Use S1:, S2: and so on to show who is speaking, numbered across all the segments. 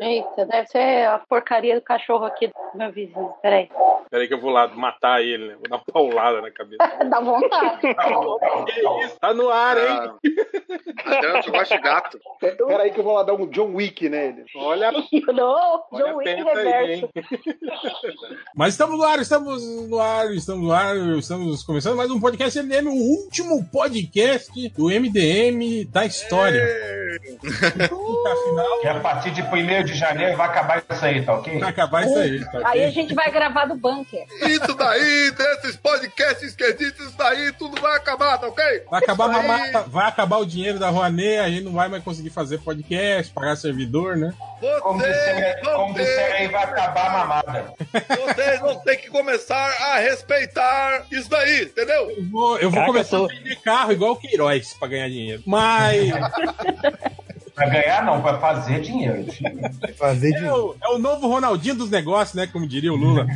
S1: Eita, deve ser a porcaria do cachorro aqui do meu vizinho. Peraí.
S2: Peraí que eu vou lá matar ele, né? Vou dar uma paulada na cabeça.
S3: Dá vontade.
S2: que isso? Tá no ar, hein?
S4: Ah, Adriano só gosta de gato.
S5: Peraí que eu vou lá dar um John Wick nele.
S2: Olha,
S3: Não,
S2: olha
S3: John Wick
S2: aperta aí, hein?
S3: reverso.
S6: Mas estamos no ar, estamos no ar, estamos no ar, estamos começando mais um podcast MDM, o último podcast do MDM da história. Tá, Quinta-final,
S7: Que a partir de 1 de janeiro vai acabar isso aí, tá ok?
S6: pra acabar isso aí. Tá
S3: Aí a
S6: ok?
S3: gente vai gravar do bunker.
S4: Isso daí, desses podcasts esquisitos, isso daí, tudo vai acabar, tá ok?
S6: Vai acabar, a
S4: Isso aí.
S6: mamata,
S3: é-
S6: vai acabar o dinheiro da Rouanet, a gente não vai mais conseguir fazer podcast, pagar servidor, né?
S7: Como
S4: Vocês,
S7: disseram como disseram aí,
S4: vocês,
S7: vai acabar a mamada.
S4: vocês vão ter que começar a respeitar isso daí, entendeu?
S6: Eu vou, eu vou
S8: Caraca,
S6: começar
S8: eu tô-
S6: a vender carro igual o Queiroz pra ganhar dinheiro. Mas
S7: Pra ganhar não, pra fazer dinheiro.
S8: Fazer de
S6: é o, é o novo Ronaldinho dos negócios, né? Como diria o Lula.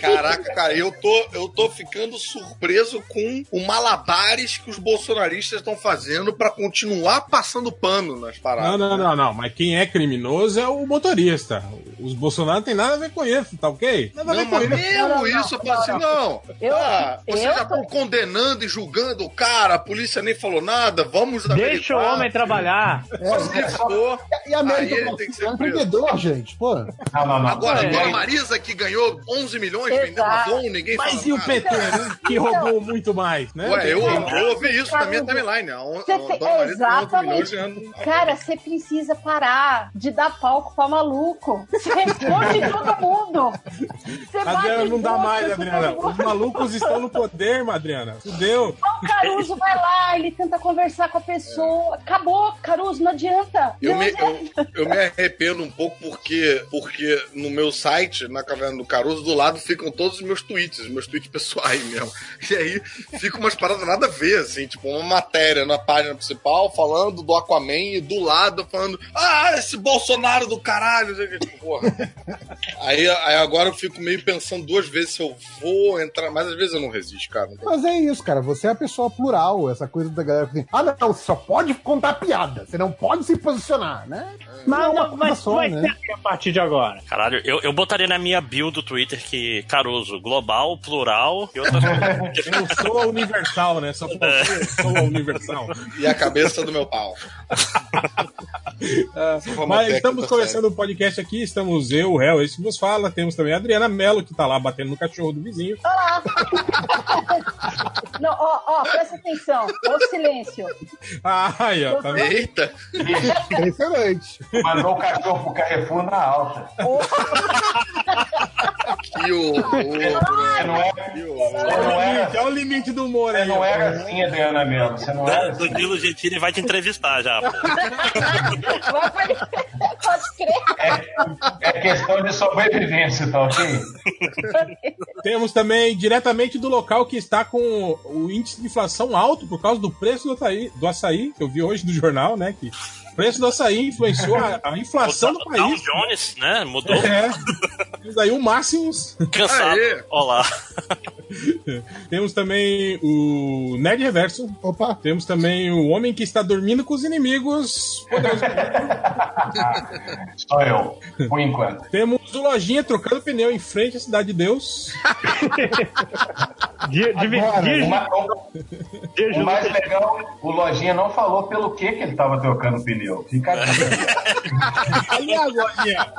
S4: Caraca, cara, eu tô, eu tô ficando surpreso com o malabares que os bolsonaristas estão fazendo pra continuar passando pano nas paradas.
S6: Não, não, não, não. Mas quem é criminoso é o motorista. Os Bolsonaro não tem nada a ver com isso, tá ok? Nada a
S4: Não,
S6: ver com
S4: mas
S6: isso.
S4: mesmo
S3: Não, não, não,
S4: isso, eu falo assim, não.
S3: Eu-
S4: ah,
S3: eu
S4: vocês já
S3: tô-
S4: estão condenando e julgando o cara, a polícia nem falou nada, vamos É,
S8: Deixa o homem trabalhar.
S4: Se for,
S5: E a
S4: aí
S5: América
S4: ele tem que
S5: é um
S4: ser preso.
S5: empreendedor, gente. Pô, a
S7: Não, não, não.
S4: Agora,
S8: É.
S4: igual a Marisa que ganhou 11 milhões vendendo a
S3: Exato.
S4: Zon, ninguém
S6: Mas
S4: fala
S6: e o
S4: nada.
S6: PT, né? Que roubou muito mais, né?
S4: Ué, eu,
S6: Tem-
S4: eu ouvi isso na minha timeline. né? A, on- a
S3: Você tem-
S4: Dona Marisa ganhou 11 milhões
S3: Exatamente.
S4: ganhando.
S3: Cara, você precisa parar de dar palco pra maluco. Você responde todo mundo. Você bate
S6: Adriana, não
S3: em
S6: dá
S3: outro,
S6: mais,
S3: você
S6: Adriana.
S3: faz um-
S6: Os malucos estão no poder, Madriana. Fudeu.
S3: O Caruso vai lá, ele tenta conversar com a pessoa. Acabou, Caruso, não adianta.
S4: Eu
S3: Não
S4: me,
S3: adianta.
S4: eu, eu me arrependo um pouco porque, porque no meu site, na Caverna do Caruso, do lado ficam todos os meus tweets, os meus tweets pessoais mesmo. E aí fica umas paradas nada a ver, assim, tipo uma matéria na página principal falando do Aquaman e do lado falando, ah, esse Bolsonaro do caralho. Tipo, Porra. Aí, aí agora eu fico meio pensando duas vezes se eu vou entrar, mas às vezes eu não resisto, cara.
S5: Mas é isso, cara. Você é a pessoa plural, essa coisa da galera que assim, ah, não, você só pode contar piada, você não pode se posicionar, né?
S8: Mas,
S5: uma
S8: mas,
S5: coisa
S8: mas
S5: só,
S8: vai
S5: né?
S8: ter aqui a partir de agora.
S9: Caralho, eu, eu botaria na minha bio do Twitter que Caruso, global, plural e outras coisas.
S6: Eu sou a universal, né? Só faltou eu sou a universal.
S4: E a cabeça do meu pau.
S6: Ah, Mas
S4: técnica,
S6: estamos começando o podcast aqui, estamos eu, o réu, esse que nos fala. Temos também a Adriana Mello, que tá lá batendo no cachorro do vizinho.
S3: Não, ó, ó, presta atenção. Ô, silêncio.
S6: Ai, ó, tá vendo?
S4: Eita!
S5: Impressionante.
S7: Mandou o cachorro pro Carrefour na alta.
S4: Que horror!
S7: Você não era,
S4: Que horror!
S7: você não era,
S6: É o limite do humor
S7: você
S6: aí.
S7: não
S6: ó.
S7: era assim, Adriana mesmo. Você não era assim.
S9: É, Danilo Gentili vai te entrevistar já.
S6: Tá
S9: pô.
S3: Vai pra- Pode crer.
S7: É, é questão de sobrevivência, tá ok?
S6: Temos também diretamente do local que está com o índice de inflação alto por causa do preço do açaí, do açaí, que eu vi hoje no jornal, né? Que o preço do açaí influenciou a, a inflação do
S9: O Dow
S6: país.
S9: Jones, né? Mudou,
S6: É. Temos aí o Máximos.
S9: cansado.
S4: Aê.
S9: Olá.
S6: Temos também o Nerd Reverso.
S5: Opa,
S6: Temos também o Homem que está dormindo com os inimigos. Poderoso.
S7: Só eu, por enquanto.
S6: Temos o Lojinha trocando pneu em frente à Cidade de Deus.
S8: Dia, divi- dia-
S7: O ma- o-
S8: dia-
S7: o mais legal, o Lojinha não falou pelo que que ele tava trocando pneu. Fica aqui.
S6: Aliás, Lojinha,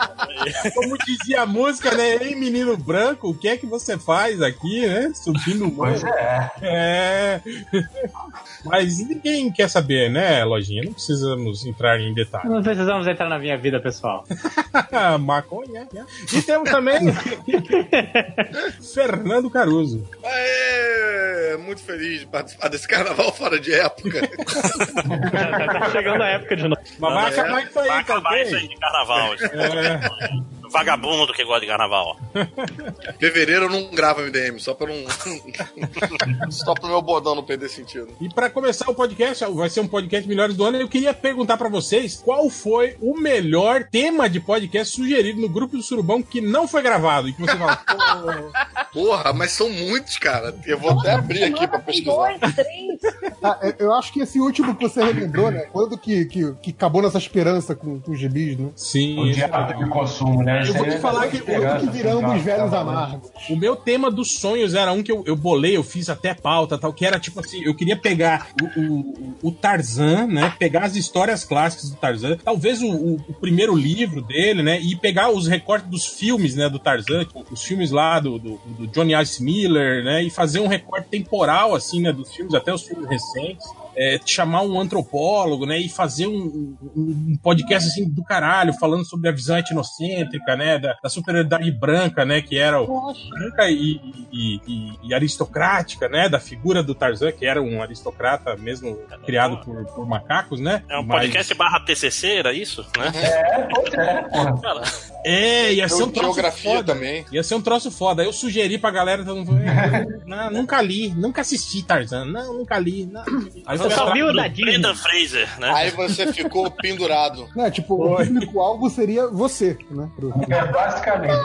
S6: como dizia a música, né? Ei, menino branco, o que é que você faz aqui, né? Subindo o
S7: Pois
S6: morro.
S7: é.
S6: É. Mas ninguém quer saber, né, Lojinha? Não precisamos entrar em detalhes.
S8: Não precisamos entrar na minha vida, pessoal.
S6: Maconha. né? E temos também Fernando Caruso.
S4: Aê! Muito feliz de participar desse carnaval fora de época.
S8: tá chegando a época de novo.
S6: Mas vai acabar isso aí,
S9: é- Vai
S6: tá
S9: acabar isso aí
S6: ok?
S9: de carnaval.
S6: É.
S9: Vagabundo que gosta de carnaval.
S4: Fevereiro eu não gravo MDM, só pra não. só pro meu bordão não perder sentido.
S6: E para começar o podcast, vai ser um podcast Melhores do Ano, eu queria perguntar para vocês qual foi o melhor tema de podcast sugerido no grupo do Surubão que não foi gravado e que você fala, pô,
S4: Porra, mas são muitos, cara. Eu vou até abrir aqui pra
S3: Tem
S4: pesquisar.
S3: um, dois, três.
S5: Ah, eu- eu acho que esse último que você relembrou, né? Quando que, que, que acabou nossa esperança com, com os gibis, né?
S6: Sim.
S7: O
S6: esse é
S7: diabo
S6: legal.
S7: de consumo, né?
S6: Eu vou te falar que
S5: Quando
S7: assim,
S5: que viramos velhos amargos?
S6: O meu tema dos sonhos era um que eu, eu bolei, eu fiz até pauta tal, que era tipo assim, eu queria pegar o, o- o Tarzan, né? Pegar as histórias clássicas do Tarzan, talvez o, o- o primeiro livro dele, né? E pegar os recortes dos filmes, né, do Tarzan, tipo, os filmes lá do, do, do Johnny Ice Miller, né? E fazer um recorte temporal, assim, né, dos filmes, até os filmes recentes é, chamar um antropólogo, né, e fazer um, um- um podcast assim do caralho, falando sobre a visão etnocêntrica, né, da, da superioridade branca, né, que era o, branca e, e- e- e aristocrática, né, da figura do Tarzan, que era um aristocrata mesmo criado por, por macacos, né?
S9: É um
S6: Mas-
S9: podcast barra TCC, era isso? Né?
S6: É, ia ser um troço
S4: Geografia
S6: foda.
S4: também.
S6: Ia ser um troço foda. Eu sugeri pra galera, todo mundo falou, "É, não, nunca li, nunca assisti Tarzan, não, nunca li. Não. Aí
S10: Você só viu o
S6: Uhum.
S10: da Disney.
S9: Brenda Fraser, né?
S4: Aí você ficou pendurado.
S5: Né, tipo, o público-alvo seria você, né? Pro-
S7: É, basicamente.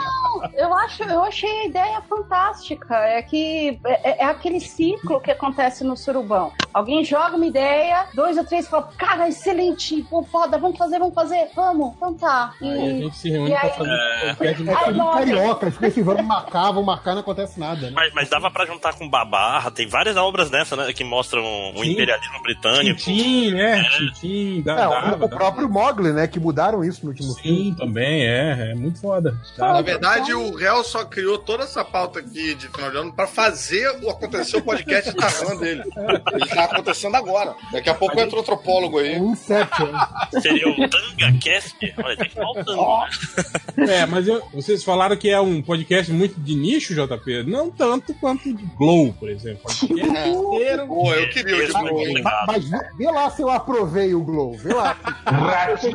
S3: Eu acho, eu achei a ideia fantástica. É que é, é aquele ciclo que acontece no surubão. Alguém joga uma ideia, dois ou três falam, cara, excelente, pô, foda, vamos fazer, vamos fazer, vamos, então tá. E-
S6: Aí a gente se reúne
S3: E
S6: pra
S3: aí-
S6: fazer um podcast.
S5: É tudo
S3: nossa.
S5: carioca, eles ficam assim, vamos marcar, vamos marcar, não acontece nada, né?
S9: Mas, mas dava pra juntar com Babarra, tem várias obras dessa, né? Que mostram o
S6: Sim.
S9: imperialismo britânico.
S6: Tintim, né? Tintim, dá,
S5: É,
S6: dá,
S5: o,
S6: dá.
S5: o próprio Mogli, né? Que mudaram isso no último filme.
S6: Sim, também, é. É muito foda.
S4: Na
S6: Dá.
S4: verdade, o réu só criou toda essa pauta aqui de final de ano pra fazer o acontecer o podcast da RAM dele. Ele tá acontecendo agora. Daqui a pouco entra o antropólogo
S5: É
S4: aí.
S5: um Inception.
S9: Seria o Tanga Cast. Olha, tem que um falar o Tanga.
S6: É, mas eu- vocês falaram que é um podcast muito de nicho, JP. Não tanto quanto de Glow, por exemplo. Podcast inteiro.
S4: Pô, eu queria o de
S9: Esse é foi
S4: Globo, hein?
S9: complicado.
S5: Mas vê- vê lá se eu aprovei o Glow, vê lá.
S7: Ratinho.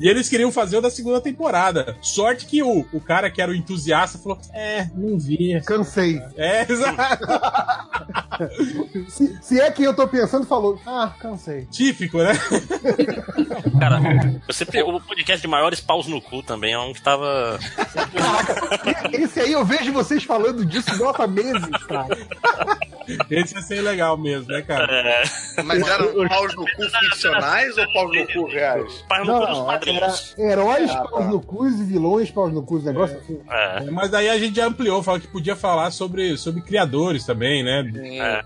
S6: E eles queriam fazer o da segunda temporada. Sorte que o, o cara que era o entusiasta falou: É, não vi.
S5: Cansei.
S6: É, exato.
S5: Se, se é que eu tô pensando, falou. Ah, cansei.
S6: Típico, né?
S9: Cara, eu sempre, o podcast de maiores paus no cu também é um que tava.
S5: é, Esse aí eu vejo vocês falando disso nossa há meses, cara.
S6: Esse ia ser legal mesmo, né, cara?
S9: É,
S4: Mas eram paus no cu ficcionais ou paus no cu reais?
S9: paus no cu É
S5: Não,
S9: dos
S5: é era
S9: padrinhos.
S5: heróis paus no cus e vilões paus no cus, negócio assim.
S9: É.
S6: Mas daí a gente já ampliou, falou que podia falar sobre, sobre criadores também, né?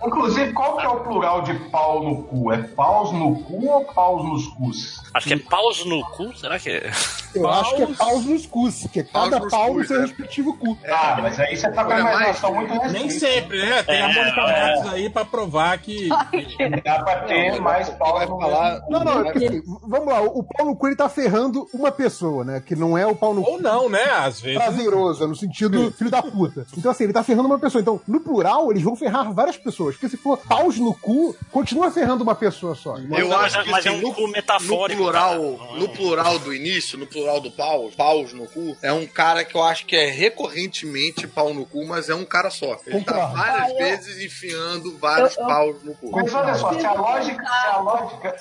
S7: Inclusive, qual que é o plural de pau no cu? É paus no cu ou paus nos cus?
S9: Acho que é paus no cu? Será que é?
S5: Eu
S6: Paus-
S5: acho que é paus nos cus, que é cada
S4: Paus nos
S5: pau no
S4: cus,
S5: seu
S4: é.
S5: respectivo cu.
S7: Ah, mas aí você tá com a
S4: Olha,
S7: imaginação muito
S6: Nem
S7: restrita.
S6: sempre, né? Tem a Mônica Matos aí pra provar que.
S7: né? Dá pra ter mais paus
S4: Vai
S7: no
S4: falar.
S5: Não, não, é porque, assim, vamos lá, o pau no cu ele tá ferrando uma pessoa, né? Que não é o pau no cu
S6: Ou não, né? Às
S4: é
S6: vezes.
S5: prazeroso, no sentido filho da puta. Então, assim, ele tá ferrando uma pessoa. Então, no plural, eles vão ferrar várias pessoas. Porque se for paus no cu, continua ferrando uma pessoa só.
S4: Eu
S9: Mas-
S4: acho que
S9: mas é
S4: assim,
S9: um
S4: no,
S9: cu metafórico,
S4: no plural,
S9: cara. Não é
S4: no
S9: um-
S4: plural do início, no plural do pau, paus no cu, é um cara que eu acho que é recorrentemente pau no cu, mas é um cara só. Ele tá
S5: Concordo.
S4: várias
S3: Ah, eu-
S4: vezes enfiando vários
S3: eu-
S4: paus no cu.
S7: Mas olha só, se a lógica, se a lógica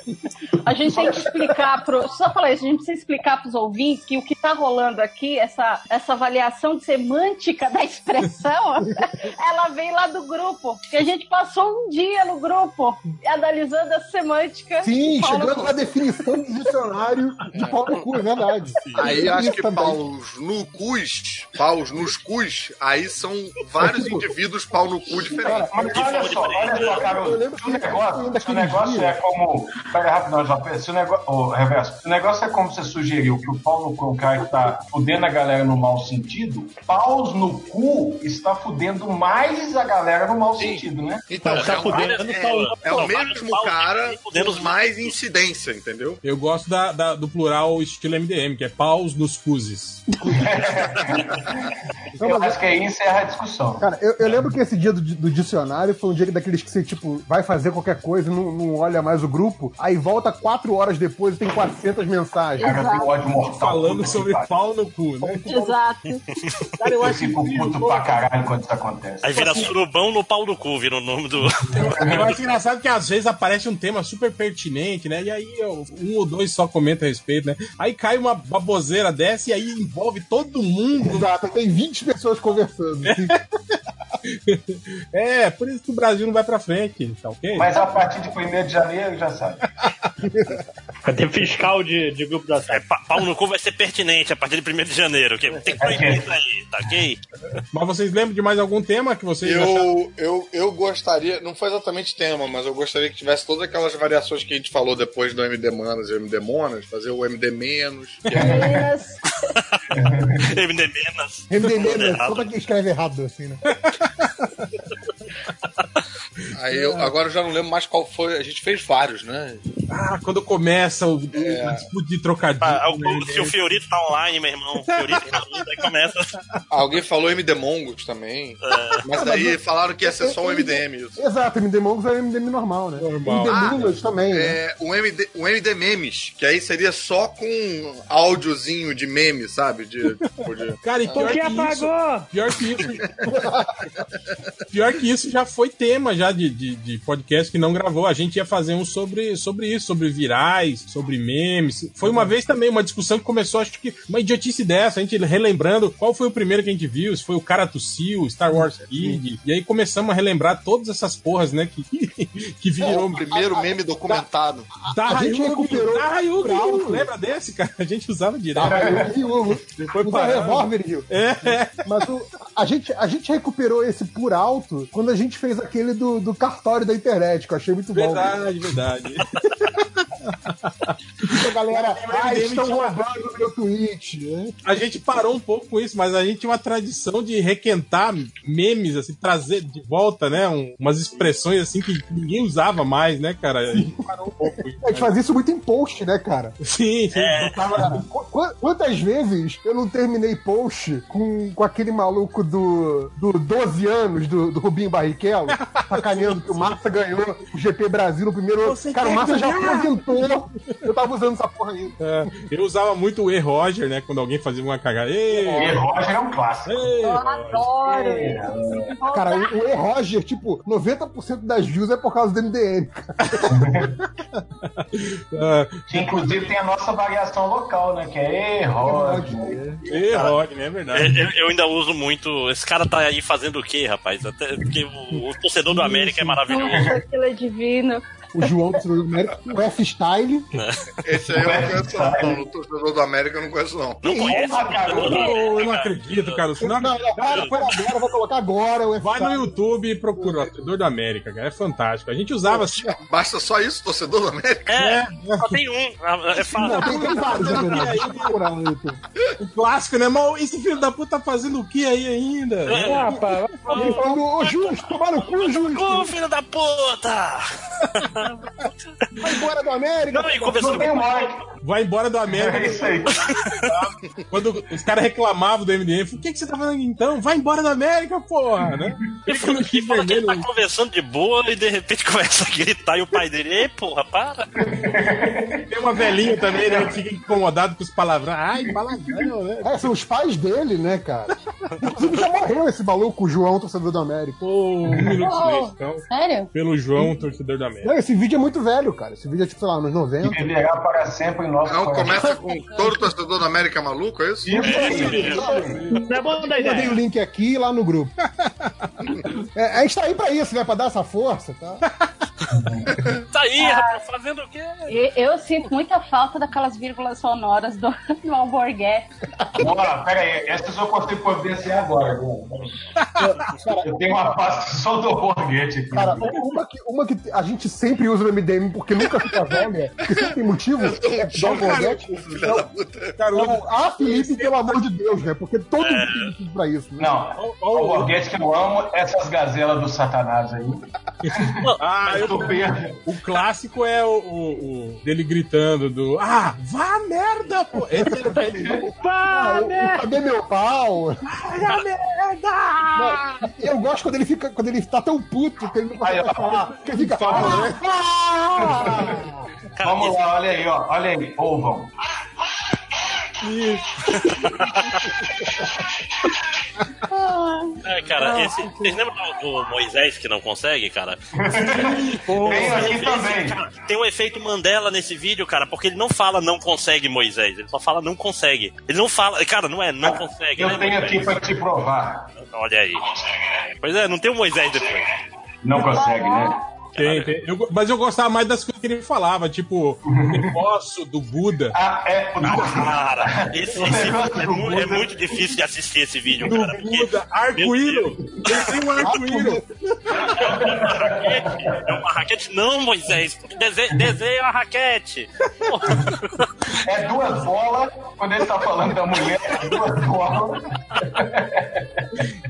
S3: A gente tem que explicar pro. Só falar isso, a gente precisa explicar pros ouvintes que o que tá rolando aqui, essa, essa avaliação semântica da expressão, ela vem lá do grupo. Que a gente passou um dia no grupo analisando a semântica.
S5: Sim,
S4: é
S3: Paulo-
S4: um
S5: chegando na definição do dicionário de pau no cu, é verdade.
S4: Aí eu acho
S5: Isso
S4: que
S5: também.
S4: paus no cus, paus nos cus, aí são vários indivíduos pau no cu diferentes.
S7: Mas olha só, olha só,
S5: Eu
S7: Carol,
S5: lembro
S7: se o
S5: que
S7: negócio, se o
S5: daquele
S7: negócio
S5: dia.
S7: é como. Pera rapidão, JP, se o negócio. Ô, reverso, se o negócio é como você sugeriu que o pau no cu é um cara que tá fudendo a galera no mau sentido, paus no cu está fudendo mais a galera no mau sentido, né?
S4: Então,
S9: Tá
S4: é, um-
S9: fudendo,
S4: é-
S9: pau-
S4: é o
S9: pau-
S4: mesmo
S9: pau-
S4: cara
S9: fudendo os-
S4: com mais incidência, entendeu?
S6: Eu gosto da, da- do plural estilo MDM, que é paus nos cuzes.
S5: Não,
S7: Eu
S5: mas-
S7: acho que aí encerra a discussão.
S5: Cara, eu, eu lembro que esse dia do, do dicionário foi um dia daqueles que você, tipo, vai fazer qualquer coisa e não, não olha mais o grupo, aí volta quatro horas depois e tem 400 mensagens.
S7: Cara, eu tenho ódio mortal.
S6: Falando
S7: Puta que
S6: sobre
S7: pariu.
S6: pau no cu, né?
S3: Exato.
S6: Cara, eu
S7: Eu fico puto pra caralho quando isso acontece.
S9: Aí vira surubão no pau do cu, vira o nome do.
S6: eu acho engraçado que às vezes aparece um tema super pertinente, né? E aí ó, um ou dois só comenta a respeito, né? Aí cai uma baboseira dessa e aí envolve todo mundo.
S5: assim, Exato, tem 20 pessoas conversando.
S6: É, por isso que o Brasil não vai pra frente, tá ok?
S7: Mas a partir de 1 de janeiro, já sabe.
S11: Vai ter fiscal de, de grupo da
S9: É,
S11: SAP.
S9: pa- pau no cu vai ser pertinente a partir de 1 de janeiro. Que tem que proibir isso aí, tá ok?
S6: Mas vocês lembram de mais algum tema que vocês acharam?
S4: Eu, eu, eu gostaria, não foi exatamente tema, mas eu gostaria que tivesse todas aquelas variações que a gente falou depois do MD Manas e MD Monas, fazer o MD Menos. que é-
S3: Meninas,
S9: MD menos.
S5: MDM,
S9: errado.
S5: só
S4: é
S5: pra quem escreve errado, assim, né?
S4: Aí eu, agora eu já não lembro mais qual foi. A gente fez vários, né?
S6: Ah, quando começa o, o- a disputa de trocadilho.
S4: é?
S9: Ah, o-
S6: né?
S9: o- se o Fiorito tá online, meu irmão, o Fiorito tá online, aí começa.
S4: Alguém falou MD Mongos também. Mas daí falaram que ia ser só um MDM isso.
S5: Exato, MD Mongos é MDM normal, né?
S6: Normal.
S5: MD
S4: Ah,
S5: Minas também, né?
S4: É, o, MD, o MD Memes, que aí seria só com áudiozinho de meme, sabe? De, tipo, de-
S6: Cara, e pior
S11: Porque
S6: que isso,
S11: apagou?
S6: pior que isso. pior que isso já foi tema já de, de, de podcast que não gravou. A gente ia fazer um sobre, sobre isso, sobre virais, sobre memes. Foi uma vez também uma discussão que começou, acho que uma idiotice dessa, a gente relembrando qual foi o primeiro que a gente viu, se foi o cara tossiu, Star Wars Kid. E aí começamos a relembrar todas essas porras, né, que, que
S4: Virou
S6: virou
S4: o primeiro meme documentado.
S6: Da
S5: A gente
S6: Hayugo,
S5: recuperou
S6: da Hayugo,
S5: pra Alfa.
S6: lembra desse, cara? A gente usava direto.
S5: E o
S6: Depois
S5: usa
S6: parando.
S5: revólver, Rio.
S6: É,
S5: Mas o- a, gente, a gente recuperou esse por alto quando a gente fez aquele do, do cartório da internet, que eu achei muito bom.
S6: verdade, verdade.
S5: Então, galera, ah,
S6: MDM
S5: estão
S6: tinha-
S5: roubando meu tweet. né?
S6: A gente parou um pouco com isso, mas a gente tinha uma tradição de requentar memes, assim, trazer de volta, né? um- umas expressões assim que ninguém usava mais, né, cara? A gente parou um pouco. com isso,
S5: A gente fazia isso muito em post, né, cara?
S6: mas- Sim, sim.
S4: É.
S5: Cara, qu- qu- Quantas vezes eu não terminei post com, com aquele maluco do, do 12 anos, do, do Rubinho Barrichello, sacaneando que o Massa ganhou o GP Brasil no primeiro ano. Cara, o Massa já aposentou. Eu tava usando essa porra aí.
S6: É, eu usava muito o E. Roger, né? Quando alguém fazia uma cagada. Ei,
S7: E Roger é um clássico.
S6: ei,
S3: eu adoro isso.
S5: Cara, o, o E. Roger, tipo, 90% das views é por causa do MDM.
S6: ah,
S7: Que inclusive tem a nossa variação local, né? Que é E Roger.
S6: e. Roger, né? É verdade.
S9: Eu, eu ainda uso muito. Esse cara tá aí fazendo o quê, rapaz? Até porque o, o torcedor do América é maravilhoso.
S3: Nossa, aquilo é divino.
S5: O João do Sul América, o F-Style.
S4: Esse aí eu não conheço,
S9: Tá.
S4: não. O torcedor do América eu não conheço, não.
S9: Não conhece o torcedor do
S6: Eu não
S9: América, cara.
S6: acredito, cara. Se
S5: Não,
S6: não-
S5: não, cara, foi agora, eu vou colocar agora o
S6: Vai no
S5: F-Style.
S6: YouTube e procura o Torcedor da América, cara. É fantástico. A gente usava assim.
S4: Basta só isso, torcedor do América?
S9: É, só tem um. É
S5: Não,
S9: fácil.
S5: tem, tem vários, na verdade. Deixa eu procurar no YouTube.
S6: O clássico, né? Mas esse filho da puta tá fazendo o que aí ainda?
S5: Ele falando, ô Justo, tomar no cu,
S9: Ah, Ô,
S5: Justo,
S9: filho da puta!
S5: vai embora do América.
S9: Não, e começou
S7: Não tem marca.
S6: Vai embora do
S7: É
S6: América.
S7: isso aí.
S6: Quando os caras reclamavam do MDM, eu falei, o que, que você tá fazendo aqui, então? Vai embora da América, porra, né?
S9: Ele fala, ele fala que ele tá conversando de boa e de repente começa a gritar e o pai dele, ei, porra, para!
S6: Tem uma velhinha também, né? Que fica incomodado com os palavrões. Ai, palavrão, né?
S5: É, são os pais dele, né, cara? Inclusive já morreu esse maluco, o João, torcedor do América.
S6: Pô, um minuto de silêncio, então.
S3: Sério?
S6: Pelo João, torcedor da América.
S5: Não, esse vídeo é muito velho, cara. Esse vídeo é tipo, sei lá, anos 90.
S7: Viverá para sempre em nosso
S4: Não,
S7: coração.
S4: começa com todo torcedor do América é maluco, é isso?
S7: Isso aí.
S11: Não é bom da
S5: Eu mandei o
S11: ideia.
S5: link aqui e lá no grupo. É, a gente tá aí pra isso, né? Pra dar essa força, tá?
S9: Tá aí,
S11: Ah.
S9: rapaz, fazendo o quê?
S3: E- Eu sinto muita falta daquelas vírgulas sonoras do, do Alborguete.
S7: Bora, pera aí. Essas eu consigo providenciar agora. Eu tenho uma pasta só do Borghetti aqui.
S5: Cara, uma que, uma que a gente sempre usa no MDM porque nunca fica velha, porque sempre tem motivo, é John Borghetti.
S6: Cara, o-
S5: Ah, Felipe, pelo amor de Deus, né? Porque todo mundo tem pra isso, né?
S7: Não, o Borghetti que eu amo, essas gazelas do satanás aí.
S6: Ah, eu-
S7: Tô perto.
S6: O clássico é o, o- o dele gritando do Ah, vá a merda, pô! Esse era velho.
S5: Ah, o- o Cadê meu pau?
S6: merda!
S5: Não, Eu gosto quando ele fica, quando ele tá tão puto que ele não
S7: Aí,
S5: consegue
S7: ó.
S5: mais falar. Que ele fica.
S7: Fala, né?
S5: "Ah!"
S9: Cara,
S7: Vamos
S9: esse-
S7: lá, olha aí, ó. Olha aí, ouvam.
S6: Isso.
S3: Ah,
S9: É, cara, esse, vocês lembram do, do Moisés que não consegue, cara?
S7: Tem aqui também.
S9: Cara, tem um efeito Mandela nesse vídeo, cara, porque ele não fala não consegue, Moisés. Ele só fala não consegue. Ele não fala. Cara, não é não consegue. né,
S7: Ah, Eu tenho aqui
S9: Moisés?
S7: pra te provar.
S9: Olha aí. Pois é, não tem o Moisés depois.
S7: Não consegue, né?
S6: Tem, tem. Eu go- mas eu gostava mais das coisas que ele falava, tipo, o negócio do Buda.
S7: Ah, é.
S9: Cara, esse, esse
S7: negócio
S9: é,
S7: do
S9: mu- é
S7: Buda.
S9: muito difícil de assistir esse vídeo,
S6: Do
S9: cara. porque-
S6: Buda, arco-íris. Ele tem um arco-íris.
S9: É uma raquete? Não, Moisés. Dese- Desenha a raquete.
S7: É duas bolas. Quando ele tá falando da mulher, é duas bolas.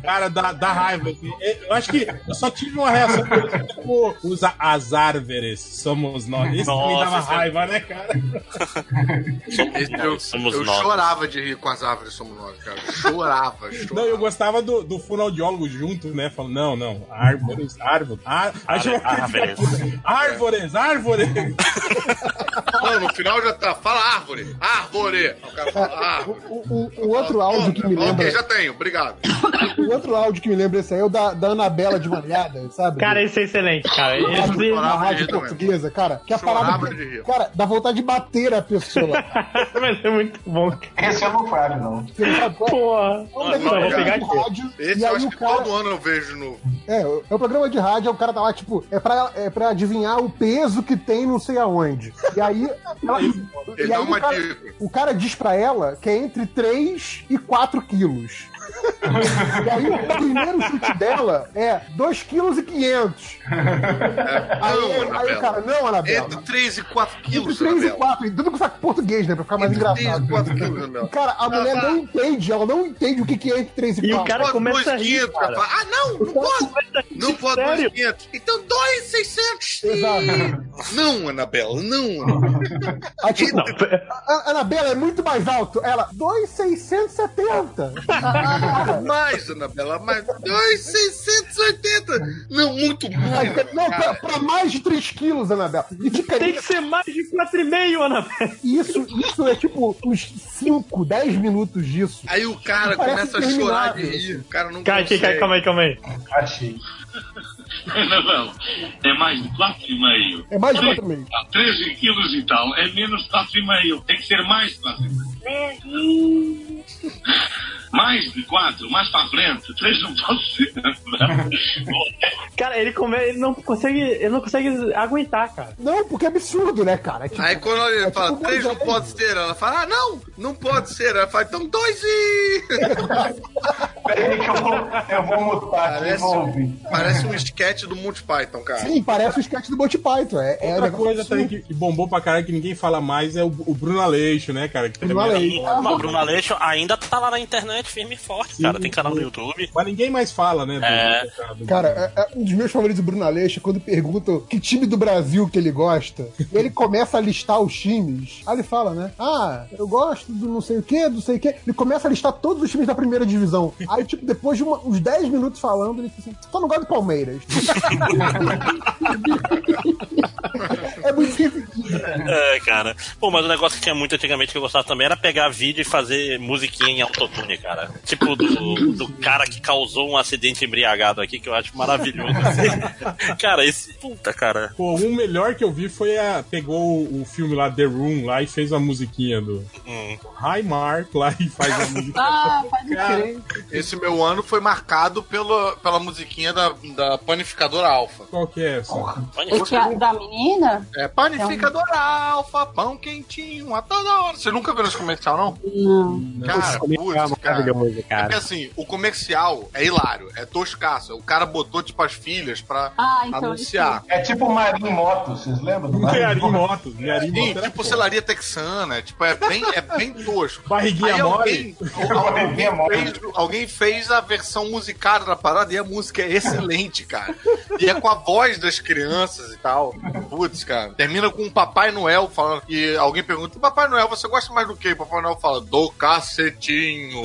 S6: Cara, dá, dá raiva. assim. Eu acho que eu só tive uma reação. Tipo, usa as árvores, somos nós. Isso me
S9: Nossa,
S6: dava
S9: isso é-
S6: raiva, né, cara?
S4: Esse eu
S9: Somos
S4: eu
S9: nós.
S4: chorava de rir com as árvores somos nós, cara. Chorava,
S6: Não, eu
S4: chorava.
S6: gostava do, do fonoaudiólogo junto, né? Falando, não, não, árvores, árvores. Ar... Aí chegou aquele
S9: árvores.
S6: filho da puta, Árvores, árvores.
S4: Não, no final já tá. Fala árvore! Árvore! O cara fala árvore.
S5: O, o- É, o outro áudio que me
S4: Ok,
S5: lembra.
S4: já tenho, obrigado.
S5: O outro áudio que me lembra esse aí é o da, da Anabela de Malhada, sabe?
S12: Cara, esse é excelente, cara.
S5: Na rádio-
S12: Esse...
S5: na
S4: Chorava de
S5: rádio
S4: rir também.
S5: portuguesa, cara. Que a
S4: Chorava
S5: parada.
S4: de rir.
S5: Cara, dá vontade de bater a pessoa.
S12: Mas é muito bom. cara.
S7: Esse eu não falho, não.
S5: Você sabe qual é?
S12: Porra.
S5: É um daquele
S12: Não, vou
S5: programa
S12: pegar
S5: de
S12: aqui.
S5: rádio,
S4: Esse
S5: e
S4: eu
S5: aí
S4: acho
S5: o
S4: que
S5: cara.
S4: todo ano eu vejo no.
S5: É, é um programa de rádio, aí o cara tá lá, tipo, é pra, é pra adivinhar o peso que tem não sei aonde. E aí. ela-
S4: Ele
S5: e
S4: dá
S5: aí
S4: uma
S5: o, cara,
S4: dica.
S5: o cara diz pra ela que é entre 3 e 4 quilos. e aí o primeiro chute dela é 2,5 kg. Aí,
S4: Não,
S5: aí, aí o cara,
S4: Anabela.
S5: não, Anabela.
S4: Entre 3 e 4
S5: Entre
S4: quilos,
S5: 3 e
S4: Anabela.
S5: 4, e tudo com saco português, né? Pra ficar mais
S4: Entre Ah, tá. 3
S5: engraçado.
S4: e 4 quilos, Anabela.
S5: Cara, a mulher não entende, ela não entende o que que é entre 3 e
S12: E o
S5: 4.
S12: cara
S4: Pode
S12: começa a rir,
S4: 2,500,
S12: cara. Então
S4: cara. Ah, não, não posso. Não pode
S12: sério?
S4: 2,500. Então 2,600.
S5: Exato.
S4: Não, Anabela, não, Anabela.
S5: Aí, tipo, a Anabela é muito mais alto. Ela, 2,670.
S4: Mais, Anabela, mais. 2,680. Não, muito mais.
S5: Aí, não,
S4: cara.
S5: pra, pra mais de 3 quilos, Anabela. E de
S12: Tem
S5: carinho,
S12: que ser mais de 4,5, Ana.
S5: isso, isso é tipo uns 5, 10 minutos disso.
S4: Aí o cara
S5: Parece
S4: começa a chorar de
S5: terminável.
S4: rir. O cara não
S12: Cara, aqui,
S4: consegue.
S12: cara, calma aí, calma aí.
S7: Achei.
S13: Não, não. É mais de 4,5.
S5: É mais de 4 meses.
S13: 13 quilos e tal. É menos 4,5. Tem que ser mais 4,5. Mais de 4, mais para frente. 3 não pode ser.
S12: Cara, ele come, ele não consegue, ele não consegue aguentar, cara.
S5: Não, porque é absurdo, né, cara? É tipo,
S4: Aí quando ele
S5: tipo
S4: fala,
S5: dois
S4: três não
S5: anos.
S4: pode ser, ela fala, ah, não, não pode ser. Ela fala, então dois e...
S7: Peraí que eu vou, eu vou mutar aqui e
S4: Parece,
S7: vou ouvir.
S4: parece um esquete do Monty Python, cara.
S5: Sim, parece o sketch do Monty Python. É, é um
S6: Outra
S5: negócio
S6: coisa também
S5: absurdo.
S6: que, que bombou pra caralho que ninguém fala mais é o, o Bruno Aleixo, né, cara? Que
S5: Bruno
S6: também-
S5: Aleixo.
S9: Mas Bruno Aleixo ainda tá lá na internet firme e forte, cara. Tem canal no YouTube.
S6: é- Mas ninguém mais fala, né? do-
S9: É.
S6: do- do-
S5: Cara, é- é um dos meus favoritos do Bruno Aleixo é quando perguntam que time do Brasil que ele gosta. E ele começa a listar os times. Aí ele fala, né? Ah, eu gosto do não sei o quê, do não sei o quê. Ele começa a listar todos os times da primeira divisão. Aí, tipo, depois de uma- uns 10 minutos falando, ele fica assim: só não gosto do Palmeiras. é muito esquisito.
S9: É, cara. Pô, mas o negócio que tinha muito antigamente que eu gostava também era pegar vídeo e fazer musiquinha em autotune, cara. Tipo do, do cara que causou um acidente embriagado aqui, que eu acho maravilhoso. assim. cara, esse. Puta, cara.
S6: Pô, um melhor que eu vi foi a. Pegou o, o filme lá, The Room, lá e fez a musiquinha do.
S4: Hum.
S6: Hi Mark lá e faz a musiquinha.
S3: Ah, pode
S6: Cara,
S3: crer.
S4: Esse meu ano foi marcado pela, pela musiquinha da, da panificadora alfa.
S6: Qual que é essa?
S3: O tia- da menina?
S4: É, panificadora alfa, pão quentinho, a toda hora. Você nunca viu esse comercial, não?
S3: Não.
S4: Cara, putz, cara.
S12: maravilhoso,
S4: Porque assim, o comercial é hilário, é toscaço. O cara botou, tipo, as filhas pra
S3: Ah, então.
S4: anunciar.
S7: É tipo o Marim Moto, vocês lembram do Marim
S6: Mearim
S7: Moto?
S6: Motos. Mearim
S4: Sim,
S6: Motos. era
S4: tipo selaria texana, tipo, é bem, é bem tosco.
S6: Barriguinha
S4: Aí
S6: mole.
S4: alguém, alguém, fez, alguém fez a versão musicada da parada e a música é excelente, cara. E é com a voz das crianças e tal. Putz, cara. Termina com o Papai Noel falando. E alguém pergunta: Papai Noel, você gosta mais do que? Papai Noel fala: Do cacetinho.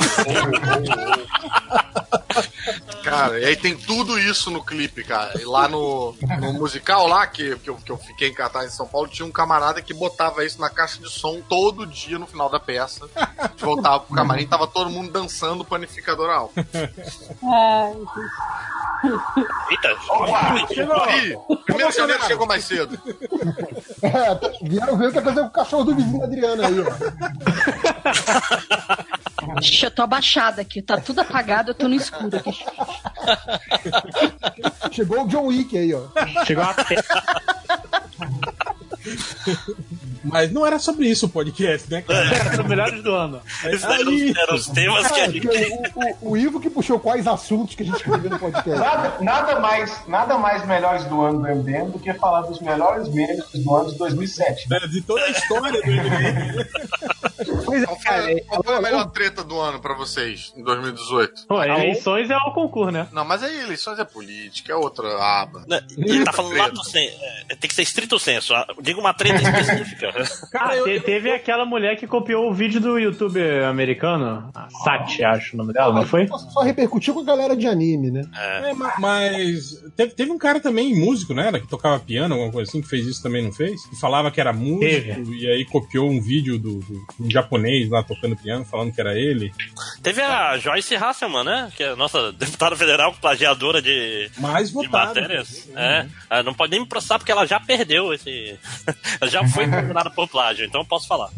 S4: Cara, e aí tem tudo isso no clipe, cara. E lá no, no musical, lá que, que, eu, que eu fiquei em Catar em São Paulo, tinha um camarada que botava isso na caixa de som todo dia no final da peça. A gente voltava pro camarim, tava todo mundo dançando panificador ao.
S3: É.
S9: Eita,
S4: Chegou! Ih, primeiro janeiro chegou mais cedo.
S5: É, tá- vieram ver o que aconteceu com o cachorro do vizinho da Adriana aí, ó.
S3: Ixi, eu tô abaixada aqui, tá tudo apagado, eu tô no escuro aqui.
S5: Chegou o John Wick aí, ó.
S14: Chegou uma pe-
S6: Mas não era sobre isso o podcast, né, cara?
S14: Era dos melhores do ano.
S9: esses eram, os- eram os temas que a
S5: É,
S9: gente.
S5: porque o, o- o Ivo que puxou quais assuntos que a gente escreveu no podcast.
S7: Nada, nada, mais, nada mais melhores do ano do MDM do que falar dos melhores memes do ano de 2007.
S6: Né, De toda a história do MDM.
S14: Pois é,
S4: Qual
S14: cara,
S4: foi, qual foi a melhor treta do ano pra vocês, em 2018?
S14: pô, eleições é o concurso, né?
S4: Não, mas aí eleições é política, é outra aba.
S9: né, Ele tá falando lá
S4: Treta.
S9: do sen- é, Tem que ser estrito senso. ah, Diga uma treta específica.
S6: Cara, eu,
S14: Te- teve aquela mulher que copiou o vídeo do youtuber americano, a Sati, acho o nome dela, não foi?
S5: Só repercutiu com a galera de anime, né?
S6: É, ma- mas teve, teve um cara também, músico, né? era, Que tocava piano, alguma coisa assim, que fez isso também, não fez? Que falava que era músico
S14: Teve.
S6: e aí copiou um vídeo do, do- um japonês lá tocando piano, falando que era ele.
S9: Teve a Joyce Hasselman, né? Que é a nossa deputada federal, plagiadora de,
S6: Mais
S9: de
S6: votado.
S9: matérias. É. Ela não pode nem me processar porque ela já perdeu esse. ela já foi condenada por plágio, então eu posso falar.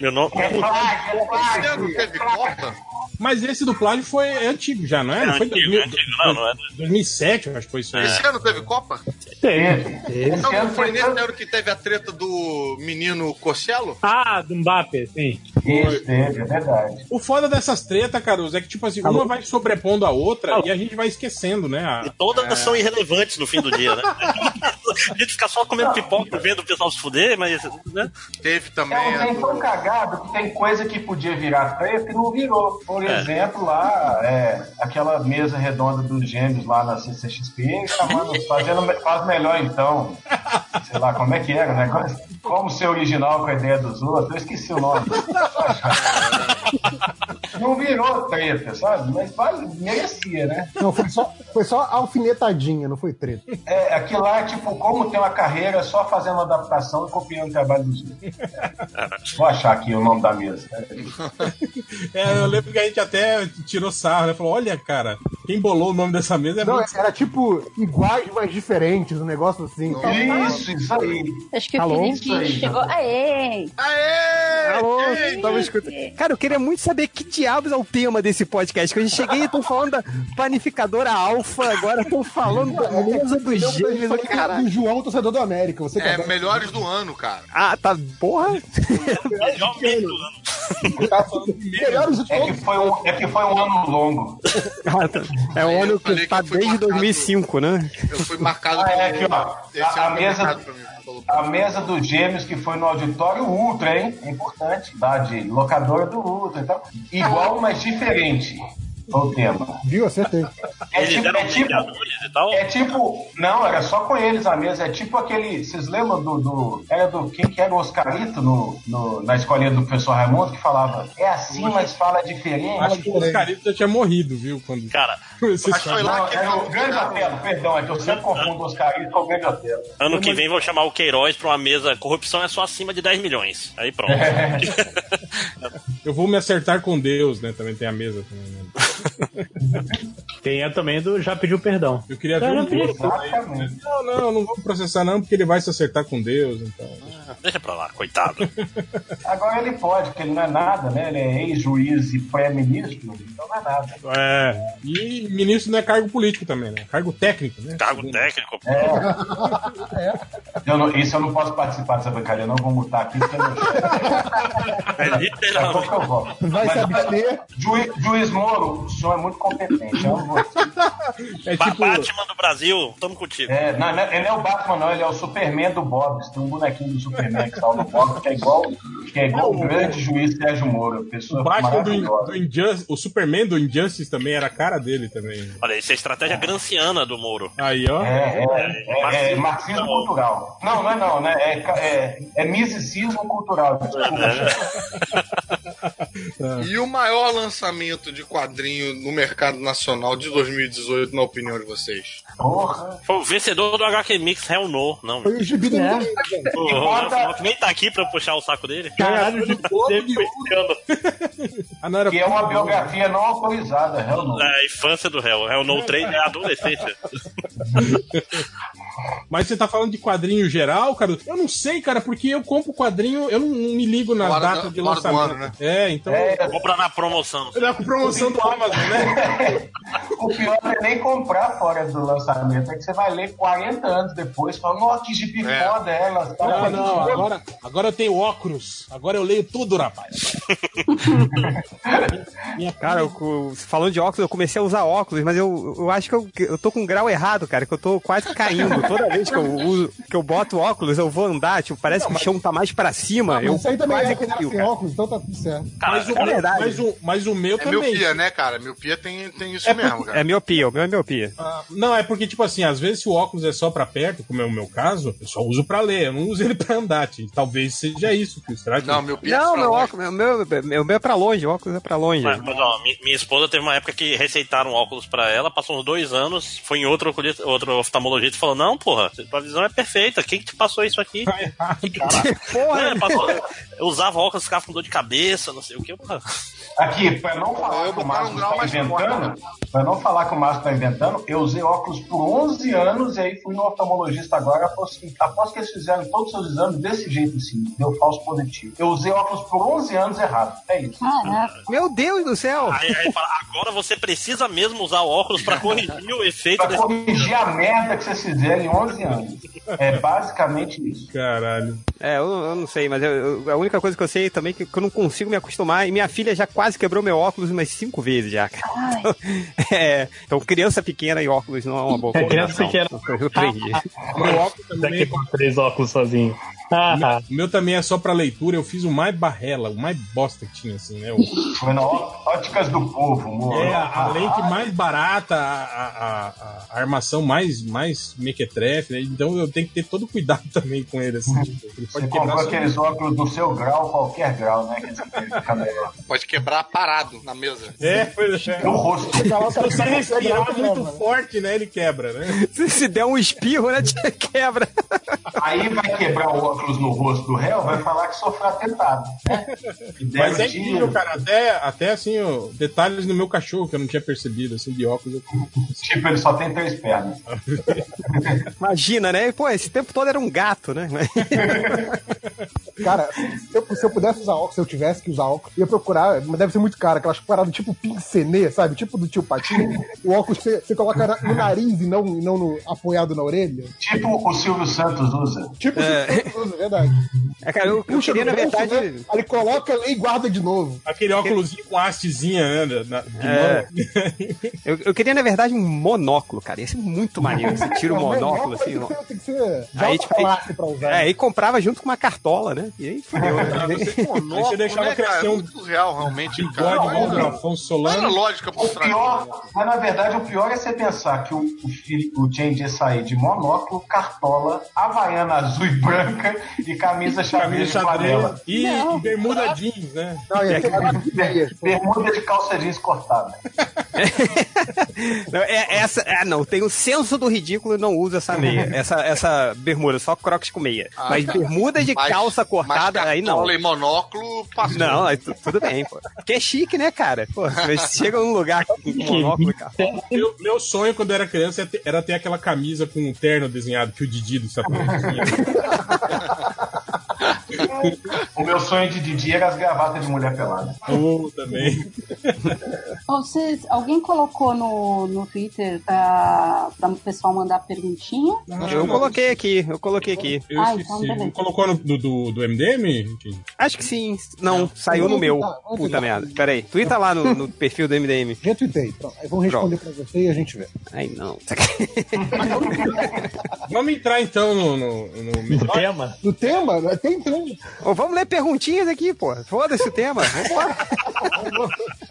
S9: Meu nome.
S7: É plágio, é
S4: Esse ano
S7: plágio.
S4: teve cota?
S6: Mas esse do plágio foi é antigo já, não é?
S9: É
S6: Não foi
S9: antigo,
S6: 2000,
S9: é antigo, não, não é.
S6: 2007, eu acho que foi
S14: É.
S6: isso aí.
S4: Esse ano teve Copa?
S14: Teve.
S4: Não,
S7: Esse
S4: não
S7: ano
S4: foi
S7: foi
S4: nesse
S7: tanto...
S4: ano que teve a treta do menino Cosselo?
S14: Ah, do Mbappé, sim.
S7: Isso, teve, é verdade.
S6: O foda dessas tretas, Caruso, é que, tipo assim,
S1: Tá
S6: uma vai sobrepondo a outra e a gente vai esquecendo, né?
S9: E
S6: A-
S9: todas são irrelevantes no fim do dia, né? A gente fica só comendo pipoca, vendo o pessoal se fuder, mas. Né?
S4: Teve
S7: É
S4: também
S7: um
S4: a
S7: trem tão
S4: do...
S7: cagado que tem coisa que podia virar treta e não virou. Por exemplo, lá, é, aquela mesa redonda dos gêmeos lá na CCXP, chamando, fazendo, me- faz melhor então. Sei lá, como é que era o negócio? Como ser original com a ideia dos outros? Eu esqueci o nome. Não virou treta, sabe? Mas faz, merecia, né?
S5: Não, foi só, foi só alfinetadinha, não foi treta.
S7: É, aquilo lá é tipo, como ter uma carreira só fazendo adaptação e copiando o trabalho dos outros. Vou achar aqui o nome da mesa. né?
S6: É, eu lembro que a gente até tirou sarro, né? Falou, olha, cara, quem bolou o nome dessa mesa é
S5: Não,
S6: muito...
S5: era tipo iguais, mas diferentes, um negócio assim.
S7: Isso, isso aí.
S3: Acho que o
S1: Alô?
S3: Felipe chegou. Aê!
S4: Aê!
S1: Alô,
S4: Gente!
S1: tava escutando. Cara, eu queria muito saber que diabos é o tema desse podcast. Quando eu cheguei, estão falando da panificadora alfa, agora estão falando
S5: é
S1: da mesa dos
S5: Eu
S1: gêmeos.
S5: falei que era
S1: Caralho.
S5: do João, torcedor do América. Você tá que
S4: É,
S5: adora-
S4: melhores do ano, cara.
S1: Ah, tá. Porra!
S9: Melhor meme do ano.
S5: melhores de
S7: É que
S5: todos.
S7: foi um, é que foi um ano longo.
S1: Ah, tá. É
S4: Eu
S1: o ano
S4: falei
S1: que
S4: que
S1: tá
S4: foi
S1: desde
S4: marcado.
S1: 2005, né?
S4: Eu fui marcado
S7: Ah, é,
S4: pelo-
S7: aqui, ó.
S4: Esse
S7: A- a
S4: ano foi
S7: mesa-
S4: marcado pra mim, pelo-
S7: A mesa dos gêmeos que foi no auditório Ultra, hein? É Importante, da de locadora do Ultra e tal. Igual, mas diferente. Foi o tema.
S5: Viu? Acertei.
S7: É
S9: Eles um
S7: tipo,
S9: eram
S7: é tipo,
S9: criadores e tal.
S7: é tipo- Não, era só com eles a mesa. É tipo aquele. Vocês lembram do. do- era do. Quem que era o Oscarito no, no- na escolinha do professor Raimundo que falava? É assim, mas fala diferente.
S6: Acho que o Oscarito já tinha morrido, viu? Quando...
S9: Cara,
S6: Esse
S4: Acho que foi lá
S7: Não,
S4: que
S7: era É o Grande Otelo, perdão, é que eu sempre confundo o Oscarito com o Grande Otelo.
S9: ano que vem vou chamar o Queiroz pra uma mesa. Corrupção é só acima de 10 milhões. Aí pronto.
S6: Eu vou me acertar com Deus, né? Também tem a mesa. Também, né?
S14: Tem a também do Já Pediu Perdão.
S6: Eu queria ver
S14: Eu
S6: um
S14: não pedi.
S6: corpo.
S7: Exatamente.
S6: Não, não, não vou processar não, porque ele vai se acertar com Deus. Então.
S9: Deixa pra lá, coitado.
S7: Agora ele pode, porque ele não é nada, né? Ele é ex-juiz e pré-ministro, então não é nada.
S6: É. E ministro não é cargo político também, né? Cargo técnico, né?
S9: Cargo técnico.
S7: É.
S9: pô.
S7: Eu não- isso eu não posso participar dessa brincadeira, eu não vou mutar aqui, porque eu não
S9: É
S7: Daqui a
S9: literalmente.
S7: pouco eu volto.
S5: Vai se abster.
S7: Juiz, juiz Moro, o senhor é muito competente, eu não vou.
S6: É
S9: Ba-
S6: tipo.
S9: Batman do Brasil, tamo contigo.
S7: É, não, não, ele não é o Batman, não, ele é o Superman do Bob, tem um bonequinho do Superman. né? Que salva o Bob, que é igual, que é igual o grande juiz Sérgio Moro.
S6: O
S7: Pessoa
S6: Batman do,
S7: maravilhosa.
S6: do Injustice, o Superman do Injustice também era a cara dele também.
S9: Olha, isso é estratégia granciana do Moro.
S6: Aí, ó.
S7: É, é, é, é marxismo cultural. Não, não é não, né? É, ca- é, é misticismo cultural. Desculpa.
S4: E o maior lançamento de quadrinho no mercado nacional de 2018, na opinião de vocês?
S7: Porra.
S9: Foi o vencedor do HQ Mix Hell No. Não.
S5: Foi o gibi do
S9: É.
S5: mundo.
S9: O Ronaldo Finock nem tá aqui pra eu puxar o saco dele.
S6: Caralho, o gibi
S9: Sempre puxando.
S6: Ah,
S7: Que é uma biografia não autorizada, realmente.
S9: É, infância do Hell. Hell No 3 é adolescência.
S6: Mas você tá falando de quadrinho geral, cara? Eu não sei, cara, porque eu compro quadrinho, eu não, não me ligo na
S9: Hora da-
S6: data de
S9: hora do
S6: lançamento.
S9: ano, né?
S6: É, então.
S9: Compra na promoção.
S6: Ele é com promoção do Amazon, né?
S7: O pior não é nem comprar fora do lançamento, é que você vai ler 40 anos depois e fala, nossa, que gibi foda é ela.
S6: Não, não, agora, agora eu tenho óculos. Agora eu leio tudo, rapaz.
S12: Cara, eu, eu- falando de óculos, eu comecei a usar óculos, mas eu, eu acho que eu, eu tô com um grau errado, cara, que eu tô quase caindo. Toda vez que eu uso, que eu boto óculos, eu vou andar, tipo, parece que o chão tá mais pra cima. eu
S5: Isso aí também
S12: quase
S5: é que
S12: caio,
S5: sem
S12: cara.
S5: óculos, então tá tudo certo.
S12: Mas o- é verdade. mas o-
S6: mas o meu
S4: é
S6: também.
S4: miopia, né, cara? Miopia tem, tem isso
S6: É
S4: mesmo,
S6: porque-
S4: cara.
S12: É miopia, o meu é miopia.
S6: Ah, Não, é porque, tipo assim, às vezes se o óculos é só pra perto, como é o meu caso, eu só uso pra ler, eu não uso ele pra andar. tio. Talvez seja isso. tio.
S1: é
S6: Será que... Não,
S4: meu
S12: Não, meu óculos, meu, meu, meu é pra longe, o óculos é pra longe.
S9: Mas, mas, ó, mi- minha esposa teve uma época que receitaram óculos pra ela, passou uns dois anos, foi em outro, oculista- outro oftalmologista e falou: Não, porra, tua visão é perfeita, quem que te passou isso aqui?
S12: porra!
S9: É, passou- eu usava óculos, ficava com dor de cabeça, não sei o que. Porra.
S7: Aqui, pra não falar que o
S6: um
S7: Márcio tá inventando,
S6: né?
S7: pra não falar que o Márcio tá inventando, eu usei óculos por 11 anos e aí fui no oftalmologista agora, após, que- após que eles fizeram todos os seus exames desse jeito assim, deu falso positivo. Eu usei óculos por 11 anos errado, é isso.
S12: Meu Deus do céu!
S9: Aí, aí fala, agora você precisa mesmo usar óculos pra corrigir o efeito
S7: Pra
S9: desse.
S7: corrigir a merda que vocês fizeram em 11 anos. É basicamente isso.
S6: Caralho.
S12: É, eu, eu não sei, mas eu- eu- a única coisa que eu sei também é que, que eu não consigo me acostumar. E minha filha já quase quebrou meu óculos umas cinco vezes já, cara. É, então criança pequena e óculos não é uma boa
S15: É criança
S12: combinação. Eu aprendi.
S6: Meu óculos também.
S15: três óculos sozinho.
S6: O meu, o meu também é só pra leitura, eu fiz o mais barrela, o mais bosta que tinha, assim, né? O-
S7: Foi na ó- óticas do povo, amor. Ah,
S6: É, a, a lente mais barata, a, a, a- a armação mais, mais mequetrefe, né? Então eu tenho que ter todo cuidado também com ele, assim. tipo, ele
S7: Você é
S6: pode quebrar
S7: comprou
S6: só-
S7: aqueles óculos do seu grau, qualquer grau, né? que você tem de cabelo.
S4: Pode quebrar parado na mesa.
S6: É, pois é.
S7: No rosto.
S6: Se você
S7: é
S6: respirar muito forte, né? Ele quebra, né?
S12: Se, se der um espirro, né, te quebra.
S7: Aí vai quebrar o óculos no rosto do réu, vai falar que sofreu atentado. Né? Tipo, E deram
S6: Mas é
S7: tiro.
S6: incrível, cara. Até, até assim, ó, detalhes no meu cachorro que eu não tinha percebido, assim, de óculos.
S7: Tipo, ele só tem três pernas.
S12: Imagina, né? Pô, esse tempo todo era um gato, né?
S5: Cara, se eu, se eu pudesse usar óculos, se eu tivesse que usar óculos, eu ia procurar, mas deve ser muito caro, aquelas paradas tipo pincenê, sabe? Tipo do tio Patinho. O óculos você, você coloca na- no nariz e não, e não no- apoiado na orelha.
S7: Tipo o Silvio Santos usa.
S5: Tipo
S12: É.
S5: é. usa, verdade.
S12: É, cara, eu, eu
S5: Puxa
S12: queria,
S5: no
S12: na
S5: bolso,
S12: verdade.
S5: né? Aí ele coloca e guarda de novo.
S6: Aquele óculos com hastezinha, né? na- de
S12: É.
S6: mão.
S12: Eu, eu queria, na verdade, um monóculo, cara. Ia ser muito maneiro. Você tira o
S5: Mas
S12: monóculo,
S5: tem
S12: assim,
S5: que
S12: ó.
S5: ser- Tem que ser de
S12: Aí,
S5: alta
S12: tipo,
S5: classe pra usar.
S12: É, e comprava junto com uma cartola, né? E aí fudeu. né?
S6: Aí você deixava
S4: né, cara?
S6: crescer
S4: É
S6: um
S4: muito real, realmente, cara.
S6: bigode igual
S4: Não,
S6: o do Afonso
S4: era
S6: Solano.
S4: lógica por
S7: O
S4: trás.
S7: pior, mas na verdade o pior é você pensar que o, o, Fili- o Change ia sair de monóculo, cartola, havaiana azul e branca e camisa
S6: Camisa
S7: xadrez de flanela.
S6: xadrez e, e bermuda jeans, né?
S5: Não, ia ser maravilha.
S7: Bermuda de calça jeans cortada.
S12: Não, é, essa, ah, não, tem o senso do ridículo e não uso essa meia. Essa, essa bermuda, só crocs com meia.
S4: Ah,
S12: mas
S4: cara.
S12: bermuda de
S4: Mas-
S12: calça cortada,
S4: mas
S12: aí não.
S4: cartola e monóculo passou.
S12: Não, aí tu- tudo bem, pô. Porque é chique, né, cara? Pô, mas chega num lugar com monóculo, cara.
S6: Meu, meu sonho quando era criança era ter- era ter aquela camisa com um terno desenhado que o Didi do Sapão tinha.
S7: O meu sonho de Didi era as gravatas de mulher pelada.
S6: Eu também.
S3: Vocês, alguém colocou no, no Twitter pra, pra o pessoal mandar perguntinha?
S12: eu coloquei aqui, eu coloquei aqui.
S6: Eu
S3: Ah, então
S6: esqueci.
S3: beleza.
S6: Colocou no do, do, do MDM? Kim?
S12: Acho que sim. Não, saiu no meu. Puta merda. Pera aí. Twitter lá no, no perfil do MDM.
S16: Já tuitei. Pronto. Aí vamos responder pra você e a gente vê.
S12: Ai, não.
S6: Vamos entrar então no, no,
S12: tema?
S16: No
S5: né?
S16: tema? Tem tema.
S12: vamos ler perguntinhas aqui, pô. Foda-se o tema. Vambora.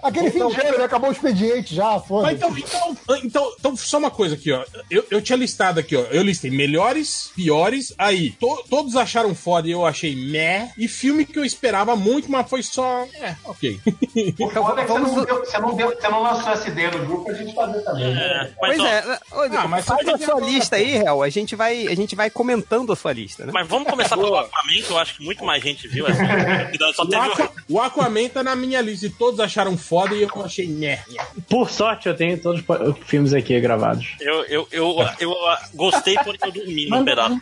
S16: Aquele
S17: Então,
S16: fim de ano, né? acabou o expediente já,
S6: Mas
S16: foda-se.
S6: então, então, então, então, só uma coisa aqui, ó. Eu, eu tinha listado aqui, ó. Eu listei melhores, piores, aí. to- todos acharam foda e eu achei meh. E filme que eu esperava muito, mas foi só. É, ok.
S7: O foda é que você, não deu, você, não deu, você não lançou essa ideia no grupo pra gente fazer também. né?
S12: Pois é, ô,
S7: Ah, mas
S12: faz
S7: só
S12: a
S7: que-
S12: sua lista aí, Hel. A gente vai, a gente vai comentando a sua lista, né?
S9: Mas vamos começar pelo Aquaman, que eu acho que muito mais gente viu. Essa... Só
S6: O,
S9: teve
S6: Aqua- o Aquaman tá na minha lista e todos acharam foda e eu achei meh.
S8: Por sorte, eu tenho todos os po- filmes aqui gravados.
S9: Eu, eu, eu, eu gostei porque eu dormi no
S8: Manda,
S9: pedaço.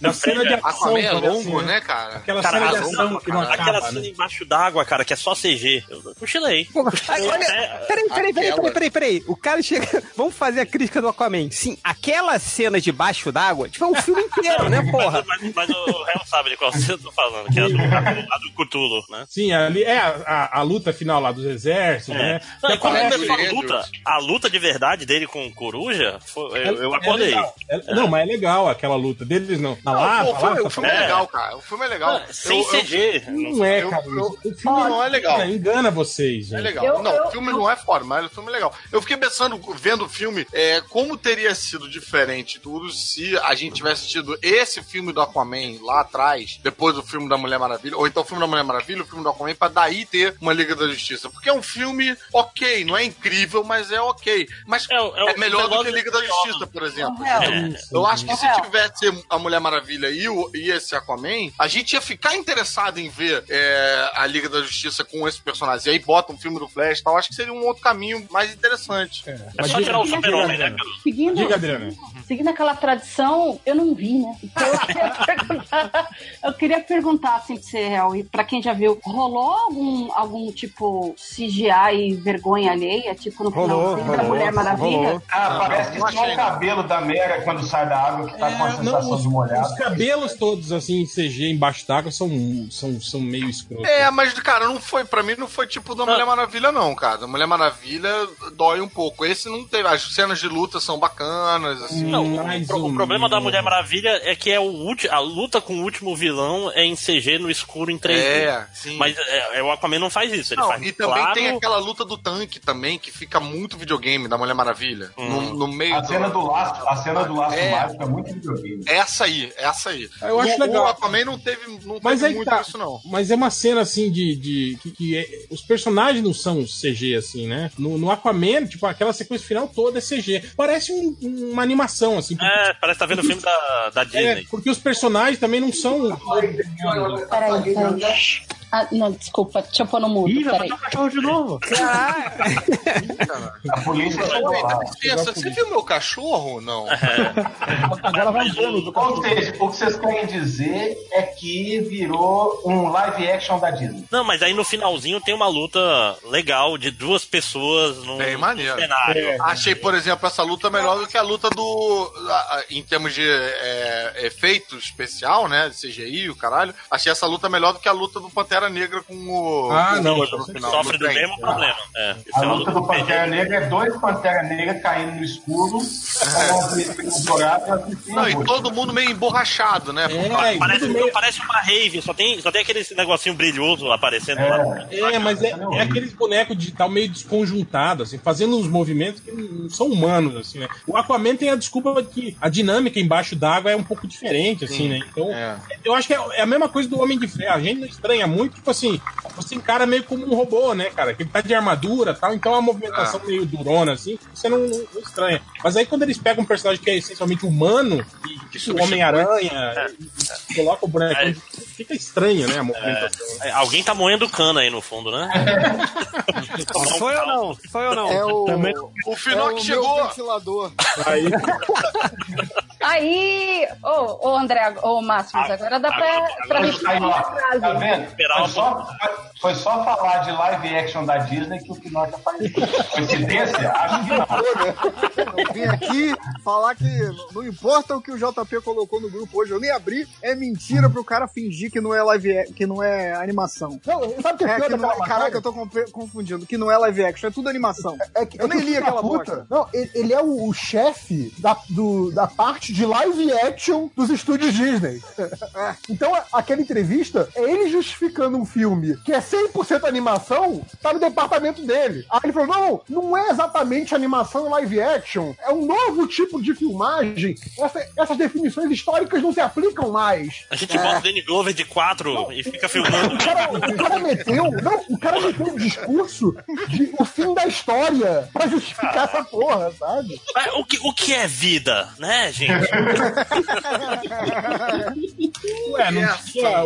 S6: Na cena de
S4: Aquaman é longo, né, cara?
S6: Aquela
S9: Cara,
S6: cena de
S9: ação,
S6: ação que não
S9: cara,
S6: acaba,
S9: Ah, aquela cena
S6: né?
S9: embaixo d'água, cara, que é só CG. Eu eu cochilei.
S12: Ai, olha, peraí, peraí, peraí, peraí, peraí, peraí. O cara chega. Vamos fazer a crítica do Aquaman. Sim, aquela cena debaixo d'água, tipo, é um filme inteiro, né, porra?
S9: Mas, mas- mas o réu sabe de qual você eu tô falando, que é a do, a do Cthulhu, né?
S6: Sim, ali é a, a- a luta final lá dos exércitos,
S9: É.
S6: né? é,
S9: Não,
S6: Que
S9: e quando
S6: aparece-
S9: começou a luta, a luta de verdade dele com o Coruja, foi- eu, eu
S6: É- é
S9: acordei.
S6: legal. É- não, mas é legal aquela luta deles, não. Na
S4: Não,
S12: Ah,
S6: lata,
S4: pô, o filme-
S6: lata,
S4: o filme é
S6: lata.
S4: legal, cara. O filme é legal.
S9: Ah, sem
S4: Eu- eu-
S9: CG.
S6: Não é,
S4: Eu-
S6: cara.
S4: eu-
S6: o filme
S4: não é legal.
S6: Engana vocês, gente.
S4: É legal.
S6: Eu-
S4: não,
S6: eu-
S4: o filme não é foda, mas o filme é legal. Eu fiquei pensando, vendo o filme, é, como teria sido diferente tudo se a gente tivesse tido esse filme do Aquaman lá atrás, depois do filme da Mulher Maravilha, ou então o filme da Mulher Maravilha, o filme do Aquaman, pra daí ter uma Liga da Justiça. Porque é um filme ok, não é incrível, mas é ok. Mas é,
S9: o
S4: melhor do que
S9: negócio
S4: Liga da
S9: do
S4: Justiça, por exemplo.
S9: É.
S4: entendeu? Eu acho que se
S9: É.
S4: tivesse a Mulher Maravilha e, o, e esse Aquaman, a gente ia ficar interessado em ver é, a Liga da Justiça com esse personagem. E aí bota um filme do Flash e tal. Acho que seria um outro caminho mais interessante.
S9: É só tirar o super-homem,
S6: é
S9: né, cara?
S3: Seguindo,
S4: Diga, Adriana.
S3: seguindo aquela tradição, eu não vi, né? Então eu queria perguntar, eu queria perguntar assim pra você, Hel, e pra quem já viu, rolou algum, algum tipo CGI e vergonha alheia, tipo no
S7: Rolou,
S3: finalzinho da
S7: rolou,
S3: Mulher Maravilha?
S7: Ah, parece que
S3: Não
S7: só
S3: achei,
S7: o
S3: não.
S7: cabelo da Mera quando sai da água que tá com a
S6: É,
S7: sensação
S6: não, os,
S7: de molhado.
S6: os cabelos todos assim, em CG embaixo d'água, são, são, são meio escrotos.
S4: É, mas, cara, não foi, pra mim não foi tipo da
S9: Ah.
S4: Mulher Maravilha, não, cara. Da Mulher Maravilha dói um pouco. Esse não teve. As cenas de luta são bacanas, assim.
S9: Não, o, pro- o
S6: um-
S9: problema da Mulher Maravilha é que é o ulti- a luta com o último vilão é em CG no escuro em 3D.
S4: É, sim.
S9: Mas é, é, o Aquaman não faz isso. Ele
S4: Não,
S9: faz
S4: e também
S9: claro,
S4: tem aquela luta do tanque também, que fica muito videogame da Mulher Maravilha.
S9: Hum.
S4: No, no meio
S7: A cena do laço, a cena do laço
S4: É.
S7: mágico é muito videogame.
S4: Essa aí, essa aí.
S6: Eu acho
S4: No-
S6: legal.
S4: O Aquaman não teve, não
S6: Mas
S4: teve
S6: aí
S4: muito
S6: tá.
S4: isso, não.
S6: Mas é uma cena assim de. de que, que é- os personagens não são CG, assim, né? No, no Aquaman, tipo, aquela sequência final toda é CG. Parece um- uma animação, assim. porque-
S9: É, parece que tá vendo o filme da, da
S6: é,
S9: Disney.
S6: porque os personagens também não são.
S3: Peraí, peraí. Ah, não, desculpa, deixa eu pôr no mudo, peraí.
S8: cachorro de novo.
S7: A polícia é chegou
S6: tá
S7: lá.
S4: Pensa, você viu meu cachorro ou não?
S8: Agora vai
S7: Ou seja, o que vocês querem dizer é que virou um live action da Disney.
S9: Não, mas aí no finalzinho tem uma luta legal de duas pessoas num,
S4: Bem maneiro.
S9: num cenário.
S4: É. Achei, por exemplo, essa luta melhor do que a luta do. a- a- em termos de é, efeito especial, né? CGI, o caralho. Achei essa luta melhor do que a luta do Pantera Negra com o.
S6: Ah,
S4: com o
S6: não.
S4: outro no final,
S9: Sofre
S4: no
S9: do
S4: trem.
S9: mesmo problema. É.
S7: A
S9: Isso é uma
S7: luta do Pantera Negra é dois Pantera Negra caindo no escuro,
S4: Não, e todo mundo meio emborrachado, né?
S6: É,
S9: Pa- parece, não, parece uma rave, só tem, só tem aquele negocinho brilhoso aparecendo
S6: É.
S9: lá.
S6: É, mas é,
S9: né?
S6: é aqueles bonecos digital meio desconjuntado, assim, fazendo uns movimentos que não são humanos, assim, né? O Aquaman tem a desculpa de que a dinâmica embaixo d'água é um pouco diferente, assim,
S4: Sim,
S6: né? Então, eu acho que é, é a mesma coisa do Homem de Ferro. A gente não estranha muito, tipo assim, você encara meio como um robô, né, cara? Que ele tá de armadura e tal, então é uma movimentação
S4: Ah.
S6: meio durona, assim, você não, não estranha. Mas aí quando eles pegam um personagem que é essencialmente humano,
S9: Que
S6: o Homem-Aranha, e coloca o boneco,
S9: É.
S6: fica estranho, né, a movimentação.
S9: É, alguém tá moendo cana aí no fundo, né?
S12: Sou eu não, sou eu não.
S9: É
S4: o-
S12: Também...
S4: O Finox
S5: é o
S4: chegou.
S5: Meu ventilador.
S6: Aí.
S3: Aí, ô, ô, André, ô, Márcio, agora dá pra, pra
S7: Aí,
S3: me falar
S7: ó,
S3: uma frase.
S7: Tá vendo? Foi só, foi só falar de live action da Disney que o Pinóquio faz. Coincidência? Acho que não.
S17: Eu vim aqui falar que não importa o que o JP colocou no grupo hoje, eu nem abri, é mentira pro cara fingir que não é live ac- que não é animação.
S5: Não, sabe o que é
S17: é,
S5: pior
S17: que não
S5: daquela
S17: é-
S5: matéria?
S17: Caraca, eu tô confe- confundindo, que não é live action, é tudo animação. eu
S5: É que
S17: nem
S5: o
S17: li
S5: filho da
S17: aquela
S5: puta-
S17: puta.
S5: Não, ele, ele é o, o chefe da, do- da parte de live action dos estúdios Disney. Então, a- aquela entrevista é ele justificando um filme que é 100% animação, tá no departamento dele. Aí ele falou: não, não é exatamente animação live action, é um novo tipo de filmagem. Essa- essas definições históricas não se aplicam mais.
S9: A gente bota o Danny Glover de quatro e fica filmando.
S5: O cara, o cara meteu, não, o cara meteu um discurso de o fim da história pra justificar essa porra, sabe?
S9: Mas O que, o que é vida, né, gente?
S6: Ué, não tinha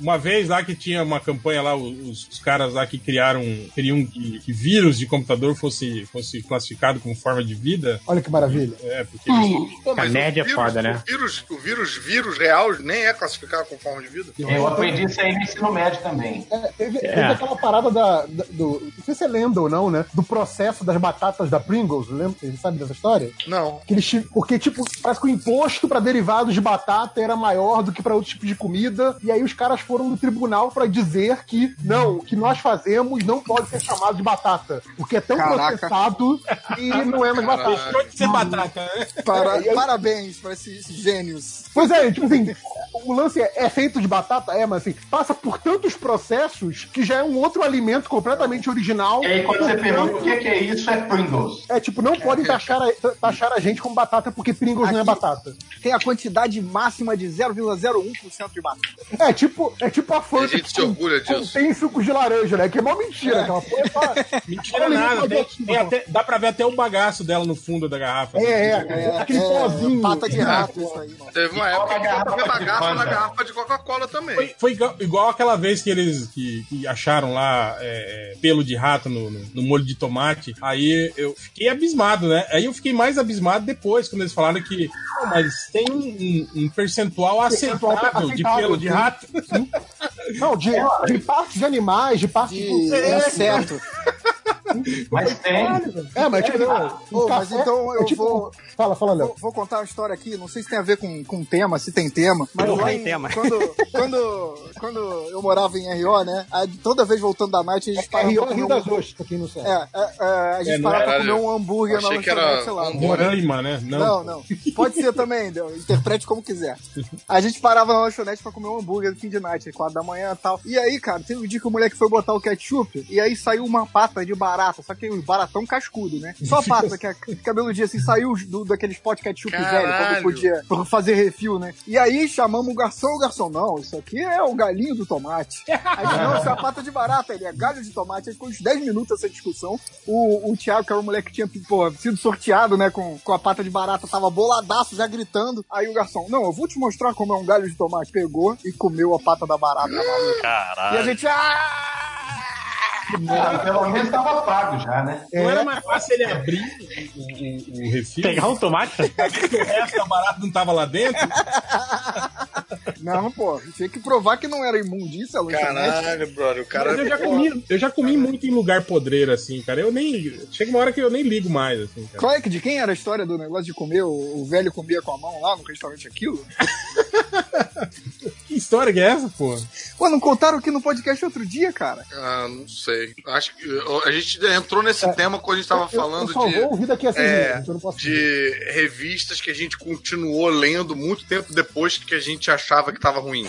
S6: uma vez lá que tinha uma campanha lá, os, os caras lá que criaram, queriam que, que vírus de computador fosse, fosse classificado como forma de vida.
S5: Olha que maravilha.
S6: É, porque
S3: Ah,
S5: Ai.
S4: Pô, mas
S6: A média é
S4: o vírus,
S6: foda, né?
S4: O vírus, o vírus, vírus real nem é classificado com forma de vida.
S7: Eu aprendi isso aí no ensino médio também.
S5: É, teve, teve aquela parada da, da- do. Não sei se você lembra ou não, né? Do processo das batatas da Pringles, lembra? Você sabe dessa história?
S4: Não.
S5: Que eles, ti- porque, tipo, parece que o imposto pra derivados de batata era maior do que pra outro tipo de comida. E aí os caras foram no tribunal pra dizer que não, o que nós fazemos não pode ser chamado de batata. Porque é tão
S17: Caraca.
S5: processado que não é mais batata. É,
S17: Deixou de ser
S6: batata,
S17: Para-
S5: E aí-
S17: parabéns pra esses, esses gênios.
S5: Pois é, tipo assim, o lance é, é feito de batata, é, mas assim, passa por tantos processos que já é um outro alimento completamente original.
S7: E aí, quando você pergunta o
S5: Portanto,
S7: que que é isso, é Pringles.
S5: É tipo, não podem taxar a, taxar a gente como batata porque Pringles não é batata.
S17: Tem a quantidade máxima de 0,01% de batata.
S5: É tipo, é tipo a Fanta.
S17: gente se orgulha disso.
S5: Tem suco de laranja, né? Que é mó mentira aquela porra. é só-
S6: Mentira nada. Tem, tem até- dá pra ver até o bagaço dela no fundo da garrafa. né?
S5: É, é, é, aquele pozinho.
S17: Pata de rato, isso aí.
S4: Teve uma época que eu tava bagaça na
S6: Fanta.
S4: garrafa de Coca-Cola também.
S6: Foi, foi igual, igual aquela vez que eles que, que acharam lá é, é, pelo de rato no, no- no molho de tomate. Aí eu fiquei abismado, né? Aí eu fiquei mais abismado depois, quando eles falaram que "Não, mas tem um, um- um percentual
S5: Percentual
S6: aceitável de
S5: aceitável,
S6: pelo de
S5: sim.
S6: rato.
S5: Não, de, de partes de animais, de partes de.
S17: inseto.
S7: Mas tem.
S5: É, mas tipo,
S17: Ô, mas
S5: café-
S17: então eu
S5: é tipo-
S17: vou-
S5: Fala, fala, Léo.
S17: Vou, vou contar uma história aqui, não sei se tem a ver com, com tema, se tem tema. Mas
S18: Não
S17: lá
S18: tem
S17: em-
S18: tema.
S17: Quando, quando, quando eu morava em RO, né? aí toda vez voltando da night, a gente parava
S5: É, Rio,
S17: pra comer
S5: Rio
S17: um-
S5: das Ostras, pra quem não sabe.
S17: É, é, é, a gente
S5: É, não
S17: parava pra
S5: era-
S17: comer um hambúrguer na
S5: achei que era
S17: lanchonete, sei
S4: um
S17: lá.
S6: Roraima, né?
S17: Não. não, Pode ser também, deu- interprete como quiser. A gente parava na lanchonete pra comer um hambúrguer no fim de night, 4 da manhã e tal. E aí, cara, teve um dia que o moleque foi botar o ketchup e aí saiu uma pata de barata, só que o baratão cascudo, né? Só a pata, que é cabeludinha assim, saiu do, daquele spot ketchup velho,
S19: Caralho.
S17: quando podia pra fazer refil, né? E aí chamamos o garçom, o garçom, não, isso aqui é o galinho do tomate. Aí, não, isso é a pata de barata, ele é galho de tomate. Aí ficou uns 10 minutos essa discussão. O, o Thiago, que era o moleque que tinha pô, sido sorteado, né, com, com a pata de barata, tava boladaço, já gritando. Aí o garçom, não, eu vou te mostrar como é um galho de tomate. Pegou e comeu a pata da barata. maluco.
S9: Caralho.
S17: E a gente, ah!
S7: Ah, pelo menos tava pago já, né?
S6: Não
S5: é.
S6: era mais fácil ele abrir o, o- o refil?
S7: Pegar
S6: um tomate? o resto da barata não tava lá dentro?
S17: Não, pô, tinha que provar que não era é imundícia a lanchonete.
S4: Caralho, brother, o cara.
S6: Mas eu já comi, eu já comi muito em lugar podreiro, assim, cara. Eu nem. Chega uma hora que eu nem ligo mais, assim, cara.
S17: Qual é que de quem era a história do negócio de comer? O, o velho comia com a mão lá no restaurante aquilo?
S6: que história que é essa, pô?
S17: Pô, não contaram aqui no podcast outro dia, cara?
S4: Ah, não sei. Acho que uh, a gente entrou nesse tema quando a gente tava
S5: É. eu- eu
S4: falando
S5: só
S4: de.
S5: vou ouvir daqui a seis
S4: é,
S5: meses, então eu não posso
S4: de revistas que a gente continuou lendo muito tempo depois que a gente achava que tava ruim.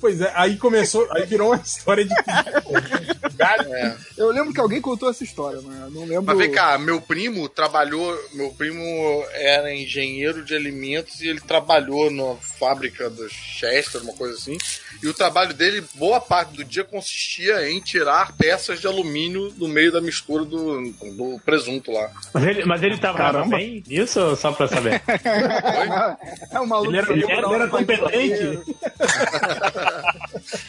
S6: Pois é, aí começou, aí virou uma história de.
S4: É.
S17: Eu lembro que alguém contou essa história,
S5: né?
S17: mas não lembro.
S4: Mas vem cá, meu primo trabalhou. Meu primo era engenheiro de alimentos e ele trabalhou na fábrica do Chester, uma coisa assim. E o trabalho dele, boa parte do dia, consistia em tirar peças de alumínio do meio da mistura do, do presunto lá.
S20: Mas ele, mas ele trabalhava
S4: Caramba.
S20: bem? Isso só pra saber.
S17: É um maluco.
S20: Ele era- ele era- ele era competente.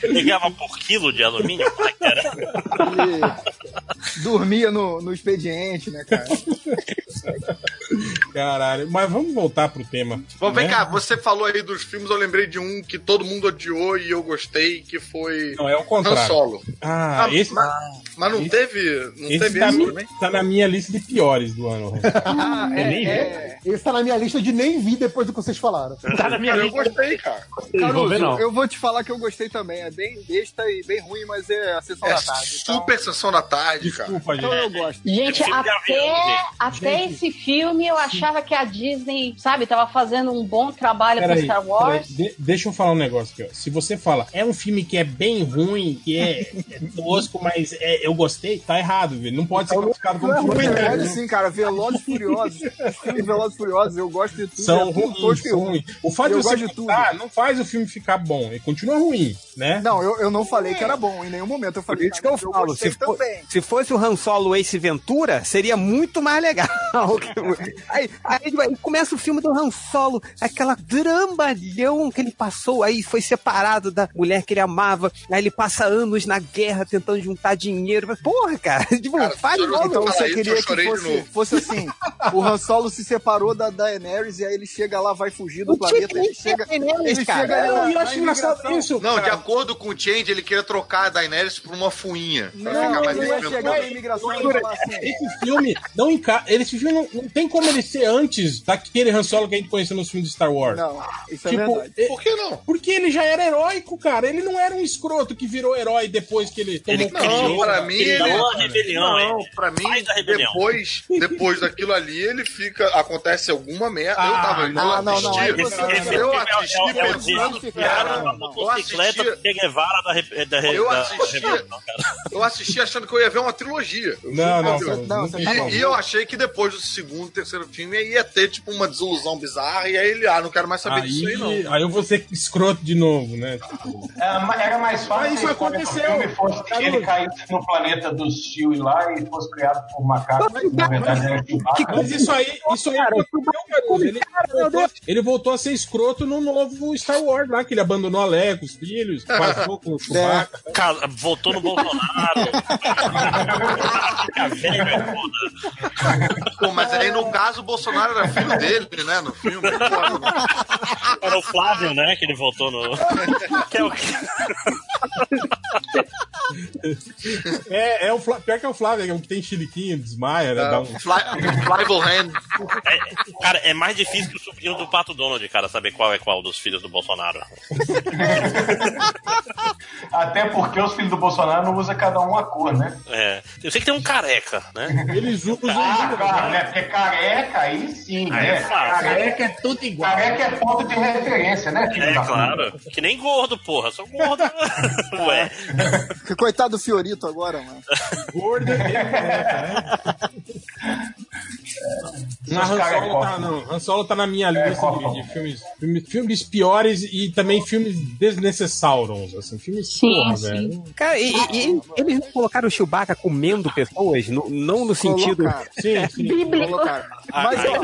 S9: Ligava por quilo de alumínio? Como é que era?
S17: Ele dormia no, no expediente, né, cara?
S6: Caralho. Mas vamos voltar pro tema.
S21: Bom, vem
S6: né?
S21: cá, você falou aí dos filmes, eu lembrei de um que todo mundo odiou e eu gostei, que foi.
S6: Não, é o contrário.
S21: Han Solo.
S6: Ah, esse-
S21: Mas, mas não teve. Não
S6: Esse
S21: teve
S6: tá,
S21: esse
S6: mi-
S21: também?
S6: tá na minha lista de piores do ano.
S22: é, é, esse tá na minha lista de nem vi depois do que vocês falaram.
S21: Cara, eu gostei, cara.
S5: Caruso,
S6: vou ver, não.
S5: eu vou te falar que eu gostei também. É bem besta e bem ruim, mas é a sessão
S21: É
S5: da tarde.
S21: super sessão da tarde, cara.
S6: Desculpa,
S5: Então eu gosto.
S3: Gente,
S21: Filme de avião,
S3: até,
S21: gente.
S3: até
S21: Gente.
S3: esse filme eu achava que a Disney, sabe, tava fazendo um bom trabalho com
S6: Peraí,
S3: Star Wars.
S6: peraí, de- deixa eu falar um negócio aqui. Ó. Se você fala, é um filme que é bem ruim, que é, é tosco, mas é- eu gostei, tá errado, velho. Não pode ser classificado
S22: é
S6: como
S5: Não, é
S6: filme
S5: na
S6: ruim.
S5: verdade,
S6: né?
S5: sim, cara. Velozes e Furiosos. Os filmes Velozes e Furiosos, eu gosto de tudo.
S6: São
S5: é tudo
S6: ruins,
S5: tosco e
S6: são ruins. O fato de
S5: eu
S6: você
S5: gosto de tudo.
S6: gostar não faz o filme ficar bom. Ele continua ruim, né?
S5: Não, eu, eu não falei que era bom em nenhum momento. Eu falei, cara, eu,
S12: Paulo,
S5: gostei
S12: se, fo-
S5: também.
S12: se fosse o Han Solo Ace Ventura, seria muito mais legal. aí, aí vai- começa o filme do Han Solo, aquela dramalhão que ele passou, aí foi separado da mulher que ele amava, aí ele passa anos na guerra tentando juntar dinheiro. Mas, Porra, cara, tipo, faz
S5: Então
S12: logo.
S5: você queria que fosse, fosse assim: o Han Solo se separou da Daenerys e aí ele chega lá, vai fugir do
S12: O
S5: planeta.
S12: Titanic
S5: Ele chega.
S12: é Daenerys,
S5: Ele
S12: cara.
S5: chega
S12: Eu-
S5: na-
S12: eu
S5: na
S12: acho engraçado
S5: imigração.
S4: Não, de acordo com o Change, ele queria trocar a Daenerys por uma fuinha.
S5: Não,
S4: pra ficar mais
S5: ele ia
S4: inventor.
S5: chegar na imigração e falar assim.
S6: Esse filme não enca... Esse filme não, não tem como ele ser antes daquele Han Solo que a gente conheceu nos filmes de Star Wars.
S5: Não, isso é
S12: Tipo,
S5: verdade.
S6: Por que não? Porque ele já era heróico, cara. Ele não era um escroto que virou herói depois que ele tomou
S21: Não, pra mim. Ele... é não, pra mim,
S6: rebelião.
S21: depois, depois daquilo ali, ele fica. Acontece alguma merda. eu
S9: Ah,
S21: tava.
S9: não,
S21: eu
S9: não, não,
S21: assisti,
S9: aí você-
S21: eu
S9: esse- esse-
S21: assisti
S9: é o- é o
S21: pensando que
S9: desviado,
S21: era-
S9: a motocicleta do Che Guevara da, re- eh, da, re-
S21: Eu
S9: da
S21: assisti.
S9: rebelião, cara.
S21: Eu assisti achando que eu ia ver uma trilogia. Eu
S6: Não, não,
S21: fui-
S6: não, não, você
S21: E,
S6: tá maluco.
S21: e eu achei que depois do segundo, terceiro filme ia ter tipo uma desilusão bizarra e aí ele, ah, não quero mais saber disso aí não.
S6: Aí, aí eu vou ser escroto de novo, né?
S7: É, Era mais fácil
S6: Mas isso
S7: a história do
S6: aconteceu.
S7: filme fosse que ele caísse no planeta do Steel lá e fosse criado por macaco. Na verdade, era Chewbacca.
S6: Mas isso aí, isso aí aconteceu, Caruso. Ele, voltou, ele voltou a ser escroto no novo Star Wars lá, que ele abandonou a Leia com os filhos, passou com o Chewbacca.
S9: Cara, Voltou no Bolsonaro. Fica velho, é foda.
S4: Pô, mas aí no caso o Bolsonaro era filho dele, né? No filme.
S9: Era o Flávio, né? Que ele voltou no. Que é o
S6: É, é o Flá- pior que é o Flávio, que é o que tem chiliquinho, desmaia, né? Dá um...
S9: É, cara, é mais difícil que o sobrinho do Pato Donald, cara, saber qual é qual dos filhos do Bolsonaro.
S7: Até porque os filhos do Bolsonaro não usam cada um uma cor, né?
S9: É. Eu sei que tem um careca, né?
S6: Eles usam
S7: Ah, claro, né? Porque careca aí sim,
S9: Aí
S7: né?
S9: é fácil.
S7: careca,
S6: é tudo igual.
S7: careca é ponto de referência, né, filho
S9: É,
S7: da
S9: claro. Que nem gordo, porra. Só gordo. Ué.
S5: Que coitado do Fiorito agora, mano.
S6: Gordo Não, Han
S7: é
S6: Solo, tá, não. Han Solo tá na minha lista de, de filmes, filmes, filmes piores e também filmes desnecessauros, assim, filmes porra, velho.
S12: Cara, e, e- e eles não colocaram o Chewbacca comendo pessoas? No- não no sentido.
S6: Sim, sim.
S5: Colocaram. Mas, ó,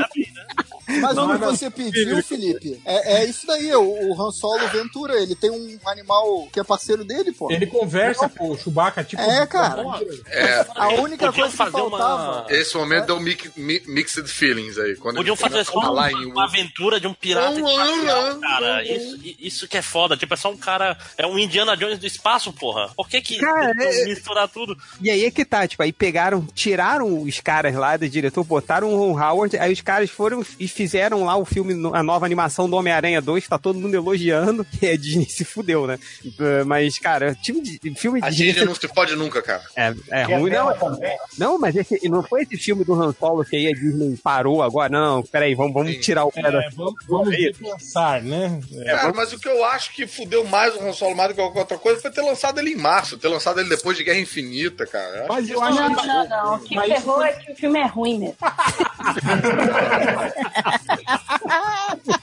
S5: mas
S12: Não,
S5: o que
S12: não.
S5: você pediu, Felipe, é, é isso daí. O, o Han Solo Ventura, ele tem um animal que é parceiro dele, pô.
S6: Ele conversa com o Chewbacca, tipo...
S5: É, cara.
S21: É.
S5: A única coisa que
S9: fazer uma-
S5: faltava...
S21: Esse momento deu mic- mi- mixed feelings aí. Quando
S9: Podiam
S21: ele
S9: fazer
S21: começa
S9: só
S21: a falar
S9: uma,
S21: em
S9: uma aventura de um pirata
S21: Não,
S9: espacial,
S21: não,
S9: cara.
S21: não.
S9: Isso, isso que é foda. Tipo, é só um cara. É um Indiana Jones do espaço, porra. Por que que
S12: Cara,
S9: tentam
S12: é-
S9: misturar tudo?
S12: E aí é que tá, tipo, aí pegaram, tiraram os caras lá do diretor, botaram o Ron Howard, aí os caras foram e fizeram lá o filme, no- a nova animação do Homem-Aranha 2, que tá todo mundo elogiando, e a Disney se fudeu, né? Eh, Mas, cara, time de- filme de
S21: A
S12: Disney-
S21: gente não se pode nunca, cara.
S12: É, é
S21: E a
S12: ruim,
S21: tela
S12: não.
S21: também.
S12: Não, mas esse, não foi esse filme do Han Solo que aí a Disney parou agora? Não, peraí, vamos, vamos tirar o pé da.
S6: É, vamos, vamos repensar, né? É,
S21: Cara, mas o que eu acho que fudeu mais o Han Solo mais do que qualquer outra coisa foi ter lançado ele em março, ter lançado ele depois de Guerra Infinita, cara. Eu
S6: Mas eu
S3: Não,
S6: acho
S3: não,
S6: que- tá
S3: não, O que ferrou é que o filme é ruim mesmo.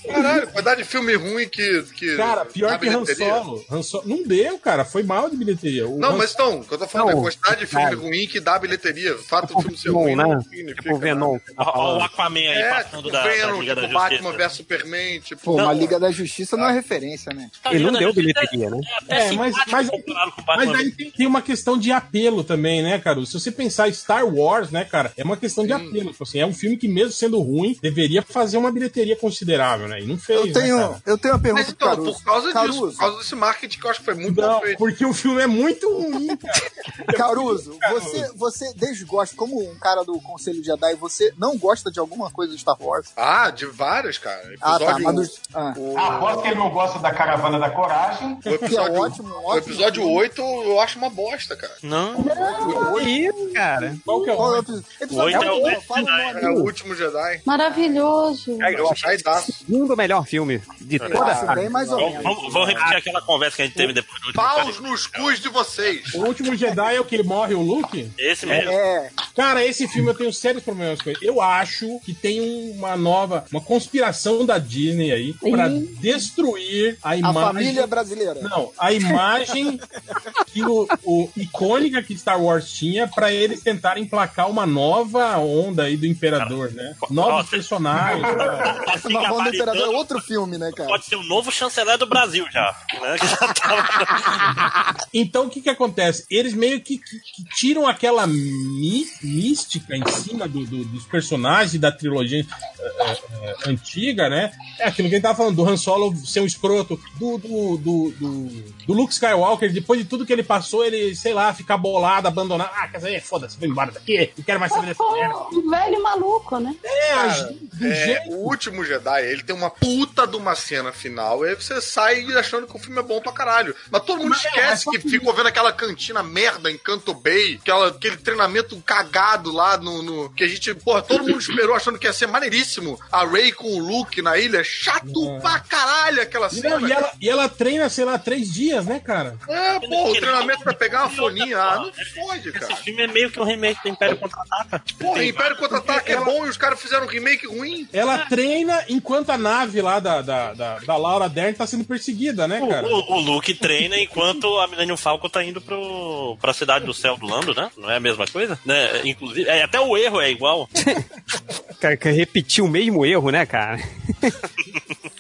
S4: Caralho, quantidade de filme ruim que. que
S6: Cara,
S4: dá
S6: pior que Han
S4: bilheteria.
S6: Solo. Han Solo- Não deu, cara. Foi mal de bilheteria. O
S4: Não,
S6: Han-
S4: mas então, o que eu tô falando é
S6: Não,
S4: a quantidade de filme
S6: cara.
S4: ruim que dá bilheteria. O fato do filme ser
S6: Venom,
S4: ruim não
S6: né?
S4: significa.
S23: Tipo o Venom. que tá
S9: Ó,
S23: falando.
S9: o Aquaman aí
S4: É,
S9: passando
S4: tipo,
S9: da, da
S4: Venom,
S9: Liga da
S4: tipo,
S9: Justiça.
S4: Batman vs Superman, tipo.
S5: Pô,
S4: não.
S5: uma Liga da Justiça não é referência, né?
S9: Tá
S6: Ele não deu
S23: bilheteria, né?
S6: É, mas, mas, mas aí tem, tem uma questão de apelo também, né, cara? Se você pensar em Star Wars, né, cara, é uma questão de apelo. Tipo assim, é um filme que, mesmo sendo ruim, deveria fazer uma bilheteria considerável, né? E não fez.
S5: Eu tenho,
S6: né, cara?
S5: eu tenho uma pergunta
S4: Mas então,
S5: pro Caruso.
S4: por causa disso,
S5: Caruso,
S4: por causa desse marketing que eu acho que foi
S5: um
S4: muito
S6: Não,
S4: mal feito.
S6: porque o filme é muito ruim, cara.
S5: Caruso, você, você desgosta, como um cara do Conselho de Jedi, você não gosta de alguma coisa de Star Wars?
S4: Ah, de várias, cara.
S5: Ah, tá,
S4: Episódio
S5: mas
S4: um.
S5: dos- ah.
S7: Aposto que ele não gosta da caravana da coragem.
S4: O episódio, um.
S5: Que é ótimo,
S4: o
S5: ótimo.
S4: episódio 8 eu acho uma bosta, cara.
S9: Não.
S23: isso, cara?
S6: Qual que é o
S5: Qual é o
S6: nome?
S5: episódio?
S9: Oito
S5: Episódio
S9: é o
S5: um,
S9: Last
S5: fala o
S9: Jedi.
S5: nome.
S4: É o último Jedi.
S24: Maravilhoso.
S4: Cara, eu achei daço.
S23: Segundo melhor filme de
S9: né?
S23: toda a
S5: Ah,
S23: saga.
S5: bem mais ou
S9: Vamos,
S5: menos.
S9: então, vamos- vamos repetir aquela conversa que a gente teve depois do último.
S4: Paus
S9: é
S4: nos cus de vocês.
S6: O último Jedi é o que morre o Luke?
S9: Esse mesmo.
S5: É,
S6: Cara, esse filme eu tenho sérios problemas com ele. Eu acho que tem uma nova, uma conspiração da Disney aí pra destruir a
S5: a
S6: imagem.
S5: família brasileira.
S6: Não, a imagem que o, o- icônica que Star Wars tinha pra eles tentarem emplacar uma nova onda aí do Imperador, né? Novos
S9: nossa.
S6: personagens. né? cara.
S9: Tá se
S5: Mas Wanda Imperador é
S9: gabaritando,
S5: outro filme, né, cara?
S9: Pode ser o novo chanceler do Brasil já. né? Que já tava-
S6: Então o que que acontece? Eles meio que, que- que tiram aquela mí- mística em cima do- do- dos personagens da trilogia eh, eh, antiga, né? É aquilo que a gente tava falando, do Han Solo ser um escroto, do, do, do, do- do Luke Skywalker, depois de tudo que ele passou, ele, sei lá, ficar bolado, abandonado. Ah, quer dizer, foda-se, vou embora daqui, não quero mais saber dessa merda.
S24: Foi um velho maluco, né?
S6: É, a- do
S4: É,
S6: jeito.
S4: o último Jedi, ele tem uma puta de uma cena final, e aí você sai achando que o filme é bom pra caralho. Mas todo mundo
S6: Mas é, é
S4: esquece
S6: só
S4: que
S6: que-
S4: ficou vendo aquela cantina merda em Canto Bay, aquela- aquele treinamento cagado lá no, no- Que a gente, porra, todo mundo esperou achando que ia ser maneiríssimo. A Rey com o Luke na ilha, chato pra caralho aquela
S6: E,
S4: cena.
S6: não, e ela, e ela treina, sei lá, três dias, né, cara?
S4: É, porra, o treinamento pra pegar uma foninha. Ah, não fode,
S9: Esse
S4: cara.
S9: filme é meio que um remake do Império Contra-Ataca. Tipo,
S4: Porra,
S9: tem-
S4: Império Contra-Ataque é bom e os caras fizeram um remake ruim.
S6: Ela treina enquanto a nave lá da, da, da, da Laura Dern tá sendo perseguida, né, cara?
S9: O, o Luke treina enquanto a Millennium Falcon tá indo pro, pra Cidade do Céu do Lando, né? Não é a mesma coisa? Né? Inclusive, é, até o erro é igual.
S23: Cara, que repetiu o mesmo erro, né, cara?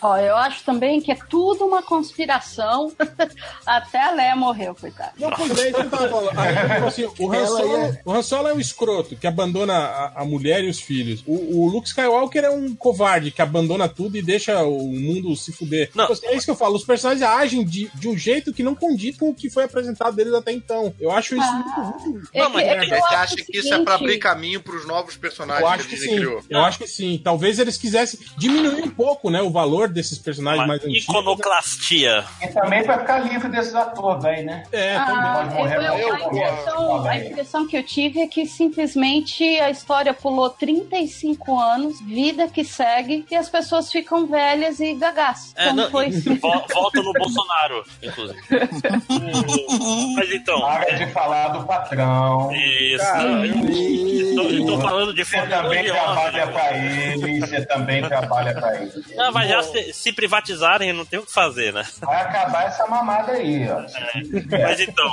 S3: Ó, eu acho também que é tudo uma conspiração. Até a Leia morreu, coitada.
S6: Não, pois é, isso que eu tava falando. Aí, tipo assim, o, Han
S5: Ela
S6: Solo,
S5: é-
S6: o Han Solo é um escroto que abandona a, a mulher e os filhos. O, o Luke Skywalker é um covarde que abandona tudo e deixa o mundo se fuder.
S9: Não.
S6: Tipo assim, é isso que eu falo. Os personagens agem de, de um jeito que não condiz com o que foi apresentado deles até então. Eu acho isso muito ruim.
S3: É
S9: Não,
S3: que-
S9: mas
S3: é que eu
S4: Você
S3: acho
S4: acha
S3: o
S4: que isso é pra
S3: seguinte,
S4: abrir caminho pros novos personagens
S6: Eu acho
S4: que
S6: que
S4: a
S6: sim.
S4: Disney criou?
S6: Eu acho que sim. Talvez eles quisessem diminuir um pouco, né, o valor desses personagens
S9: Uma
S6: mais antigos.
S9: iconoclastia.
S7: E também pra ficar livre desses atores aí, né?
S6: É,
S3: Ah,
S7: Pode
S3: eu-
S7: morrer,
S3: eu-
S7: eu
S3: a,
S7: morro.
S3: impressão, a impressão que eu tive é que simplesmente a história pulou 35 anos, vida que segue, e as pessoas ficam velhas e gagás.
S9: É,
S3: Como
S9: não,
S3: foi
S9: e-
S3: sim.
S9: vo- volta no Bolsonaro, inclusive. O- mas então.
S7: Para de falar do patrão.
S9: Isso. eu, eu tô falando de
S7: Você
S9: forma
S7: também
S9: elogiosa,
S7: trabalha
S9: né?
S7: é pra ele, você também trabalha pra ele.
S9: Não, mas já se, se privatizarem, não tem o que fazer, né?
S7: Vai acabar essa mamada aí, ó.
S9: Mas então,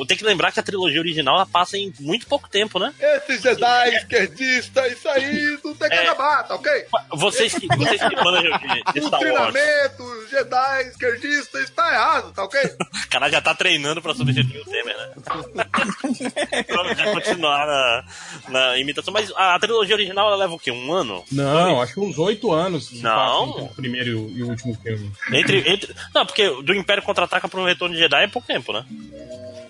S9: o, tem que lembrar que a trilogia original ela passa em muito pouco tempo, né?
S4: Esses Jedi esquerdistas, isso aí não tem que
S9: É.
S4: acabar, tá ok?
S9: Vocês que, vocês que manjam de
S4: O
S9: Star Wars,
S4: treinamento, Jedi esquerdista, isso tá errado, tá ok?
S9: o cara já tá treinando pra substituir o Temer, né? pra já continuar na, na imitação. Mas a, a trilogia original ela leva o quê? Um ano?
S6: Não, acho que uns oito anos. se
S9: Não.
S6: passa entre O primeiro e o- e o último filme.
S9: Entre, entre... Não, porque do Império Contra-Ataca pro Retorno de Jedi é pouco tempo, né?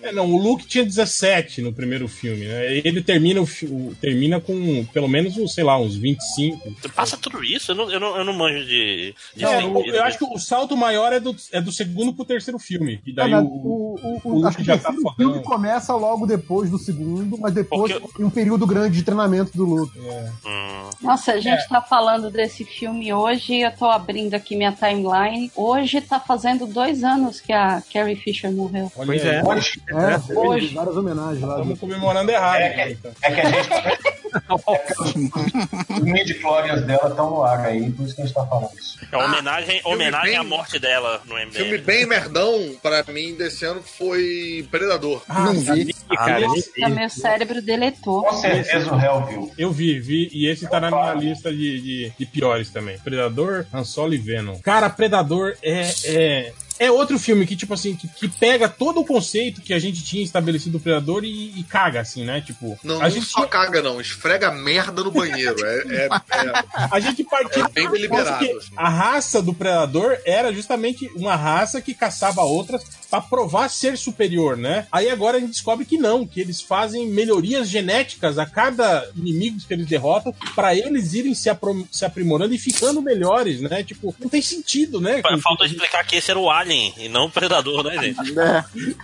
S6: É, não, o Luke tinha 17 no primeiro filme, né? Ele termina, o fi- o- termina com pelo menos, uns, sei lá, uns 25.
S9: Passa tudo isso? Eu não, eu não, eu não manjo de... de
S6: Não,
S9: sim-
S6: o- eu acho que o salto maior é do, é do segundo pro terceiro filme. E daí
S5: Ah,
S25: Cara,
S6: o,
S25: o, o,
S6: o Luke
S25: acho que
S6: já
S25: o
S6: tá
S25: terceiro
S6: fodão.
S25: filme começa logo depois do segundo, mas depois
S9: Porque-
S25: tem um período grande de treinamento do Luke.
S9: Hum.
S3: Nossa, a gente tá falando desse filme hoje, eu tô abrindo aqui minha timeline. Hoje tá fazendo dois anos que a Carrie Fisher morreu.
S6: Olha
S23: Pois
S6: aí,
S23: é.
S7: Hoje
S25: É,
S6: hoje.
S25: várias homenagens lá.
S6: Estamos comemorando errado.
S7: É,
S6: cara, então.
S7: é que a gente. Os midi-clórias dela estão no ar aí, por isso que a gente tá falando isso.
S9: É
S6: Ah,
S9: uma homenagem, homenagem à morte dela no MDM.
S4: Filme bem merdão, pra mim, desse ano foi Predador.
S26: Ah, Não vi.
S3: Nossa,
S6: cara,
S3: meu cérebro deletou.
S7: viu.
S6: Eu vi, vi, e esse tá na minha lista de, de, de piores também. Predador, Han Solo e Venom. Cara, Predador é. é... É outro filme que, tipo assim, que, que pega todo o conceito que a gente tinha estabelecido do Predador e, e caga, assim, né? Tipo,
S4: Não,
S6: a
S4: não
S6: gente
S4: só caga, não. Esfrega merda no banheiro. É, é, é-
S6: a gente partiu
S4: É bem deliberado.
S6: Porque a raça do predador era justamente uma raça que caçava outras para provar ser superior, né? Aí agora a gente descobre que não, que eles fazem melhorias genéticas a cada inimigo que eles derrotam para eles irem se, apro- se aprimorando e ficando melhores, né? Tipo, não tem sentido, né?
S9: Fa- Falta explicar que esse era o Alien e não o Predador, né, gente?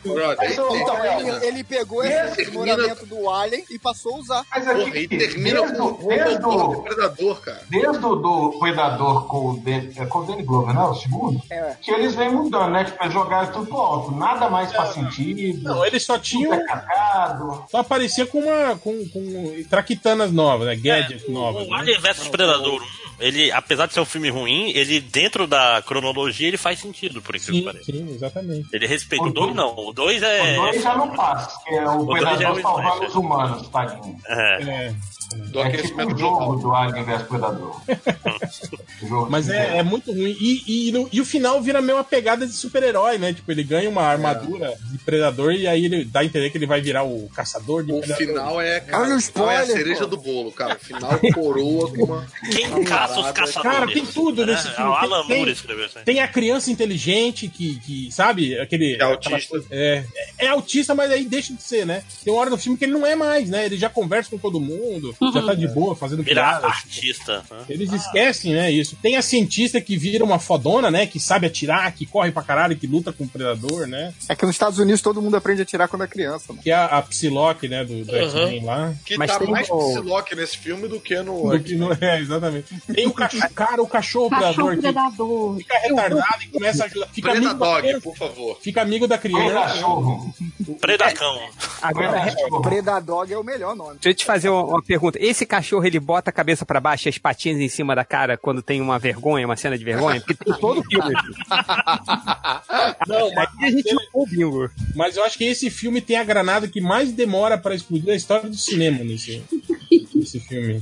S5: Então, então,
S4: é
S5: ele, ele pegou esse
S4: termina-
S5: aprimoramento do Alien e passou a usar.
S7: Mas aqui,
S4: Porra, e termina
S7: desde,
S4: com-
S7: desde,
S4: com
S7: o-
S4: o Predador, cara.
S7: desde o do Predador com o, Dan- é com o Danny Glover, não? O segundo? Que eles vêm mudando, né? Tipo, eles jogaram tudo pro alto. Nada mais faz
S4: É,
S7: sentido.
S6: Não, eles só tinham. Só aparecia com uma. com, com traquitanas novas, né? Gadgets novas.
S9: É, O Alien vs Predador 1, ele, apesar de ser um filme ruim, ele dentro da cronologia ele faz sentido, por incrível que pareça.
S6: Sim, exatamente.
S9: Ele respeita o 2, não. O 2 é.
S7: O dois já não passa, porque é o
S9: dois já é
S7: Predador
S9: o
S7: salvando
S9: slasher.
S7: os humanos, tadinho.
S9: É.
S7: É, tipo o jogo do Alien vs Predador.
S6: Mas é, é muito ruim. E, e, no- e o final vira meio uma pegada de super-herói, né? Tipo, ele ganha uma armadura de predador e aí ele dá a entender que ele vai virar o caçador de
S4: O
S6: predador.
S4: final é, cara,
S6: Olha o
S4: o final é a
S6: spoiler,
S4: cereja
S6: pô.
S4: do bolo, cara. O final coroa com uma.
S9: Quem caça os caçadores?
S6: é Cara, tem tudo nesse
S9: É,
S6: filme.
S9: o Alan
S6: Tem- tem-
S9: Moore escreveu isso aí.
S6: Tem a criança inteligente que, que sabe, aquele. É
S9: autista.
S6: É, é autista, mas aí deixa de ser, né? Tem uma hora do filme que ele não é mais, né? Ele já conversa com todo mundo, já tá de boa fazendo
S9: Vira
S6: piadas.
S9: artista. né?
S6: Eles esquecem, né, isso. Tem a cientista que vira uma fodona, né, que sabe atirar, que corre pra caralho, que luta com o predador, né?
S5: É que nos Estados Unidos todo mundo aprende a tirar quando é criança. Mano.
S6: Que é a, a Psylocke, né, do, do
S5: Uhum.
S6: X-Men lá.
S4: Que
S5: Mas
S4: tá
S5: tem
S4: mais
S5: o-
S4: Psylocke nesse filme do que no.
S6: Do que não é, exatamente.
S4: um
S6: Tem o cachorro, cara, o cachorro,
S3: Cachorro
S6: predador, que
S3: predador.
S6: fica retardado e começa a ajudar. Fica amigo, da
S4: Predadog,
S6: criança,
S4: por favor.
S6: fica amigo da criança.
S7: Cachorro.
S9: Predacão.
S27: É,
S28: Agora,
S7: é
S5: Predadog é o melhor nome.
S28: Deixa eu te fazer uma, uma pergunta. Esse cachorro, ele bota a cabeça pra baixo e as patinhas em cima da cara quando tem uma vergonha, uma cena de vergonha?
S7: tá
S28: Porque tem todo filme.
S6: Não, mas,
S28: a gente não bingo.
S6: mas eu acho que esse filme tem a granada que mais demora pra explodir a história do cinema nesse, nesse filme.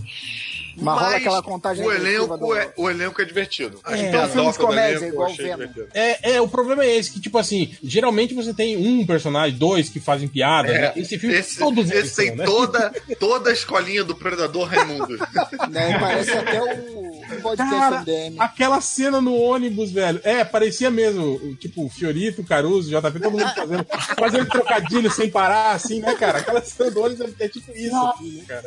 S5: Mas rola aquela contagem
S4: o
S5: regressiva
S4: elenco, é, o elenco é divertido. As
S6: É.
S4: é.
S6: Então, filme
S4: piadocas
S6: de
S4: do
S6: comédia,
S4: elenco eu
S6: igual
S4: achei
S6: Venom.
S4: divertido.
S6: É, é, o problema é esse, que tipo assim, geralmente você tem um personagem, dois que fazem piada, né?
S4: É,
S6: Esse filme
S4: esse,
S6: todos eles
S4: esse tem
S6: são, né?
S4: toda, toda a escolinha do Predador Raimundo.
S5: Né? Parece até o o podcast
S6: Cara,
S5: MDM.
S6: aquela cena no ônibus, velho. É, parecia mesmo, o- tipo, o Fiorito, o Caruso, o JP, todo mundo fazendo, fazendo trocadilho sem parar, assim, né, cara? Aquela cena do ônibus é, é tipo isso, assim, cara.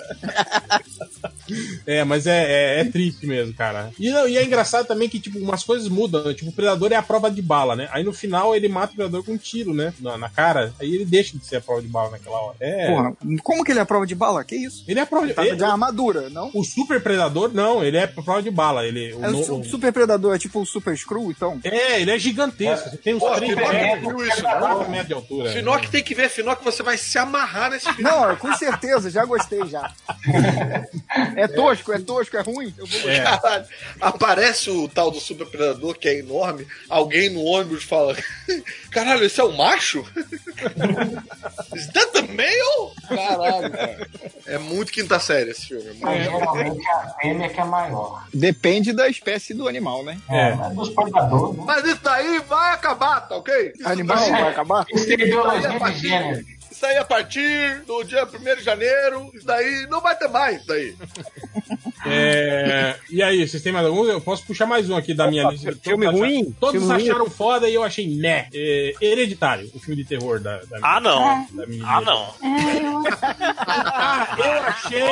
S6: É, mas é, é- é triste mesmo, cara. E, não, e é engraçado também que, tipo, umas coisas mudam, né? Tipo, o Predador é a prova de bala, né? Aí no final ele mata o Predador com um tiro, né? Na, na cara. Aí ele deixa de ser a prova de bala naquela hora. É.
S5: Porra, Tá como que ele é prova de bala? Que isso?
S6: Ele é prova de,
S5: Tava
S6: ele-
S5: de armadura, não?
S6: O Super Predador, não, ele é prova de bala. Ele, o
S5: É o
S6: no-
S5: su- super predador, é tipo o super screw, então?
S6: É, ele é gigantesco. Você tem uns
S4: Pô,
S6: 3
S4: Finoc
S6: metros,
S4: viu isso,
S6: 4
S4: não?
S6: metros de altura. né?
S4: Finoc tem que ver, Finoc, você vai se amarrar nesse filme.
S5: Não, com certeza, já gostei já. É tosco, é tosco, é ruim. Eu vou gostar.
S4: Caralho, aparece o tal do Super Predador, que é enorme, alguém no ônibus fala: Caralho, esse é o macho? Is that the male? Caralho, cara. É muito quinta série esse filme. é muito-
S7: Mas geralmente a fêmea que é maior.
S27: Depende da espécie do animal, né?
S7: É. mas Dos predadores. né?
S4: Mas isso daí vai acabar, tá ok? Isso
S5: Animal
S4: daí-
S5: vai acabar?
S7: Isso tem
S4: Isso aí
S7: ideologia
S4: é
S7: de gênero.
S4: partido. Isso aí a partir do dia 1 de janeiro, isso daí não vai ter mais, isso daí.
S6: É, e aí, vocês têm mais algum? Eu posso puxar mais um aqui da minha lista.
S28: filme
S6: Todos
S28: ruim?
S6: acharam- Todos
S28: Filme ruim?
S6: acharam foda e eu achei meh. É, Hereditário, o filme de terror da, da
S9: Ah, não.
S6: da minha
S9: Ah,
S6: lista.
S9: não.
S3: É,
S6: Ah, eu achei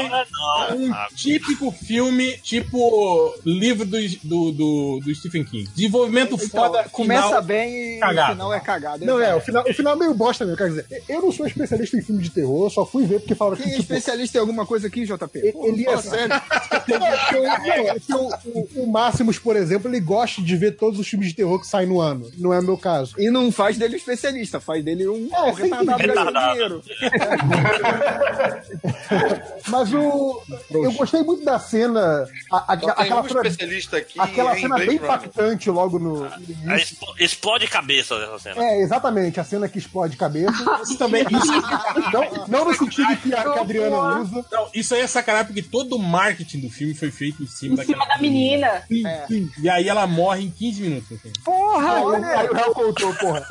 S6: um típico filme, tipo livro do, do, do- do Stephen King. Desenvolvimento
S28: Então,
S6: foda.
S5: Então, Começa
S6: final-
S5: bem e
S6: cagado.
S5: o final é cagado.
S27: Não, é, o final, o final é meio bosta mesmo. Quer dizer, eu não sou especialista em filme de terror, eu só fui ver porque falaram que.
S5: Quem é
S27: tipo,
S5: especialista em alguma coisa aqui, JP?
S27: ele é
S5: Fala sério.
S22: não, é que o, o, o Máximos, por exemplo, ele gosta de ver todos os filmes de terror que saem no ano. Não é o meu caso.
S5: E não faz dele um especialista, faz dele um
S22: É, sem dúvida.
S5: galinheiro.
S22: Mas o. Eu gostei muito da cena. a- a-
S4: Só tem
S22: aquela
S4: um
S22: cena,
S4: especialista aqui
S22: aquela
S4: em
S22: cena
S4: Blade
S22: bem
S4: Runner. É
S22: impactante logo no. no início.
S9: Aí expl- explode cabeça dessa cena.
S22: É, exatamente, a cena que explode cabeça. Isso
S6: também- isso-
S22: não, não no sentido que a, que a Adriana usa.
S6: Não, isso aí é sacanagem, porque todo o marketing do filme foi feito em cima
S3: Em cima
S6: daquela.
S3: da menina. É.
S6: Sim, sim. E aí ela morre em 15 minutos. assim.
S5: Porra,
S22: olha aí.
S5: olha
S22: Não contou, porra.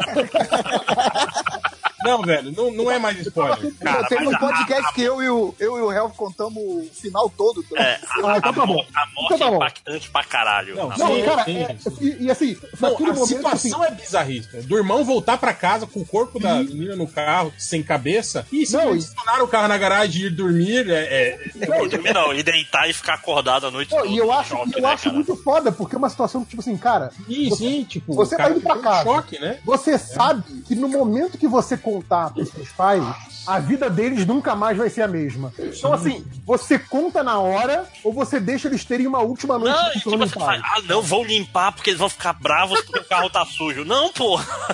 S6: Não, velho, não, não é mais spoiler.
S5: Cara, Teve um podcast que eu e o, eu e o Helvo contamos o final todo.
S22: então.
S9: É,
S22: Ah,
S9: a, a mo- a morte
S5: Ah, Então tá
S9: é
S5: bom.
S9: impactante pra caralho. Ah,
S6: Não,
S9: A
S6: Ah, sim,
S9: morte-
S22: cara,
S6: sim,
S22: é-
S6: sim.
S22: E, e assim,
S6: Não,
S22: naquele
S6: a
S22: momento. assim,
S6: situação é bizarrista. Do irmão voltar pra casa com o corpo da menina no carro, sem cabeça, e se estacionar o carro na garagem e ir dormir, é. é-
S9: Não, dormir não, e deitar e ficar acordado a noite
S22: Pô,
S9: toda.
S22: e eu acho,
S9: choque,
S22: eu
S9: né,
S22: acho
S9: cara?
S22: muito foda, porque é uma situação que, tipo assim, cara.
S6: Sim, sim, tipo.
S22: Você
S6: o
S22: tá
S6: cara
S22: indo pra
S6: tem um
S22: casa.
S6: choque, né?
S22: Você sabe que no momento que você contar pros seus pais, a vida deles nunca mais vai ser a mesma. Então, assim, você conta na hora ou você deixa eles terem uma última noite
S9: Não,
S22: de
S9: e tipo,
S22: sono em
S9: você
S22: paz?
S9: fala, ah, não, vão limpar porque eles vão ficar bravos porque o carro tá sujo. Não, porra.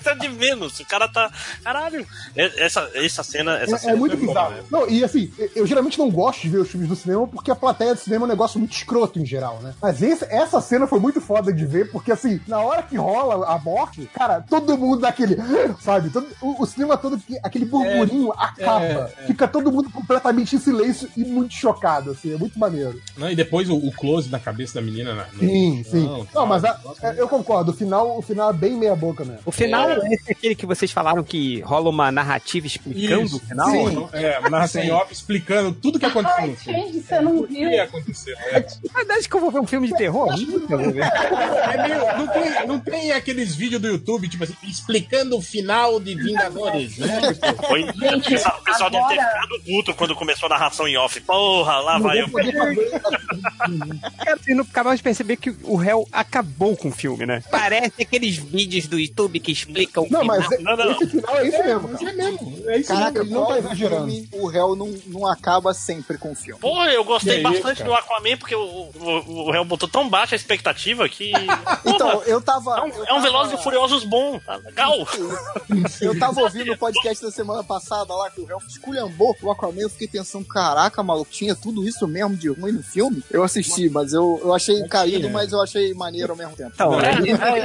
S9: Isso é de menos. O cara tá. Caralho. É- Essa, essa cena. Essa
S22: É,
S9: cena
S22: é muito
S9: foi boa,
S22: bizarro.
S9: velho.
S22: Não, e assim, eu- eu geralmente não gosto de ver os filmes do cinema porque a plateia do cinema é um negócio muito escroto em geral, né? Mas esse- essa cena foi muito foda de ver, porque assim, na hora que rola a morte, cara, todo mundo dá aquele. Sabe? Todo- o, o cinema todo, fica- aquele burburinho acaba. Fica todo mundo completamente em silêncio e muito chocado, assim. É muito maneiro.
S6: Não, e depois o, o close na cabeça da menina. Na, no-
S22: Sim, sim.
S6: Não,
S22: Não, mas a- é, eu concordo, o final, o final é bem meia-boca mesmo.
S12: O final é esse aquele que vocês falaram que rola uma narrativa explicando
S6: Isso,
S12: o final?
S6: sim. É, uma narração em off explicando tudo que aconteceu. no filme.
S3: Gente, você não
S6: O que
S3: viu.
S6: aconteceu? É.
S12: Mas acho que eu vou ver um filme de terror? Nunca vou
S5: né?
S12: ver.
S6: É meio- não, tem, não tem aqueles vídeos do YouTube, tipo assim, explicando o final de Vingadores, né?
S9: Foi-
S3: é,
S6: Gente,
S9: o pessoal, o pessoal deve ter
S6: agora-
S9: ficado puto quando começou a narração em off. Porra, lá vai eu.
S12: Cara, vocês não acabaram de perceber que o réu acabou com o filme, né? Parece aqueles vídeos do YouTube que explicam
S22: Não,
S12: o
S22: mas
S12: final.
S22: é- esse final é isso mesmo. cara.
S5: é
S22: Caraca, ele não
S5: qual
S22: tá exagerando.
S5: filme O réu não, não acaba sempre com o filme.
S9: Porra, eu
S5: Que
S9: gostei
S5: isso,
S9: bastante
S5: cara.
S9: do Aquaman porque o, o, o réu botou tão baixa a expectativa que.
S5: Então,
S9: Porra,
S5: eu tava.
S9: É um,
S5: eu
S9: é um Velozes
S5: tava-
S9: e Furiosos bom. tá Legal.
S5: Eu tava ouvindo o podcast da semana passada lá que o Ralph esculhambou o Aquaman. Eu fiquei pensando, caraca, maluco, tinha tudo isso mesmo de ruim no filme? Eu assisti, mas eu, eu achei caído, mas eu achei maneiro ao mesmo tempo.
S6: Então, é,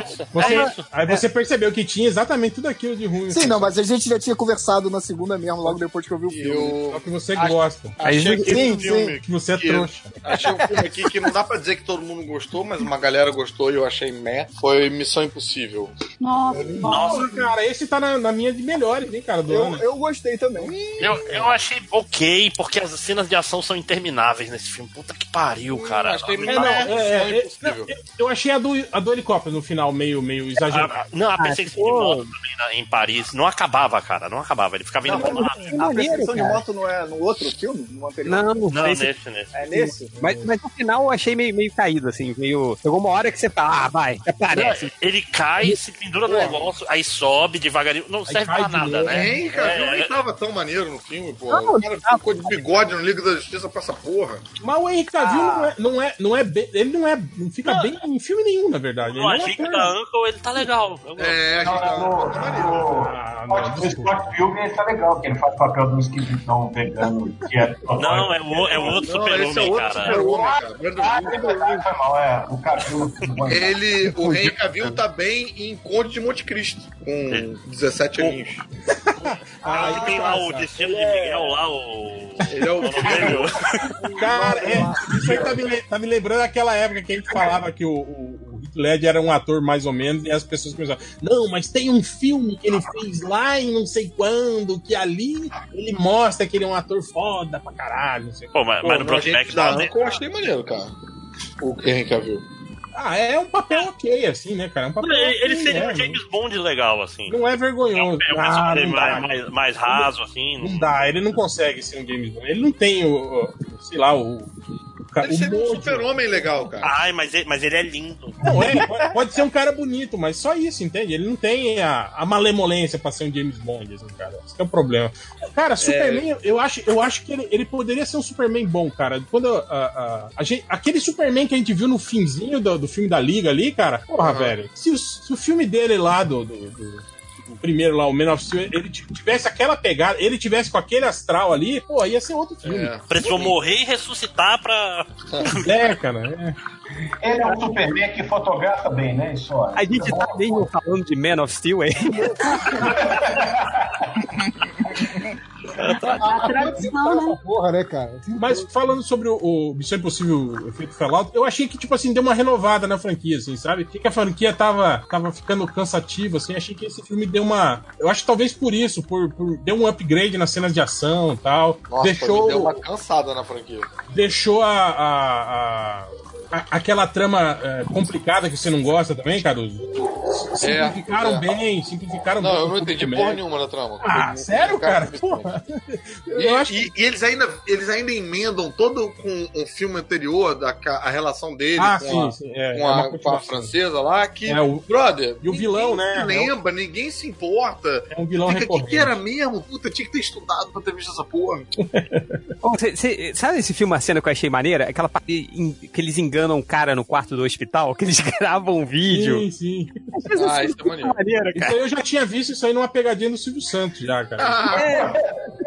S5: isso. É.
S6: Você- Aí você percebeu que tinha exatamente tudo aquilo de ruim.
S5: Sim, não, mas a gente já tinha conversado na segunda mesmo, logo depois que eu vi o filme.
S6: Só que você gosta.
S5: Achei
S6: que-
S5: sim,
S6: que-
S5: sim.
S6: que você é
S4: que-
S6: trouxa.
S4: Achei um filme aqui que não dá pra dizer que todo mundo gostou, mas uma galera gostou e eu achei meh. Foi Missão Impossível.
S3: Nossa,
S6: Nossa, cara, esse tá na, na minha de melhores, hein, cara, do
S5: Eu,
S6: ano.
S5: eu gostei também.
S9: Eu, eu achei ok, porque as cenas de ação são intermináveis nesse filme. Puta que pariu, cara.
S4: Hum, mas tem
S9: Não,
S6: É,
S9: não,
S6: não,
S9: é,
S6: é, é, é, não, eu- eu achei a do, a do helicóptero no final meio, meio
S9: a- a-
S6: exagerada.
S9: não, a perseguição de moto também na- em Paris não acabava, cara. Não acabava. Ele ficava indo pra um lado.
S5: A perseguição de moto não é no outro filme? No anterior?
S12: Não,
S9: Não,
S12: nesse-
S9: nesse, nesse.
S5: É nesse?
S12: Mas, mas no final eu achei meio, meio caído, assim, meio. Chegou uma hora que você fala, ah, vai,
S7: é
S12: aparece.
S9: Não, Ele cai, se pendura no negócio, aí sobe devagarinho. Não serve pra nada, né?
S4: Hein, cara,
S9: É,
S4: eu nem
S9: é,
S4: tava tão maneiro no filme, pô.
S6: Não,
S4: o cara ficou de bigode no Liga da Justiça pra essa porra.
S6: Mas o Henrique Cavill não é, não é, não é bem, ele não é, não fica bem em filme nenhum, na verdade. Ele
S9: eu
S6: não
S9: achei
S6: é
S9: que o
S6: bem.
S9: da Uncle ele tá legal.
S4: É,
S7: Pode dizer Scott Pilgrim ele tá legal, que ele faz o papel do esquisitão vegano. Que é
S9: Não, é o, é o outro super-homem, cara.
S7: Ah, é verdade, foi mal, é. O cabelo.
S4: Ele, o Henry Cavill tá bem em Conde de Monte Cristo, com 17 aninhos.
S9: Ah, que
S6: tá
S9: tem lá o destino de Miguel lá, o.
S4: Ele é o.
S6: Cara, é, isso aí tá me, le- tá me lembrando daquela época que a gente falava que o, o, o Heath Ledger era um ator mais ou menos, e as pessoas começavam, não, mas tem um filme que ele fez lá em não sei quando, que ali ele mostra que ele é um ator foda pra caralho, não sei o
S9: Pô, mas, mas no
S4: Pô, a gente
S9: Prospect
S4: da
S9: tá
S4: Anco eu achei maneiro, cara. O Henry Cavill.
S6: Ah, é, é um papel ok, assim, né, cara? É um papel
S9: Ele, ele
S6: ok,
S9: seria
S6: né?
S9: um James Bond legal, assim.
S6: Não é vergonhoso.
S9: É um
S6: Ah,
S9: personagem
S6: não
S9: mais,
S6: dá.
S9: mais, mais raso, assim.
S6: Não dá, ele não consegue ser um James Bond. Ele não tem o, o- sei lá, o, cara.
S29: Ele
S6: O
S29: seria um
S6: monte.
S29: super-homem legal, cara.
S9: Ai, mas ele, mas ele é lindo.
S6: Não é, pode- pode ser um cara bonito, mas só isso, entende? Ele não tem a, a malemolência pra ser um James Bond, assim, cara. Esse que é o problema. Cara, Superman, eu acho, eu acho que ele, ele poderia ser um Superman bom, cara. Quando a, a- a gente- aquele Superman que a gente viu no finzinho do, do filme da Liga ali, cara, porra,
S30: Aham.
S6: velho. Se o, se o filme dele lá do, do- do- do primeiro lá, o Man of Steel, ele t- tivesse aquela pegada, ele tivesse com aquele astral ali, pô, ia ser outro filme.
S9: Precisou morrer e ressuscitar pra.
S6: É, cara.
S7: Ele é um Superman que fotografa bem, né? Isso, ó.
S5: A gente tá mesmo falando de Man of Steel aí.
S3: A tradição, né? Porra, né, cara?
S6: Mas falando sobre o, o Missão Impossível Efeito Fallout, eu achei que, tipo assim, deu uma renovada na franquia, assim, sabe? Achei que a franquia tava, tava ficando cansativa, assim. Achei que esse filme deu uma. Eu acho que talvez por isso, por, por- deu um upgrade nas cenas de ação e tal.
S4: Nossa,
S6: deixou
S4: me deu uma cansada na franquia.
S6: deixou a. a- a- a- aquela trama eh, complicada que você não gosta também, cara. Simplificaram
S4: é.
S6: bem, simplificaram
S4: Não,
S6: bem.
S4: eu não entendi porra nenhuma da trama.
S6: Ah,
S4: Eu-
S6: sério, cara? Porra.
S4: E, e- e eles, ainda, eles ainda emendam todo com o filme anterior, da, ca- a relação dele
S6: Ah,
S4: com,
S6: sim,
S4: a,
S6: sim, é,
S4: com
S6: é
S4: a-
S6: uma
S4: com a
S6: continuação.
S4: francesa lá, que,
S6: É, o-
S4: brother...
S6: e o vilão,
S4: ninguém
S6: né?
S4: se lembra, ninguém se importa.
S6: É um vilão
S4: Fica, que,
S6: recorrente.
S4: que era mesmo? Puta, tinha que ter estudado pra ter visto essa porra.
S5: Bom, cê- cê- sabe esse filme, a cena que eu achei maneira? Aquela parte em- que eles enganam um cara no quarto do hospital, que eles gravam um vídeo.
S6: Sim, sim.
S4: Ah, isso é maneiro.
S5: maneiro,
S6: Isso aí eu já tinha visto isso aí numa pegadinha do Silvio Santos, já, cara.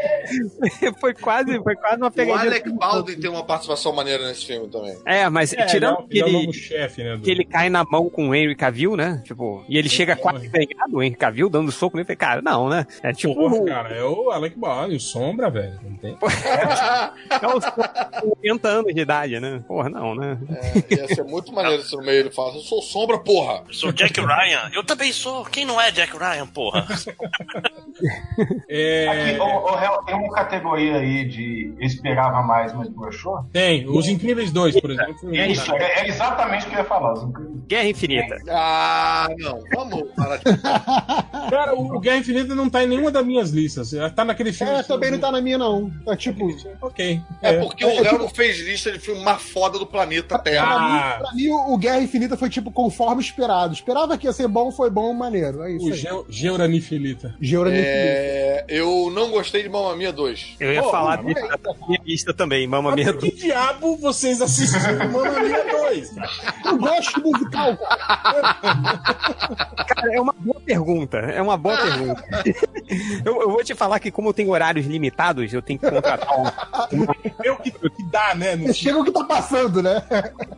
S5: foi quase, foi quase uma
S4: O
S5: pegadinha.
S4: Alec Baldwin tem uma participação maneira nesse filme também.
S5: É, mas
S4: É, ele é
S5: tirando
S4: o-
S5: que
S4: ele é o
S5: ele,
S4: novo
S6: chefe, né, do-
S5: que ele cai na mão com o Henry Cavill, né? Tipo, e ele chega quase ganhado, o Henry Cavill dando soco nele. Falei, Cara, não, né? É tipo.
S6: Porra, cara, é o Alec Baldwin, o Sombra, velho. Não tem.
S5: É os 80 anos de idade, né? Porra, não, né?
S4: É, Ia ser muito maneiro se no meio ele fala, eu sou sombra, porra.
S9: Eu sou Jack Ryan. Eu também sou. Quem não é Jack Ryan, porra?
S6: É,
S7: Aqui, ô, ô, Hel, tem uma categoria aí de esperava mais, mas broxou?
S6: Tem, Os Incríveis 2, por exemplo. foi um-
S7: É isso, é, é exatamente o que eu ia falar. os incríveis.
S5: Guerra Infinita.
S4: Ah, não, vamos parar de
S6: Cara, o o Guerra Infinita não tá em nenhuma das minhas listas. Tá naquele filme.
S31: É, também não tá na minha, não. Tá tipo.
S6: Ok.
S4: É porque o é Léo não fez lista de filme mais foda do planeta
S6: Ah,
S31: Pra mim,
S4: Terra.
S31: pra mim, o Guerra Infinita foi tipo conforme esperado. Esperava que ia ser bom, foi bom, maneiro. É isso.
S6: O
S31: aí.
S6: Geu- Geuranifilita.
S4: É, eu não gostei de Mamma Mia 2.
S5: Eu ia falar de, da minha lista também,
S9: Um
S5: Mama
S6: Mas por
S5: Medo.
S6: que diabo vocês assistiram Mamma Mia 2?
S31: Eu gosto musical.
S5: Cara, é uma boa pergunta. É uma boa
S6: Ah.
S5: pergunta. Eu, eu vou te falar que, como eu tenho horários limitados, eu tenho que contratar um.
S6: Eu É que, que dá, né? No-
S31: Chega o que tá passando, né?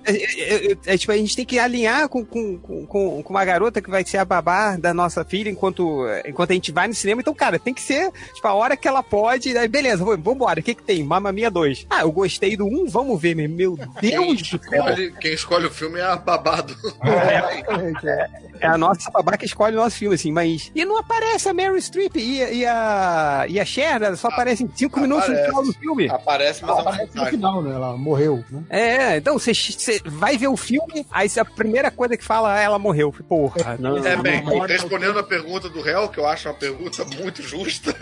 S5: É, é, é, é, tipo, a gente tem que alinhar com, com, com- com, com uma garota que vai ser a babá da nossa filha enquanto, enquanto a gente vai no cinema. Então, cara, tem que ser, tipo, a hora que ela pode. Aí, beleza, vamos vambora. O que que tem? Mamma Mia 2. Ah, eu gostei do 1, vamos ver, meu, meu Deus do céu.
S4: Olha, Quem escolhe o filme é a babado.
S5: É a nossa babá que escolhe o nosso filme, assim, mas. E não aparece a Mary Streep e, e a. E a Cher, ela só aparece em 5 minutos no
S4: aparece.
S5: final do filme.
S4: Aparece, mas
S31: Ela
S4: é uma
S31: aparece no
S4: vantagem.
S31: final, né? Ela morreu. Né?
S5: É, então você vai ver o filme, aí cê- a primeira coisa que fala, ah, ela morreu. Porra, não.
S4: É bem, respondendo a pergunta do réu, que eu acho uma pergunta muito justa,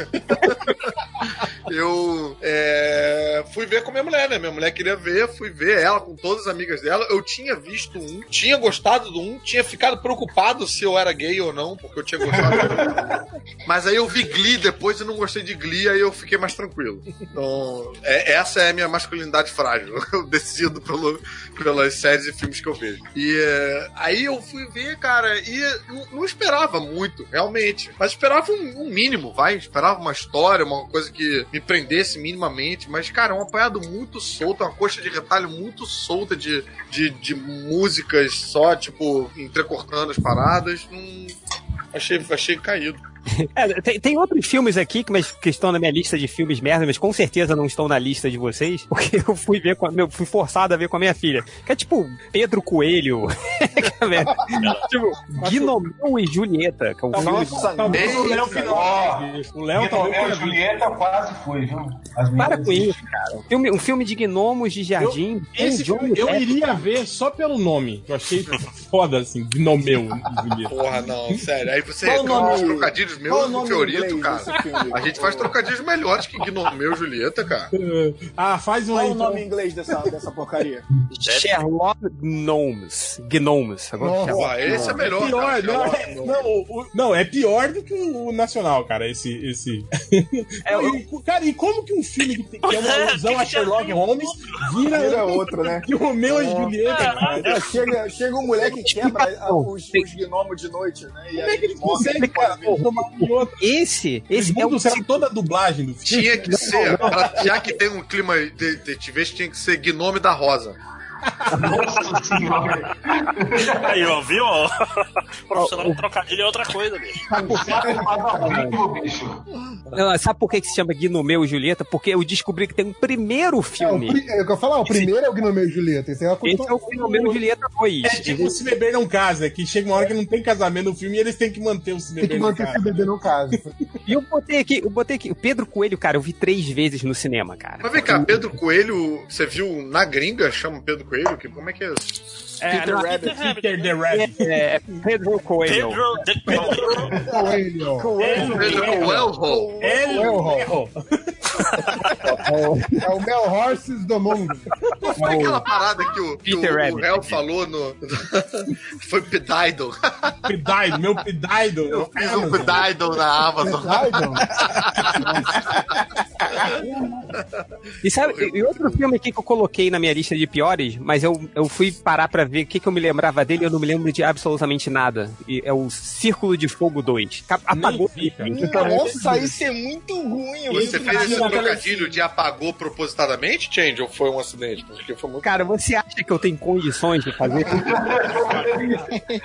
S4: eu é, fui ver com minha mulher, né? Minha mulher queria ver, fui ver ela com todas as amigas dela. Eu tinha visto um, tinha gostado do um, tinha ficado preocupado se eu era gay ou não, porque eu tinha gostado do um. Mas aí eu vi Glee depois e não gostei de Glee, aí eu fiquei mais tranquilo. Então, é- essa é a minha masculinidade frágil. Eu decido pelo, pelas séries e filmes que eu vejo. E é, aí eu fui ver, cara, e não, não esperava muito, realmente. Mas esperava um, um mínimo, vai. Esperava uma história, uma coisa que me prendesse minimamente. Mas, cara, é um apanhado muito solto, é uma coxa de retalho muito solta de, de, de músicas só, tipo, entrecortando as paradas. Hum, achei, achei caído.
S5: É, tem, tem outros filmes aqui que, mas, que estão na minha lista de filmes merda, mas com certeza não estão na lista de vocês, porque eu fui ver com a, meu, fui forçado a ver com a minha filha. Que é tipo Pedro Coelho. Que é merda. tipo, Guinomeu e Julieta, que é um filme.
S6: Talvez o Léo
S7: Ó,
S6: Finocchio. O Léo talvez
S7: Vitor Léo e
S6: tenha visto.
S7: Julieta quase foi, viu? As
S5: Para
S7: meninas
S5: com isso, cara. Um filme, um filme de gnomos de jardim. com
S6: Esse
S5: Johnny
S6: filme eu
S5: Depp.
S6: iria ver só pelo nome. que Eu achei foda, assim, gnomeu.
S4: Porra, não, sério. Aí você
S6: Qual o
S4: reclama
S6: nome?
S4: dos trocadilhos trocadilhos meus
S6: Qual o
S4: do
S6: nome
S4: Fiorito,
S6: em inglês
S4: cara.
S6: desse filme?
S4: A gente faz trocadilhos melhores que Gnomeu e Julieta, cara.
S6: Ah, faz um
S4: Qual
S6: aí.
S4: o nome em
S5: inglês dessa, dessa porcaria?
S32: Sherlock Gnomes. Gnomes. Agora Sherlock Gnomes.
S6: Pior, não, é, não, o- o- não, é pior do que o Nacional, cara, esse. esse...
S9: É
S5: É,
S6: Não, e o- cara, e como que um filme que, tem- que é uma alusão a Sherlock Holmes vira,
S5: Vira outro, né?
S6: Que o meu e
S5: É.
S6: Julieta, cara.
S5: É, chega, chega um moleque e quebra a- os, os gnomos de noite, né? E
S6: é
S5: aí eles morrem, não pode ver.
S32: Esse, esse
S6: é o será toda a dublagem do filme.
S4: Tinha que ser, pra- já que tem um clima de detetivesco, tinha que ser Gnome da Rosa.
S7: Nossa senhora.
S9: Aí, ó, viu? ó? Profissional de trocadilho é outra coisa, bicho.
S32: Não, sabe por que que se chama Gnomeu e Julieta? Porque eu descobri que tem um primeiro filme.
S33: pri- É o que eu falar, o primeiro é o Gnomeu e Julieta. Esse é,
S32: Esse é o fenômeno Julieta 2.
S6: É tipo se beber não casa, que chega uma hora que não tem casamento no filme e eles têm que manter o se
S33: Tem
S6: beber
S33: que
S6: não
S33: manter esse
S6: casa.
S33: bebê no caso.
S32: E eu botei aqui, eu botei aqui. O Pedro Coelho, cara, eu vi três vezes no cinema, cara.
S4: Mas vem cá, Pedro Coelho, você viu na gringa, chama Pedro Coelho? Que, como é que é isso?
S32: É, não, Peter
S6: Peter the Rabbit.
S32: É, é Pedro Coelho.
S33: Coelho.
S4: Coelho. é Coelho.
S33: Coelho. É o Mel Horses do mundo.
S4: Foi aquela parada que o, que o,
S33: Peter
S4: o
S33: Rabbit.
S4: réu falou no. Foi Pedidal.
S6: Pedidal, meu Pedidal.
S4: Eu fiz um Pedidal na Amazon.
S32: E sabe, e- e outro filme aqui que eu coloquei na minha lista de piores, mas eu, eu fui parar pra ver o que, que eu me lembrava dele e eu não me lembro de absolutamente nada. E é o Círculo de Fogo 2. Cap- Apagou.
S6: tá
S33: tá
S5: Nossa, isso é muito ruim. eu
S4: Você
S5: lembro
S4: fez esse
S5: disso.
S4: trocadilho de apagou propositadamente, Change, ou foi um acidente? Porque foi muito.
S32: Cara, você acha que eu tenho condições de fazer?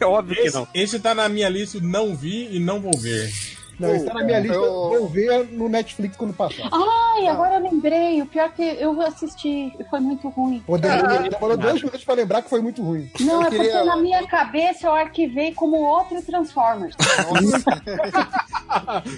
S32: é óbvio
S6: esse, Esse tá na minha lista, não vi e não vou ver.
S33: Não, isso tá na minha lista. Vou ver no Netflix quando passar.
S3: Ai, agora eu lembrei. O pior é que eu assisti e foi muito ruim.
S33: Pô, demorou-
S5: ah.
S33: Demorou dois minutos pra lembrar que foi muito ruim.
S3: ah, Não,
S33: Eu
S3: é
S33: queria-
S3: porque na minha cabeça eu arquivei como outro Transformers.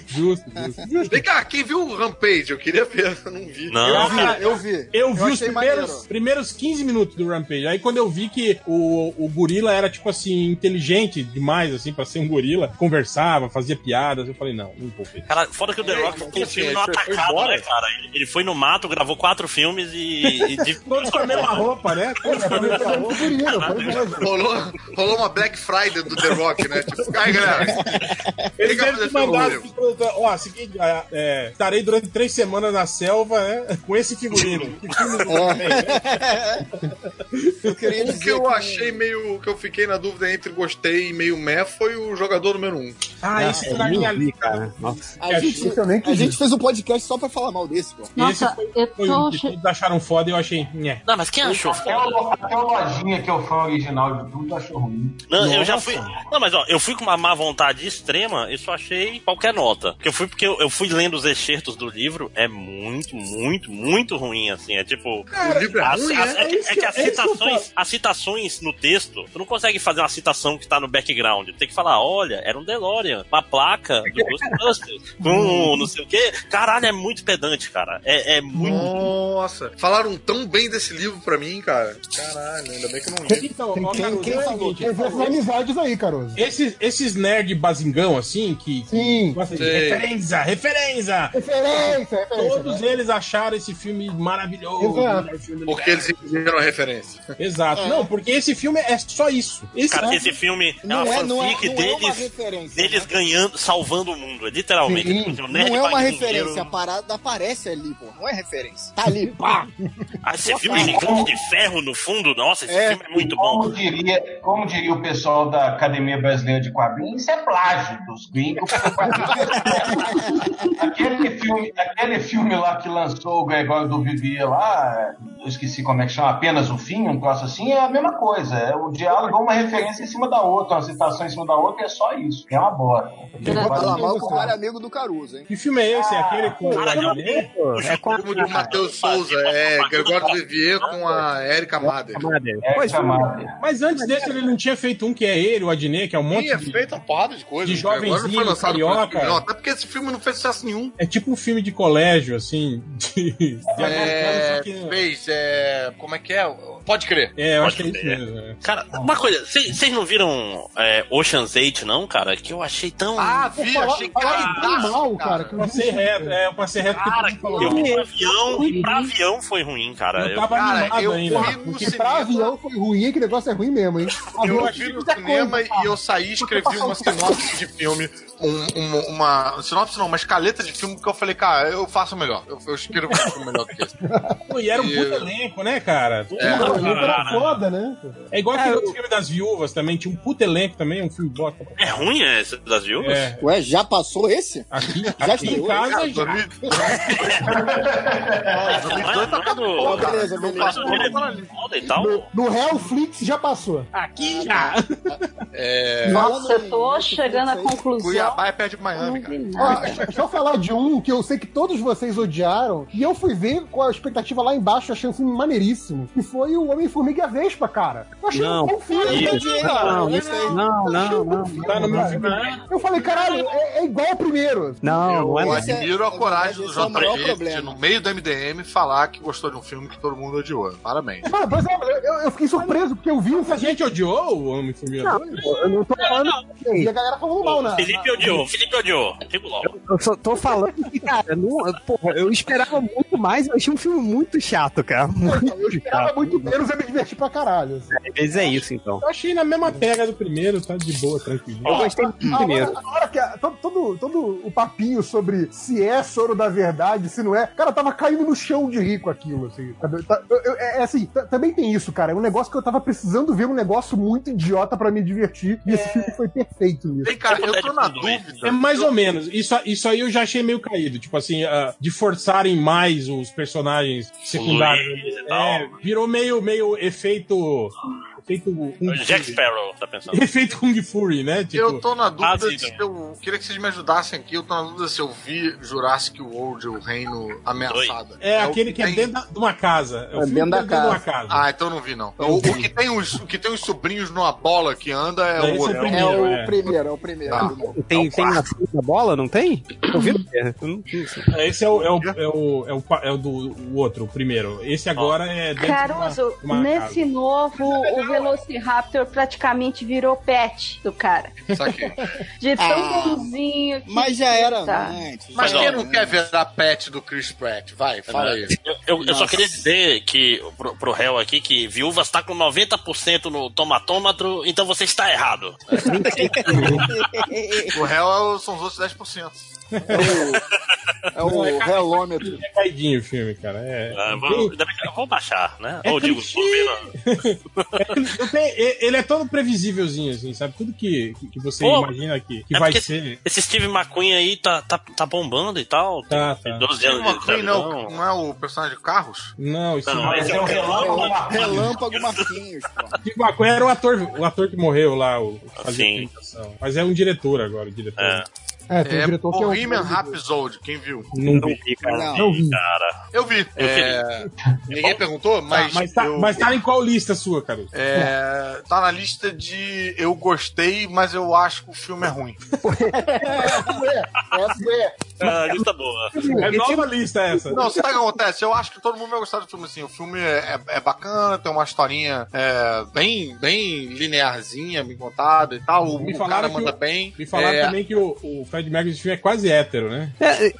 S6: Justo, justo.
S4: Vem cá, quem viu o Rampage? Eu queria ver, eu não vi.
S9: Não.
S5: eu vi.
S6: Ah, Eu vi
S4: Eu
S6: os
S4: achei
S6: primeiros,
S4: maneiro.
S6: primeiros 15 minutos do Rampage. Aí quando eu vi que o, o gorila era, tipo assim, inteligente demais, assim, pra ser um gorila, conversava, fazia piadas, eu falei, não, um não vou ver.
S9: Cara, foda que o The Rock ficou o filme numa
S6: É, foi- foi
S9: atacada,
S6: embora?
S9: né, cara? Ele, ele foi no mato, gravou quatro filmes e. e de...
S6: Todos com a mesma roupa, né? Todos com a
S33: É,
S6: mesma
S33: um
S6: roupa.
S4: Rolou, rolou uma Black Friday do The Rock, né? Tipo, ai, galera.
S6: Eles
S4: Liga
S6: devem te
S4: pra fazer seu
S6: mandar
S4: rolê.
S6: assim, pro- ó, seguinte, ah, é, estarei durante três semanas na selva, né, com esse figurino. Que filme do
S4: O que eu achei meio. que eu fiquei na dúvida entre gostei e meio meh foi o jogador número 1. Um.
S6: Ah, esse tá na minha lista.
S5: A gente, a gente fez um podcast só pra falar mal desse, pô.
S6: esse foi, foi um que todos acharam foda e eu achei. nhé.
S9: Não, mas quem
S6: tá
S9: achou?
S7: Até o, até o Lojinha, que é o fã original de tudo, achou ruim.
S9: Não, eu já fui. Não, mas ó, eu fui com uma má vontade extrema e só achei qualquer nota. Porque eu fui porque eu, eu fui lendo os excertos do livro, é muito, muito, muito ruim, assim. É tipo.
S4: Cara, o livro é
S9: as-
S4: ruim,
S9: as-
S4: é?
S9: é que-
S4: É isso
S9: é que as
S4: que- é isso que eu
S9: citações, as citações no texto, tu não consegue fazer uma citação que tá no background. Tem que falar, olha, era um DeLorean, uma placa do Ghostbusters, com não sei o quê. Caralho, é muito pedante, cara. É, é muito.
S4: Nossa, falaram tão bem desse livro pra mim, cara. Caralho, ainda bem que eu não li.
S6: Então,
S33: Tem
S6: ó,
S33: quem,
S6: Caruso,
S33: quem,
S6: é o
S33: quem,
S6: seguinte,
S33: quem vê essas amizades aí, Caruso.
S6: Esses, esses nerd basingão, assim, que. Sim. de
S33: Sei.
S6: referência, referência!
S33: Referência, referência.
S6: Todos eles acharam esse filme maravilhoso.
S33: Exato.
S6: melhor filme do
S4: Porque eles entenderam a referência.
S6: Exato. Não, porque esse filme é só isso. Esse
S9: Cara,
S6: filme-
S9: esse filme é
S6: Não
S9: uma
S6: é-
S9: fanfic
S6: não é- não é uma
S9: deles,
S5: referência, né?
S9: deles ganhando, salvando o mundo, é literalmente.
S6: Sim.
S9: Tipo assim, o nerd
S5: Não é uma
S9: vagabundo.
S5: referência, a parada aparece ali, pô. Não é referência. Tá ali, pá.
S9: Ah, você viu o gigante de ferro no fundo? Nossa, esse filme é muito bom.
S7: Como diria, como diria o pessoal da Academia Brasileira de Quadrinhos, isso é plágio dos gringos. aquele, filme, aquele filme lá que lançou o Gregório do Vivier lá, eu esqueci como é que chama, apenas o fim, um troço assim, é a mesma coisa. É o diálogo é uma referência em cima da outra, uma citação em cima da outra, e é só isso. É uma bosta.
S5: Fala mal com o cara amigo do Caruso, hein?
S6: Que filme é esse? É aquele com.
S32: É com
S4: O do Matheus Souza, é Gregório do Vivier com a Erika Mader.
S32: Pois é.
S6: Mas antes desse, ele não tinha feito um que é ele, o Adnet, que é um monte
S4: Tinha
S6: de.
S4: feito uma porrada de coisa.
S6: de
S4: cara. Agora
S6: jovenzinho, carioca.
S4: por esse filme, não. Até porque esse filme não fez sucesso nenhum.
S6: É tipo um filme de colégio, assim. de- de-
S4: É, fez, é. Como é que é? Pode crer.
S6: É, eu
S9: Pode
S6: acho que é isso
S9: crer.
S6: mesmo. é.
S9: Cara, uma coisa, vocês vocês não viram é, Ocean's 8, não, cara? Que eu achei tão.
S4: Ah, vi, achei
S5: Tá
S4: caidaço,
S16: mal, cara. que eu
S6: Passei
S16: vi-
S6: reto, é, eu passei reto.
S9: Cara,
S6: porque
S9: que
S6: todo mundo falou.
S9: eu pra avião, e pra avião foi ruim, cara.
S6: Eu tava
S4: Cara,
S6: animado
S4: eu
S6: ainda.
S4: fui no
S22: Porque pra avião foi ruim, que negócio é ruim mesmo, hein?
S4: Eu
S22: Avião
S4: vi
S22: é
S4: no
S22: muita
S4: cinema
S22: coisa,
S4: e eu saí e escrevi uma sinopse de filme, um- um- uma, sinopse não, uma escaleta de filme que eu falei, cara, eu faço melhor, eu, eu escrevo um filme melhor do que esse.
S6: Pô, E era um
S4: E-
S6: puto elenco, né, cara?
S4: É.
S6: Puta,
S16: O livro era
S9: Cara.
S16: foda, né?
S6: É igual aquele outro filme das viúvas também, tinha um puto elenco também, um filme bota.
S9: É ruim é, esse das viúvas?
S6: É,
S5: Ué, já passou esse?
S6: aqui,
S5: Já
S6: aqui em
S5: estreou,
S6: casa já.
S9: é,
S4: 2002 tá cada
S9: Não,
S4: porra,
S9: cara,
S4: cara.
S5: beleza,
S4: Não
S5: beleza.
S4: passou
S9: Ele é
S4: nada ali.
S9: foda e tal.
S16: No Hellflix já passou.
S6: Aqui já.
S4: É,
S3: Nossa, eu tô chegando à conclusão.
S4: Cuiabá é perto de Miami,
S3: Não
S4: cara.
S3: vi nada.
S16: Ó, Ah, deixa eu falar de um que eu sei que todos vocês odiaram, e eu fui ver com a expectativa lá embaixo, achei um filme maneiríssimo, que foi o Homem-Formiga e a Vespa, cara. Eu achei
S12: Não,
S16: um bom filme,
S12: isso, não,
S16: cara. um
S12: isso aí. Não, não, não.
S6: Tá no meu filme.
S16: Eu falei, caralho, é, é igual ao primeiro.
S12: Não, não é
S4: Eu
S12: mais.
S5: Esse é-
S4: admiro a
S5: é
S4: coragem do
S5: verdade, esse é o maior
S4: JP de,
S5: problema.
S4: no meio do MDM, falar que gostou de um filme que todo mundo odiou. Parabéns.
S16: Mano, pois é, eu, eu fiquei surpreso, porque eu vi um
S6: A gente odiou o homem formiga.
S16: Eu não tô falando. Eu vi a galera falando mal, né?
S9: Felipe odiou, Felipe odiou. Digo logo.
S12: Eu só tô falando que, cara, não, eu- porra, eu esperava muito mais, eu achei um filme muito chato, cara.
S16: Eu esperava muito menos, eu me diverti pra caralho. assim.
S12: Às vezes é isso, então.
S6: Eu achei na mesma pega do primeiro, tá de boa, tranquilo.
S12: Eu gostei muito do primeiro.
S16: A hora que a- todo, todo, todo o papinho sobre se é soro da verdade, se não é. Cara, tava caindo no chão de rico aquilo, assim. sabe? Tá- eu- eu- é é assim, t- também tem isso, cara. É um negócio que eu tava precisando ver um negócio muito idiota pra me divertir. E esse filme foi perfeito nisso.
S4: Ei, cara, eu tô na
S9: Tipo, né,
S4: dúvida.
S6: É mais ou menos. Isso, isso aí eu já achei meio caído. Tipo assim, ah, de forçarem mais os personagens secundários.
S9: Luiz e tal. né?
S6: É, virou meio, meio efeito. Efeito. Kung
S9: Jack
S6: Fury.
S9: Sparrow, tá pensando.
S6: Efeito Kung Fury, né? Tipo,
S4: Eu tô na dúvida
S9: Ah, sim,
S4: se
S9: então.
S4: eu. Queria que vocês me ajudassem aqui. Eu tô na dúvida se eu vi Jurassic World, o Reino Ameaçado.
S6: É,
S4: o
S6: aquele que é
S4: tem-
S6: dentro da- de uma casa. É o
S5: É
S6: filme
S5: dentro da casa.
S6: de uma casa.
S4: Ah, então eu não vi, não. O, o que tem os, o que tem os sobrinhos numa bola que anda é
S6: Não,
S4: o
S6: esse é o
S4: outro.
S5: É
S6: Primeiro,
S5: o
S6: é.
S5: primeiro, é o primeiro.
S4: Ah.
S12: Tem, tem na da bola, não tem? Eu vi. Eu não-
S6: Esse é o, é o, é o, é o, pa- é o do o outro, o primeiro. Esse agora é dentro
S3: Caruso,
S6: de uma, de uma
S3: nesse novo, o Velociraptor praticamente virou pet do cara.
S4: Saquei.
S3: De
S5: Ah,
S3: tão bonzinho que
S5: Mas já era
S3: tá.
S34: né?
S5: antes.
S4: Mas É
S5: já
S4: quem
S5: era
S4: não
S5: antes.
S4: quer ver a pet do Chris Pratt? Vai, fala aí.
S9: Eu, eu- eu só queria dizer que pro, pro réu aqui que viúvas tá com 90% no tomatômetro, então você está errado.
S4: O réu é o- são os outros 10%.
S5: É o relômetero.
S6: casa. É caidinho o filme, cara. É,
S9: Ah,
S6: não
S9: vou,
S6: tem-
S9: ainda bem que eu vou baixar, né?
S6: É
S9: Ou digo,
S6: clichê.
S9: vou ver, não.
S6: não tem- e- ele é todo previsívelzinho, assim, sabe? Tudo que, que você
S9: Pô,
S6: imagina que, que
S9: é
S6: vai
S9: porque-
S6: ser.
S9: Esse Steve McQueen aí tá, tá, tá bombando e tal. Tem
S6: Tá, tá.
S9: 12
S4: Steve
S9: anos de
S4: McQueen não,
S9: escravidão.
S4: não é o personagem de carros?
S6: Não, isso
S9: Não,
S6: não.
S9: esse é o relâmpago. né?
S5: Relâmpago Marquinhos, pô.
S6: Steve McQueen era o ator, o ator que morreu lá, o que fazia
S9: Sim.
S6: tentação. Mas é um diretor agora, o diretor.
S9: É.
S16: É, tem um
S4: É,
S16: diretor que é um.
S4: Bohemian Rhapsody, quem viu?
S6: Não,
S9: Não vi, cara.
S5: Não.
S9: Não vi, cara.
S4: Eu vi.
S9: Eu
S4: É, ninguém
S6: Tá,
S4: perguntou, mas.
S6: mas, tá,
S4: eu-
S6: mas tá em qual lista sua, cara?
S4: É, tá na lista de eu gostei, mas eu acho que o filme é ruim. É,
S16: Essa é.
S9: Ah, lista boa.
S6: É nova lista essa.
S4: Não, sabe o que acontece? Eu acho que todo mundo vai gostar do filme, assim. O filme é, é- é bacana, tem uma historinha é, bem, bem linearzinha, bem contada e tal. O,
S6: Me
S4: o
S6: falaram
S4: cara
S6: que
S4: manda
S6: o-
S4: bem.
S6: Me falaram
S4: É,
S6: também que o, o Fred Mercury desse filme é quase hétero, né?
S12: É, é,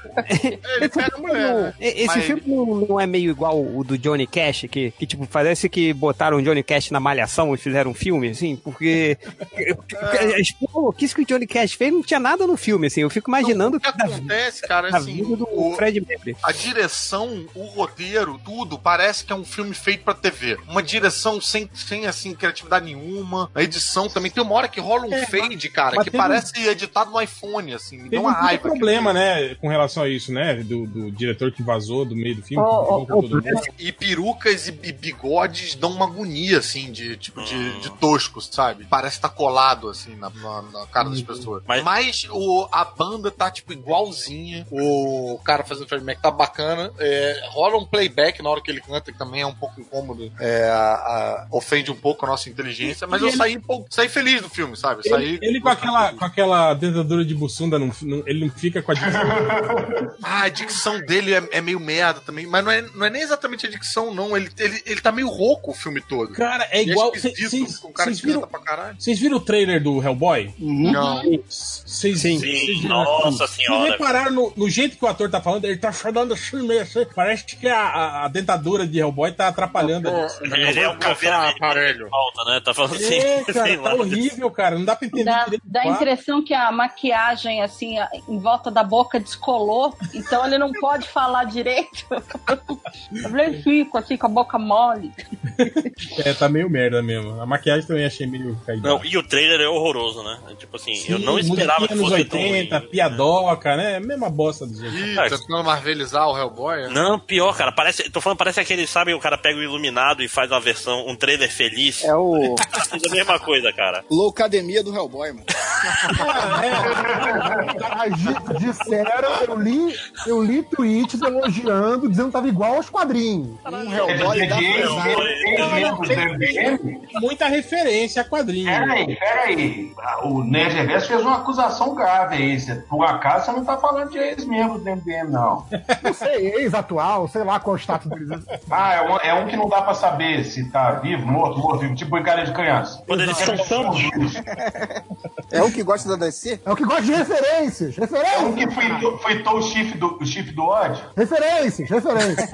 S4: Ele pega a mulher, né?
S12: tipo esse
S4: Mas-
S12: filme não, não é meio igual o do Johnny Cash, que, que tipo, parece que botaram o Johnny Cash na malhação e fizeram um filme, assim, porque
S4: É.
S12: as pouquíssimas que o Johnny Cash fez não tinha nada no filme, assim, eu fico imaginando
S4: Então, O que acontece, cara,
S12: a
S4: é assim,
S12: vida do
S4: o-
S12: Fred Mercury.
S4: a direção, o roteiro, tudo, parece que é um filme feito pra TV. Uma direção sem, sem assim, criatividade nenhuma. A edição também. Tem uma hora que rola um fade,
S6: É,
S4: cara,
S6: mas
S4: que
S6: teve um-
S4: parece editado no iPhone, assim. Me
S6: Teve
S4: deu uma
S6: um puta
S4: raiva.
S6: problema, né, com relação a isso, né? Do, do diretor que vazou do meio do filme.
S3: Ô,
S6: que brigou
S3: ô,
S6: com todo mundo.
S4: E perucas e e bigodes dão uma agonia, assim, de tipo de, de tosco, sabe? Parece que
S6: Uhum.
S4: tá colado, assim, na, na- na cara das pessoas. Mas,
S9: Mas-
S4: o, a banda tá, tipo, musiquinha, o cara fazendo Fred Mac tá bacana. É, rola um playback na hora que ele canta, que também é um pouco incômodo. É, a- a- ofende um pouco a nossa inteligência, mas
S6: E
S4: eu
S6: ele-
S4: saí, pô, saí feliz do filme, sabe? Eu
S6: Ele,
S4: Saí.
S6: ele com, aquela, com aquela dentadura de buçunda, não, não- ele não fica com a dentadura.
S4: Ah, a dicção dele é, é meio merda também, mas não é, não é nem exatamente a dicção, não. Ele, ele, ele tá meio rouco o filme todo.
S6: Cara, é
S4: E
S6: igual.
S4: esquisito,
S6: Vocês
S4: com o cara que
S6: viram-
S4: canta pra caralho.
S6: vocês viram o trailer do Hellboy?
S4: Não.
S6: Vocês,
S9: Sim.
S6: vocês
S9: Sim,
S6: viram
S9: nossa
S6: aquilo?
S9: senhora.
S6: Vocês repararam no, no jeito que o ator tá falando, ele tá falando assim mesmo. Parece que a, a- a dentadura de Hellboy tá atrapalhando. a gente.
S9: Ele é o caveira aparelho. Falta, né? Tá falando assim.
S6: É,
S9: sei
S6: cara,
S9: lá.
S6: tá horrível, cara. Não dá pra entender.
S3: Dá,
S6: direito o
S3: dá a
S6: quadro.
S3: impressão que a maquiagem, assim, a- em volta da boca descolou, então ele não pode falar direito. Ele fica, assim, com a boca mole.
S6: É, tá meio merda mesmo. A maquiagem também achei meio caída.
S9: Não, e o trailer é horroroso, né? É Tipo assim, eu não
S6: musiquinha
S9: esperava que
S6: nos
S9: fosse tão ruim.
S6: 80, piadoca, né? Mesma bosta do jeito.
S4: Ih, tá tentando marvelizar o Hellboy? né?
S9: Não, pior, cara. Parece, tô falando, parece aquele, sabe, o cara pega o Iluminado e faz uma versão, um trailer feliz.
S5: É o-
S9: Faz a mesma coisa, cara.
S5: Loucademia do Hellboy, mano.
S16: Ah,
S22: di- Disseram, eu li, eu li tweets elogiando, dizendo que tava igual aos quadrinhos.
S5: Um
S7: Hellboy dá pra usar.
S6: Muita referência a quadrinho.
S7: Peraí, peraí. Ah, O Nerd Reverso fez uma acusação grave aí. Você- Por acaso você não tá falando de ex-membro do MDM, não.
S22: Não sei, ex-atual, sei lá qual é o status deles.
S7: Ah, é um, é um que não dá pra saber se tá vivo, morto, morto, vivo. Tipo brincadeira de criança.
S9: Quando eles são
S5: É o que gosta da DC?
S22: É o que gosta de referências,
S7: É um
S22: referências,
S7: que fritou, fritou o chifre do, o chifre do ódio.
S22: referências, referências.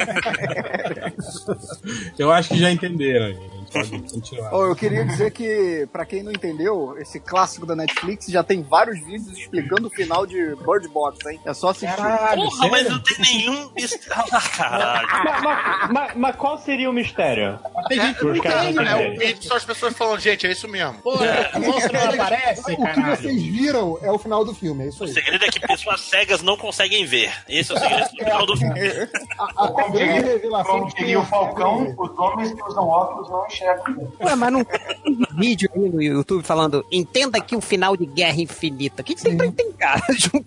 S6: Eu acho que já entenderam. gente. Pode continuar.
S5: Oh, eu queria dizer que, pra quem não entendeu, esse clássico da Netflix já tem vários vídeos explicando o final de Bird Box, hein? É só assistir.
S9: Porra, mas não tem nenhum. Ah, caralho.
S8: Mas, mas- mas- mas qual seria o mistério?
S6: Tem gente que
S8: Os
S6: não
S8: caras
S6: tem,
S8: não
S6: né?
S8: entenderam.
S4: É o vídeo só as pessoas falando, gente, é isso mesmo.
S22: Pô,
S9: É.
S22: monstro
S6: não aparece,
S22: O que
S6: caralho.
S22: vocês viram é o final do filme, é isso
S9: O
S22: aí.
S9: segredo é que pessoas cegas não conseguem ver. Esse é o segredo. do final do filme.
S7: Como
S22: grande
S7: diria,
S22: revelação
S7: como
S22: que
S7: diria o
S22: tem-
S7: Falcão, os homens que usam óculos não enxergam.
S34: Ué, mas não tem vídeo aí no YouTube falando entenda que o final de Guerra Infinita. O que, que você tem pra entender, cara?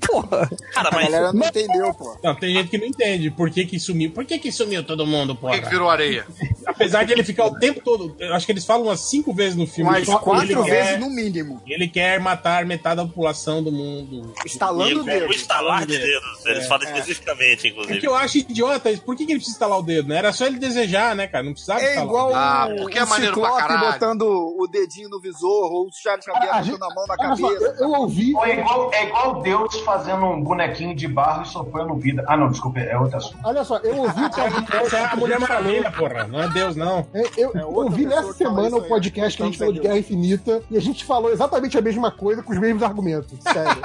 S34: Porra.
S9: Cara,
S5: A
S6: é
S5: galera não entendeu, pô.
S6: Não, tem gente que não entende por que que sumiu. Por que que sumiu todo mundo, porra?
S4: Por que, que virou areia?
S6: Apesar de ele ficar o tempo todo... Eu acho que eles falam umas cinco vezes no filme.
S5: Mais
S6: Só que ele
S5: quatro
S6: quer-
S5: vezes no mínimo.
S6: Ele quer matar metade da população do mundo.
S9: E
S5: Estalando o
S9: o
S5: dedo.
S9: estalar de dedos. Eles
S6: É.
S9: falam especificamente,
S6: É
S9: inclusive.
S6: que eu acho idiota isso. Por que, que ele precisa instalar o dedo, né? Era só ele desejar, né, cara? Não precisava
S5: É
S6: instalar.
S5: igual
S4: Ah,
S5: um,
S4: porque é
S5: um
S4: maneiro pra
S5: ciclope
S4: caralho.
S5: botando o dedinho no visor, ou o Charles Xavier botando a mão na
S22: Ah, Olha só, eu,
S5: cabeça.
S22: eu ouvi.
S7: Ou é igual, é igual Deus fazendo um bonequinho de barro e soprando vida. Ah, não, desculpa, é outra assunto.
S22: Olha só, eu ouvi o podcast.
S6: Essa é a Mulher Maravilha, porra. Não é Deus, não.
S22: É, Eu, eu ouvi nessa semana o podcast
S5: né?
S22: que a gente falou de Guerra Infinita e a gente falou exatamente a mesma coisa com os mesmos argumentos. Sério.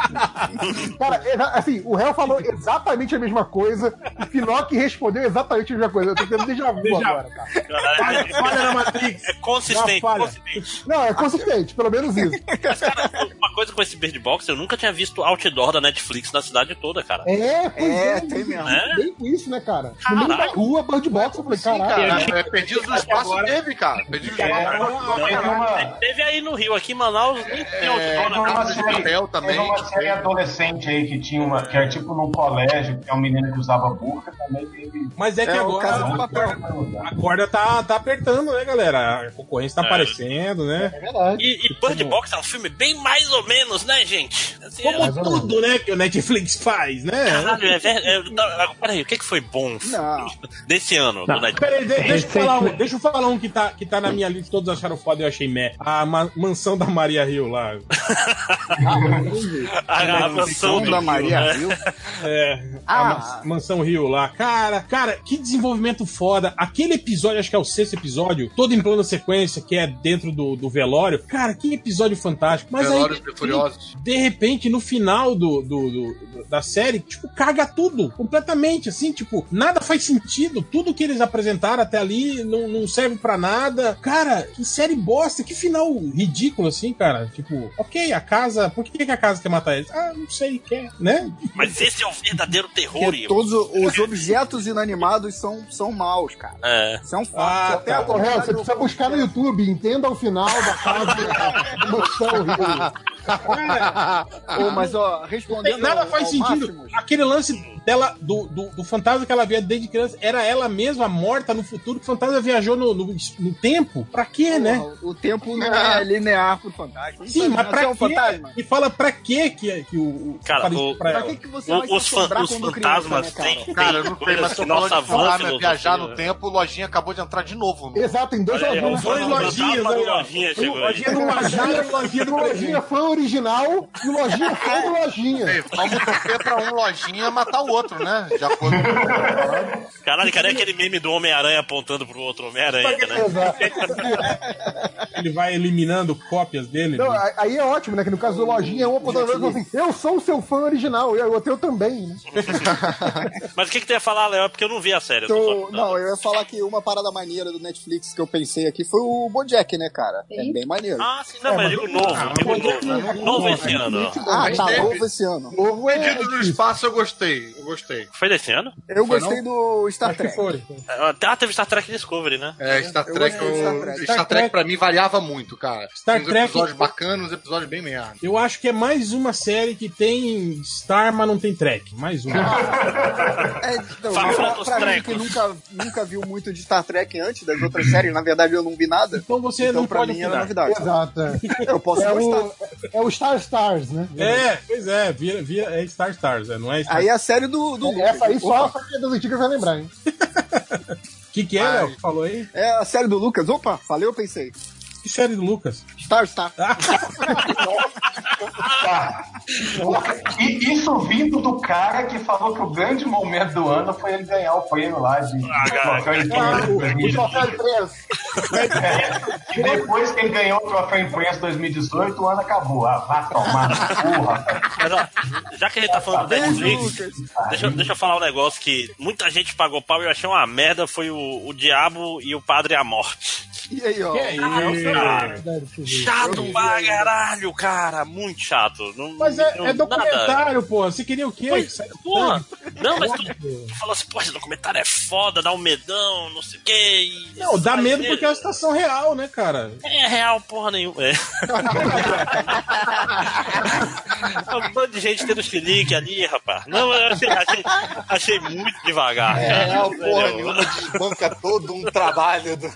S22: Cara, é, assim, o réu falou exatamente a mesma coisa, o Finoc respondeu exatamente a mesma coisa. Eu tô tendo déjà vu
S6: Déjà vu.
S22: agora, cara.
S9: Caralho,
S6: Falha na Matrix.
S9: é consistente,
S6: Uma falha.
S9: consistente.
S22: Não, é consistente, pelo menos isso.
S9: Uma coisa com esse Bird Box, eu nunca tinha visto outdoor da Netflix na cidade toda, cara.
S22: É, pois é.
S5: É, tem mesmo.
S9: É?
S22: Bem com isso, né, cara? No meio da rua, Bird Box, eu falei, caralho.
S4: Cara, é perdido do espaço teve, cara. Perdido do espaço.
S7: É, teve uma,
S9: Teve aí no Rio, aqui em Manaus, um nem tem
S7: teve
S9: outdoor na
S7: É, uma
S9: casa.
S7: série,
S4: papel também,
S7: teve uma
S4: que
S7: série adolescente aí que tinha uma, que era tipo num colégio, que é um menino que usava burca, também teve.
S6: Mas é que
S5: É, o
S6: agora
S5: Casa de
S6: a
S5: Papel.
S6: corda, a corda tá, tá apertando, né, galera? A concorrência tá aparecendo, né?
S22: É verdade.
S9: E, e Bird Box é um filme bem mais ou menos, né, gente? Assim,
S6: Como
S9: é-
S6: tudo, né, que o Netflix faz, né?
S9: Caralho, é verdade. É, tá- peraí, o que, que foi bom
S5: Não.
S9: desse ano né? do Netflix?
S6: Peraí, de- deixa, eu falar um, deixa eu falar um que tá, que tá na minha lista, todos acharam foda e eu achei meh. A ma- mansão da Maria Rio lá.
S9: A
S5: Som
S9: gravação
S5: da
S9: né?
S5: Maria Rio.
S6: É,
S5: Ah.
S6: a Mans- Mansão Rio lá. Cara, cara, que desenvolvimento foda. Aquele episódio, acho que é o sexto episódio, todo em plano sequência, que é dentro do, do velório. Cara, que episódio fantástico. Mas
S4: Velórios
S6: aí,
S4: e Furiosos.
S6: de repente, no final do, do- do- da série, tipo, caga tudo completamente, assim, tipo, nada faz sentido. Tudo que eles apresentaram até ali não, não serve pra nada. Cara, que série bosta, que final ridículo, assim, cara. Tipo, ok, a casa, por que, que a casa quer matar eles? Ah, não sei, quer, né?
S9: Mas esse é o verdadeiro terror.
S5: Porque
S9: Ivo.
S5: todos os objetos inanimados são, são maus, cara.
S9: É.
S5: Isso é um fato.
S6: Ah,
S5: Até
S6: tá.
S5: agora,
S22: Ô, réu, você
S5: eu-
S22: precisa buscar no YouTube, entenda o final da casa do Mansão Rio.
S5: Ô, mas ó, respondendo.
S6: Nada
S5: ao-
S6: faz
S5: ao
S6: sentido.
S5: Máximos,
S6: Aquele lance dela, do, do, do fantasma que ela via desde criança, era ela mesma morta no futuro, que o fantasma viajou no, no, no tempo? Pra
S22: É,
S6: quê, né?
S5: O tempo não é linear pro fantasma.
S6: Sim, mas
S5: Você é
S6: pra
S5: um
S6: quê?
S5: fantasma.
S6: E fala pra quê que, que o. o-
S9: Cara,
S6: parece-
S9: o-
S6: pra
S9: pra
S6: ela.
S9: que que você O- vai se os fan- assombrar os quando criança, fantasmas né, cara? têm-
S4: Cara, eu
S9: tem
S4: não sei, mas
S9: coisas
S4: tô
S9: que nossa
S4: falando de
S9: avó né?
S4: fantasma é
S9: filosofia.
S4: viajar no tempo, o Lojinha acabou de entrar de novo. no-
S16: Exato, tem dois
S4: Olha aí,
S16: lojinhas.
S4: os dois lojinhas,
S16: Fantasma
S4: olha
S16: do
S4: lá.
S16: lojinha,
S4: Tem o
S16: chegou aí.
S4: lojinha
S16: Tem
S4: do
S16: o
S4: lojinha,
S16: lojinha,
S4: o lojinha do
S16: o lojinha fã original e o lojinha fã
S6: É.
S16: do lojinha.
S4: Vamos torcer pra um Lojinha matar o outro, né? De acordo com o que eu tô falando.
S9: Caralho, cadê aquele meme do Homem-Aranha apontando pro outro Homem-Aranha, né?
S16: Exato.
S6: Ele vai eliminando cópias dele.
S16: Não,
S5: ah,
S6: né?
S16: a- aí é ótimo, né? Que no caso do Lojinha, é um apontador e fala assim: Eu sou o seu fã original, e aí o outro eu também. né?
S9: Mas o que, que tu ia falar, Léo? É porque eu não vi a série. eu tô
S5: Então, não, eu ia falar que uma parada maneira do Netflix que eu pensei aqui foi o Bojack, né, cara? É bem maneiro.
S9: Ah, sim, não, mas eu digo novo, eu digo
S6: é
S9: novo. Novo esse ano.
S5: Ah,
S4: Mas
S5: tá
S4: teve.
S5: novo esse ano.
S4: O Edito no Espaço eu gostei, eu gostei.
S9: Foi desse ano?
S5: Eu
S4: Foi,
S5: gostei do Star Trek.
S9: Ah, teve Star Trek Discovery, né?
S4: É, Star Trek,
S9: gostei de
S4: eu-
S9: Star
S4: Star
S9: Trek.
S4: Trek,
S9: Star Trek-
S4: pra mim variava muito, cara.
S6: Star
S4: Tem uns
S6: Trek-
S4: episódios bacanas, uns episódios bem merda.
S6: Eu acho que é mais uma série que tem Star, mas não tem Trek. Mais
S5: Ah,
S6: uma.
S5: Então,
S6: Fala
S5: pra,
S6: dos
S5: pra mim
S6: trecos.
S5: que nunca, nunca viu muito de Star Trek antes das outras séries, na verdade eu não vi nada.
S6: Então você não
S5: pra
S6: pode
S5: mim era
S6: opinar.
S5: novidade.
S16: Exato. é.
S5: Eu posso
S16: é
S5: gostar.
S16: O, é o Star Stars, né?
S6: é, pois é, vira, vira, é Star Stars, é, não é Star
S5: Aí a série do. do
S16: Essa aí só a
S5: Opa.
S16: família das antigas vai lembrar, hein?
S6: O que, que é, Léo? que Falou aí?
S5: É a série do Lucas. Opa, falei, eu pensei.
S6: Que série do Lucas?
S5: Star Star.
S7: E isso vindo do cara que falou que o grande momento do ano foi ele ganhar o prêmio lá de
S9: Ah,
S7: troféu imprensa. E depois que ele ganhou o troféu imprensa 2018, o ano acabou. Ah, vá tomar no cu, rapaz.
S9: Mas, ó, já que a gente tá falando do Netflix, deixa, eu- deixa eu falar um negócio que muita gente pagou pau e eu achei uma merda, foi o, o Diabo e o Padre e a Morte.
S5: E aí, ó.
S9: cara, chato pra caralho, cara, muito chato. Não,
S6: Mas é,
S9: não-
S6: é
S9: nada.
S6: documentário, pô. Você queria o quê?
S9: Pois,
S6: Sério?
S9: porra. Não, mas tu, tu fala assim, pô, esse documentário é foda, dá um medão, não sei o quê. e-
S6: Não, dá
S9: Mas
S6: medo
S9: ele-
S6: porque é uma situação real, né, cara?
S9: É real, porra nenhuma. É. um bando de gente tendo chilique ali, rapaz. Não, eu achei, achei- achei muito devagar.
S4: É,
S9: cara.
S4: real, porra
S9: Entendeu?
S4: nenhuma desbanca todo um trabalho. Do...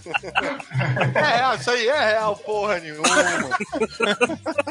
S4: É real, isso aí é real, porra nenhuma.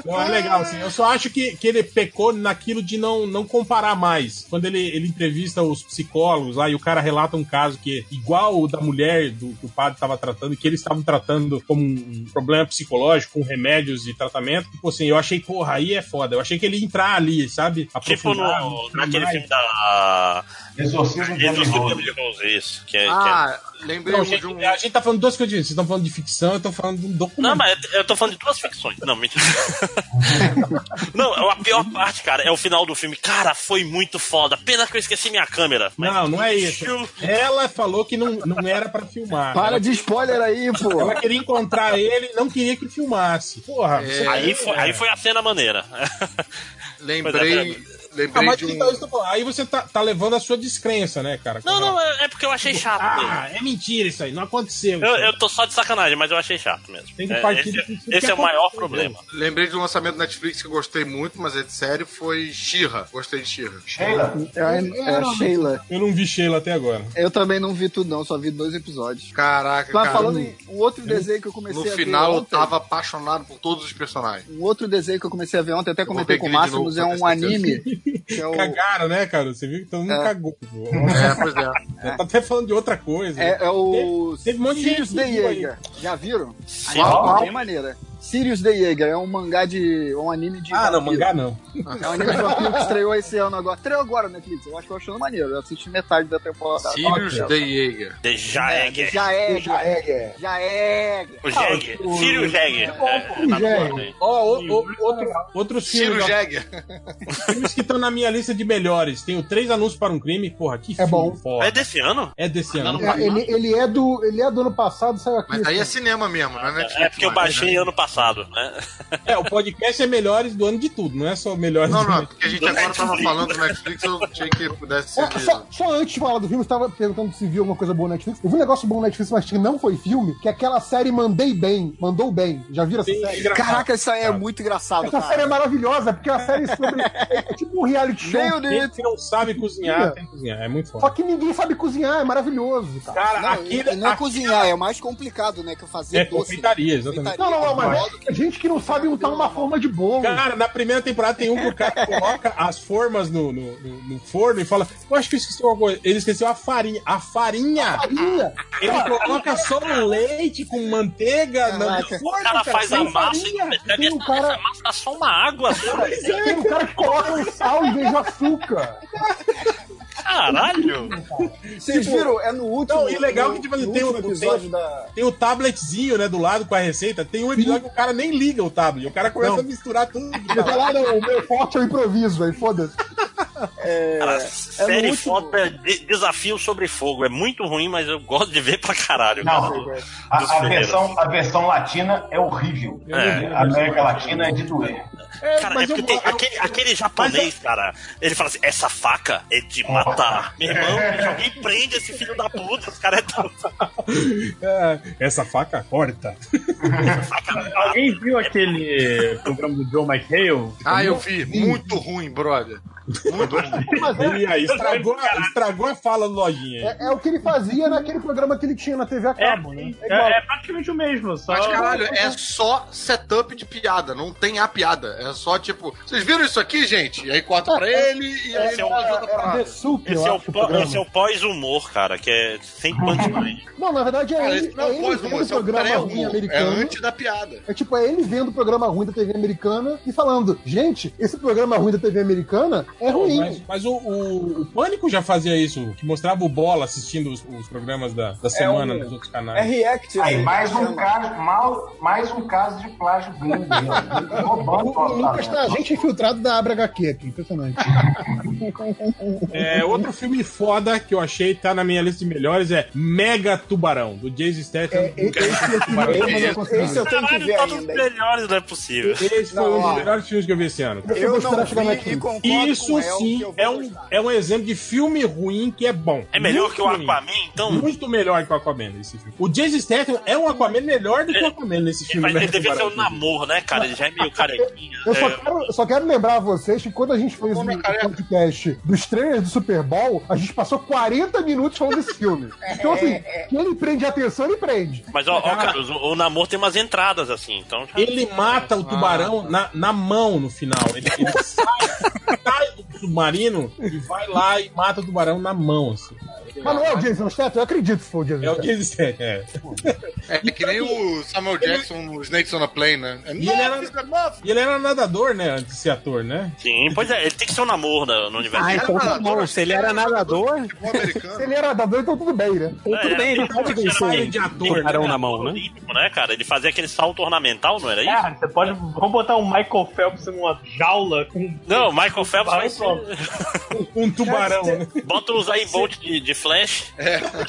S6: Não, é legal, assim. Eu só acho que, que ele pecou naquilo de não, não comparar mais. Quando ele, ele entrevista os psicólogos lá e o cara relata um caso que é igual o da mulher do, que o padre estava tratando, que eles estavam tratando como um problema psicológico, com remédios e tratamento. Tipo assim, eu achei, porra, aí é foda. Eu achei que ele ia entrar ali, sabe?
S9: Tipo
S6: Aprofundar,
S9: no,
S6: entrar
S9: naquele
S6: é mais.
S9: filme da.
S7: Exorcismo
S9: de Emily Rose. Isso, que é.
S4: Ah,
S9: que é-
S4: lembrei
S6: Não, gente, A gente tá falando duas coisas, vocês estão falando de ficção, eu tô falando de um documento.
S9: Não, mas eu tô falando de duas ficções. Não, mentira. não, a pior parte, cara, é o final do filme. Cara, foi muito foda. Pena que eu esqueci minha câmera. Mas
S6: Não, não é isso. Ela falou que não, não era pra filmar.
S5: Para
S6: Ela-
S5: de spoiler aí, pô.
S6: Ela queria encontrar ele e não queria que filmasse. Porra, você-
S9: aí, foi, aí foi a cena maneira.
S4: Lembrei-
S6: Ah,
S4: lembrei
S6: mas
S4: de um-
S6: então, isso que eu tô falando. Aí você tá, tá levando a sua descrença, né, cara?
S9: Não, não, é é porque eu achei chato.
S6: Ah, é mentira isso aí, não aconteceu.
S9: Eu, eu tô só de sacanagem, mas eu achei chato mesmo.
S6: Tem que
S9: É,
S6: partir do
S9: esse
S6: princípio
S9: esse
S6: que
S9: é o maior
S6: aconteceu,
S9: problema.
S4: Lembrei de um lançamento da Netflix que eu gostei muito, mas é de série, foi She-Ra. Gostei de She-Ra.
S7: Sheila?
S5: É, é, Sheila.
S6: Eu não vi Sheila até agora.
S5: Eu também não vi tudo, não, só vi dois episódios.
S4: Caraca,
S5: Mas
S4: cara.
S5: falando em um outro desenho que eu comecei
S4: No
S5: a ver.
S4: final eu
S5: ontem-
S4: tava apaixonado por todos os personagens.
S5: Um outro desenho que eu comecei a ver ontem, até comentei
S4: ver
S5: com o
S4: aquele de
S5: Máximos,
S4: novo,
S5: é um
S4: pra ter
S5: anime.
S4: certeza.
S5: Que é o,
S6: Cagaram, né, cara? Você viu que todo mundo
S5: É.
S6: cagou. pô.
S4: É, pois é.
S6: Já Tá até falando de outra coisa.
S5: é, é o
S6: Teve um monte de
S5: Sirius
S6: gente
S5: The
S6: que viu aí.
S5: Jaeger. Já viram?
S4: Qual?
S5: Animação bem maneira. Sirius The Jaeger é um mangá de. um anime de.
S6: Ah, não,
S5: vampiro.
S6: mangá não.
S5: É um anime de vampiro que estreou esse ano agora. Estreou agora na Netflix. Eu acho que eu achando maneiro. Eu assisti metade da temporada.
S4: Sirius The Jaeger.
S9: The Jaeger.
S5: Já é, já é.
S16: É,
S5: Já é.
S9: O Jäger. Círio Jäger. É, na porra, hein?
S6: Ó, o- o- outro- outros
S4: Ciro
S6: filmes, ó,
S4: Jäger.
S6: filmes que estão na minha lista de melhores. Tenho três anúncios para um crime. Porra, que filme
S16: bom.
S6: foda.
S9: É desse ano?
S6: É desse ano.
S16: ele, ele é do, ele é do ano passado, saiu aqui.
S4: Mas aí é cinema mesmo, né?
S9: É porque eu baixei ano passado, né?
S6: É, o podcast é melhores do ano de tudo, não é só melhores
S4: Não,
S6: do
S4: não, é
S6: ano.
S4: porque a gente agora tava falando do Netflix, eu achei que pudesse ser.
S22: Ó, só, só antes de falar do filme, você tava perguntando se viu alguma coisa boa no Netflix. Eu vi um negócio bom no Netflix, mas que não foi filme, que é aquela série Mandei Bem, Mandou Bem. Já viram essa série?
S5: Caraca, isso aí é muito engraçado,
S22: Essa série é maravilhosa, porque é uma série sobre. É tipo um reality show.
S5: Meu
S6: Quem que não sabe cozinhar, tem que cozinhar. É muito
S22: Só
S6: foda.
S22: que ninguém sabe cozinhar, é maravilhoso, cara.
S6: Cara,
S5: não,
S6: aquilo-
S5: e não é
S6: aquilo-
S5: cozinhar, é o mais complicado, né? Que fazer
S6: É
S5: doce.
S6: confeitaria, exatamente.
S22: Não, não, não, mas
S5: Mas-
S22: é gente que não sabe untar uma forma de bolo.
S6: Cara, na primeira temporada tem um que o cara coloca as formas no, no, no- no forno e fala: Eu acho que eu esqueci uma coisa. Ele esqueceu a farinha. A farinha!
S22: farinha.
S6: Ele coloca só o leite com manteiga na
S5: Caraca.
S6: forno,
S9: O cara faz a
S6: sem
S9: massa
S6: farinha.
S9: e percebe
S22: tem um
S9: essa,
S22: cara-
S9: essa massa tá só uma água. só.
S22: Tem um cara que coloca um sal em vez de açúcar.
S9: Caralho!
S5: Vocês viram? É no último.
S6: Não, e legal
S5: no-
S6: que tipo,
S5: no
S6: tem, o,
S5: último episódio da.
S6: tem o tabletzinho, né, do lado com a receita. Tem um episódio que o cara nem liga o tablet. O cara começa
S22: Não.
S6: a misturar tudo.
S22: Eu falo, ah, não, o meu forte é o improviso, aí foda-se.
S6: É,
S22: É,
S9: Cara, série
S5: muito
S9: foda, é de- desafio sobre fogo. É muito ruim, mas eu gosto de ver pra caralho.
S7: Não,
S6: é
S9: cara, dos
S7: a, a
S9: primeiros.
S7: versão, a versão latina é horrível.
S9: É.
S7: A América Latina é de doer.
S9: Cara, é porque tem aquele, aquele japonês, cara, ele fala assim, essa faca é de matar. Meu irmão,
S22: É.
S9: se alguém prende esse filho da puta, os caras é tão...
S6: É, Essa faca corta.
S8: Alguém viu aquele programa do John McHale?
S4: Ah, eu vi. Muito ruim, brother. Muito ruim.
S6: E aí, estragou, a- estragou a fala do lojinha.
S22: É, é o que ele fazia naquele programa que ele tinha na TV a
S8: É,
S22: cabo, né?
S8: é, é praticamente o mesmo, só.
S4: Mas caralho, é só setup de piada, não tem a piada. É só tipo, vocês viram isso aqui, gente? E aí corta pra ele e aí
S9: Esse
S4: ele
S9: é o-
S4: ajuda pra
S22: Era The
S4: nada.
S22: Soup, eu
S9: Esse é, o
S22: acho, o
S9: pó-
S22: programa.
S9: esse é o pós-humor, cara, que é sem punchline.
S22: Não, na verdade é
S4: Cara,
S22: ele,
S4: esse não
S22: é
S4: é
S22: ele
S4: pós-humor,
S22: vendo o
S4: esse é o
S22: programa
S5: um
S22: ruim
S4: pré-humor. É
S22: americano.
S4: antes da piada.
S22: É tipo, é ele vendo o programa ruim da TV americana e falando, gente, esse programa ruim da TV americana é ruim.
S6: Mas, mas o, o- o Pânico já fazia isso, que mostrava o Bola assistindo os, os programas da, da semana
S5: um-
S6: nos outros
S5: É
S6: canais.
S5: react.
S7: Aí,
S5: né?
S7: mais um, caso, mal, mais um caso de plágio grande. ó.
S22: O,
S7: Roubando
S22: o
S7: o
S22: Lucas tá gente infiltrado da Abra HQ aqui, impressionante.
S6: É, outro filme foda que eu achei, tá na minha lista de melhores, é Mega Tubarão, do Jason Statham.
S22: É, e- esse aqui não tem
S4: é
S22: como eu consigo.
S5: Esse eu tenho que
S9: Caralho,
S5: ver
S9: tá dos
S5: ainda. hein?
S9: melhores, não é possível.
S6: Esse foi
S5: Não,
S6: um dos
S5: ó.
S6: melhores filmes que eu vi esse ano.
S22: Eu
S5: Eu
S22: vou esperar
S5: não
S22: chegar na
S5: vi
S22: quinta.
S5: e concordo com
S6: Isso
S5: o El que
S6: sim
S5: eu vou
S6: é um,
S5: gostar.
S6: é um exemplo de filme ruim que é bom.
S9: É melhor
S6: Muito
S9: que o
S6: ruim.
S9: Aquaman, então?
S6: Muito melhor que o Aquaman nesse filme. O Jason Statham é um Aquaman melhor do que o Aquaman nesse filme.
S9: Mas ele
S6: Mega
S9: devia ser um
S6: Tubarão.
S9: namoro, né, cara? Ele já é meio carequinha.
S22: Eu só
S9: É,
S22: quero, eu só quero lembrar a vocês que quando a gente fez o
S4: Como é careca?
S22: podcast dos trailers do Super Bowl, a gente passou 40 minutos falando desse filme. Então, assim, que ele prende a atenção, ele prende.
S9: Mas, ó, ó cara, o, o namoro tem umas entradas, assim, então...
S22: Ah.
S9: já-
S6: Ele mata o tubarão
S22: tá.
S6: na, na mão no final. Ele, ele sai, sai do submarino e vai lá e mata o tubarão na mão. Assim.
S22: Mas não é o Jason Statham? Eu acredito se for o Jason
S6: É o
S22: Statham.
S6: Jason Statham. É.
S4: É que nem o Samuel Jackson no Snakes on a Plane, né? É
S6: E ele era-
S4: nothing, nothing.
S6: E ele era nadador, né? Antes de ser ator, né?
S9: Sim, pois é, ele tem que ser um namoro na- no universo.
S22: é,
S12: Ah, então tá bom. Se ele era nadador,
S4: Futebol americano.
S22: Se ele era nadador, então tudo bem, né?
S12: tudo
S9: É,
S12: bem,
S9: é,
S12: ele pode
S6: Tipo,
S9: ele era
S12: vencer
S9: de
S6: um ator,
S12: tubarão
S6: né?
S12: na mão, né?
S9: Olímpico, né, cara? Ele fazia aquele salto ornamental, não era isso?
S4: Ah,
S8: Cara, você pode. Vamos botar um Michael Phelps numa jaula com.
S9: Não, Michael Phelps
S8: Vai,
S9: vai ser...
S8: pronto.
S6: Um tubarão, né?
S9: Bota os aí Bolt de, de flash.
S4: É.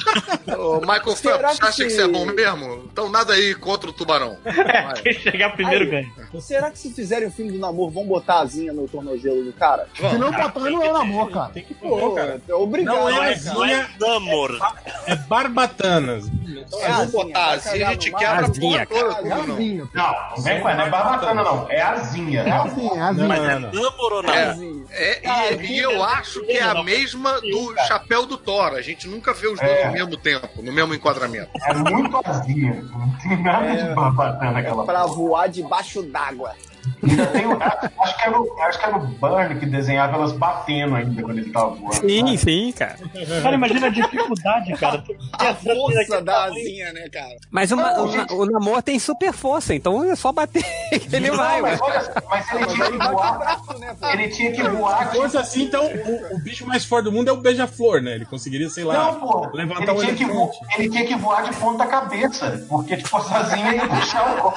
S4: Ô, Michael
S5: Será
S4: Phelps, você
S5: que-
S4: acha que você é bom mesmo? Então nada aí contra o tubarão. Vai.
S8: Quem chegar primeiro
S5: Aí.
S8: ganha.
S5: Será que se fizerem o filme do namoro, vão botar a asinha no tornozelo do cara?
S22: Se não botar, não é o namor, cara.
S6: Tem que pôr, cara.
S5: Obrigado.
S6: Não é
S5: né,
S6: asinha.
S5: cara?
S9: Não é namoro.
S6: É Barbatanas.
S5: É
S4: Vamos
S5: asinha,
S4: botar
S5: vai
S4: assim, a
S5: cagar
S4: gente
S5: no mar.
S4: quebra a
S12: Asinha,
S4: porra toda.
S22: É
S4: Não, não.
S22: asinha.
S7: Não, não vem com não é barbatana, não. É asinha.
S22: É
S7: Não.
S22: asinha, é
S6: Não,
S22: asinha.
S9: É
S6: não, não.
S9: namoro ou não?
S4: É.
S5: Asinha.
S4: É, e-
S7: Ah,
S4: e, eu acho que é a mesma do chapéu do Thor. A gente nunca vê os dois
S7: É.
S4: ao mesmo tempo, no mesmo enquadramento.
S7: É muito asinha. Não tem nada
S12: É.
S7: de barbatana aquela
S5: Pra
S7: porra.
S5: voar debaixo d'água.
S7: Ainda tem o- acho, que era o, acho que era o Burn que desenhava elas batendo ainda quando ele tava voando.
S12: Sim, sim, cara.
S4: É.
S8: Cara, imagina a dificuldade, cara.
S5: A força da asinha, né, cara?
S12: Mas uma- uma- Ah, o namor tem super força, então é só bater que ele vai,
S7: mas,
S12: ué.
S7: olha, mas ele tinha que voar.
S5: Braço, né, pô?
S7: Ele tinha que voar.
S6: Se fosse assim, então o, o bicho mais forte do mundo é o beija-flor, né? Ele conseguiria, sei lá,
S7: Não, pô.
S6: levantar
S7: Ele
S6: um
S7: tinha, que
S6: elefante.
S7: voar, ele tinha que voar de ponta cabeça. Porque, tipo, sozinho ele ia puxar o.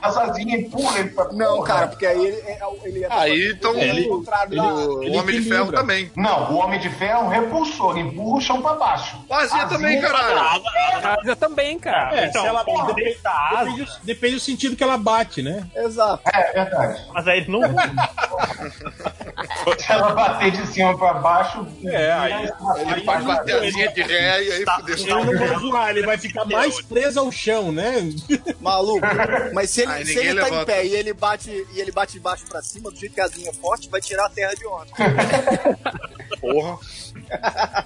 S7: as asinhas e pula ele pra
S5: Não, cara, porque aí ele, é- ele ia
S7: Aí, então,
S5: ele,
S7: ele-
S5: contrário
S7: ele-
S5: da-
S7: o Ele Homem de equilibra. Ferro também. Não, o Homem de Ferro é um repulsor, ele empurra o chão pra baixo.
S6: Asinha também, caralho.
S7: A
S12: Ásia também, cara.
S6: É,
S4: Então,
S6: se ela-
S7: porra,
S6: depende,
S7: da
S6: depende do- depende do sentido que ela bate, né?
S5: Exato.
S7: É, verdade.
S8: Mas aí não.
S7: Se ela bater de cima pra baixo.
S6: É, aí-
S7: ele
S6: faz
S7: batezinha de ré e aí fudeu.
S6: Ele não vai zoar, ele vai ficar mais preso ao chão, né?
S5: Maluco, mas se ele,
S6: Aí
S5: se
S6: ninguém
S5: ele tá em
S6: levanta.
S5: pé e ele bate e ele bate de baixo pra cima, do jeito que a asinha é forte, vai tirar a terra de onda.
S6: Porra.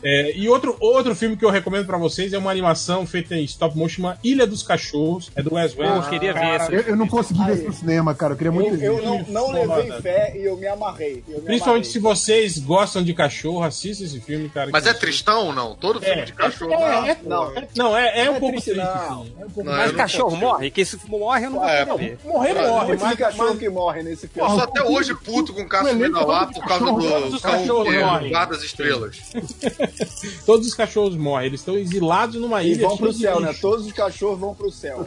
S6: É, e outro, outro filme que eu recomendo pra vocês é uma animação feita em stop motion, uma Ilha dos Cachorros. É do Wes Welles. Cara,
S22: Eu, eu não consegui ver isso no cinema, cara. Eu queria muito ver.
S5: Eu não, não levei
S6: Foda.
S5: fé e eu me amarrei. Eu me
S6: Principalmente se vocês gostam de cachorro, assistam esse filme, cara.
S4: Mas
S6: que
S4: é
S6: vocês-
S4: tristão ou não? Todo filme de cachorro.
S6: É, é,
S5: não.
S6: Não, é, é
S4: Não
S6: um
S4: é
S6: pouco
S4: triste,
S6: triste,
S4: não.
S6: sim. É um pouco
S4: Não,
S6: triste.
S4: eu não
S12: Cachorro morre? Que se morre, eu não vou
S4: É,
S12: saber.
S6: Morrer,
S5: amarrei.
S6: morre.
S5: Muito de
S6: Mas,
S5: cachorro que morre nesse
S4: Eu
S5: filme.
S4: sou até hoje puto com o Cássio Menauá por causa do cão que guarda as estrelas.
S6: Todos os cachorros morrem. Eles estão exilados numa
S5: E
S6: ilha.
S5: vão pro
S6: cheia de
S5: céu, né?
S6: lixo.
S5: Todos os cachorros vão pro céu.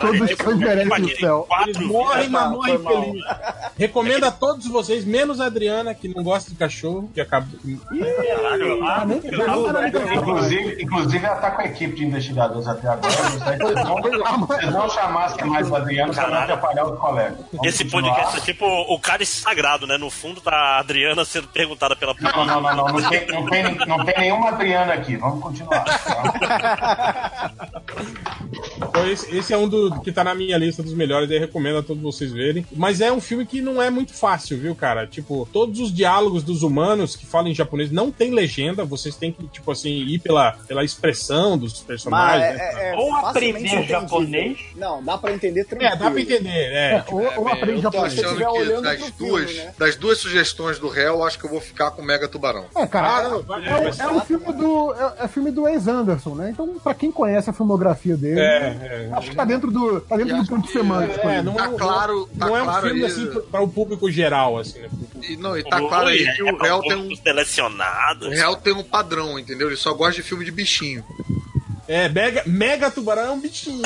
S22: Todos os cães merecem o céu.
S6: Eles morrem, mas
S5: Tá,
S6: morrem
S5: foi mal.
S6: felizes. Recomendo a todos vocês, menos a Adriana, que não gosta de cachorro, que acabou.
S7: Caralho, ah, Inclusive, inclusive, ela tá com a equipe de investigadores até agora. Vocês não- vocês não chamassem mais o Adriano pra não
S9: Caralho.
S7: atrapalhar o colega. Vamos
S9: Esse
S7: continuar.
S9: podcast é tipo o cálice sagrado, né? No fundo tá a Adriana sendo perguntada pela.
S7: Não, não, não, não, não, tem, não, tem, não tem nenhuma Adriana aqui. Vamos continuar.
S6: Então, esse, esse é um do, que tá na minha lista dos melhores, aí recomendo a todos vocês verem. Mas é um filme que não é muito fácil, viu, cara? Tipo, todos os diálogos dos humanos que falam em japonês não tem legenda, vocês têm que, tipo assim, ir pela, pela expressão dos personagens.
S5: Mas
S6: né?
S5: é- é- é
S8: Ou
S5: facilmente
S8: aprender
S5: entendível.
S8: japonês.
S5: Não, dá pra entender tranquilo.
S6: É, dá pra entender,
S5: é.
S6: né?
S22: Ou, ou aprende
S4: Eu tô
S22: japonês.
S4: achando
S5: estiver
S4: que
S5: olhando
S4: das
S5: pro
S4: duas,
S5: filme, né?
S4: das duas sugestões do réu, eu acho que eu vou ficar com o Mega Tubarão.
S22: É, cara,
S6: Ah,
S22: é, é, é um filme do é, é filme do Wes Anderson, né? Então, pra quem conhece a filmografia dele,
S6: É, é.
S22: acho que tá dentro do tá dentro do campo semântico.
S6: É,
S22: ali.
S6: não é um-
S4: tá
S6: não é um
S4: claro
S6: filme
S4: aí.
S6: assim pra- pra o público geral, assim, né?
S4: E, não, e tá claro
S21: é,
S4: aí
S9: É,
S4: que o réu tem um.
S9: Selecionado.
S4: O réu tem um padrão, entendeu? Ele só gosta de filme de bichinho.
S6: É, mega, mega tubarão é um bichinho.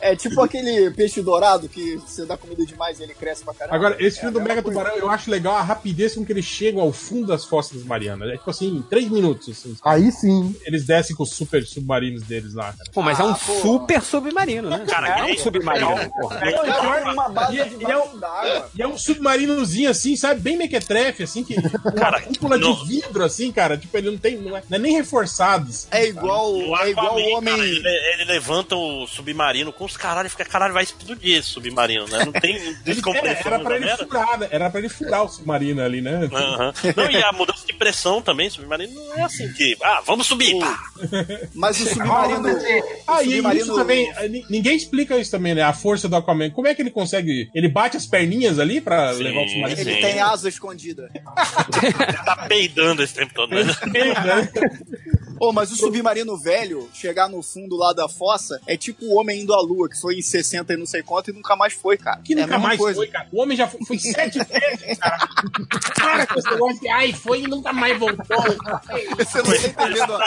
S5: É tipo aquele peixe dourado que você dá comida demais e ele cresce pra caramba.
S6: Agora, esse filme
S5: É
S6: do
S5: a
S6: Mega
S5: mesma coisa.
S6: Tubarão, eu acho legal a rapidez com que eles chegam ao fundo das fossas marianas. É tipo assim, em três minutos. assim.
S22: Aí sim.
S6: Eles descem com os super submarinos deles lá. cara.
S12: Pô, mas é um super submarino, né?
S9: Cara,
S12: é um
S9: que-
S12: submarino, porra.
S5: Não,
S6: E
S5: então
S6: é-
S5: é uma base
S6: e é- e é
S5: debaixo
S6: um-
S5: d'água.
S6: E é um submarinozinho assim, sabe? Bem mequetrefe, assim, que. Cara, cúpula
S9: não.
S6: de vidro, assim, cara. Tipo, ele não tem. Não é, não é nem reforçado. assim.
S5: É igual, é igual o homem.
S9: cara, ele, ele levanta o submarino com os caralho e fica, caralho, vai explodir esse submarino, né? Não tem
S6: Ele- era,
S9: descompressão.
S6: era pra ele
S9: né?
S6: furar, né? Era pra ele furar o submarino ali, né?
S9: Aham. Não, e a mudança de pressão também, submarino não é assim que. Ah, vamos subir! pá.
S5: Mas o submarino.
S6: Ah,
S5: o
S6: e isso também. eh, ni- Ninguém explica isso também, né? A força do Aquaman. Como é que ele consegue. Ele bate as perninhas ali pra
S9: Sim,
S6: levar o submarino?
S5: Ele
S9: Sim.
S5: tem asa escondida.
S9: Ele tá peidando esse tempo todo, né?
S6: né?
S5: Ô, mas o submarino velho chegar no fundo lá da fossa é tipo o homem indo à lua, que foi em 60 e não sei quanto e nunca mais foi, cara.
S6: Que
S5: é a
S6: nunca
S5: mesma
S6: mais
S5: coisa.
S6: foi, cara. O homem já foi, foi sete vezes, cara. Cara, com esse negócio de ai, foi e nunca mais voltou.
S5: Você não tá entendendo a, a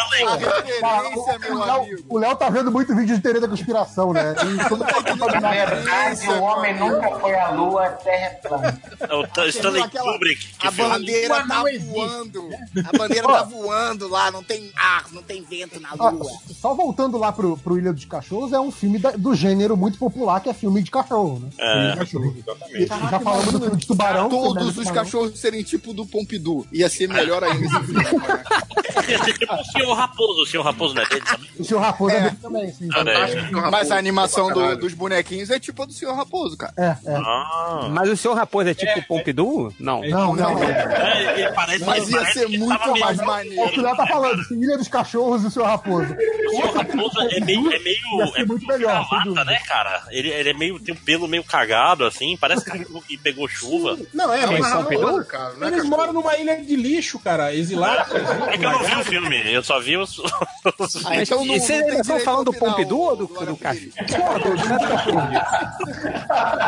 S22: Cara,
S5: referência,
S22: o- o
S5: meu
S22: Léo-
S5: amigo.
S22: O Léo tá vendo muito vídeo de teoria da conspiração, né? E todo mundo tá falando
S7: Na
S22: da-
S7: verdade, o homem nunca foi à lua, a terra é plana.
S9: É o T- Stanley
S5: Aquela-
S9: Kubrick que
S5: A
S9: fez.
S5: bandeira
S6: Lua
S5: tá
S6: não existe.
S5: voando. A bandeira tá voando lá, não tem ar, não tem vento na
S22: Ó,
S5: lua.
S22: só voltando lá pro, pro Ilha dos Cachorros, é um filme da- do gênero muito popular, que é filme de cachorro, né?
S9: É.
S22: E- já falamos do filme de tubarão. né,
S5: Todos
S22: do
S5: os
S22: tubarão.
S5: cachorros serem tipo do Pompidou. Ia ser melhor ainda esse filme.
S9: Tipo o senhor Raposo, o senhor Raposo não é dele, sabe? é,
S22: O seu Raposo é, dele também, sim.
S5: Mas a animação do- dos bonequinhos é tipo a do Senhor Raposo, cara.
S22: É, é.
S9: Ah.
S12: Mas o senhor Raposo é tipo o Pompidou? Não.
S22: Não, não. É,
S9: É, ele parece,
S5: Mas
S9: ele
S5: ia
S9: parece
S5: ser
S9: que
S5: muito
S9: tava meio-
S5: mais
S22: é o que o
S5: maneiro.
S22: Léo tá falando, assim, Ilha dos Cachorros e o seu Raposo.
S9: O senhor Raposo é meio. É meio
S22: Ia ser
S9: é
S22: muito
S9: meio
S22: melhor, sem
S9: vira-lata,
S22: dúvida.
S9: né, cara? Ele, ele é meio. tem um pelo meio cagado, assim. Parece cachorro que pegou chuva.
S6: Não, é, mas.
S12: São Pedro?
S4: cara, né,
S6: Eles
S4: cara?
S6: moram numa ilha de lixo, cara, exilados.
S9: É que eu não vi o filme, eu só vi os. os-
S5: Ah, então não-
S12: e vocês
S5: não tem
S12: ainda estão
S5: direito
S12: falando
S5: ao
S12: do
S5: final,
S12: Pompidou ou do,
S5: Glória
S12: do cachorro?
S22: Não,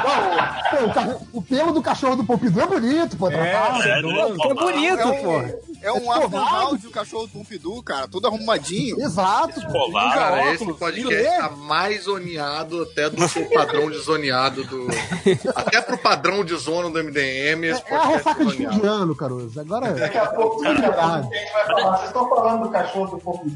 S22: pô, o ca- o pelo do cachorro do Pompidou é bonito, pô.
S6: É,
S22: tá?
S9: é, não-
S12: Pô, que é bonito,
S5: É um-
S12: pô.
S5: É um after round, o cachorro Pompidou, cara, tudo arrumadinho.
S22: Exato.
S5: Escovado.
S21: Cara, esse podcast tá mais zoneado até do que o padrão de zoneado do. Até pro padrão de zono do MDM, esse
S22: É a
S21: podcast
S22: ressaca
S21: é
S22: de fim
S21: zoneado.
S22: de ano, Caruso. Agora.
S7: Daqui a pouco, cara, a gente vai falar. Vocês estão falando do cachorro do Pompidou?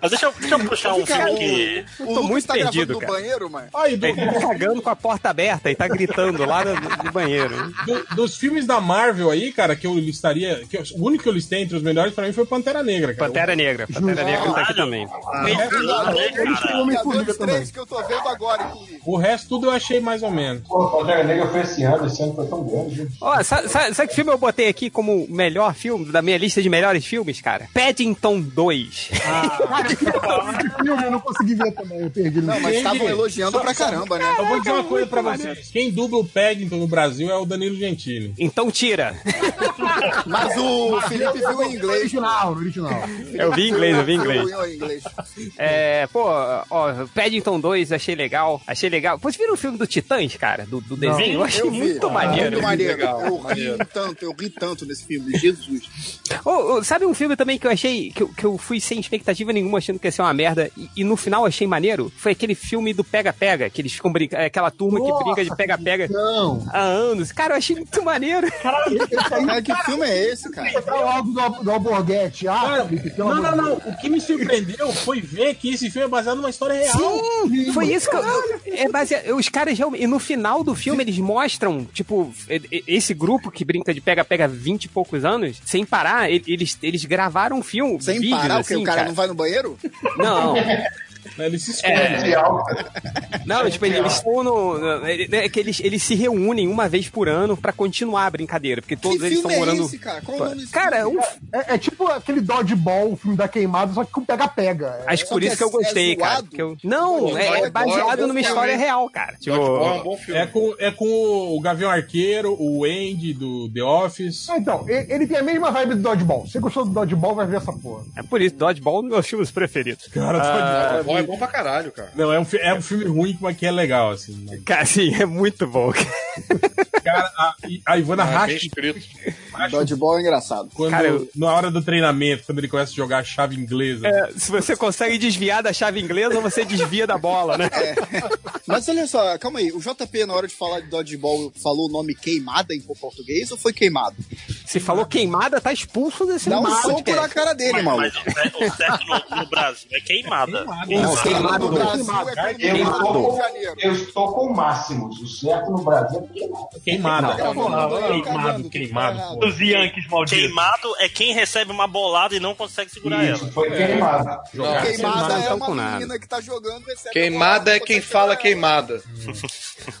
S9: Mas deixa eu, deixa eu puxar um filme que.
S12: Eu tô muito perdido, cara.
S5: tá banheiro, mano.
S6: Aí,
S12: Ele tá cagando com a porta aberta e tá gritando lá no, no banheiro.
S6: Do- dos filmes da Marvel aí, cara, que eu listaria. que eu- o único que eu listei entre os melhores pra mim foi Pantera Negra, cara.
S12: Pantera Negra. Pantera Negra tá aqui também.
S9: é,
S5: Vingadores 3 que eu tô vendo agora, inclusive.
S6: O resto tudo eu achei mais ou menos.
S7: Pô, Pantera Negra foi esse ano, esse ano foi tão grande. viu?
S12: Ó, sabe, sabe- sabe que filme eu botei aqui como melhor filme da minha lista de melhores filmes, cara? Paddington 2.
S22: filme eu não consegui ver também, eu perdi no
S5: Não,
S22: filme.
S5: mas estavam elogiando pra caramba, né?
S6: Eu vou dizer uma coisa pra
S5: Muito
S6: vocês. Quem dubla o Paddington no Brasil é o Danilo Gentili.
S12: Então tira.
S5: Mas o Felipe viu em inglês.
S22: Original, original.
S12: Eu vi em inglês, eu vi em inglês.
S5: Viu em inglês.
S12: É, pô, ó, Paddington 2, achei legal. Achei legal. Vocês viram o filme do Titãs, cara? Do, do desenho? eu achei
S5: Eu vi.
S22: Ah.
S12: muito maneiro.
S5: Muito maneiro.
S12: Legal.
S5: Eu ri tanto, eu ri tanto nesse filme. Jesus.
S12: Ô, ô, sabe um filme também que eu achei que eu, que eu fui sem expectativa nenhuma achando que ia ser uma merda e, e no final achei maneiro? Foi aquele filme do pega-pega, que eles ficam brincando, aquela turma que
S22: Nossa,
S12: briga de pega-pega
S22: não.
S12: há anos. Cara, eu achei muito maneiro.
S5: Cara, que filme é esse, cara?
S22: Lembrar logo do, do Alborguete. Ah,
S6: Cara,
S22: Felipe, pelo
S6: não,
S22: amor
S6: não,
S22: de
S6: não.
S22: Deus.
S6: O que me surpreendeu foi ver que esse filme é baseado numa história real.
S12: Sim, foi isso que eu. É base, os caras realmente. E no final do filme eles mostram, tipo, e- e- esse grupo que brinca de pega-pega há 20 e poucos anos, sem parar, e- eles, eles gravaram um filme.
S5: Sem
S12: vídeos,
S5: parar, o
S12: assim,
S5: que? O cara, não vai no banheiro?
S12: Não.
S6: Né, Ele se esconde.
S12: É,
S7: Real, cara.
S12: não, tipo, eles estão no. no- é que eles, eles se reúnem uma vez por ano pra continuar a brincadeira, porque todos
S5: que
S12: eles estão
S5: filme
S12: morando.
S5: é esse, cara? Qual o nome desse
S12: Cara, é
S5: filme?
S12: um-
S22: É, é tipo aquele Dodgeball, o filme da queimada, só que com pega-pega.
S12: acho que por
S5: que
S12: isso que eu
S5: é-
S12: gostei,
S5: é
S12: cara.
S5: zoado?
S12: porque eu- Não, é, é baseado numa história real, cara. Tipo,
S21: Dodgeball é um bom filme.
S6: É com, é com o Gavião Arqueiro, o Andy do The Office.
S22: Ah, então, e- ele tem a mesma vibe do Dodgeball. Se você gostou do Dodgeball, vai ver essa porra.
S12: é por isso, Dodgeball é um dos meus filmes preferidos.
S6: Cara,
S12: Ah,
S21: Bom, é bom pra caralho, cara.
S6: Não, é um, fi- é um filme ruim, mas que é legal, assim. né?
S12: Cara, sim, é muito bom.
S6: Cara, a, a Ivana
S21: É bem
S6: Hash,
S21: escrito.
S5: Dodgeball é engraçado.
S6: quando,
S12: Cara, eu-
S6: na hora do treinamento, quando ele começa a jogar a chave inglesa.
S12: É, se você consegue desviar da chave inglesa, você desvia da bola, né?
S5: Mas olha só, calma aí. O JP, na hora de falar de Dodgeball, falou o nome queimada em português ou foi queimado?
S12: Se falou queimada, tá expulso desse
S5: Dá um
S12: podcast.
S5: soco na cara dele,
S9: Mas,
S5: maluco.
S9: mas o certo- o certo no, no Brasil é queimada.
S12: né?
S5: Não, queimado no Brasil é
S7: Eu
S5: queimado no Rio
S7: estou,
S5: de Janeiro.
S7: eu estou com o máximo. O certo no Brasil é porque
S6: Queimada.
S5: Tá Não, não, não,
S6: Queimado,
S5: não, não,
S6: queimado.
S5: não.
S6: pô.
S8: Dos Yankees, maldito.
S9: Queimado é quem recebe uma bolada e não consegue segurar ela.
S7: isso foi queimado.
S12: Jogar sem
S5: Queimada
S12: nada,
S5: é
S12: então, com
S5: uma
S12: nada.
S5: menina que tá jogando. recebe a
S21: Queimada
S5: bola,
S21: é quem
S5: você
S21: fala
S5: queima.
S21: queimada.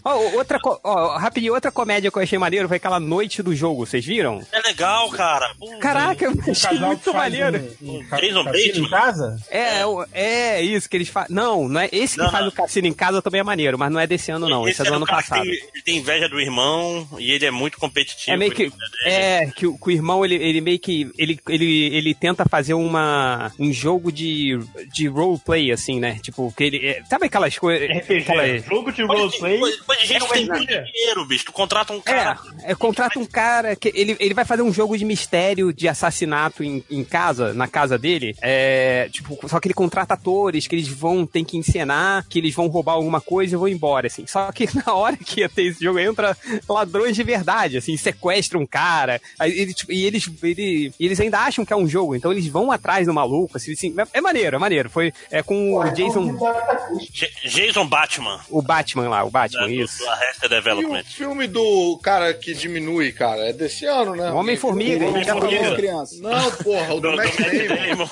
S12: Ó, o- outra, co- ó, rapidinho, outra comédia que eu achei maneiro foi aquela noite do jogo, vocês viram?
S9: É legal, cara. Pô,
S12: Caraca, eu
S6: O
S12: achei
S6: casal que
S12: muito
S6: faz
S12: maneiro.
S6: um- um ca- cassino
S9: Jason Bateman.
S6: em casa?
S12: É, é o- é isso que eles fazem. Não, não é esse que
S9: Não,
S12: faz
S9: não.
S12: o cassino em casa também é maneiro, mas não é desse ano, não. Esse, é do
S9: era
S12: ano
S9: o cara que
S12: passado.
S9: Tem, ele tem inveja do irmão e ele é muito competitivo.
S12: É meio que.
S9: Ele-
S12: É, que, o- que o irmão, ele, ele meio que. Ele, ele, ele tenta fazer uma, um jogo de, de roleplay, assim, né? Tipo, que ele. é- sabe aquelas coisas.
S8: RPG,
S12: aquelas-
S8: jogo de
S9: Coisa de-
S8: roleplay.
S9: coisa- coisa de gente
S8: é
S9: que tem muito
S8: RPG.
S9: dinheiro, bicho. Tu contrata um cara.
S12: É, é, contrata um cara que ele, ele vai fazer um jogo de mistério de assassinato em, em casa, na casa dele. É, tipo, só que ele contrata atores que eles vão, tem que encenar, que eles vão roubar alguma coisa e vão embora, assim. Só que na hora que ia ter esse jogo, entra ladrões de verdade, assim, sequestra um cara. Aí ele, tipo, e eles, ele- e eles ainda acham que é um jogo, então eles vão atrás do maluco, assim, assim, é, é maneiro, é maneiro. Foi é com o Jason, É.
S9: J- Jason Batman.
S12: o Batman lá, o
S9: Da,
S12: Batman,
S9: do,
S12: isso.
S9: do Arrested
S21: E o
S9: Development.
S21: filme do cara que diminui, cara, é desse ano, né?
S12: O Homem-Formiga,
S9: é
S12: ele já falou.
S6: é
S5: Falou, criança.
S21: Não, porra, o do
S9: Do- do
S21: Max
S9: Matt
S21: Damon.
S9: Damon.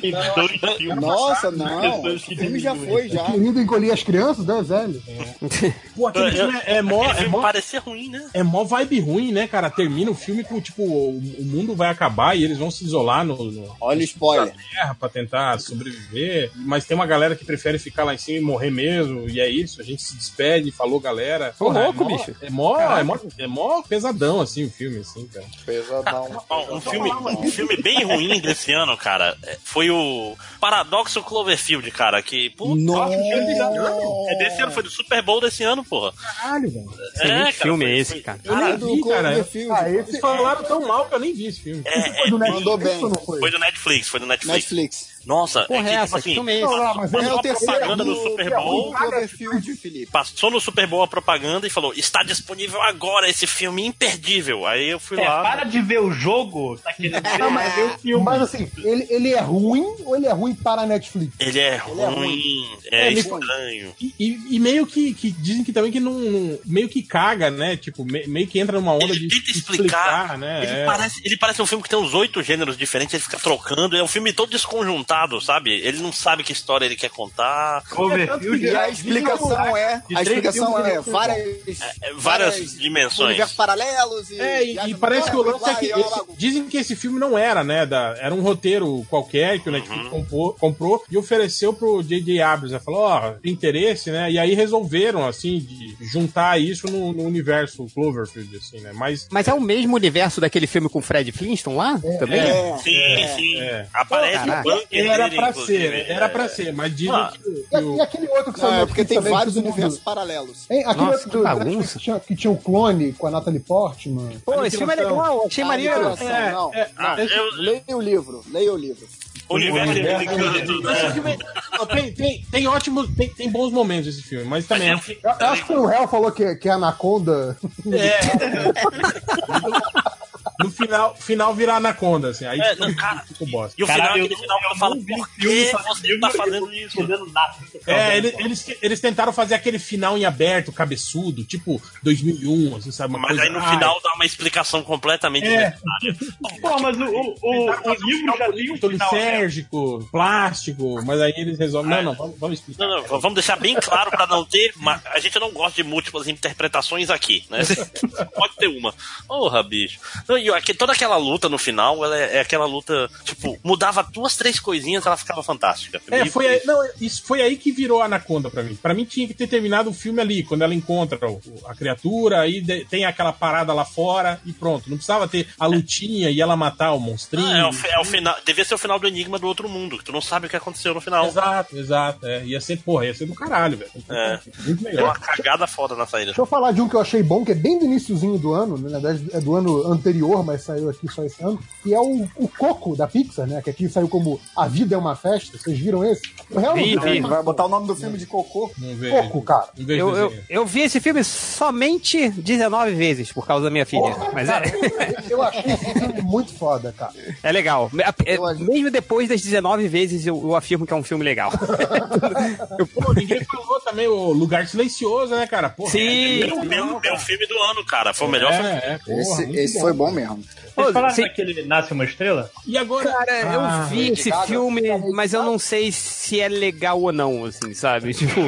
S8: Tem dois
S5: é
S9: é
S8: filmes.
S5: Nossa, não.
S8: pessoas que
S5: O filme já
S8: diminuem.
S5: foi, já.
S22: Querido encolher as crianças, né, velho?
S6: Pô, aquele filme é, é mó.
S9: Aquele
S6: É
S9: filme
S6: mó...
S9: parecia ruim, né?
S6: É mó vibe ruim, né, cara? Termina o filme com, tipo, o o mundo vai acabar e eles vão se isolar no, no-
S5: Olha o spoiler.
S6: terra pra tentar sobreviver. Mas tem uma galera que prefere ficar lá em cima e morrer mesmo. E é isso, a gente se despede, falou galera.
S12: Ô, louco,
S6: é mó-
S12: bicho.
S6: É mó, é, mó, é mó pesadão, assim, o filme, assim, cara.
S21: Pesadão.
S9: Ó, um, filme, um filme bem ruim desse ano, cara, é- foi o Paradoxo Cloverfield, cara, que... Pô,
S12: Nossa!
S9: É desse ano, foi do Super Bowl desse ano, porra.
S12: Caralho, velho.
S9: É,
S12: nem
S9: cara,
S12: que filme
S9: foi-
S12: é esse,
S9: foi-
S12: cara?
S9: Eu nem
S12: Caralho,
S9: vi, cara.
S6: Ah, esse... falaram tão mal que eu nem vi esse filme.
S9: É, é,
S5: Mandou bem.
S9: foi? do Netflix, foi do Netflix.
S5: Netflix.
S9: Nossa,
S5: Porra,
S9: é que, tipo
S5: essa, que
S9: assim,
S5: filme é esse?
S9: passou-
S5: Não, mas é
S9: passou
S5: o
S9: a
S5: terceiro
S9: propaganda
S5: do-
S9: no Super
S5: que é
S9: Bowl,
S5: ruim, Cloverfield, Felipe.
S9: passou no Super Bowl a propaganda e falou, está disponível agora esse filme imperdível. Aí eu fui
S8: É,
S9: lá...
S8: para de ver o jogo, tá querendo ver, mas ver o filme.
S22: Mas assim, ele, ele é ruim ou ele é ruim para a Netflix?
S9: Ele é ruim, é,
S6: Ele-
S9: estranho.
S6: E, e- e meio que, que dizem que também que não, não- meio que caga, né? Tipo, me- meio que entra numa onda de
S9: Tenta explicar,
S6: né?
S9: Ele,
S6: É.
S9: parece, ele parece um filme que tem uns oito gêneros diferentes, ele fica trocando, é um filme todo desconjuntado, sabe? Ele não sabe que história ele quer contar.
S5: E a
S6: um
S5: explicação é,
S9: De
S5: a
S9: três
S5: explicação
S9: filmes,
S5: é
S9: né?
S5: várias,
S9: É, várias dimensões.
S5: universos paralelos e
S6: É, e, e
S5: viagem no
S6: parece que o
S5: tempo,
S6: lance é
S5: lá
S6: que.
S5: e lá, lá,
S6: esse- dizem que esse filme não era, né? da- era um roteiro qualquer que o
S9: Uhum.
S6: Netflix comprou, comprou e ofereceu pro J.J. Abrams. Né, falou, ó, tem interesse, né? E aí resolveram, assim, de juntar isso no, no universo Cloverfield, assim, né? Mas.
S12: Mas é o mesmo universo daquele filme com o Fred Flintstone lá? também?
S6: É,
S9: sim, sim. Aparece
S12: Caraca.
S9: o bunker
S6: Era
S9: dele,
S6: pra
S9: inclusive.
S6: ser, era pra ser, mas dizem
S9: Ah.
S6: que.
S22: E, a- e aquele outro que
S5: Não,
S22: saiu
S5: é
S22: no
S5: porque
S22: Netflix
S5: tem
S22: também,
S5: vários
S22: todo mundo-
S5: universos paralelos.
S6: É,
S22: Hein, aquele
S12: Nossa,
S22: outro
S12: que
S22: do- da
S12: bagunça.
S22: Netflix que é né? tinha, que tinha o clone com a Natalie Portman.
S12: Pô, esse filme é legal, achei maneiro.
S5: Aniquilação,
S6: é,
S5: não, não. Leia o livro, leia o livro.
S9: O universo americano, né?
S6: Esse filme- Não, tem, tem, tem ótimos, tem, tem bons momentos esse filme, mas também. é um filme-
S22: Eu, eu acho que foi o réu falou que, que é Anaconda.
S6: No final, final virar anaconda, assim. Aí
S9: É,
S6: fica-
S9: não, cara,
S6: fica o bosta.
S9: E o final, aquele final que eu falo, por que você tá fazendo isso?
S6: É, ele- eles, eles tentaram fazer aquele final em aberto, cabeçudo, tipo 2001, assim, sabe? Uma
S9: Mas
S6: coisa,
S9: aí no
S6: ai,
S9: final dá uma explicação completamente desnecessária.
S8: Pô, mas o, o, o, o livro já tem um
S9: né?"
S8: final.
S6: Lisérgico, é plástico, mas aí eles resolvem. Não, não, vamos, vamos explicar.
S9: Não, não, v- vamos deixar bem claro pra não ter. ma- A gente não gosta de múltiplas interpretações aqui, né? Pode ter uma. Porra, bicho. Não, e aqui, toda aquela luta no final, ela é, é aquela luta, tipo, mudava duas, três coisinhas, ela ficava fantástica.
S6: É,
S9: E-
S6: foi aí, não, isso foi aí que virou Anaconda pra mim. Pra mim tinha que ter terminado o filme ali, quando ela encontra o- o- a criatura, aí de- tem aquela parada lá fora e pronto. Não precisava ter a lutinha e ela matar o monstrinho.
S9: É. Ah, é, o, fi- é o final. Devia ser o final do Enigma do Outro Mundo, que tu não sabe o que aconteceu no final.
S6: Exato, exato. é. ia ser, porra, ia ser do caralho, velho.
S9: É.
S6: Muito
S9: É uma
S6: melhor.
S9: cagada foda na saída.
S22: Deixa eu falar de um que eu achei bom, que é bem do iníciozinho do ano, né? na verdade é do ano anterior, mas saiu aqui só esse ano, e é o, o Coco da Pixar, né? Que aqui saiu como A Vida é uma Festa, vocês viram esse? O réu não
S12: Vi,
S22: viu,
S12: vi.
S22: né?
S5: Vai botar o nome do filme de cocô.
S6: Não vejo.
S22: Coco, cara.
S6: Não vejo
S12: É, Eu, eu,
S6: desenho.
S12: eu vi esse filme somente 19 vezes por causa da minha filha. Mas é,
S22: Eu achei esse filme muito foda, cara.
S12: é legal. Me- é- mesmo depois das 19 vezes, eu, eu afirmo que é um filme legal.
S6: Pô, ninguém falou também o Lugar Silencioso, né, cara? Porra,
S12: Sim.
S6: é-
S9: Meu, meu, meu filme do ano, cara. Foi o melhor filme.
S6: É, é, porra,
S5: Esse,
S6: muito
S5: esse
S6: bom.
S5: foi bom mesmo.
S12: Pô,
S8: Vocês falaram
S12: sim.
S8: daquele Nasce Uma Estrela?
S6: E agora.
S12: Cara,
S6: Ah,
S12: eu vi esse
S5: Gaga.
S12: filme, mas eu não sei se é legal ou não, assim, sabe? Tipo,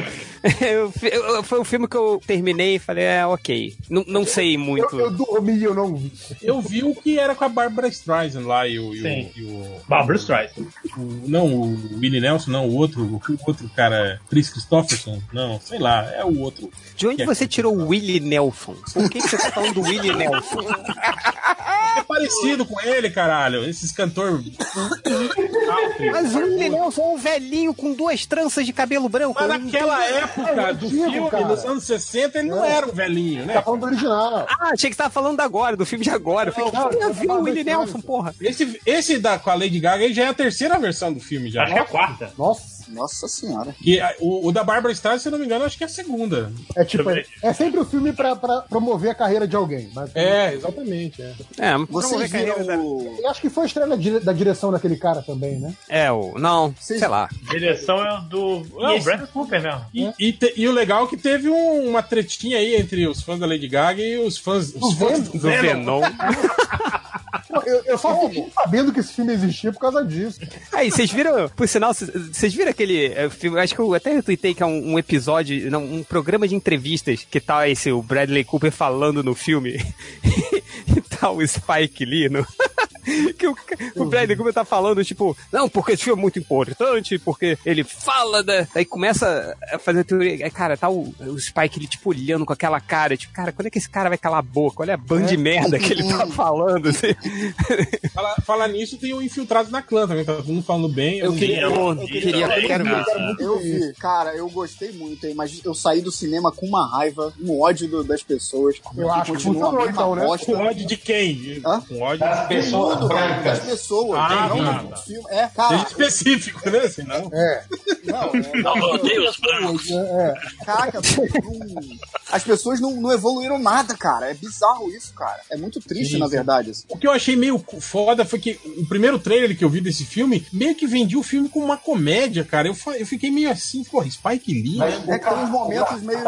S12: eu- eu- foi um filme que eu terminei e falei, é, ok. Não, não sei muito.
S22: Eu, eu dormi e eu não vi.
S6: Eu vi o que era com a Barbara Streisand lá e o. E o,
S8: Sim.
S6: e o-
S8: Barbara Streisand.
S6: o- não, o Willie Nelson, não, o outro, o outro cara, Chris Christopherson, não, sei lá, é o outro.
S12: De onde você tirou o Willie Nelson? Por que, que você tá falando do Willie Nelson?
S6: É parecido com ele, caralho, esses cantor. country.
S12: Mas o Willie Nelson é um velhinho com duas tranças de cabelo branco.
S6: Mas
S12: Eu não entendo-
S6: naquela época do
S22: é antigo,
S6: filme,
S22: cara.
S6: nos anos 60, ele não era um velhinho, né?
S22: Tá falando do original.
S12: Ah, achei que você tava falando agora, do filme de agora. Eu falei,
S22: Não,
S12: que filme
S22: não,
S12: eu vi
S22: não,
S12: o Willie
S22: não.
S12: Nelson, porra?
S6: Esse, esse da, com a Lady Gaga aí já é a terceira versão do filme, já.
S8: Acho que é a quarta.
S22: Nossa,
S5: Nossa senhora.
S6: E a- o, o da Barbara Streisand, se eu não me engano, acho que é a segunda.
S22: é tipo, é, é sempre o filme pra, pra promover a carreira de alguém. Mas,
S6: É, exatamente. É.
S12: É,
S5: Vocês
S12: promover
S5: viram
S12: carreira da-
S5: o...
S22: Eu acho que foi a estrela dire- da direção daquele cara também, né?
S12: É, o. Não, sei lá.
S8: Direção é do. Não, o Brandon Cooper mesmo.
S6: E, e te- e o legal é que teve um- uma tretinha aí entre os fãs da Lady Gaga e os fãs, os fãs
S22: Venom.
S6: do
S12: Do Venom.
S22: Pô, Eu, eu só
S5: É.
S22: fiquei sabendo que esse filme existia por causa disso.
S12: Aí, vocês viram, por sinal, vocês- vocês viram aquele é, filme, acho que eu até retuitei que é um, um episódio, não, um programa de entrevistas que tá esse, o Bradley Cooper falando no filme e tal o tá Spike Lee no... que o, o Bradley Cooper tá falando, tipo, não, porque esse filme é muito importante, porque ele fala, né? Aí começa a fazer teoria. Aí, cara, tá o, o Spike, ele, tipo, olhando com aquela cara, tipo, cara, quando é que esse cara vai calar a boca? Olha a banda de merda que ele tá falando, assim.
S6: Fala, falar nisso, tem o infiltrado na clã também, tá todo mundo falando bem.
S12: Eu
S6: não
S12: queria-
S6: vi.
S12: eu queria- eu quero-
S5: Eu quero muito Eu vi, cara, eu gostei muito, hein, mas eu saí do cinema com uma raiva, um ódio do- das pessoas.
S22: Eu acho que funcionou, então, né?
S5: bosta.
S6: Com ódio de quem? Com ódio
S5: Das pessoas
S6: Do mundo,
S5: brancas.
S6: das
S5: pessoas.
S6: Ah,
S5: Não,
S6: tá,
S5: não,
S6: tá.
S5: filme- É,
S22: Ah.
S5: cara.
S6: Seja específico, né? Senão...
S22: É.
S9: Não, eu odeio os brancos.
S5: é, Caraca, não- as pessoas não, não evoluíram nada, cara. É bizarro isso, cara. É muito triste,
S6: Sim,
S5: na
S6: sim.
S5: verdade. assim.
S6: O que eu achei meio foda foi que o primeiro trailer que eu vi desse filme meio que vendia o filme como uma comédia, cara. Eu, fa- eu fiquei meio assim, porra, Spike Lee.
S7: Mas
S6: né?
S5: É que tem uns momentos meio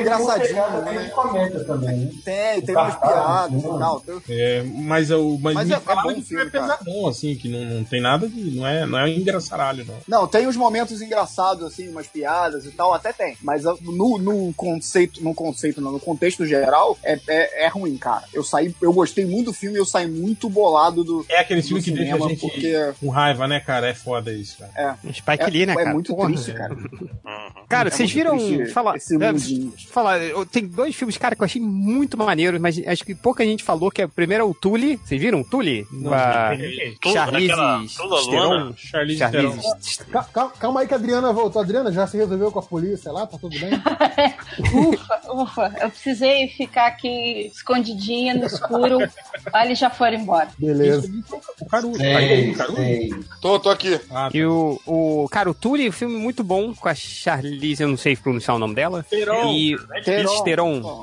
S5: engraçadinhos. né?
S7: Comenta também, né?
S5: Tem, tem umas piadas e tal. tem-
S6: É, mas eu, mas,
S5: Mas
S6: me
S5: é- é
S6: falaram
S5: bom
S6: que o
S5: filme,
S6: filme é pesadão, assim, que não, não tem nada de. Não é, não é engraçaralho, não.
S5: Não, tem uns momentos engraçados, assim, umas piadas e tal, até tem. Mas ah, no, no conceito, no conceito, não, no contexto geral, é, é, é ruim, cara. Eu saí, eu gostei muito do filme e eu saí muito bolado do.
S6: É aquele filme
S5: do
S6: que deixa a
S5: cinema,
S6: gente
S5: Porque,
S6: com raiva, né, cara? É foda isso, cara.
S5: é.
S12: Spike
S5: é,
S12: Lee, né,
S5: é
S12: cara?
S5: muito
S12: Porra.
S5: triste, cara.
S9: Hum.
S12: Cara,
S5: É
S12: vocês
S5: muito
S12: viram
S5: triste
S12: falar,
S5: esse
S12: né,
S5: mundinho.
S12: falar, eu- tem dois filmes, cara, que eu achei muito maneiro, mas acho que pouca gente falou que é, o primeiro é o Tully, vocês viram? Tully? Com a
S9: Tully, aquela-
S12: Charlize
S9: Tula
S12: Theron.
S9: Luna?
S6: Charlize
S12: Charlize
S22: Ca- ca- Calma aí que a Adriana voltou. Adriana, já se resolveu com a polícia lá? Tá tudo bem?
S3: Ufa, ufa, eu precisei ficar aqui escondidinha no escuro. Ah, eles já foram embora.
S5: É.
S22: Beleza.
S6: O Caruso.
S7: Sei,
S6: o Caruso?
S7: sei.
S4: Tô, tô aqui.
S12: E o, o. Cara, o Tully, um filme muito bom com a Charlize, eu não sei pronunciar o nome dela.
S6: Theron. É
S12: E.
S6: Theron.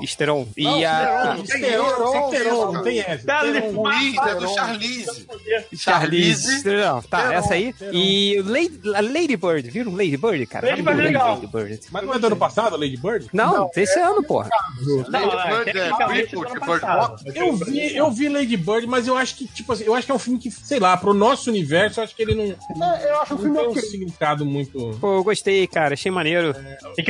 S12: Esteron. Esteron. E a.
S6: é Teron, Teron, não tem essa. Teron.
S4: Luiz, é do Charlize.
S12: Charlize. Theron. Tá,
S4: Theron,
S12: essa aí.
S4: Theron.
S12: E Lady, a Lady Bird, viram? Lady Bird, cara.
S6: Lady
S12: Muito
S6: Bird é
S12: bom,
S6: legal.
S12: Lady Bird.
S6: Mas não é do ano passado, Lady Bird?
S12: Não, é esse ano, porra.
S4: Lady Bird é
S6: tecnicamente do
S4: prequel
S6: ano
S4: de Bird
S6: passado.
S4: Box?
S6: Eu vi, eu vi Lady Bird, mas eu acho que, tipo assim, eu acho que é um filme que, sei lá, pro nosso universo, eu acho que ele não.
S22: eu acho
S6: o filme tem um significado muito.
S12: Pô, eu gostei, cara. Achei maneiro.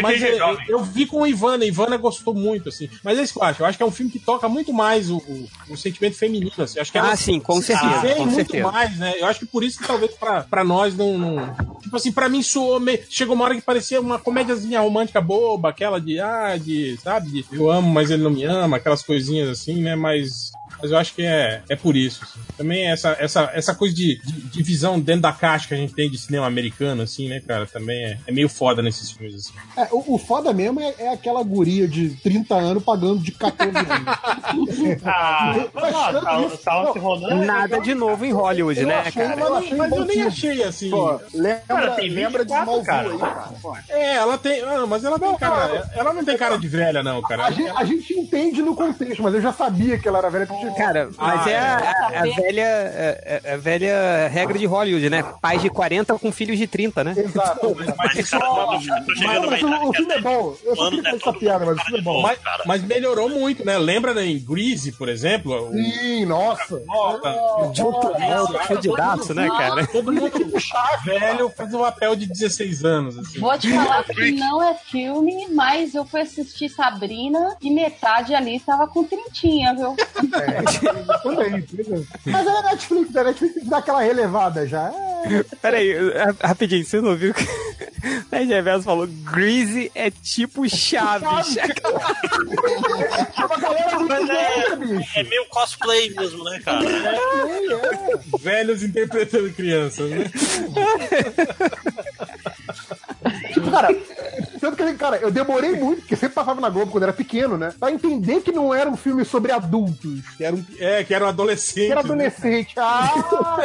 S6: Mas é, eu, eu, eu vi com a Ivana, a Ivana gostou muito, assim. Mas é isso que eu acho. Eu acho que é um filme que toca muito mais o, o, o sentimento feminino, assim. Eu acho que
S12: Ah,
S6: ela
S12: sim, com
S6: se
S12: certeza,
S6: vê
S12: com
S6: muito
S12: certeza.
S6: mais, né? Eu acho que por isso que talvez pra, pra nós não, não- Tipo assim, pra mim soou meio. Chegou uma hora que parecia uma comédiazinha romântica boba, aquela de, ah, de, sabe? de eu amo, mas ele não me ama, aquelas coisinhas assim, né? Mas. Mas eu acho que é, é por isso. assim. Também essa, essa, essa coisa de, de, de visão dentro da caixa que a gente tem de cinema americano, assim, né, cara? Também é, é meio foda nesses filmes, assim.
S22: É, o, o foda mesmo é, é aquela guria de 30 anos pagando de 14 anos.
S8: Ah,
S22: Mas tirando
S8: não, tá
S22: isso,
S8: Salve
S22: não,
S8: Ronan.
S12: Nada de novo em Hollywood,
S22: Eu
S12: né,
S22: achei
S12: cara?
S22: uma-
S6: Mas, mas eu nem achei assim.
S5: Pô, lembra,
S8: Cara, tem
S5: lembra de
S8: 24,
S5: Smallville
S8: cara.
S5: aí, cara. Pô.
S6: É, ela tem. ah, mas ela tem cara. Ela não tem cara de velha, não, cara.
S22: A gente, a gente entende no contexto, mas eu já sabia que ela era velha. porque-
S12: Cara, mas
S6: Ah,
S12: é, a,
S3: é.
S12: a- a velha, é- é- a velha regra de Hollywood, né? Pais de 40 com filhos de 30, né?
S22: Exato.
S9: Mas, cara, eu tô
S22: Mas,
S9: chegando numa
S22: o, o
S9: idade
S22: filme é bom. Eu só
S9: Mano,
S22: queria
S9: tá
S22: fazer essa
S9: todo
S22: piada, mas o filme é bom.
S9: Mas-
S6: Mas, mas melhorou muito, né? Lembra né, em Greasy, por exemplo? O
S22: Sim, nossa.
S6: Volta. é,
S12: Total, fudidaço, né, cara?
S6: Todo mundo velho faz um papel de 16 anos, assim.
S3: Vou te falar que não é filme, mas eu fui assistir Sabrina e metade ali tava com trintinha, viu?
S22: Também, entendeu? Mas é a Netflix, a Netflix dá aquela relevada já. É,
S12: Peraí, ra- rapidinho, vocês não ouviram que o Nerd Reverso falou Greasy é tipo Chaves.
S22: a galera do
S9: Mas é-
S22: cinema, bicho.
S9: É meio cosplay mesmo, né, cara?
S6: Velhos interpretando crianças, né?
S22: Cara, tanto que, cara, eu demorei muito, porque eu sempre passava na Globo quando era pequeno, né? Pra entender que não era um filme sobre adultos.
S6: Que era um, é, que era um adolescente.
S22: Que era
S6: né?
S22: adolescente. Ah,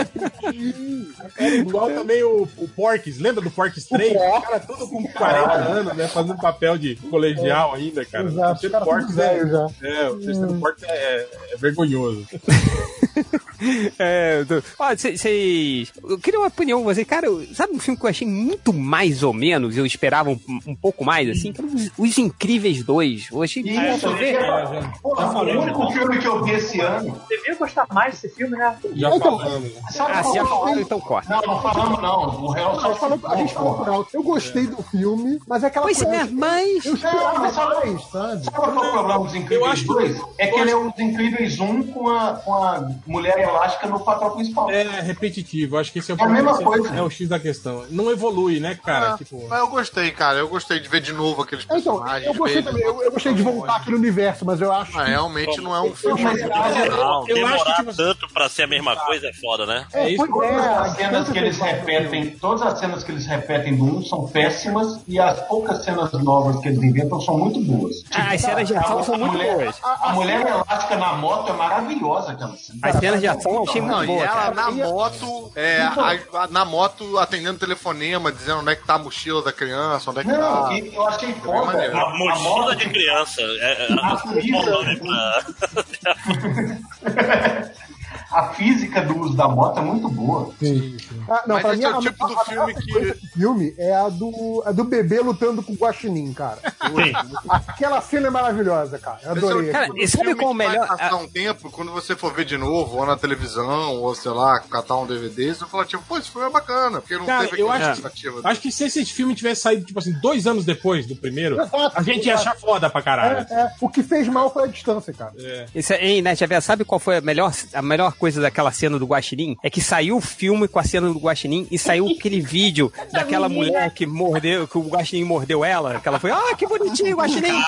S6: Era igual também o, o Porques. Lembra do Porques 3? O cara todo com 40 anos, né? Fazendo papel de colegial ainda, cara.
S22: Exato,
S6: O terceiro
S22: cara, tudo
S6: Porques é,
S22: velho já. Hum.
S6: é, o terceiro Porques é, é vergonhoso.
S12: É, do- ó, vocês. Eu queria uma opinião com vocês. Cara, eu- sabe um filme que eu achei muito mais ou menos? Eu esperava um, um pouco mais, assim? Que era os, os Incríveis 2. Eu achei.
S7: E isso,
S8: né? Tá
S6: já, já,
S7: porra, o único filme que eu vi esse ano.
S8: Devia gostar mais desse filme, né?
S6: já
S22: Então,
S6: falamos.
S7: Sabe
S12: Ah, se
S7: qual
S12: é
S7: foi?
S12: falado, então corta.
S7: Não, não falamos não. O Real
S22: a gente falou, a gente falou por alto. Eu gostei do filme, mas é aquela
S12: Pois
S22: coisa.
S12: é, mas.
S22: Eu
S7: É,
S22: esperava mais, sabe?
S7: Sabe qual foi o problema dos Incríveis
S6: Eu acho que-
S7: 2? É que ele é um dos Incríveis 1 com a, com a mulher elástica no papel principal.
S6: É repetitivo, acho que esse é o
S7: É a mesma coisa.
S6: É o X da questão. Não evolui, né, cara?
S4: Ah,
S6: Tipo,
S4: Mas eu gostei, cara. Eu gostei de ver de novo aqueles
S22: É, Então,
S4: personagens.
S22: eu gostei
S4: deles.
S22: também, eu, eu
S4: um
S22: gostei de voltar aquele universo, mas eu acho.
S4: Mas realmente não é um filme
S22: Mas-
S4: muito
S9: Não,
S4: original.
S9: demorar tanto pra ser a mesma coisa é foda, né?
S22: tipo assim- É, isso
S7: Todas as cenas que eles repetem, todas as cenas que eles repetem do 1 são péssimas e as poucas cenas novas que eles inventam são muito boas.
S12: Ah, as cenas de ação são muito
S7: mulher,
S12: boas.
S7: A, a mulher elástica na moto é maravilhosa, cara.
S12: As cenas de ação eu achei
S4: Não,
S12: muito
S4: e
S12: boa.
S4: ela
S12: cara.
S4: na moto, é,
S22: Então-
S4: a- a- na moto atendendo telefonema, dizendo onde é que tá a mochila da criança, onde é que
S7: Não,
S4: tá.
S7: e eu achei
S4: É
S7: foda.
S4: maneiro.
S9: A mochila de criança. É, é,
S7: A
S9: qual o nome pra-
S7: A física do uso da moto é muito boa.
S22: Ah, não,
S4: Mas
S22: pra
S4: esse
S22: mim,
S4: é
S22: a-
S4: o tipo
S22: a-
S4: do
S22: a- a
S4: filme
S22: melhor
S4: que-
S22: coisa do filme é a do, a do bebê lutando com o guaxinim, cara. Aquela cena é maravilhosa, cara. Eu adorei.
S4: Esse é o tipo
S22: aquilo.
S4: do filme que vai Passar um tempo, quando você for ver de novo, ou na televisão, ou sei lá, catar um DVD, você fala tipo, pô, esse filme é bacana, porque não
S6: Cara,
S4: teve
S6: eu
S4: aquela
S6: acho, que-
S4: expectativa.
S6: acho que se esse filme tivesse saído, tipo assim, dois anos depois do primeiro,
S22: Exato,
S6: a gente ia
S22: exato.
S6: achar foda pra caralho.
S22: É, é, o que fez mal foi a distância, cara.
S12: Isso é, hein, né, Xavier, sabe qual foi a melhor, a melhor coisa daquela cena do Guaxinim? É que saiu o filme com a cena do Guaxinim e saiu aquele vídeo daquela
S3: menina.
S12: mulher que mordeu, que o Guaxinim mordeu ela, que ela foi, ah, que bonitinho, Guaxinim!
S9: um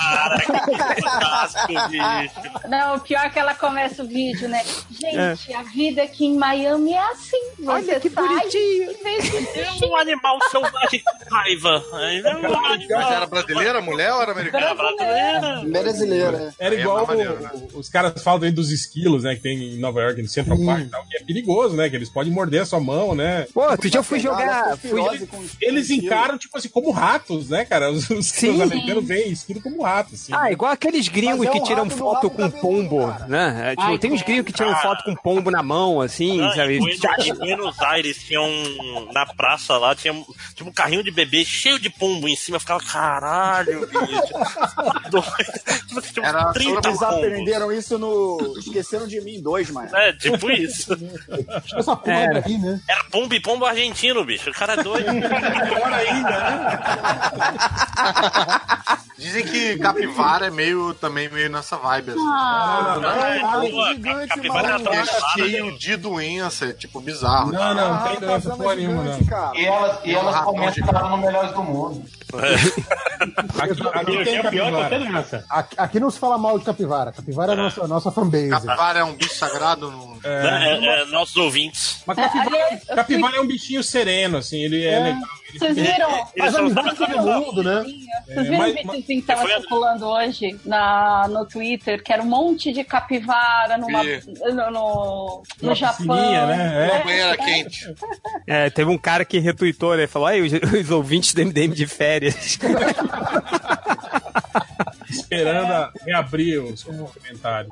S3: Não, o pior é que ela começa o vídeo, né? Gente, a vida aqui em Miami é assim. Você Olha que sai bonitinho. e vem esse
S9: É um animal selvagem com raiva. É um
S4: Mas
S9: animal.
S4: era brasileira, a mulher ou era americana?
S5: Brasileira.
S6: Era
S4: É,
S6: igual
S4: mas maneiro, né?
S6: o- os caras falam aí dos esquilos, né? Que tem em Nova York, no Central Park e tal, que é perigoso, né? Que eles podem morder a sua mão, né?
S12: Pô, outro dia eu fui jogar. Ah, Fui,
S6: Eles encaram, tipo assim, como ratos, né, cara? Os, os- os
S12: Sim.
S6: americanos veem esquilo como ratos, assim.
S12: ah, igual aqueles gringos
S5: Mas é um
S12: que tiram
S5: rato do
S12: foto
S5: lado
S12: com pombo, né? É, tipo,
S9: Ai,
S12: tem uns gringos que tiram
S9: cara.
S12: foto com pombo na mão, assim,
S9: Não,
S12: sabe?
S9: em Buenos, em Buenos Aires tinha um. Na praça lá, tinha um- tipo um carrinho de bebê cheio de pombo em cima. Eu ficava, caralho, bicho. Doido. tipo, tinha uns
S4: Era-
S9: 30
S5: Eles
S9: pombos.
S5: aprenderam isso no. Esqueceram de mim dois, mano.
S9: É, tipo isso.
S22: Essa porra
S12: Era.
S22: daí, né?
S9: Era pombo e pombo argentino, bicho. O cara é doido.
S6: Pior ainda, né?
S4: Dizem que capivara é meio também meio nessa vibe. Assim.
S3: Ah,
S9: Caralho, é boa,
S5: gigante,
S9: capivara tá
S5: maluco.
S4: É
S9: atravessada,
S4: cheio de doença, é, tipo, bizarro.
S6: Não, não, não
S5: Ah,
S6: tem doença
S5: Amazonas
S22: é
S6: porra nenhuma, não.
S5: gigante, cara.
S7: E elas, e elas
S4: Ratão
S7: começaram no Melhores do Mundo.
S6: Aqui,
S9: é
S6: aqui é tem capivara.
S22: Aqui, aqui não se fala mal de capivara. Capivara é a nossa, nossa fanbase.
S4: Capivara é um bicho sagrado no.
S9: né? É, é, nossos ouvintes.
S6: Mas capivara,
S3: Aliás, eu
S6: capivara é um bichinho sereno, assim, ele é, legal.
S3: Vocês viram?
S9: Eles são
S22: amizade com todo mundo, né?
S3: Vocês viram
S6: mas-
S3: o videozinho que tava
S9: foi a-
S3: circulando hoje na, no Twitter, que era um monte de capivara numa,
S4: Vi.
S3: no, no, no
S6: Uma piscininha,
S3: Japão.
S6: né? É.
S4: Banheira quente.
S12: É, teve um cara que retuitou, né? Falou, aí os, os ouvintes do MDM de férias.
S6: esperando a- reabrir os comentários.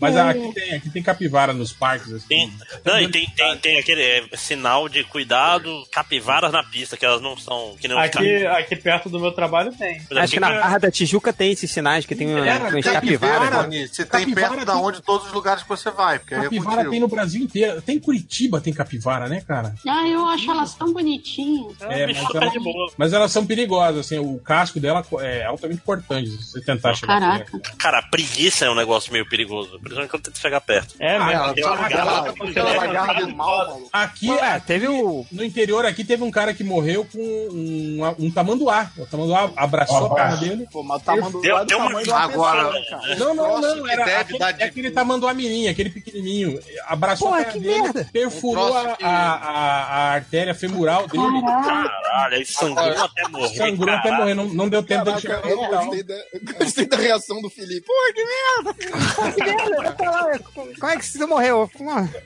S6: Mas aqui tem, aqui tem capivara nos parques, assim.
S9: Tem, não, e tem, tem, tem aquele é, sinal de cuidado, capivaras na pista, que elas não são. Que não
S8: Aqui, aqui perto do meu trabalho tem.
S9: é
S12: Acho que
S9: um
S12: na Barra da Tijuca tem esses sinais, que tem
S6: Era,
S12: uma- umas
S6: capivara,
S12: capivaras.
S4: Tony, você tem
S6: capivara
S4: perto
S6: tem-
S4: da onde todos os lugares que você vai, porque aí é
S6: Capivara
S4: contigo.
S6: tem no Brasil inteiro. Tem em Curitiba, tem capivara, né, cara?
S1: Ah, eu acho elas tão bonitinhas.
S6: É,
S9: bicho
S6: mas
S9: tá
S6: ela-
S9: de boa.
S6: Mas elas são perigosas, assim, o casco dela é altamente cortante, se você tentar chegar
S1: Caraca.
S6: perto.
S9: Cara, preguiça é um negócio meio perigoso. Principalmente quando tenta chegar perto.
S8: É, mas
S4: Ela,
S9: Tem um uma
S4: ela,
S9: garra-
S4: ela agarra do mal, maluco.
S6: Aqui,
S12: Ah,
S6: ah,
S12: teve o.
S6: no interior aqui, teve um cara que morreu com um, um tamanduá. O tamanduá abraçou a cara dele.
S5: Pô, mas o tamanho do
S9: Deu-
S5: lado,
S9: deu
S5: o
S9: uma-
S5: tamanho de uma
S4: Agora-
S5: pessoa, né, cara.
S6: Não, não,
S4: troço
S6: não.
S4: que
S6: Era
S4: deve
S6: aquele,
S4: dar de-
S6: é aquele tamanduá mirim, aquele pequenininho. Abraçou
S12: Porra,
S6: a cara
S12: que
S6: dele,
S12: merda!
S6: perfurou
S4: Um
S6: a,
S4: troço que-
S6: a, a, a artéria femoral dele,
S9: Caralho, aí sangrou até morrer.
S6: sangrou até morrer.
S9: caralho.
S6: Não, não deu tempo de chegar
S5: Caraca,
S6: no
S5: eu
S6: hospital.
S5: gostei da, gostei da reação do Felipe. Pô, que merda!
S12: Como é que você morreu?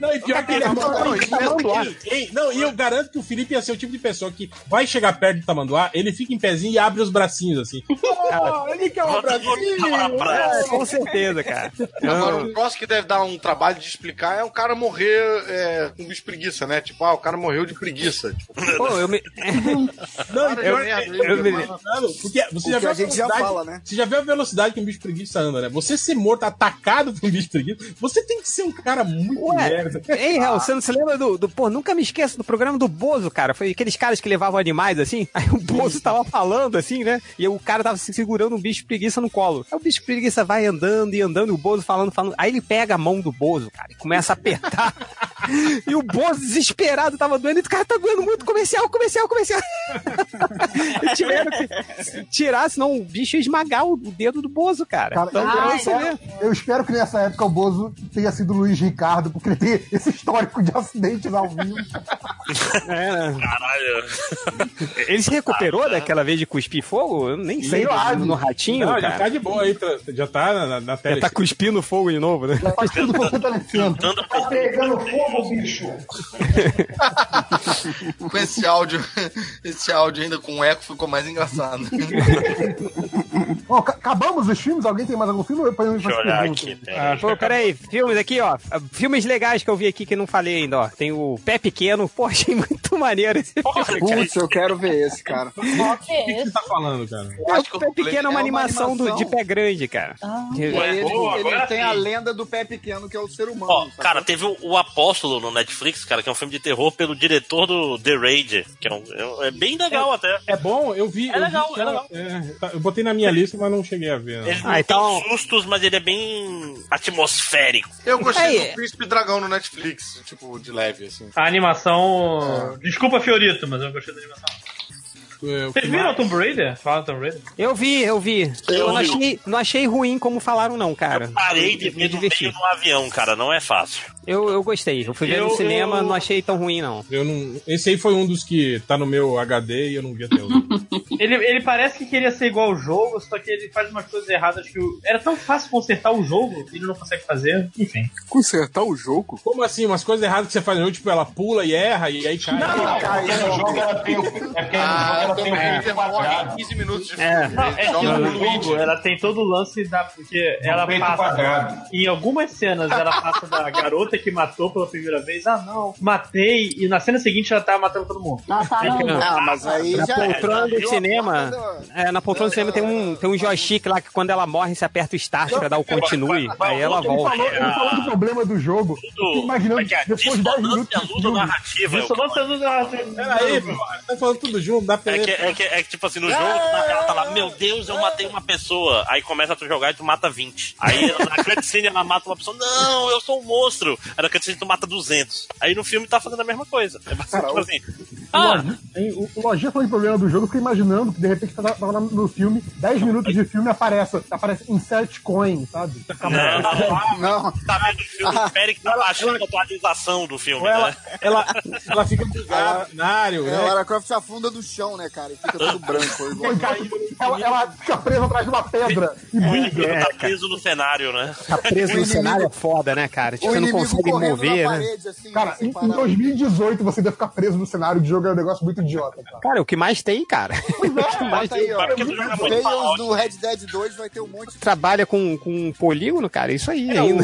S6: Não, e pior que ele
S5: Não, isso é
S6: tamanduá. Ei, Não, e eu garanto que o Felipe ia ser o tipo de pessoa que vai chegar perto do tamanduá, ele fica em pezinho e abre os bracinhos assim.
S5: Pô, ele quer um abracinho!
S9: Um abraço.
S12: com certeza, cara.
S4: Agora, o troço que deve dar um trabalho de explicar é o cara morrer é, com espreguiça, né? Tipo, ah, o cara morreu de preguiça. Tipo,
S12: Pô, eu me.
S6: Não, e
S4: Para
S6: pior
S4: de merda,
S6: que-
S4: hein,
S6: eu me-
S4: mano?
S6: Mano, porque você
S5: O
S6: já
S5: que
S6: viu
S5: a gente já
S6: velocidade-
S5: fala, né?
S6: Você já viu a velocidade que um bicho preguiça anda, né? Você ser morto, atacado por um bicho de preguiça. Você tem que ser um cara muito
S12: Ué,
S6: merda.
S12: Hein, Hel, você não se lembra do, do- Pô, nunca me esqueço do programa do Bozo, cara. Foi aqueles caras que levavam animais assim. Aí o Bozo tava falando assim, né? E o cara tava se segurando um bicho preguiça no colo. Aí o bicho preguiça vai andando e andando, e o Bozo falando, falando. Aí ele pega a mão do Bozo, cara, e começa a apertar. e o Bozo, desesperado, tava doendo. E o cara tá doendo muito. Comercial, comercial, comercial. Eles tiveram que tirar, senão o bicho ia esmagar o dedo do Bozo, cara.
S22: Cara,
S12: então,
S22: eu,
S12: pra
S22: eu
S12: você ver.
S22: espero, eu espero que nessa época o Bozo tenha sido o Luiz Ricardo, porque ele tem esse histórico de acidentes ao vivo.
S9: Caralho.
S12: Ele se recuperou daquela vez de cuspir fogo? Eu nem sei.
S6: lá,
S12: no, no ratinho?
S6: Não, já
S12: cara.
S6: tá de boa aí, tá- já tá na, na, na tela.
S12: Já tá cuspindo fogo de novo, né?
S7: Tá pegando fogo, bicho.
S4: Com esse áudio, esse áudio ainda com eco ficou mais engraçado.
S22: Bom, ca- acabamos os filmes? Alguém tem mais algum filme? Eu ponho pra
S12: Ah, pô, peraí, filmes aqui, ó. Filmes legais que eu vi aqui que não falei ainda, ó. Tem o Pé Pequeno, pô, achei muito maneiro esse filme.
S5: Putz, eu quero ver esse, cara.
S6: O que você tá falando, cara?
S12: o Pé Pequeno é uma animação, do- de pé grande, cara.
S5: E
S12: Eu-
S5: ele,
S9: Boa,
S5: ele
S9: agora
S5: tem
S9: sim.
S5: a lenda do pé pequeno, que é o ser humano.
S9: Ó, cara, teve o, o Apóstolo no Netflix, cara, que é um filme de terror pelo diretor do The Raid, que é, um, é um- é bem legal até.
S6: É bom, eu vi.
S9: É
S6: eu vi
S9: legal,
S6: que
S9: é
S6: era-
S9: legal.
S6: é, tá, eu botei na minha lista, mas não cheguei a ver.
S9: Ele
S6: Não.
S9: não tem sustos, mas ele é bem atmosférico.
S4: Eu gostei
S9: Aí.
S4: do Príncipe Dragão no Netflix, tipo, de leve, assim.
S35: A animação. Desculpa, Fiorito, mas eu gostei da animação. Vocês viram o Tomb Raider? Fala Tomb Raider.
S12: Eu vi, eu vi. Eu, não,
S9: vi.
S12: achei, não achei ruim como falaram, não,
S35: É,
S12: cara.
S9: Parei de ver no meio de um avião, cara, não é fácil.
S12: Eu, eu gostei. Eu fui ver
S9: Eu-
S12: no cinema,
S9: eu-
S12: não achei tão ruim, não.
S6: Eu não. Esse aí foi um dos que tá no meu HD e eu não vi até hoje.
S35: Ele, ele parece que queria ser igual ao jogo, só que ele faz umas coisas erradas que o- era tão fácil consertar o jogo, ele não consegue fazer. Enfim.
S5: Consertar o jogo?
S6: Como assim? Umas coisas erradas que você faz no jogo, tipo, ela pula e erra e aí cai.
S7: Não, não, porque no jogo ela tem o. É porque no jogo ela tem o
S6: é.
S7: filho quadrado.
S4: 15 minutos de
S7: É.
S35: Não, é que no jogo ela tem todo o lance da. Porque ela
S7: peito
S35: passa.
S7: quadrado.
S35: Em algumas cenas ela passa da garota que matou pela primeira vez. Ah, não, matei. E na cena seguinte ela tá matando todo mundo.
S5: Ah, tá, não.
S12: Ah,
S5: mas aí
S12: na
S5: já- é.
S12: poltrona
S5: já
S12: do
S5: viu a
S12: cinema, é, na poltrona do cinema tem um, tem um joystick lá que quando ela morre, você aperta o start pra dar o continue, aí ela
S22: Ele falou,
S12: volta.
S22: ele falou
S9: Ah.
S22: do problema do jogo. Eu fico
S9: é
S22: imaginando, depois de 10 minutos. de filme,
S9: narrativa. é
S35: Isso, não sendo
S6: Peraí, pô, tá falando tudo junto, dá pra
S9: É que, é, que, é que, tipo assim, no jogo, ela tá lá, meu Deus, eu matei uma pessoa. Aí começa a tu jogar e tu mata 20. Aí na cutscene ela mata uma pessoa, não, eu sou um monstro. Aí na cutscene tu mata 200. Aí no filme tá fazendo a mesma coisa. É bastante tipo assim. Ah,
S22: Lojinha- hein, O o Lojinha falou de problema do jogo, eu fiquei imaginando que de repente tava tava lá no filme, 10 minutos de filme aparece, aparece insert coin, sabe?
S9: não,
S5: não.
S9: é, Tá vendo o filme? Espere que tá baixando a atualização do filme, né?
S6: Ela, ela fica bugada,
S5: É,
S6: cenário,
S5: o Lara Croft se afunda do chão, né, cara? E fica todo branco. igual-
S22: Ela, ela fica presa atrás de uma pedra e
S9: O
S22: buga.
S9: inimigo tá preso no cenário, né?
S12: Tá preso no cenário é foda, né, cara?
S5: um
S12: Tipo,
S22: O
S12: você não
S22: inimigo
S12: consegue
S22: correndo
S12: mover,
S22: na
S12: né?
S5: assim,
S22: Cara, em, em 2018 você deve ficar preso no cenário de jogo, é um negócio muito idiota, cara.
S12: Cara, o que mais tem, cara?
S5: Bota aí, ó.
S22: Porque tu joga muito
S5: Tails
S22: Fallout.
S5: do Red Dead 2 vai ter um monte
S12: Trabalha com, com polígono, cara, isso aí
S6: É,
S12: ainda.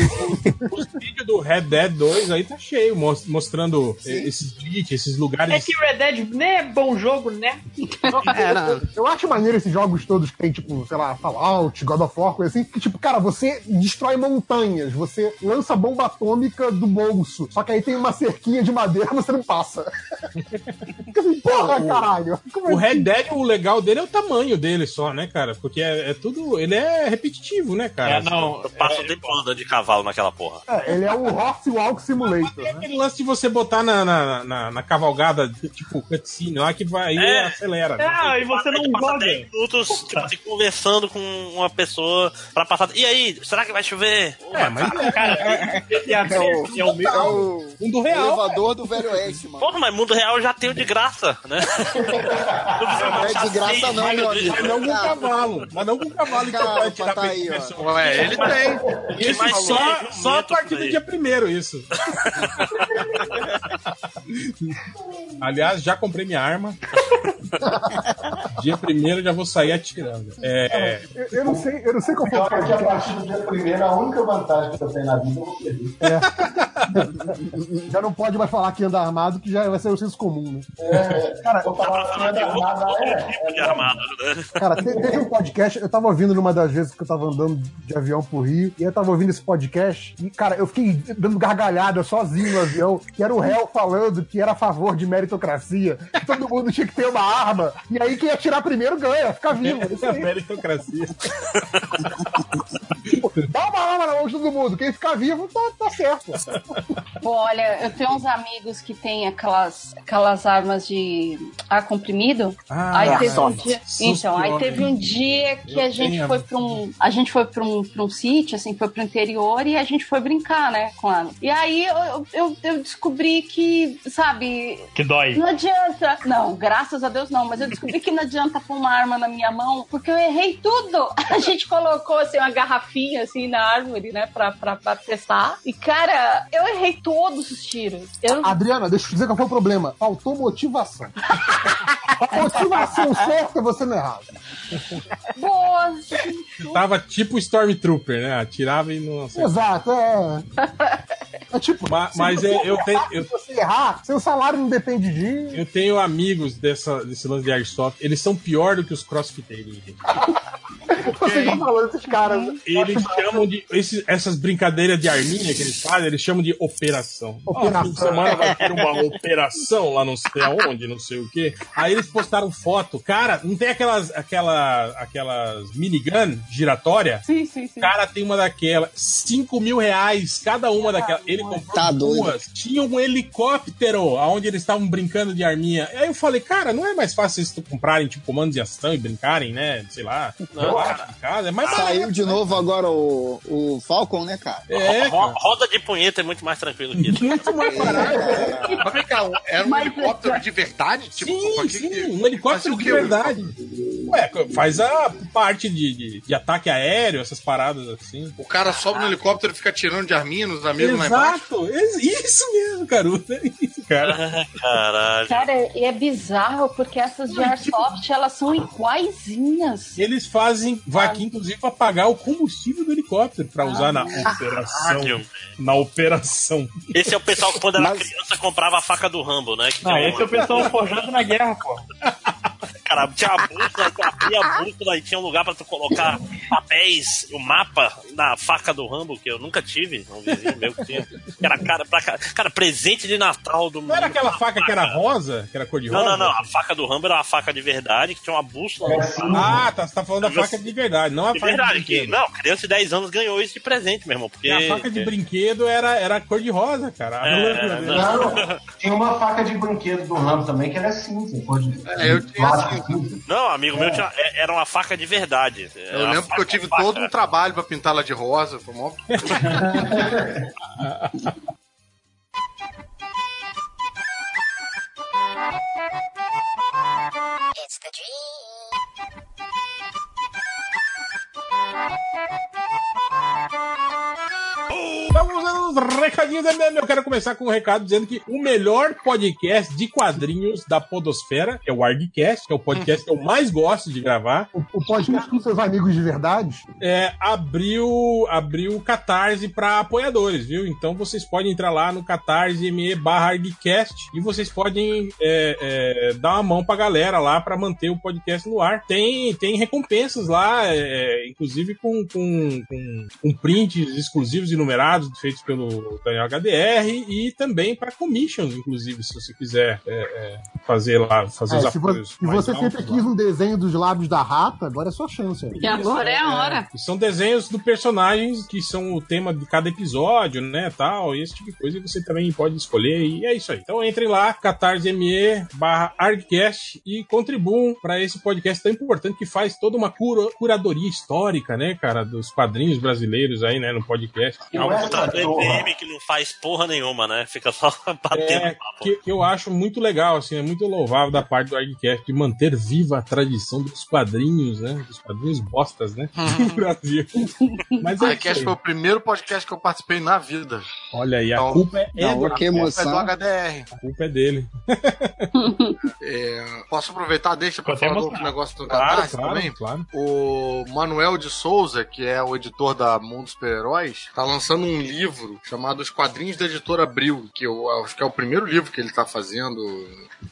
S6: vídeo do Red Dead 2 aí tá cheio, mos- mostrando eh, esses glitch, esses lugares.
S35: É que Red Dead nem é bom jogo, né?
S12: É,
S22: Eu- eu, eu acho maneiro esses jogos todos que tem, tipo, sei lá, Fallout, God of War, coisa assim, que, tipo, cara, você destrói montanhas, você lança bomba atômica do bolso, só que aí tem uma cerquinha de madeira você não passa. Fica assim, Porra, caralho. Como
S6: O
S22: é que-
S6: Red Dead, o legal dele é o tamanho dele só, né, cara? Porque é, é tudo. Ele é repetitivo, né, cara?
S9: É, não. Eu passo o tempo andando de cavalo naquela porra.
S22: É, ele é o Horse Walk Simulator, né?
S6: Aquele lance de você botar na, na, na- na cavalgada, tipo, cutscene lá, que vai aí
S9: É.
S6: acelera. né?
S9: Ah, e você não passa 10 minutos tipo, assim, conversando com uma pessoa pra passar. E aí, será que vai chover?
S6: É, mas
S9: cara, cara, e a-
S5: É o-
S9: é o meu-
S5: é o-
S6: Mundo
S5: real. elevador do Velho Oeste, mano.
S9: Porra, mas mundo real já tem o de graça, né?
S5: Não é de graça, não, meu amigo.
S6: Tá Mas não com cavalo. Mas não com cavalo que
S5: Capa,
S6: vai tirar
S5: tá aí, ó.
S6: pessoa.
S4: Ué, ele tem.
S6: Isso
S4: Mas
S6: só,
S9: é
S4: tem
S6: só a partir do
S4: aí.
S6: dia primeiro, isso. Aliás, já comprei minha arma. dia primeiro já vou sair atirando.
S35: Então,
S6: É,
S22: Eu, eu não sei, eu não sei qual foi o
S7: Porque a
S22: podcast.
S7: partir do dia primeiro, a única vantagem que eu tenho na vida é você.
S22: É. já não pode mais falar que anda armado, que já vai ser o senso comum, né?
S7: É, cara, eu tava falando de armada, é.
S9: de armado, né?
S22: Cara, te- teve um podcast, eu tava ouvindo numa das vezes que eu tava andando de avião pro Rio, e eu tava ouvindo esse podcast, e, cara, eu fiquei dando gargalhada sozinho no avião, que era o réu falando que era a favor de meritocracia, que todo mundo tinha que ter uma arma, e aí quem atirar primeiro ganha, fica vivo. Isso aí.
S6: meritocracia.
S22: Tipo, Dá uma arma na mão de todo mundo, quem ficar vivo tá, tá certo.
S3: Pô, olha, eu tenho uns amigos que têm aquelas, aquelas armas de ar comprimido.
S36: Ah,
S3: aí teve um
S36: garçom.
S3: dia,
S36: Susto
S3: então, aí
S36: homem.
S3: teve um dia que
S36: Eu
S3: a gente
S36: tenho.
S3: foi pra um, a gente foi para um, pra um sítio, assim, foi pro interior e a gente foi brincar, né, com ela. E aí eu, eu, eu descobri que, sabe,
S35: Que dói.
S3: não adianta. Não, graças a Deus não, mas eu descobri que não adianta pôr uma arma na minha mão, porque eu errei tudo. A gente colocou assim uma garrafinha assim na árvore, né, pra, pra, pra testar. E cara, eu errei todos os tiros. Eu
S22: Adriana, deixa eu te dizer qual foi o problema. Faltou motivação. A motivação certa, você não é errava.
S3: Boa.
S6: Tava tipo Stormtrooper, né? Atirava e não acertava.
S22: Exato, é. É tipo.
S6: Ma-
S22: se
S6: mas
S22: você
S6: é, eu
S22: errar,
S6: tenho- eu-
S22: Se você errar, seu salário não depende de.
S6: Eu tenho amigos dessa, desse lance de airsoft. Eles são pior do que os crossfiteiros. gente.
S22: Você já falou desses tá caras.
S6: Eles chamam de. esses- essas brincadeiras de arminha que eles fazem, eles chamam de operação. Ó,
S22: Operação.
S6: fim de semana vai ter uma operação lá não sei aonde, não sei o quê. Aí eles postaram foto. Cara, não tem aquelas, aquela, aquelas minigun giratória?
S3: Sim, sim, sim.
S6: Cara, tem uma daquela. 5 mil reais cada uma daquela. Ele comprou duas. Tinha um helicóptero onde eles estavam brincando de arminha. Aí eu falei, cara, não é mais fácil eles comprarem, tipo, comandos de ação e brincarem, né? Sei lá.
S9: Não,
S6: lá
S9: cara.
S6: de casa. É
S4: Ah,
S6: mais
S5: Saiu de novo agora o, o Falcon, né, cara?
S6: É,
S9: Ro- Roda de punheta é muito mais tranquilo que isso.
S6: Muito mais
S9: barato.
S4: Mas vem cá, era um helicóptero de verdade? Tipo,
S6: é Sim,
S4: aqui-
S6: sim, um helicóptero de verdade. Ué, faz a parte de, de, de ataque aéreo, essas paradas assim.
S4: O cara sobe no helicóptero e fica tirando de arminha nos amigos lá embaixo.
S6: Exato, ex- isso mesmo, garoto. É isso, cara.
S9: Caralho.
S3: Cara, e é bizarro porque essas de airsoft, elas são iguaizinhas.
S6: Eles fazem vaquinha, inclusive, pra pagar o combustível do helicóptero pra usar na
S9: Ah,
S6: operação. Na operação.
S9: Esse é o pessoal que quando era criança comprava a faca do Rambo, né? Que
S6: Não,
S9: tem
S6: esse é o
S35: pessoal forjado na guerra, pô.
S9: Cara, tinha a bússola, tu abria a bússola e tinha um lugar pra tu colocar papéis, o mapa na faca do Rambo, que eu nunca tive, um vizinho meu que tinha. Que era cara, pra, ca- cara, presente de Natal do
S6: Não era aquela faca que era rosa, que era cor de
S9: Não,
S6: rosa?
S9: Ah, não, não. A faca do Rambo era uma faca de verdade, que tinha uma bússola.
S6: Ah, tá, você tá falando da faca de verdade, não a
S9: de
S6: faca
S9: verdade.
S6: de
S9: Que,
S6: brinquedo.
S9: não, criança de 10 anos ganhou isso de presente, meu irmão. Porque...
S6: Porque a faca de brinquedo era, era cor de rosa, cara. A
S9: É,
S6: rosa-
S7: Não, tinha uma faca de brinquedo do Rambo também que era cinza. Pode...
S4: É, eu tinha
S7: cinza.
S9: Não, amigo meu, tinha- é- era uma faca de verdade.
S4: Eu lembro que eu tive todo um trabalho pra pintá-la de rosa. Foi mó...
S37: It's the dream.
S6: Então, Vamos aos recadinhos da MM. Eu quero começar com um recado dizendo que o melhor podcast de quadrinhos da Podosfera é o Argcast, que é o podcast que eu mais gosto de gravar.
S22: O, o podcast com seus amigos de verdade.
S6: É, abriu abriu o Catarse para apoiadores, viu? Então vocês podem entrar lá no catarse.me barra Argcast e vocês podem é, é, dar uma mão pra galera lá para manter o podcast no ar. Tem, tem recompensas lá, é, inclusive com, com, com, com prints exclusivos e numerados feitos pelo Daniel HDR e também para commissions, inclusive, se você quiser é, é, fazer lá, fazer os
S22: É, se você,
S6: apoios.
S22: se
S6: mais
S22: você
S6: altos
S22: sempre
S6: lá.
S22: quis um desenho dos lábios da rata, agora é sua chance. ó.
S36: E agora é a hora.
S6: E São desenhos do personagens que são o tema de cada episódio, né, tal, esse tipo de coisa, e você também pode escolher, e é isso aí. Então entrem lá, catarse.me barra Argcast e contribuam para esse podcast tão importante que faz toda uma cura- curadoria histórica, né, cara, dos quadrinhos brasileiros aí, né, no podcast.
S4: um
S9: Ao
S7: é
S4: tá
S9: contrário do MDM um que não faz porra nenhuma, né? Fica só
S4: um
S9: batendo
S6: É,
S9: papo.
S6: que, que eu acho muito legal, assim, é muito louvável da parte do Argcast de manter viva a tradição dos quadrinhos, né? Dos quadrinhos bostas, né? Do Brasil. Mas
S4: O
S6: é isso aí.
S4: Highcast Uhum. foi o primeiro podcast que eu participei na vida.
S6: Olha aí, a culpa é,
S4: Não,
S6: do-
S4: a
S6: A
S4: culpa é do HDR.
S6: culpa é dele.
S4: É, posso aproveitar, deixa pra
S6: Fico até
S4: falar do outro
S6: emocionado.
S4: negócio do
S6: Claro,
S4: Catarse
S6: claro,
S4: também?
S6: claro.
S4: O Manuel de Souza, que é o editor da Mundo Super-Heróis, tá lançando um um livro chamado Os Quadrinhos da Editora Abril, que eu acho que é o primeiro livro que ele tá fazendo.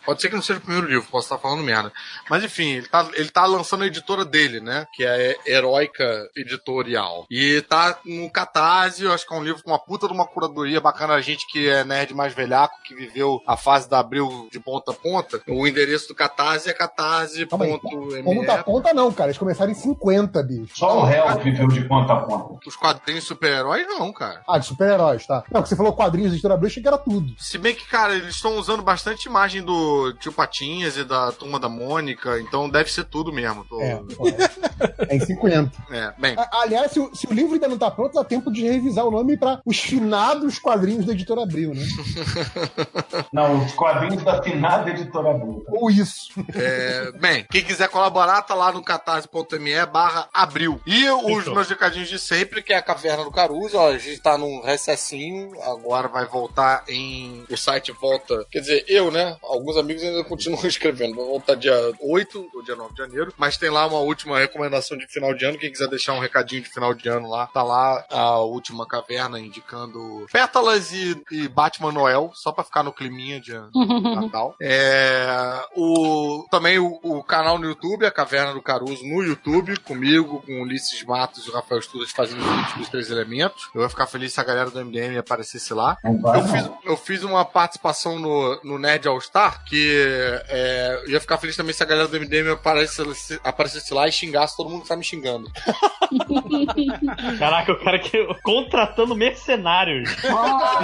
S4: Pode ser que não seja o primeiro livro, posso estar falando merda. Mas enfim, ele tá, ele tá lançando a editora dele, né? Que é a Heroica Editorial. E tá no Catarse, eu acho que é um livro com uma puta de uma curadoria bacana. A gente que é nerd mais velhaco, que viveu a fase da Abril de ponta a ponta. O endereço do Catarse é
S22: Calma aí,
S4: catarse.me.
S22: Ponta a ponta não, cara. Eles começaram em 50, bicho.
S7: Só o réu viveu de ponta a ponta.
S4: Os quadrinhos super-heróis, não, cara.
S22: Ah, de super-heróis, tá. Não, que você falou quadrinhos de história bruxa, achei que era tudo.
S4: Se bem que, cara, eles estão usando bastante imagem do Tio Patinhas e da Turma da Mônica, então deve ser tudo mesmo. Tô-
S22: É, É em 50.
S4: É, bem.
S22: A- Aliás, se o, se o livro ainda não tá pronto, dá tempo de revisar o nome pra os finados quadrinhos da editora Abril, né?
S7: Não, os quadrinhos da finada editora Abril.
S22: Ou isso.
S4: É, bem, quem quiser colaborar, tá lá no catarse.me barra abril. E os meus recadinhos de sempre, que é a Caverna do Caruso, ó, a gente tá num recessinho, agora vai voltar em... o site volta, quer dizer, eu, né, alguns amigos ainda continuam escrevendo, vai voltar dia 8 ou dia 9 de janeiro, mas tem lá uma última recomendação de final de ano, quem quiser deixar um recadinho de final de ano lá, tá lá a última caverna indicando Pétalas e, e Batman Noel, só pra ficar no climinha de Natal. É, o, também o, o canal no YouTube, a Caverna do Caruso, no YouTube, comigo, com o Ulisses Matos e o Rafael Estudas fazendo vídeos dos três elementos. Eu ia ficar feliz se a galera do MDM aparecesse lá.
S7: É um
S4: Eu fiz, eu fiz uma participação no, no Nerd All Star, que é, eu ia ficar feliz também se a galera do MDM aparecesse, aparecesse lá e xingasse todo mundo que tá me xingando.
S8: Caraca, o cara que contratando mercenários.
S22: Ah!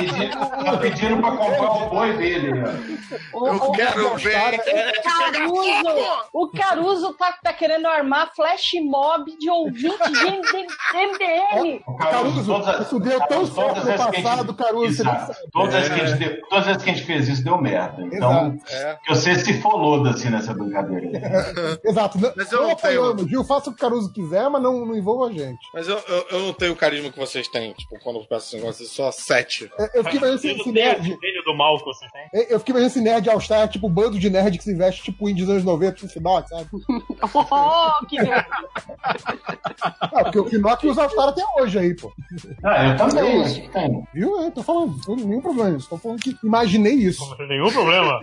S7: Tá pedindo pra comprar o boi dele, né?
S3: O- o-
S7: quero ver.
S4: é,
S3: Caruso, o Caruso tá, tá querendo armar flash mob de ouvinte de MDM.
S7: Caruso, todas,
S22: isso deu tão certo no
S7: todas as que a gente-
S22: passado, Caruso. você não
S7: Exato.
S22: sabe. É.
S7: Todas, as que a gente deu- todas as que a gente fez isso deu merda. Então,
S4: É.
S7: que você se foloda assim nessa brincadeira.
S22: Exato. Não,
S4: eu
S22: não
S4: não tenho-
S22: apoiamos, viu? Faça o que o Caruso quiser, mas não, não envolva a gente.
S4: Mas eu, eu, eu não tenho o carisma que vocês têm, tipo, quando eu peço esse negócio, é só sete.
S22: É, Eu fiquei imaginando
S9: assim,
S22: esse, esse
S9: né?
S22: nerd. é,
S8: Filho do assim. mal que você
S4: né?
S8: tem.
S22: Eu eu fiquei imaginando esse nerd all-star, tipo, um bando de nerd que se veste tipo índios dos anos 90, esse Knock, sabe?
S3: Oh, que delícia.
S22: Ah, porque o Knock usa all-star até hoje aí, pô.
S7: Ah, eu também, eu
S22: uso.
S7: também.
S22: Viu? É, tô falando, tô- nenhum problema nisso. Tô falando que imaginei isso.
S8: Nenhum problema.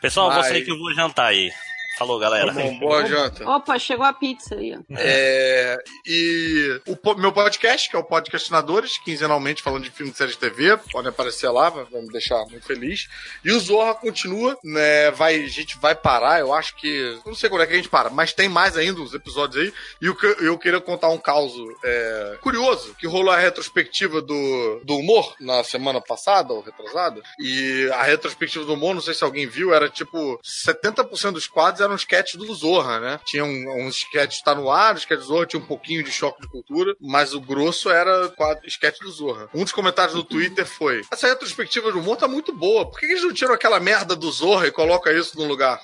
S9: Pessoal,
S4: Vai.
S9: vou sair que eu vou jantar aí. Falou, galera.
S4: Tá bom, boa janta.
S38: Opa, chegou a pizza aí. ó.
S4: É, e o po- meu podcast, que é o Podcastinadores, quinzenalmente falando de filme de série de TV, pode aparecer lá, vai vai me deixar muito feliz. E o Zorra continua, né? Vai, a gente vai parar, eu acho que. eu Não sei quando é que a gente para, mas tem mais ainda os episódios aí. E o que eu- eu queria contar um caos é, curioso, que rolou a retrospectiva do, do humor na semana passada, ou retrasada. E a retrospectiva do humor, não sei se alguém viu, era tipo 70% dos quadros eram sketches do Zorra, né? Tinha um, um sketch que tá no ar, o sketch do Zorra tinha um pouquinho de choque de cultura, mas o grosso era quadro, sketch do Zorra. Um dos comentários do Twitter foi: Essa retrospectiva do humor tá muito boa, por que que eles não tiram aquela merda do Zorra e colocam isso no lugar?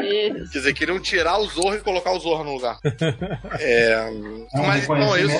S4: Quer dizer, queriam tirar o Zorra e colocar o Zorra no lugar. É,
S7: um
S4: mas não é isso.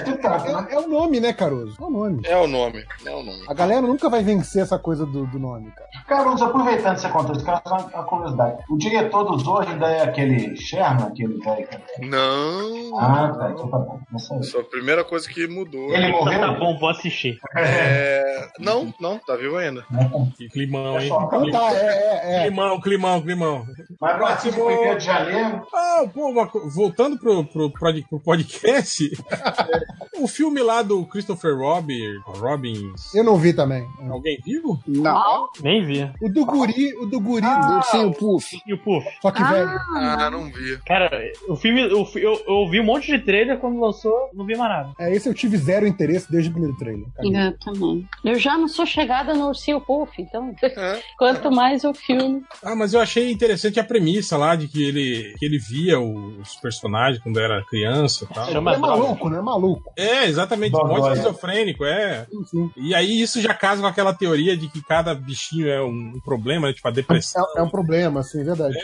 S22: É, é o nome, né, Caruso? É o nome.
S4: É o nome, é o nome.
S22: A galera nunca vai vencer essa coisa do, do nome, cara.
S7: Caruso, aproveitando esse contexto, cara, só uma curiosidade. O diretor do Zorro ainda é aquele Sherman, aquele velho. cara? é-
S4: Não.
S7: Ah, tá, então tá bom. Não sei.
S4: Isso é a primeira coisa que mudou.
S7: Ele morreu?
S8: Tá bom, vou assistir.
S4: É... Não, não, tá vivo ainda.
S6: Que climão, hein?
S22: Então tá, é, é, é.
S6: Climão, climão, climão.
S7: Mas Brasil foi Rio de Janeiro.
S6: Ah, pô, uma co- voltando pro, pro, prod- pro podcast, é, o filme lá do Christopher Robin, Robbins,
S22: Eu não vi também.
S6: alguém vivo?
S5: Não.
S8: Nem vi.
S22: O do guri, o do guri.
S5: Do ursinho Puff.
S8: E o Puff?
S22: Só que velho.
S4: Ah, não vi.
S8: Cara, o filme, eu, eu, eu ouvi um monte de trailer quando lançou, não vi mais nada.
S22: É, esse eu tive zero interesse desde o primeiro trailer. cara.
S1: Eu também. Eu já não sou chegada no Ursinho Puff, então.
S2: É.
S1: Quanto mais o filme.
S6: Ah, mas eu achei interessante a premissa lá de que ele, que ele via o- os personagens quando era criança e tal.
S22: é maluco, né? Maluco.
S6: É, exatamente, um monte de
S22: Dodói.
S6: esquizofrênico, é. E aí isso já casa com aquela teoria de que cada bichinho é um problema, né, tipo a depressão.
S22: É, é um problema, assim, é verdade.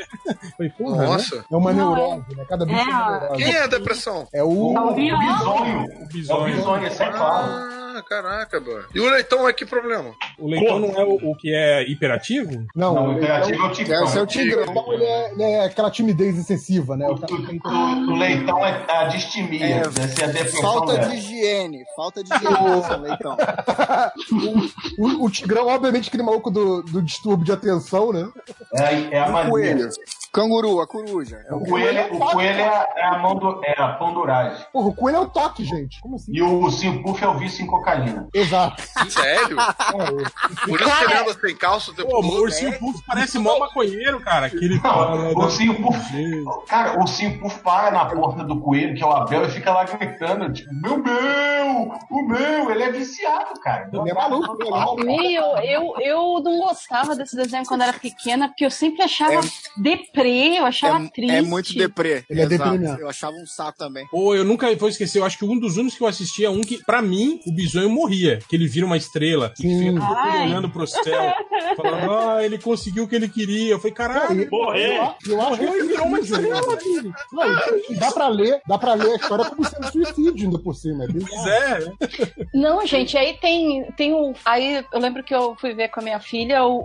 S6: Foi, porra, né?
S4: Nossa.
S22: É uma
S1: Não, é.
S22: neurose, né? Cada bicho é, uma
S1: É,
S5: Tá
S22: neurose.
S4: Quem é a depressão?
S22: É o.
S1: Tá ouvindo?
S7: Bisonho. É o
S6: Bisonho.
S7: Bisonho, isso é claro.
S4: Ah, caraca, mano. E o leitão é que problema?
S6: O leitão não é o, o que é hiperativo?
S9: Não,
S7: Não, o imperativo é o tigrão.
S9: Esse é o tigrão. Então ele é, ele é aquela timidez excessiva,
S5: É
S9: né? O cara tem que-
S7: O leitão é a distimia.
S9: É,
S7: deve ser a depressão
S5: Falta
S7: dela.
S5: de higiene. Falta de higiene, Nelson Leitão.
S9: o, o tigrão, obviamente, aquele maluco do, do distúrbio de atenção, né?
S7: É, é a
S5: O coelho.
S7: mania.
S5: Canguru, a coruja. É
S7: O coelho, o coelho é, a, é a mão do, é a panduragem.
S9: Porra, o coelho é o toque, gente. Como assim?
S7: E o ursinho puff é o vício em cocaína.
S9: Exato.
S4: Sério? Por isso que ele anda sem calça o tempo
S6: Pô, o
S4: todo. É,
S6: ursinho puff parece mó maconheiro, cara. Aquele...
S7: Não, o ursinho puff. Cara, o ursinho puff para na porta do coelho, que é o Abel, e fica lá gritando, tipo, meu, meu, o meu, ele é viciado, cara. Ele é maluco, ele é
S3: Meu, eu, eu não gostava desse desenho quando era pequena, porque eu sempre achava deprê, eu achava triste.
S5: É muito deprê.
S6: Ele é
S5: Exato.
S6: deprimido.
S5: Eu achava um saco também.
S6: Pô, eu nunca vou esquecer. Eu acho que um dos únicos que eu assisti é um que, pra mim, o bisonho morria. Que ele vira uma estrela. E fica todo
S3: Ai.
S6: olhando pro céu. Falando, ah, ele conseguiu o que ele queria. Eu falei, caralho.
S7: é?
S9: Eu, eu acho que ele virou uma estrela, filho. Não, e dá pra ler, dá pra ler a história como sendo suicídio ainda por cima. É bizarro.
S3: Não, gente, aí tem, tem o. Aí eu lembro que eu fui ver com a minha filha o,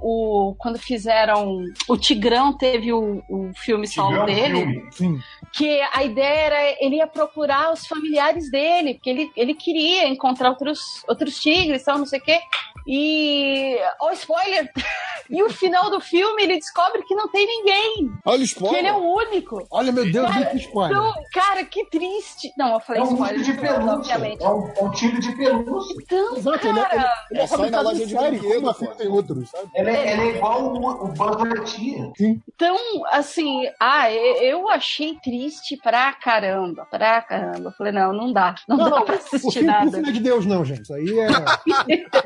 S3: o- quando fizeram. O Tigrão teve o, o filme solo
S9: Tigrão,
S3: dele.
S9: filme. Sim.
S3: Que a ideia era ele ia procurar os familiares dele, porque ele, ele queria encontrar outros, outros tigres, tal, não sei o quê. E. Ó, spoiler! E o final do filme ele descobre que não tem ninguém.
S9: Olha o
S3: Que
S9: spoiler.
S3: ele é o único.
S9: Olha, meu Deus,
S3: Cara,
S9: muito spoiler.
S3: não, cara, que triste. Não, eu falei
S7: É um
S3: spoiler,
S7: tiro de pelúcia.
S3: obviamente.
S7: É um, é um tiro de pelúcia.
S3: Então,
S9: Exato, ele é, ele,
S3: cara.
S9: ele é fabricado em série, como assim tem outros, sabe?
S7: Ele é, ele é igual o, o Buzz Lightyear.
S3: Então, assim, ah, e- eu achei triste pra caramba, pra caramba. Eu Falei, não, não dá, não, dá pra
S9: o
S3: assistir
S9: filme
S3: nada.
S9: não é de Deus, não, gente. Isso aí é.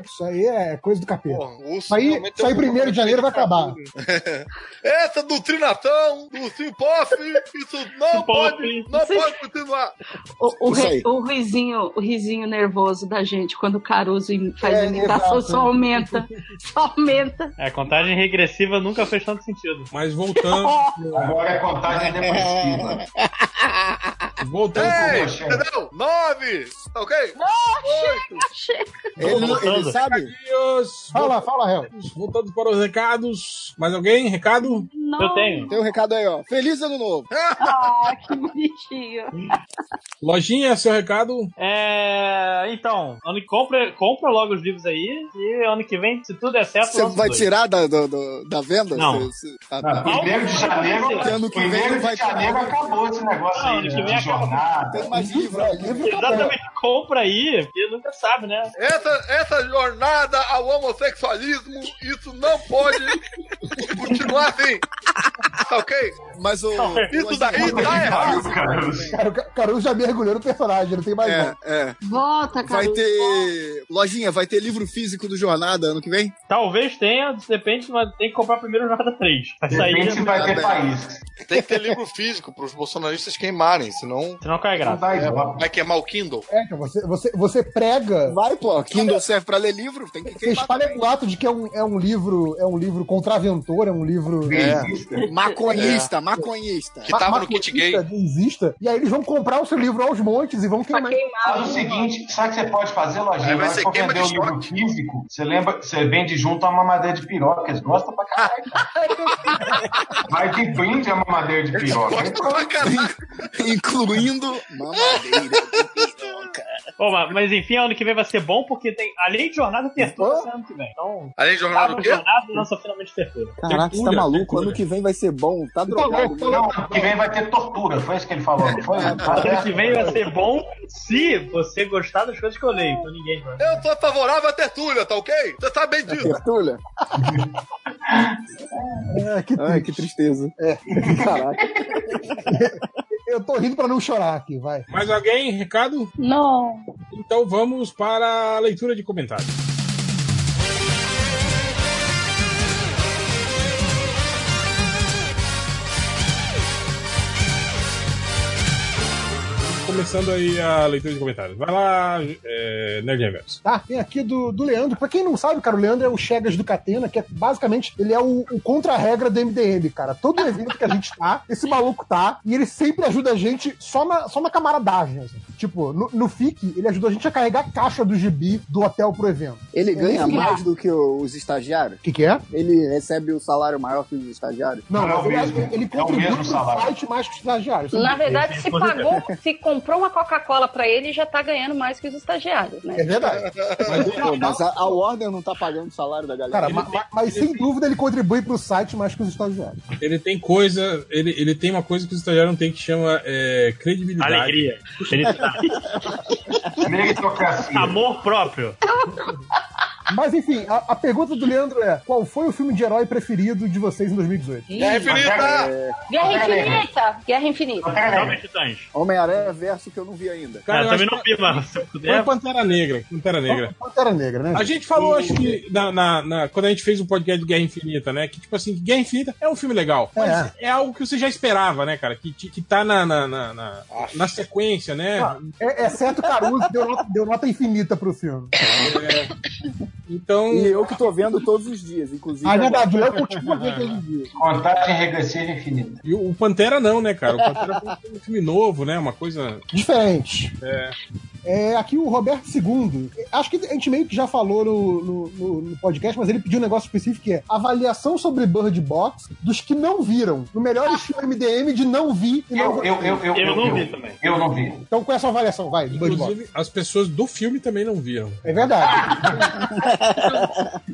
S9: isso aí é coisa do capeta. isso aí,
S4: realmente
S9: isso aí
S4: é um-
S9: primeiro de janeiro vai acabar.
S4: Essa do Trinatão, do Simpoff, isso não pode, não pode continuar.
S3: O, o,
S4: Isso
S3: ri-
S4: aí.
S3: o risinho, o risinho nervoso da gente quando o Caruso im- faz
S12: É,
S3: imitação
S12: exato.
S3: só aumenta, só aumenta.
S12: É, contagem regressiva nunca fez tanto sentido.
S6: Mas voltando.
S7: Agora é contagem depressiva. Então,
S6: Voltando
S4: Ei, entendeu? Nove, tá ok?
S3: Oito.
S6: Voltando. Recadinhos.
S9: Fala, fala, Real.
S6: Voltando para os recados. Mais alguém? Recado?
S3: Não.
S6: Eu tenho.
S5: Tem um recado aí, ó. Feliz ano novo.
S3: Ah, que bonitinho.
S6: Lojinha, seu recado?
S12: É. Então, ano que compra, compra logo os livros aí. E ano que vem, se tudo der certo,
S5: Você
S12: lança
S5: vai
S12: dois.
S5: tirar da, do- do- da venda?
S12: Não.
S5: Você- você- ah,
S7: Ah,
S5: tá.
S7: Primeiro de janeiro,
S5: Ano que vem
S7: primeiro
S5: não vai
S7: de janeiro
S5: ter.
S7: acabou esse negócio
S12: Não,
S7: aí,
S12: ano
S7: de,
S12: que vem
S7: de
S12: acaba.
S7: jornada.
S5: Tem mais livro, ó, livro
S12: Exatamente, compra aí, porque nunca sabe, né?
S4: Essa, essa jornada ao homossexualismo, isso não pode continuar assim. Tá ok?
S5: Mas o.
S4: Isso daí tá errado.
S9: Cara, o Ca- Caruso já mergulhou no personagem, não tem mais
S5: É,
S9: nada.
S5: é.
S3: Volta,
S5: Vai
S3: Caruso.
S5: ter. Lojinha, vai ter livro físico do Jornada ano que vem?
S12: Talvez tenha, depende, mas tem que comprar primeiro o Jornada 3. Vai sair.
S7: Depende se vai ter país.
S4: Tem que ter livro físico pros bolsonaristas queimarem, senão.
S12: Senão cai
S7: graça.
S4: É, vai queimar o Kindle?
S9: É, então, você, você, você prega.
S5: Vai, pô. Kindle serve pra ler livro, tem que
S9: Você
S5: queimar.
S9: espalha o ato de que é um, é um livro, é um livro contraventor, é um livro.
S5: Maconhista, maconhista.
S9: Ma- maconista, gaysista, E aí eles vão comprar o seu livro aos montes e vão queimar.
S7: Faz o seguinte, sabe o que você pode fazer,
S4: Aí
S7: Lojinha?
S4: vai
S7: Na hora
S4: ser
S7: que for
S4: queima
S7: vender
S4: de
S7: o livro físico, você, lembra, você vende junto a mamadeira de piroca, eles gostam pra caralho. Vai de brinde a mamadeira de piroca.
S5: Incluindo mamadeira.
S12: Pô, mas, mas enfim, ano que vem vai ser bom, porque tem. Além de jornada, tertura esse ano que vem. Então.
S4: Além de jornada,
S12: acaba
S4: o
S12: a
S4: quê?
S12: jornada lança finalmente tertura.
S5: Caraca, você tá maluco? Ano que vem vai ser bom, tá drogado.
S7: Não, ano que vem vai ter tortura, foi isso que ele falou, não foi?
S12: Ano que vem vai ser bom se você gostar das coisas que eu leio. Então ninguém vai.
S4: Eu tô favorável à tertúlia, tá ok? Você sabe bem disso.
S5: Tertulha?
S9: É, que
S5: Ai, que tristeza.
S9: É.
S5: Caraca.
S9: Eu tô rindo pra não chorar aqui, vai.
S6: Mais alguém? Recado?
S3: Não.
S6: Então vamos para a leitura de comentários. Começando aí a leitura de comentários. Vai lá, é, Nerd Reverso.
S9: Tá, tem aqui do, do Leandro. Pra quem não sabe, cara, o Leandro é o Chegas do Catena, que é basicamente ele é o, o contra-regra do MDM, cara. Todo evento que a gente tá, esse maluco tá, e ele sempre ajuda a gente só na, só na camaradagem. assim. Tipo, no, no FIC, ele ajudou a gente a carregar a caixa do gibi do hotel pro evento.
S5: Ele ganha
S9: Esse-
S5: mais do que o- os estagiários? O
S9: que, que é?
S5: Ele recebe o salário maior que os estagiários?
S9: Não,
S5: é
S9: mas ele, ele, ele contribui pro site mais que os estagiários.
S3: Na verdade, se pagou, se comprou uma Coca-Cola pra ele, já tá ganhando mais que os estagiários, né?
S9: É verdade.
S5: Pô, mas a, a Warner não tá pagando o salário da galera.
S9: Cara, ma- ma- mas sem dúvida ele contribui pro site mais que os estagiários.
S6: Ele tem coisa, ele, ele tem uma coisa que os estagiários não tem que chama é, credibilidade.
S9: Alegria.
S6: Ele...
S12: Tá
S39: Amor próprio.
S9: Mas enfim, a, a pergunta do Leandro é: qual foi o filme de herói preferido de vocês em 2018?
S3: Guerra
S5: Infinita!
S3: Guerra Infinita! Guerra Infinita.
S9: É.
S5: Homem-Aranha verso que eu não vi ainda.
S8: É,
S6: Cara, eu também não
S39: vi, mano. Se
S9: É.
S6: Foi Pantera Negra, Pantera Negra.
S9: Pantera Negra, né?
S6: A gente falou, acho que, na, na- na- quando a gente fez o podcast de Guerra Infinita, né? Que, tipo assim, Guerra Infinita é um filme legal. Mas é, algo que você já esperava, né, cara? Que, que tá na, na, na, na- na sequência, né?
S9: Ah, é, exceto Caruso, deu nota, deu nota infinita pro filme.
S6: É. Então.
S5: E eu que tô vendo todos os dias, inclusive.
S9: Ah, é
S5: agora.
S9: verdade, o Léo continua vendo todos os dias.
S7: Contagem regressiva infinita.
S6: E o Pantera não, né, cara? O Pantera foi um filme novo, né? Uma coisa.
S9: Diferente.
S6: É.
S9: É, aqui o Roberto II. Acho que a gente meio que já falou no, no- no- no podcast, mas ele pediu um negócio específico que é avaliação sobre Bird Box dos que não viram. O melhor estilo MDM de não vi e não
S7: Eu, eu, eu, eu, também. Eu não vi.
S9: Então com essa avaliação, vai, Bird Box.
S6: Inclusive, as pessoas do filme também não viram.
S9: É verdade.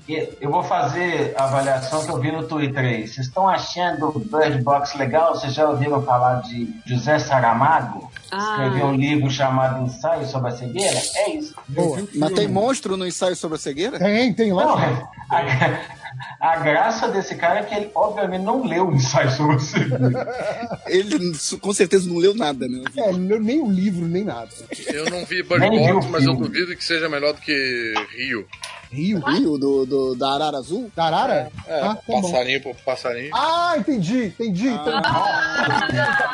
S7: E Eu vou fazer a avaliação que eu vi no Twitter aí. Vocês estão achando o Bird Box legal? Vocês já ouviram falar de José Saramago? Escreveu um livro chamado Ensaio sobre a Cegueira? É isso.
S5: Boa. Mas tem monstro no ensaio sobre a cegueira?
S9: Tem, tem
S7: Não, a, a graça desse cara é que ele, obviamente, não leu o ensaio sobre a cegueira.
S5: Ele su- com certeza não leu nada, né?
S9: É, ele leu nem o livro, nem nada.
S4: Eu não vi Bird
S5: Nem vi
S4: Box,
S5: o
S4: mas eu
S5: filme.
S4: duvido que seja melhor do que Rio.
S9: Rio?
S5: Rio, do, do- da Arara Azul?
S9: Da Arara?
S4: É,
S9: Ah, tá bom.
S4: passarinho por passarinho.
S9: Ah, entendi, entendi.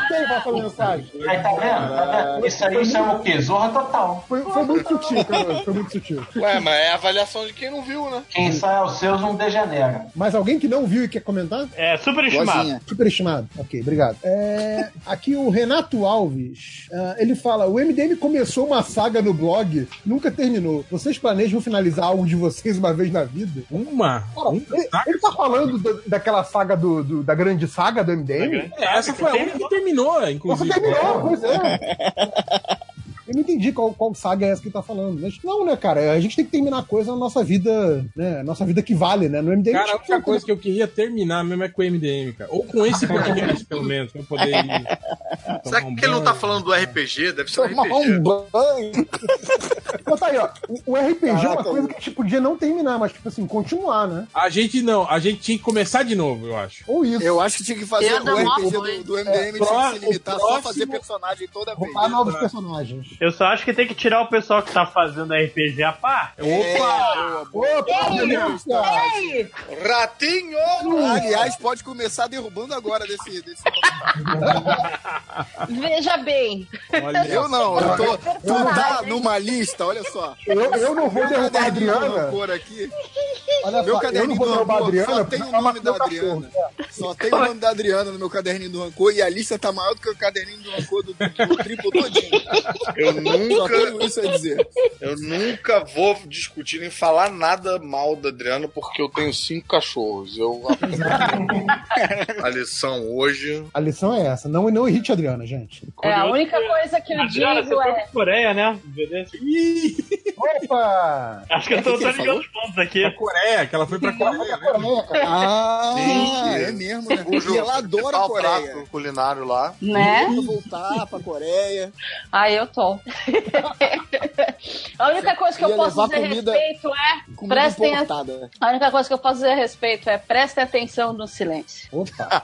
S9: Quem vai fazer mensagem?
S7: Aí tá vendo? Tá
S9: Ah.
S7: vendo? Isso aí chama o quê? Zorra total.
S9: Foi, foi muito sutil, cara. Foi muito sutil.
S4: Ué, mas é a avaliação de quem não viu, né?
S7: Quem sai aos seus não degenera.
S9: Mas alguém que não viu e quer comentar?
S39: É, superestimado. Boazinha.
S9: Superestimado. Ok, obrigado. É, aqui o Renato Alves, ah, ele fala, o MDM começou uma saga no blog, nunca terminou. Vocês planejam finalizar algo de vocês uma vez na vida?
S6: Uma? Um.
S9: Cara, ele, ele tá falando da- daquela saga do, do- da grande saga do MDM?
S6: É, essa foi a única que terminou, inclusive.
S9: Nossa, terminou, pois é. Eu não entendi qual, qual saga é essa que tá falando. Mas não, né, cara? A gente tem que terminar a coisa na nossa vida, né? A Nossa vida que vale, né? No MDM.
S6: Cara, a única coisa que eu queria terminar mesmo é com o MDM, cara. Ou com esse podcast, pelo menos, pra eu poder ir. um
S4: Será que ele não tá falando do RPG? Deve ser um
S9: Tomar
S4: RPG.
S9: um banho. Mas tá aí, ó. O- O RPG é uma
S4: Caraca,
S9: coisa que a gente podia não terminar, mas, tipo assim, continuar, né?
S6: A gente não, a gente tinha que começar de novo, eu acho.
S9: Ou isso.
S5: Eu acho que tinha que fazer
S9: Piada
S5: o
S9: mó
S5: RPG
S9: ruim.
S5: do, do MDM,
S9: É,
S5: tinha
S9: pró-
S5: que se limitar
S9: o
S5: só a
S9: próximo-
S5: fazer personagem toda vez.
S9: Roubar novos personagens.
S39: Eu só acho que tem que tirar o pessoal que tá fazendo RPG a par.
S5: É, Opa!
S3: É
S9: Opa!
S4: Ratinho!
S5: Aliás, pode começar derrubando agora desse. desse...
S3: Veja bem.
S5: eu não, eu tô. Tu tá numa lista, olha só.
S9: Eu- eu não vou
S5: Meu
S9: derrubar a
S5: caderninho
S9: Adriana.
S5: do rancor aqui. meu
S9: Olha só, eu não
S5: caderninho
S9: vou
S5: do
S9: derrubar a
S5: rancor
S9: Adriana
S5: só tem o
S9: pra
S5: nome
S9: matar
S5: da
S9: o cachorro.
S5: Adriana. Só tem o nome da Adriana no meu caderninho do rancor e a lista tá maior do que o caderninho do rancor do, do triplo todinho.
S4: Eu
S5: Só
S4: nunca.
S5: tenho isso a dizer.
S4: Eu nunca vou discutir nem falar nada mal da Adriana, porque eu tenho cinco cachorros. Eu A lição hoje.
S9: A lição é essa. Não, não irrite a Adriana, gente.
S3: É, a única coisa que eu
S39: Adriana, você
S3: digo
S39: foi
S3: é.
S39: pra Coreia, né?
S9: Opa!
S39: Acho que eu tô, tô ligando os pontos aqui.
S6: Coreia, que ela foi pra Coreia. né?
S5: Ah,
S4: Gente,
S5: é mesmo, né?
S4: cujo
S5: E ela adora a
S4: principal
S5: Coreia.
S4: prato culinário lá.
S3: Né?
S5: Voltar pra Coreia.
S3: Ah, eu tô. A única coisa que
S40: Ia
S3: eu posso
S40: levar
S3: dizer a
S40: comida-
S3: respeito é.
S40: comida
S3: Prestem a...
S40: importada, né?
S3: a única coisa que eu posso dizer a respeito é prestem atenção no silêncio.
S40: Opa!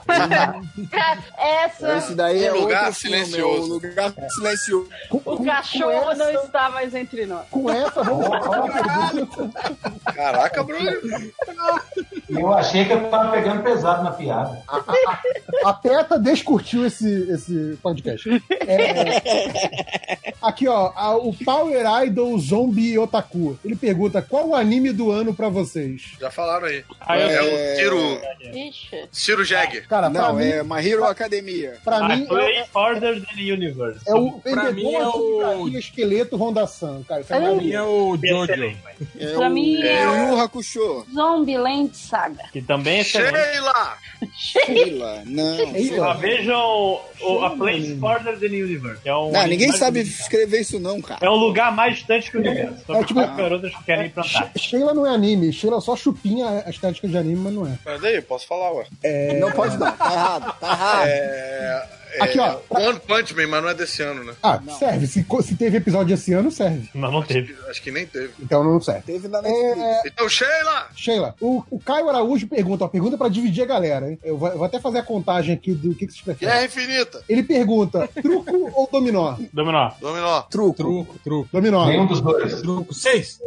S3: Essa.
S40: Esse daí
S5: um
S40: é
S4: Um
S3: o
S40: outro filme,
S5: é
S40: o lugar silencioso.
S3: O cachorro não está mais entre nós.
S7: Com essa, vamos
S4: Caraca, Bruno.
S41: Eu achei que eu tava pegando pesado na piada.
S7: A Peta descurtiu esse, esse podcast. É, aqui, ó, a- o Power Idol Zombie Otaku. Ele pergunta: qual o anime do ano pra vocês?
S4: Já falaram aí.
S7: Ah, eu
S4: é
S7: sei.
S4: o Ciro.
S3: Ixi.
S4: Ciro Jagger.
S7: Cara, pra
S4: Não,
S7: mim,
S4: é
S5: My Hero Academia.
S7: Pra
S4: I
S7: mim,
S4: play
S7: é,
S9: Order than the Universe.
S7: é o
S6: Pra mim é
S7: vendedor
S6: o-
S7: de Brasília esqueleto Honda San, cara. Isso é
S6: Pra mim
S7: maravilhoso.
S6: é o Jojo.
S5: É
S3: Pra mim é-
S5: Yu Yu Hakusho.
S3: Zombieland Saga.
S9: Que também é excelente.
S4: Sheila!
S5: Sheila, não.
S9: Só
S5: Sheila.
S9: vejam o, a Place Farther Than the Universe. que É um
S5: Não, ninguém
S9: animal-
S5: sabe escrever isso não, cara.
S9: É um lugar mais distante que o universo. Sobre
S7: É tipo-
S9: quatro garotas que querem ir pra Antártica.
S7: Sheila não é anime, Sheila só chupinha as táticas de anime, mas não é.
S4: Mas aí, posso falar, ué.
S5: Não pode não, tá errado, tá errado.
S4: É, é,
S7: Aqui, ó.
S4: One Punch Man, mas não é desse ano, né?
S7: Ah, serve. Se, co- se teve episódio esse ano, serve.
S9: Mas não teve.
S4: Acho que nem teve.
S7: Então não serve.
S5: Teve na
S7: É,
S4: Então, Sheila!
S7: Sheila, o, o Caio Araújo pergunta, ó, pergunta pra dividir a galera, hein? Eu vou, eu vou até fazer a contagem aqui do que, que vocês preferem.
S4: Guerra Infinita!
S7: Ele pergunta, truco ou dominó?
S9: Dominó.
S4: Dominó.
S5: Truco.
S6: Truco, truco.
S7: Dominó.
S41: Nenhum dos dois.
S6: Truco. Seis.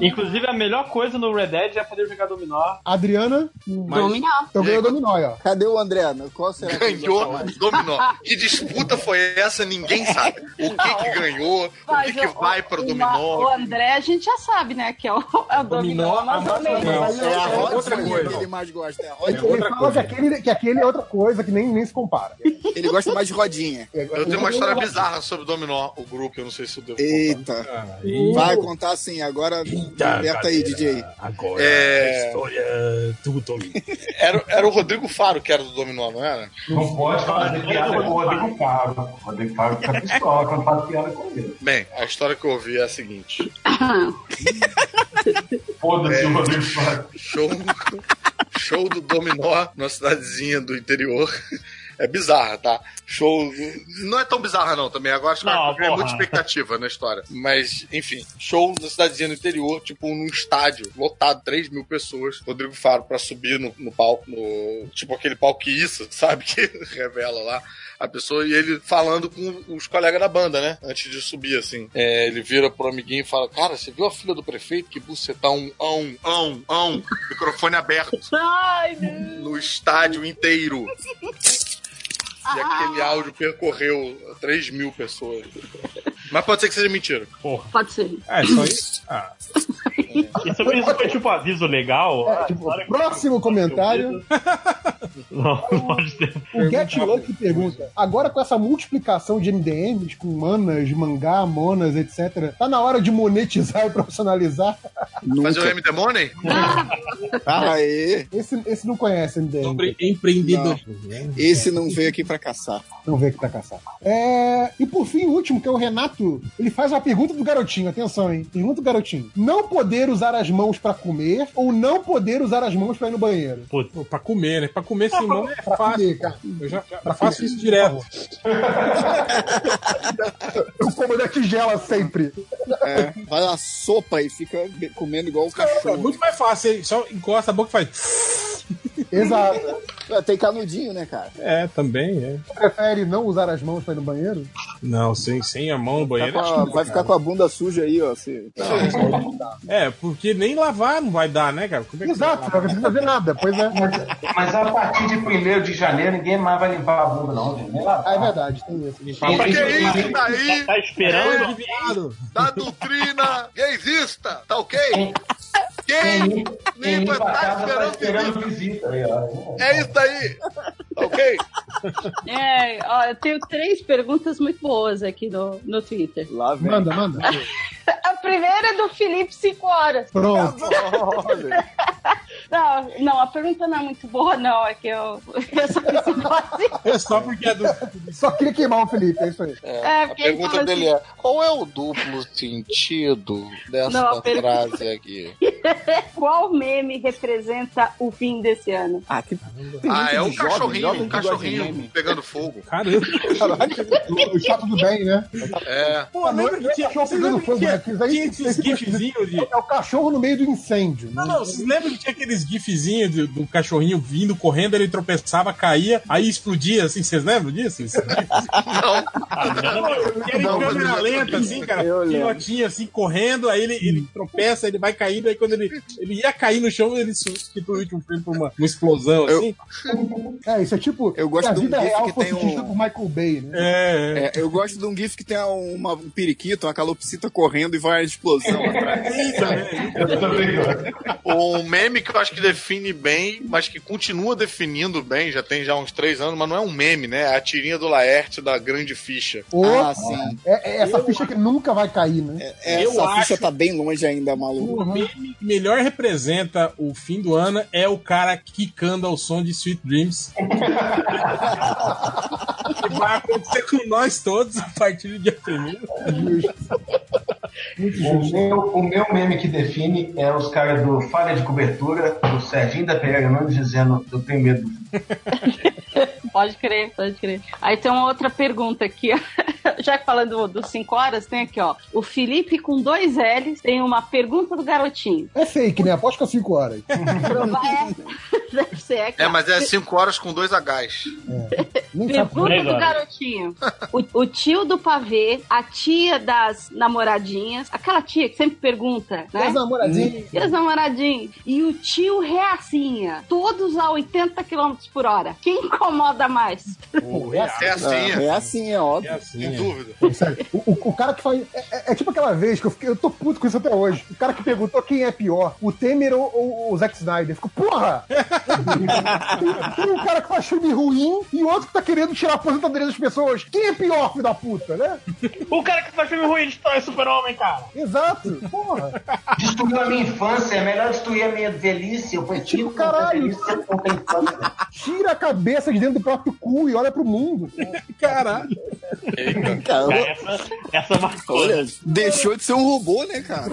S9: Inclusive, a melhor coisa no Red Dead é poder jogar dominó.
S7: Ah, Adriana?
S12: Dominó.
S7: Então ganhou dominó, aí, ó.
S5: Cadê o André? Qual será
S6: É
S5: que ele vai
S4: Ganhou
S5: falar?
S4: dominó. Que disputa foi essa? Ninguém sabe. O que que ganhou? O é que que vai para o
S12: O
S4: dominó?
S12: André, a gente já sabe, né? Que é o, é o dominó, amazonense.
S5: É a Rod
S6: outra
S5: Ford
S6: coisa.
S5: que ele mais gosta. é a Rod
S7: Ele, ele
S5: Ford.
S7: fala Que, aquele, que aquele é outra coisa que nem, nem se compara.
S5: Ele gosta mais de rodinha.
S6: É.
S4: Eu tenho uma história bizarra sobre dominó, o grupo, eu não sei se eu devo contar.
S5: Eita.
S6: Ah,
S5: Vai contar assim, agora aperta aí, DJ.
S6: Tá, Agora,
S4: É.
S6: a história é do Dominó.
S4: Era, era o Rodrigo Faro que era do dominó, não era?
S41: Não pode fazer piada com o Rodrigo Faro. O Rodrigo tá Faro fica pistola quando faz piada com ele.
S4: Bem, a história que eu ouvi é a seguinte.
S3: Ah,
S41: Foda-se o Rodrigo Faro.
S4: Show, show do Dominó numa cidadezinha do interior. É bizarra, tá? Show. Não é tão bizarra, não, também. Agora acho que
S9: Não,
S4: é muita
S9: porra.
S4: expectativa na história. Mas, enfim, show na cidadezinha do interior, tipo num estádio lotado, 3 mil pessoas. Rodrigo Faro pra subir no, no palco, no- tipo aquele palco que isso, sabe? Que revela lá a pessoa e ele falando com os colegas da banda, né? Antes de subir, assim. É, ele vira pro amiguinho e fala: Cara, você viu a filha do prefeito que bucetão, um, ão, ão, ão, microfone aberto
S12: Ai, Deus.
S4: no estádio inteiro. E
S3: Ah.
S4: aquele áudio percorreu 3 mil pessoas. Mas pode ser que seja mentira.
S12: Pode ser.
S6: É, só isso? Ah,
S9: E sobre isso foi tipo um aviso legal.
S7: É, tipo, próximo comentário,
S9: Não, não pode ter.
S7: o Get Lucky pergunta: agora com essa multiplicação de MDMs, com manas, mangá, monas, etc., tá na hora de monetizar e profissionalizar?
S6: um
S4: Fazer o MD Money?
S5: Aê,
S7: Esse, esse não conhece MDM.
S6: sobre empreendedorismo.
S5: esse não veio aqui pra caçar.
S7: Não vê que tá caçado. É, E por fim, o último, que é o Renato, ele faz uma pergunta do garotinho, atenção, hein? Pergunta do garotinho. Não poder usar as mãos pra comer ou não poder usar as mãos pra ir no banheiro?
S6: Pô, pra comer, né? Pra comer sem mão é
S7: Ah, Pra
S6: fácil.
S7: comer, cara.
S6: Eu já já faço isso direto.
S7: Eu como da tigela sempre.
S5: É, vai na sopa e fica be- comendo igual o
S6: É
S5: cachorro.
S6: muito mais fácil, hein? Só encosta a boca e faz.
S7: Exato.
S5: É, Tem canudinho, né, cara?
S6: É, também, é.
S7: Prefere não usar as mãos pra ir no banheiro?
S6: Não, sem, sem a mão no
S5: Tá
S6: banheiro. é tipo, né? acho
S5: com a-
S6: que não,
S5: vai ficar
S6: cara.
S5: com a bunda suja aí, ó. assim. se-
S6: É, porque nem lavar não vai dar, né, cara? Como é que
S7: Exato, não precisa fazer nada, pois é.
S41: Mas a partir de 1 de janeiro, ninguém mais vai limpar a bunda, não, gente. Nem
S7: Ah, é
S41: lavar.
S7: verdade, tem isso.
S4: Pra que é isso daí?
S9: Tá esperando?
S6: Viado.
S4: Da doutrina gaysista, tá ok? Quem
S41: Quem
S4: limpa
S41: limpa a
S4: tá
S41: casa tá
S4: esperando visita.
S41: esperando visita. Aí, ó.
S4: É isso daí, tá ok?
S12: É, ó, eu tenho três perguntas muito boas aqui no, no Twitter.
S5: Lá vem.
S7: Manda, manda.
S12: A primeira é do Felipe Cinco Horas.
S7: Pronto.
S5: Olha,
S3: Não, não, a pergunta não é muito boa, não. É que eu, eu só me sinto assim.
S6: É só porque é do.
S12: Só queria queimar o Felipe, é isso aí.
S3: É,
S42: a
S3: porque ele
S42: pergunta
S3: fala assim-
S42: dele é: qual é o duplo sentido dessa
S3: Não, a pergunta-
S42: frase aqui?
S3: assim,
S42: é.
S3: Qual meme representa o fim desse ano?
S42: Ah, que
S4: Ah, é o
S42: jovem,
S4: cachorrinho,
S42: jovem
S4: o
S42: que gosta de
S4: cachorrinho
S42: meme.
S4: pegando fogo.
S6: Caramba.
S12: O Está tudo bem, né?
S4: É.
S7: Tá
S6: Pô, lembra que tinha,
S12: Cachorro
S6: vocês
S12: pegando
S6: lembram
S12: fogo,
S6: que tinha,
S12: né? Isso aí-
S6: tinha esses gifzinhos de...
S12: É o cachorro no meio do incêndio.
S6: Não, não, vocês lembram que tinha aqueles gifzinhos de- do cachorrinho vindo, correndo, ele tropeçava, caía, aí explodia, assim, vocês lembram disso? Esses gifs? Que era em câmera lenta, assim, cara, filhotinho, assim, correndo, aí ele, ele tropeça, ele vai caindo, aí quando ele, ele ia cair no chão, ele substitui o filme por uma, uma explosão, assim.
S12: É, isso é tipo.
S5: Eu gosto
S12: se a
S5: de um
S12: vida
S5: gif
S12: real
S5: que
S12: fosse
S5: tem um-
S12: dirigida por Michael Bay, né?
S5: É, eu gosto de um GIF que tem uma, um periquito, uma calopsita correndo e vai a explosão atrás.
S4: Um meme que eu acho que define bem, mas que continua definindo bem, já tem já uns três anos, mas não é um meme, né? É a tirinha do Laerte da grande ficha.
S12: Ou- É, é essa ficha que nunca vai cair, né?
S5: Essa
S6: Eu
S5: ficha tá bem longe ainda, maluco.
S6: O meme que melhor representa o fim do ano é o cara quicando ao som de Sweet Dreams. que vai acontecer com nós todos a partir do dia 1
S7: O meu, o meu meme que define é os caras do Falha de Cobertura, do Serginho da Pereira Nunes dizendo: Eu tenho medo.
S3: Pode crer, pode crer. Aí tem uma outra pergunta aqui. ó. Já que falando dos 5 horas, tem aqui, ó. O Felipe com dois L's tem uma pergunta do garotinho.
S12: É fake, né? Aposto que é 5 horas.
S3: É, deve ser, é,
S4: É,
S3: claro.
S4: mas é cinco horas com dois Hs.
S3: Pergunta
S4: Três
S3: do
S4: horas.
S3: garotinho. O, o tio do pavê, a tia das namoradinhas, aquela tia que sempre pergunta, né?
S12: E as namoradinhas?
S3: E as namoradinhas. E o tio reacinha, todos a 80 km por hora. Quem incomoda mais?
S5: É assim, é
S42: Ah,
S5: assim, é, óbvio.
S6: Sem
S5: dúvida.
S12: Sério, o, o- o cara que faz. É, é- é tipo aquela vez que eu fiquei. Eu tô puto com isso até hoje. O cara que perguntou quem é pior, o Temer ou, ou o Zack Snyder. Ficou, porra! tem, tem um cara que faz filme ruim e outro que tá querendo tirar a aposentadoria das pessoas. Quem é pior, filho da puta, né?
S9: O cara que faz filme ruim destrói o super-homem, cara.
S12: Exato, porra.
S7: Destruiu a minha infância, é melhor destruir a minha velhice. Eu prefiro
S12: Tipo, caralho.
S7: ter velhice do que eu ter infância.
S12: Tira a cabeça de dentro do próprio cu e olha pro mundo.
S6: Caralho.
S9: Essa, essa marcou.
S5: Olha, deixou de ser um robô, né, cara?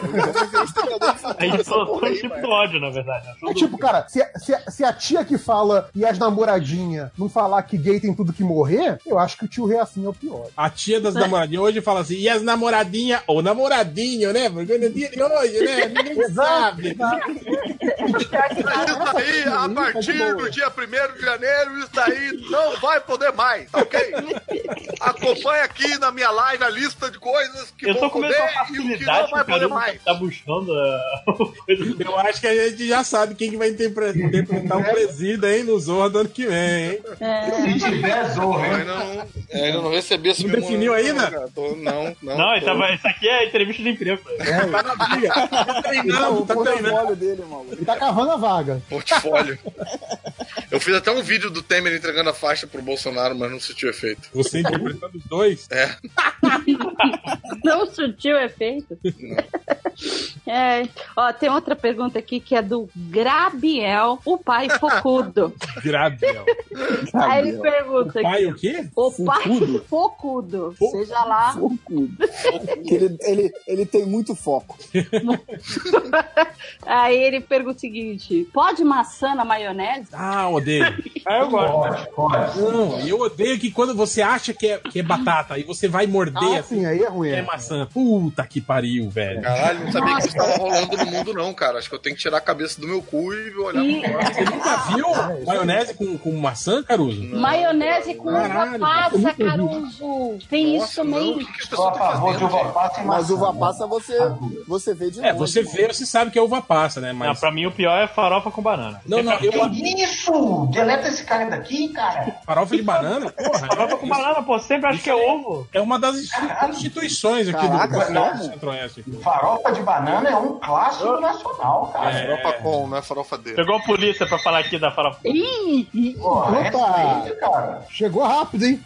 S9: A gente soltou um tipo de ódio, na verdade.
S12: É tipo, cara, se, se- se a tia que fala e as namoradinhas não falar que gay tem tudo que morrer, eu acho que o tio Reacinha é o pior.
S6: A tia das namoradinhas hoje fala assim, e as namoradinhas, ou namoradinho, né? Porque no dia de hoje, né? Ninguém sabe.
S4: Isso aí,
S42: tá
S4: a partir do dia 1 de janeiro, isso aí não vai poder mais, tá ok? Acompanha aqui na minha live a lista de coisas que
S9: eu
S4: vão
S9: tô com medo da
S4: poder e o que não
S9: facilidade que
S4: vai
S9: o
S4: poder
S9: cara
S4: mais.
S9: tá buscando a coisa. tipo.
S6: Eu acho que a gente já sabe quem que vai interpre- interpretar o presida, hein, no Zorra do ano que vem, hein?
S12: É.
S7: Se tiver zorro,
S42: Eu
S7: hein?
S42: ainda não,
S4: é,
S42: eu ainda não recebi esse
S6: Não
S42: meu
S6: definiu
S42: momento,
S6: ainda?
S4: Ah,
S42: cara. Tô- não, não.
S9: Não, ele
S42: tô-
S9: tava, isso aqui é entrevista de emprego.
S6: Tá na briga. Tá treinando, tá treinando.
S5: dele, maluco.
S12: Ele tá cavando a vaga.
S4: Portfólio. Eu fiz até um vídeo do Temer entregando a faixa pro Bolsonaro, mas não surtiu efeito.
S6: Você interpretando os dois?
S4: É.
S3: Não surtiu efeito? É. Ó, tem outra pergunta aqui que é do Grabiel, o pai focudo.
S6: Grabiel.
S3: Aí ele pergunta aqui.
S6: Pai o quê?
S3: O pai
S5: Focudo?
S3: focudo, seja lá.
S5: Ele, ele, ele tem muito foco.
S3: Aí ele pergunta o seguinte: pode maçã na maionese?
S6: Ah, odeio.
S9: Ah, eu gosto.
S7: Pode, pode.
S6: Não, e eu odeio que quando você acha que é, que é batata e você vai morder
S12: Ah,
S6: assim,
S12: sim, aí é ruim.
S6: é
S12: é.
S6: maçã. Puta que pariu, velho.
S4: Caralho, não sabia que isso tava rolando no mundo, não, cara. Acho que eu tenho que tirar a cabeça do meu cu e olhar
S3: E-
S4: pro lado.
S6: Você nunca viu maionese com, com maçã, Caruso?
S3: Maionese com uva
S6: Caralho,
S3: passa, Caruso. Tem
S4: Nossa,
S3: isso
S4: não,
S3: também.
S4: o que, que as
S7: Sou
S4: pessoas estão
S7: a favor de
S4: fazendo?
S7: uva passa e
S5: Mas
S7: maçã.
S5: uva passa você, você vê de
S6: É,
S5: novo.
S6: você vê, você sabe que é uva passa, né?
S9: Não,
S6: Mas.
S9: pra mim o pior é farofa com banana.
S6: Não, não, eu
S7: Que isso? Deleta esse cara daqui, cara.
S6: farofa de banana,
S9: Farofa com
S6: porra.
S9: banana, pô, sempre acho que é ovo.
S7: Ah,
S6: É uma das instituições aqui
S5: Caraca,
S6: do
S5: não?
S6: Centro-Oeste.
S7: Farofa Farofa de banana é um clássico nacional, cara.
S4: É farofa com, não é farofa dele.
S9: Pegou a polícia pra falar aqui da farofa.
S43: Ih, ih,
S7: Porra, é
S43: opa!
S7: isso aí, cara.
S43: Chegou rápido, hein?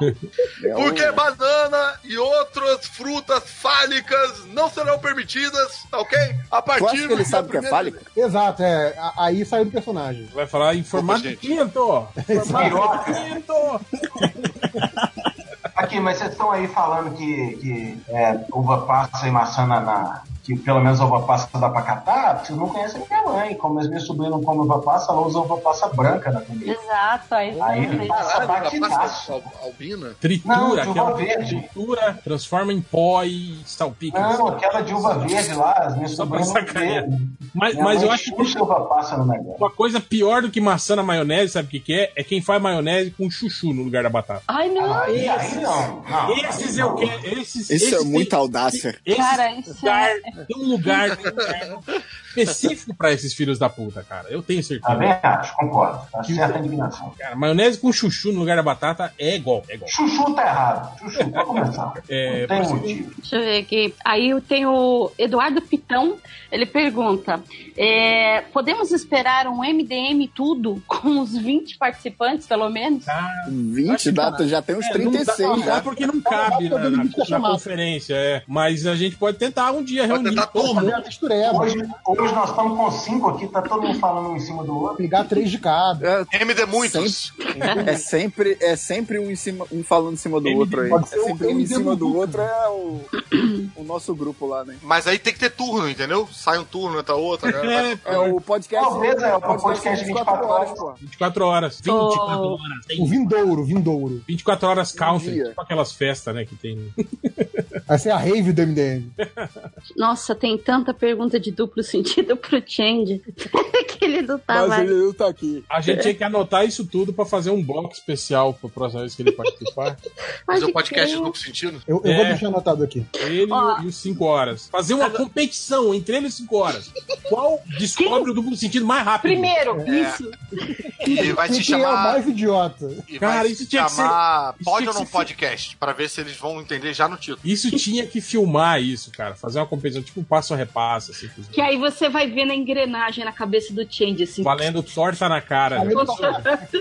S9: um-
S4: Porque banana e outras frutas fálicas não serão permitidas, tá ok? A partir
S5: acha que ele
S4: do
S5: sabe o que é
S4: dia
S5: fálico?
S43: Exato, é. a- Aí saiu do personagem.
S6: Vai falar em formato
S4: gente.
S6: quinto. Formato quinto.
S7: Aqui, mas vocês estão aí falando que, que é, uva passa e maçã na- na. Que pelo menos a uva passa dá pra catar, vocês não conhecem minha mãe. Como as minhas sobrinhas não comem uva passa, ela usa uva passa branca na comida.
S3: Exato, é aí
S7: Aí ele passa
S4: Caralho, ela
S7: batidaço.
S4: passa al- albina?
S6: Tritura,
S7: Não, de
S6: aquela
S7: uva verde.
S6: tritura, transforma em pó e salpica.
S7: Não, aquela de uva verde lá, as minhas
S6: Só pra
S7: sobrinhas não
S6: sacanear.
S7: comem.
S6: Mas,
S7: Minha
S6: mas
S7: mãe é
S6: eu acho que
S7: chuta a uva passa no negócio.
S6: uma coisa pior do que maçã na maionese, sabe o que, que é? É quem faz maionese com chuchu no lugar da batata.
S3: Ai, não.
S7: Aí, aí não. não
S6: esses é eu
S7: aí não.
S6: quero. Esses,
S5: Isso
S6: esses
S5: é muita audácia.
S6: Tem, esses
S3: Cara, isso
S6: lugar, tem um
S3: é-
S6: lugar, tem um lugar específico pra esses filhos da puta, cara. Eu tenho certeza.
S7: Também Tá acho, concordo. Tá certa a indignação.
S6: Cara, maionese com chuchu no lugar da batata é igual, é igual.
S7: Chuchu tá errado. Chuchu, pra começar.
S6: É,
S7: não tem
S6: por isso-
S7: motivo.
S3: Deixa eu ver aqui. Aí tem o Eduardo Pitão, ele pergunta: é, podemos esperar um MDM tudo com uns 20 participantes, pelo menos?
S6: Ah,
S5: 20 dá, já tem uns
S6: é, não dá-
S5: 36
S43: né?
S6: não dá
S5: já.
S6: porque não cabe
S43: dá
S6: na,
S43: pra
S6: na-
S43: ninguém
S6: na
S43: chamar.
S6: conferência, é. Mas a gente pode tentar um dia
S4: Pode
S6: reunir.
S4: tentar
S6: todo
S4: turno.
S43: Fazer a textureba,
S7: Hoje, hoje nós estamos com cinco aqui, tá todo mundo falando um em cima do outro.
S43: pegar três de cada.
S5: É,
S4: MD muitos.
S5: É sempre, é sempre um, em cima, um falando em cima do outro aí.
S43: pode
S5: É
S43: ser um
S5: sempre um em
S43: MD
S5: cima
S43: do
S5: do outro é o, o nosso grupo lá, né?
S4: Mas aí tem que ter turno, entendeu? Sai um turno, entra outro. a galera vai-
S5: É
S6: Uhum.
S5: o podcast.
S7: Talvez, é, o podcast 24 horas,
S5: pô.
S6: 24 horas, 24 horas.
S43: O vindouro, o vindouro. Um
S6: 24 horas country,
S5: dia.
S6: tipo aquelas festas, né, que tem.
S43: Vai ser a rave do MDM.
S3: Nossa, tem tanta pergunta de duplo sentido pro Change que ele não tá
S5: Mas
S3: mais.
S5: ele não tá aqui.
S6: A gente tinha que anotar isso tudo pra fazer um bloco especial pra próxima vez que ele participar.
S4: Fazer o
S3: Pode
S4: podcast
S3: crer.
S4: duplo sentido?
S43: Eu, eu vou
S6: É.
S43: deixar anotado aqui.
S6: Ele e o- e os 5 horas. Fazer uma competição entre eles e 5 horas. Qual descobre o duplo sentido mais rápido?
S44: Primeiro, isso.
S4: E vai
S43: Quem
S4: se
S43: que é o
S4: chamar.
S43: mais idiota?
S4: E vai
S6: Cara,
S4: se
S6: isso tinha que ser-
S4: chamar
S6: isso
S4: Pode
S6: tinha
S4: ou
S6: que
S4: não
S6: ser-
S4: podcast? Pra ver se eles vão entender já no título.
S6: Isso tinha que filmar isso, cara. Fazer uma competição, tipo um passo a repassa, assim. com os-
S3: Que é aí você vai vendo a engrenagem na cabeça do Change, assim. É,
S6: Valendo torta na cara. né?
S43: Valendo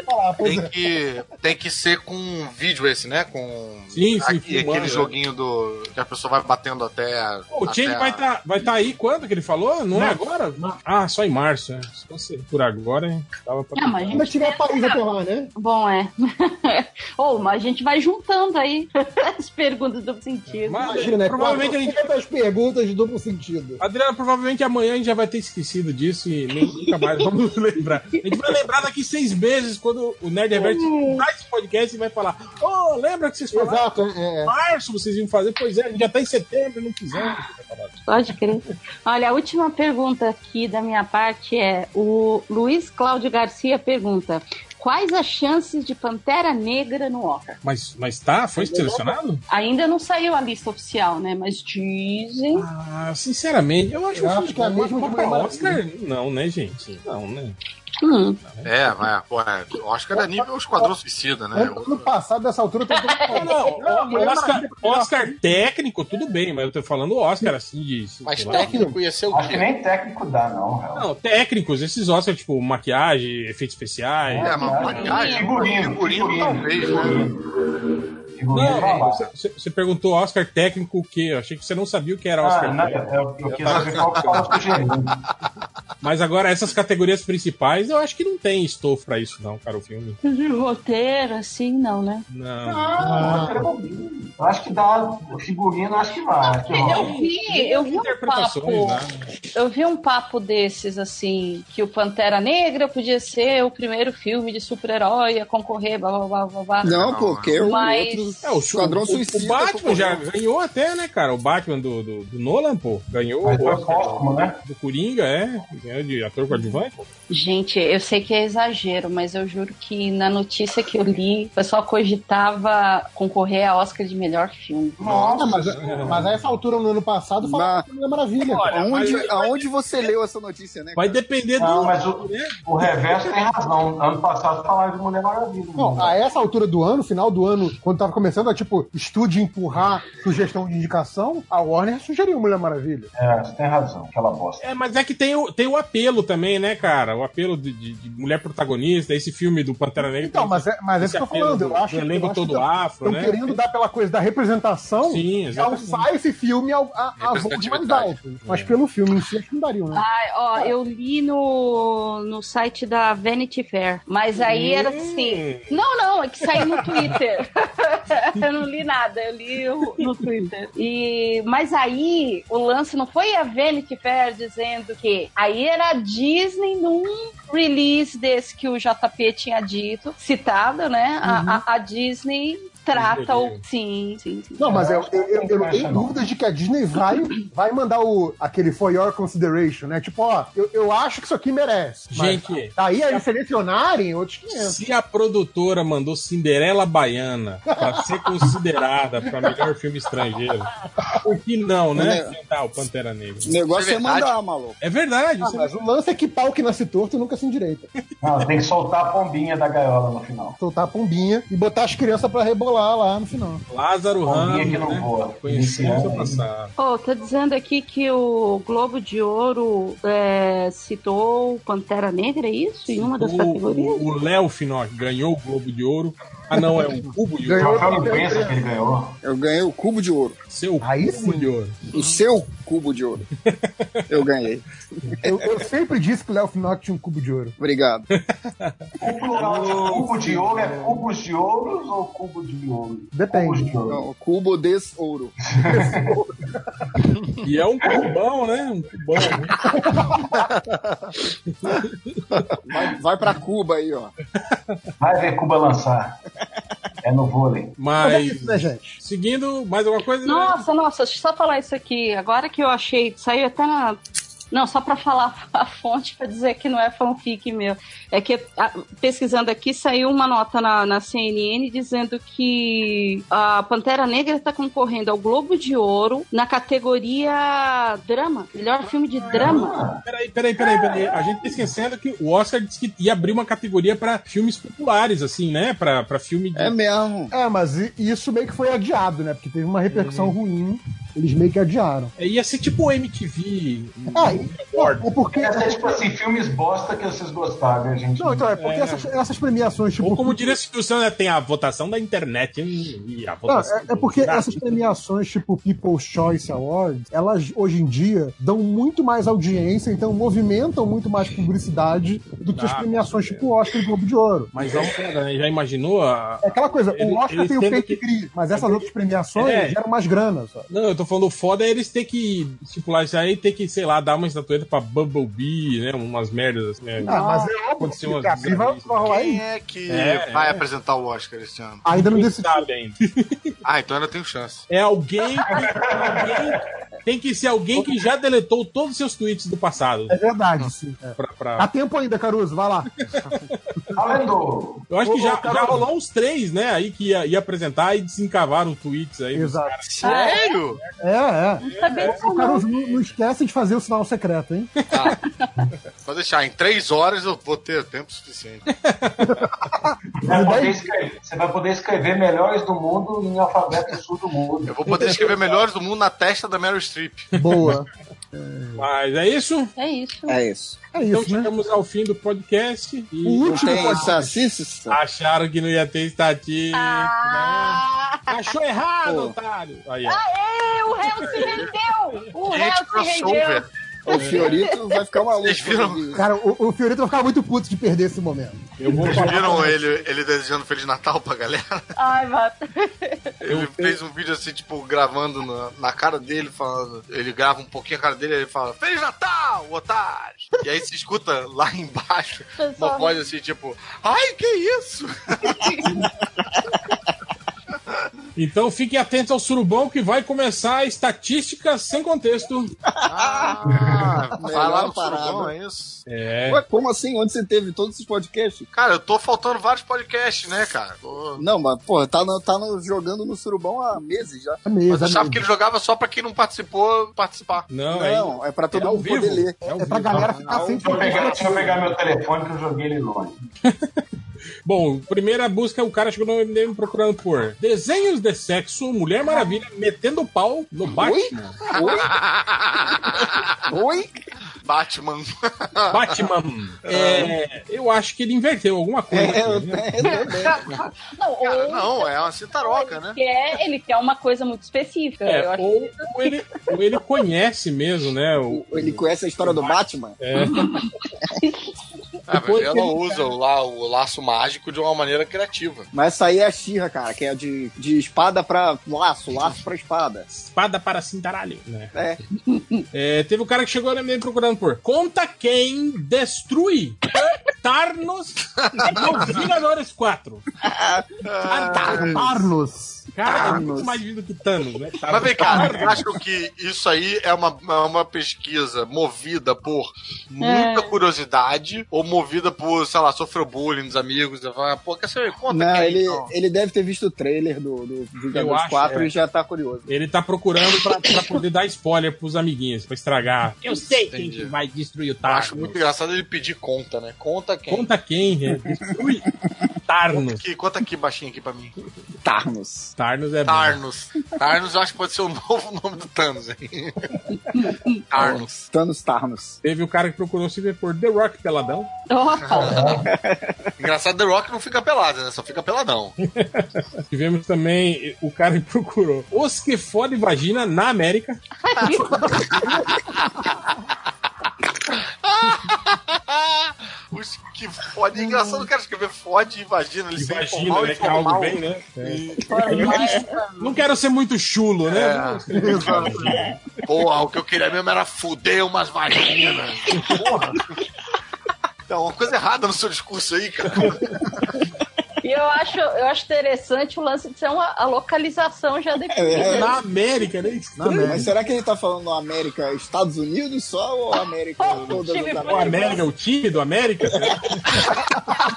S43: Ah, pois
S4: Tem
S43: é.
S4: que, tem que ser com um vídeo esse, né? Com
S6: Sim, sim,
S4: aqui,
S6: filmando,
S4: aquele
S6: né?
S4: joguinho do que a pessoa vai batendo até. a-
S6: Pô, o Change
S4: até a-
S6: vai estar vai tá aí quando que ele falou? Não é agora? Ah, só em março, é. Se fosse por agora, hein? Tava pra...
S3: Não, É, mas a gente
S43: Ainda tiver país até lá, né?
S3: Bom, é. Ou, mas a gente vai juntando aí as perguntas do sentido.
S6: Mas,
S43: Imagina, é
S6: provavelmente a gente
S43: 450 as perguntas de duplo sentido.
S6: Adriana, provavelmente amanhã a gente já vai ter esquecido disso e nem- nunca mais vamos lembrar. A gente vai lembrar daqui seis meses, quando o Nerd Revert faz esse podcast e vai falar: Ô, lembra que vocês falaram
S43: Exato, é.
S6: em
S43: é.
S6: março, vocês iam fazer? Pois é, a gente já tá em setembro, não fizemos.
S3: Pode crer. Olha, a última pergunta aqui da minha parte é: o Luiz Cláudio Garcia pergunta. Quais as chances de Pantera Negra no Oscar?
S6: Mas, mas tá? Foi
S43: é
S6: selecionado?
S3: Ainda não saiu a lista oficial, né? Mas dizem.
S6: Ah, sinceramente, eu acho,
S43: Eu acho que é a mesma
S6: Mas
S43: de
S6: pra
S43: Mulher
S6: Oscar. Não, né, gente? Não, né?
S3: Hum.
S4: É, mas, pô, é, Oscar é nível Esquadrão Suicida, né?
S43: Ano, ano
S5: Ah,
S43: passado, nessa altura,
S5: tá
S43: todo mundo
S6: Não,
S43: falou.
S6: não,
S43: Mulher
S6: Oscar,
S43: Maravilha foi melhor.
S6: Oscar técnico, tudo bem, mas eu tô falando Oscar assim de. sei
S4: Mas
S6: lá.
S4: técnico ia ser o
S7: Acho que
S4: quê?
S7: nem técnico dá, não, Real.
S6: Não, técnicos, esses Oscar, tipo, maquiagem, efeitos especiais.
S4: É, mas maquiagem,
S7: Figurino,
S4: figurino talvez, né?
S7: Figurino
S6: Não,
S7: é babado.
S6: você- você você perguntou Oscar técnico o quê? Eu achei que você não sabia o que
S5: é um
S6: era Oscar
S7: Ah, não,
S6: técnico.
S7: eu, eu quis saber qual é que tava sugerindo.
S6: Mas agora, essas categorias principais, eu acho que não tem estofo pra isso, não, cara, o filme.
S3: De roteiro, assim, não, né?
S6: Não.
S7: Ah, eu quero ouvir. Eu acho que dá. Figurino, eu acho que vai. acho que rola.
S3: Eu vi, eu vi um
S6: Interpretações,
S3: papo.
S6: né?
S3: Eu vi um papo desses, assim, que o Pantera Negra podia ser o primeiro filme de super-herói a concorrer, blá blá blá blá blá.
S5: Não,
S4: Não,
S5: porque o
S3: Mas-
S5: outro
S6: É, o,
S5: Esquadrão
S6: o,
S5: Suicida
S6: o Batman já
S5: concorreu.
S6: ganhou até, né, cara? O Batman do, do, do Nolan, pô, ganhou
S7: Mas
S6: o
S7: foi
S6: Oscar
S7: póstumo, né?
S6: do Coringa, é, ganhou de ator coadjuvante.
S3: Gente, eu sei que é exagero, mas eu juro que na notícia que eu li, o pessoal cogitava concorrer a Oscar de melhor filme.
S43: Ah, mas,
S5: é-
S43: mas a essa altura, no ano passado,
S5: Mas-
S43: falou que Mulher Maravilha. cara.
S5: Aonde,
S6: Mas-
S5: aonde você leu essa notícia, né?
S6: Vai
S5: cara?
S6: depender do...
S7: Não, mas o,
S6: né?
S7: o reverso tem razão. Ano passado falaram de Mulher Maravilha. né?
S43: Não, a essa altura do ano, final do ano, quando tava
S5: começando a, tipo, estude empurrar sugestão de indicação, a Warner sugeriu Mulher Maravilha.
S7: É, você tem razão, aquela bosta.
S6: É, mas é que tem o, tem o apelo também, né, cara? O apelo de, de- de mulher protagonista, esse filme do Pantera Negra.
S5: Então,
S6: tem
S5: mas é, mas é isso
S6: esse
S5: que eu tô
S6: apelo
S5: falando.
S6: do-
S5: Eu acho
S6: do elenco
S5: eu acho
S6: todo
S5: que tão-
S6: afro,
S5: tão
S6: né?
S5: querendo dar pela coisa da representação é um
S6: Sim,
S5: e alçar esse filme ao, a, a voz mais alto. Mas pelo filme em si, acho que não daria, né?
S3: Ai, ó, eu li no, no site da Vanity Fair, mas aí era assim. Não, não, é que saiu no Twitter. eu não li nada, eu li o- no Twitter. E, mas aí o lance não foi a Vanity Fair dizendo que. Aí era a Disney num release desse que o JP tinha dito, citado, né? A- A, a Disney trata o. Sim, sim, sim.
S5: Não, mas eu, eu, eu- eu não tenho dúvidas de que a Disney vai, vai mandar o, aquele For Your Consideration, né? Tipo, ó, eu, eu acho que isso aqui merece. Mas é assim
S6: Gente,
S5: Daí eles selecionarem outros 500.
S6: Se a produtora mandou Cinderela Baiana pra ser considerada pra melhor filme estrangeiro, por que não,
S7: É.
S6: né? Tá, o Pantera Negra.
S5: O negócio é
S6: verdade.
S5: mandar,
S45: maluco.
S6: É verdade.
S5: Ah, mas o lance é que pau que nasce torto nunca se endireita.
S7: Não, tem que soltar a pombinha da gaiola no final.
S5: Soltar a pombinha e botar as crianças pra rebolar lá no final.
S6: Lázaro
S7: Pombinha
S6: Ramos,
S7: que não
S6: né?
S7: voa.
S6: Conhecido no seu passado.
S3: Ó, tá dizendo aqui que o Globo de Ouro é, citou o Pantera Negra, é isso? Em uma das
S6: O-
S3: categorias?
S6: O o Léo Finock ganhou o Globo de Ouro. Ah, não, é um Cubo de
S45: Ganhou
S6: Ouro.
S45: Rafael também. Proença que ele
S7: ganhou.
S45: Eu ganhei o cubo de ouro.
S6: Seu
S5: Aí
S6: cubo
S5: sim.
S6: de ouro.
S4: Uhum.
S45: O seu cubo de ouro. Eu ganhei.
S5: Eu, eu sempre disse que o Léo Finock tinha um cubo de ouro.
S45: Obrigado.
S7: O plural de cubo de ouro é cubos de ouros ou cubo de ouro?
S5: Depende.
S45: Não, cubo des ouro.
S6: E é um cubão, né? Um cubão.
S45: Vai, vai pra Cuba aí, ó.
S7: Vai ver Cuba lançar. É no vôlei.
S6: Mas,
S5: né, gente?
S6: seguindo, mais alguma coisa? né?
S3: Nossa, nossa, deixa eu só falar isso aqui. Agora que eu achei, saiu até na. Não, só pra falar a fonte, pra dizer que não é fanfic meu. É que, a- pesquisando aqui, saiu uma nota na, na CNN dizendo que a Pantera Negra tá concorrendo ao Globo de Ouro na categoria drama. Melhor filme de drama.
S6: Peraí, peraí, peraí, peraí. A gente tá esquecendo que o Oscar disse que ia abrir uma categoria pra filmes populares, assim, né? Pra, pra filme de.
S45: É mesmo.
S5: É, mas i- isso meio que foi adiado, né? Porque teve uma repercussão ruim, eles meio que adiaram.
S6: É, Ia ser tipo o MTV.
S5: Ah, e-
S6: Award.
S5: é porque.
S7: Essa é tipo assim, filmes bosta que vocês gostaram, né, gente?
S5: Não, então é porque
S6: É.
S5: essas, essas premiações, tipo.
S6: Ou como diria Silvio Santos, né? Tem a votação da internet hein? e a
S5: Não,
S6: votação.
S5: é, é porque
S6: da-
S5: essas premiações, tipo People's Choice Awards, elas hoje em dia dão muito mais audiência, então movimentam muito mais publicidade do que as
S6: Ah,
S5: premiações tipo Oscar e Globo de Ouro.
S6: Mas é um cara, né? já imaginou a.
S5: É aquela coisa,
S6: Ele-
S5: o Oscar
S6: ele
S5: tem o
S6: tendo
S5: fake
S6: que-
S5: gris, mas essas outras premiações
S6: É.
S5: geram mais grana, só.
S6: Não, eu tô falando o foda é eles ter que tipo, estipular isso aí, ter que, sei lá, dar uma estatueta pra Bumblebee, né? Umas merdas assim. né?
S5: Ah, mas é óbvio
S6: Aconteceu
S5: que
S6: umas
S5: a Pri vai-
S6: bizarrices.
S5: vai rolar
S4: Quem
S5: aí.
S4: é que
S6: É,
S4: vai
S6: é.
S4: apresentar o Oscar esse ano?
S5: Ainda não
S6: Quem
S5: decidi.
S6: sabe ainda.
S4: Ah, então ainda tenho chance.
S6: É alguém, alguém- Tem que ser alguém que já deletou todos os seus tweets do passado.
S5: É verdade, sim. é.
S6: Pra, pra-
S5: Há tempo ainda, Caruso, vai lá.
S7: Alendo!
S6: Eu acho que
S5: Ô,
S6: já,
S5: ô, Carol.
S6: já rolou uns três, né? Aí que ia, ia apresentar e desencavaram tweets aí. dos
S5: Exato.
S6: caras.
S4: Sério?
S5: É, é.
S3: Não sabia disso,
S5: Ô, Caruso, não, não esquece de fazer o sinal secreto, hein?
S4: Pode deixar, em três horas eu vou ter tempo suficiente.
S7: Você vai poder escrever- Você vai poder escrever melhores do mundo em alfabeto sul do mundo.
S4: Eu vou poder escrever melhores do mundo na testa da Meryl Streep.
S5: Boa.
S6: Mas é isso?
S3: É isso.
S45: É isso.
S5: É
S6: Então
S5: isso, né? Uhum.
S6: chegamos ao fim do podcast. E
S5: O último
S45: Tem
S5: podcast.
S45: sacices?
S6: acharam que não ia ter estatística. né? Achou errado,
S45: Pô.
S6: otário. Aí, ó.
S3: Aê, o réu se rendeu! O réu
S4: Gente,
S3: se rendeu!
S4: crossover.
S45: O Fiorito vai ficar maluco.
S4: Vocês viram?
S5: Cara, o, o Fiorito vai ficar muito puto de perder esse momento.
S6: Eu vou
S4: Vocês
S6: falar.
S4: viram ele, ele desejando Feliz Natal pra galera?
S3: Ai, mata.
S4: Ele fez um vídeo assim, tipo, gravando na, na cara dele, falando. Ele grava um pouquinho a cara dele e ele fala: Feliz Natal, otário! E aí se escuta lá embaixo uma voz assim, tipo, ai, que isso?
S6: Então fiquem atentos ao surubão que vai começar a estatística sem contexto.
S45: Ah,
S4: Vai lá
S45: melhor
S4: no surubão,
S45: parada.
S4: é isso?
S6: É.
S45: Ué, como assim? Onde você teve todos esses podcasts?
S4: Cara, eu tô faltando vários podcasts, né, cara? Tô-
S45: Não, mas, porra, tá, no- tá no- jogando no surubão há meses já.
S5: É
S4: Mas
S5: mesmo,
S4: eu
S5: é
S4: achava
S5: mesmo.
S4: que ele jogava só pra quem não participou participar.
S6: Não, é.
S45: Não, é pra todo
S6: é ao
S45: mundo poder
S6: vivo.
S45: ler.
S6: É ao
S5: É pra
S6: vivo.
S5: galera ficar sem
S7: Deixa eu, pegar, deixa eu pegar meu telefone que eu joguei ele longe.
S6: Bom, primeira busca, o cara chegou no MDM procurando por desenhos de sexo, Mulher Maravilha, metendo pau no Batman.
S4: Oi? Oi? Batman.
S6: Batman. É, eu acho que ele inverteu alguma coisa.
S4: É, eu-
S6: né?
S1: Não,
S4: Cara,
S1: ou-
S4: não, é uma cintaroca, né?
S1: Que é, ele quer uma coisa muito específica.
S6: É,
S1: eu acho
S6: ou,
S1: que-
S6: ou ele, ou ele conhece mesmo, né? O,
S5: Ele conhece a história do Batman?
S6: É.
S4: Ah, mas ela usa o, la- o laço mágico de uma maneira criativa.
S5: Mas essa aí é a Xirra, cara, que é de, de espada pra laço, laço pra espada.
S6: Espada para cintaralho, né?
S5: É.
S6: É, teve um cara que chegou na minha procurando por Conta quem destrui Tarnos no Vingadores 4.
S22: Arnos.
S6: Cara, é
S22: Thanos.
S6: muito mais vindo que Thanos, né? Thanos.
S4: Mas vem cá, vocês acham que isso aí é uma, é uma pesquisa movida por muita curiosidade ou movida por, sei lá, sofreu bullying dos amigos? e fala, Pô, quer saber? Conta
S5: Não,
S4: quem,
S5: ele,
S4: então.
S5: ele deve ter visto o trailer do, do
S6: Eu
S5: Vingadores
S6: acho,
S5: 4
S6: é.
S5: e já tá curioso.
S6: Ele tá procurando pra, pra poder dar spoiler pros amiguinhos, pra estragar. Eu sei quem que vai destruir o Thanos.
S4: Acho muito engraçado ele pedir conta, né? Ah, Conta quem.
S6: Conta quem, né? Destrui Tarnos.
S4: aqui, conta aqui baixinho aqui pra mim.
S5: Tarnos.
S6: Tarnos é bom.
S4: Tarnos. Tarnos eu acho que pode ser o novo nome do Thanos, hein? Tarnos.
S5: Thanos Tarnos.
S6: Teve o cara que procurou se ver por The Rock peladão.
S3: é
S4: Engraçado, The Rock não fica pelado, né? Só fica peladão.
S6: Tivemos também o cara que procurou os que fodem vagina na América.
S4: Os Ah, que fode. É engraçado o cara escrever fode e vagina. Ele se
S6: vagina,
S4: Assim, informal
S6: né,
S4: e
S6: que é algo
S4: formal. É.
S6: bem, né?
S4: E-
S6: Não quero ser muito chulo, né?
S4: Porra, o que eu queria mesmo era fuder umas vaginas. Porra. Tem uma coisa errada no seu discurso aí, cara.
S1: E eu acho, eu acho interessante o lance de ser uma, a localização já
S6: É,
S1: depois.
S5: É,
S6: Na América, né?
S5: Na América. Mas será que ele tá falando na América, Estados Unidos só ou América toda do
S6: O América, o time do América? né?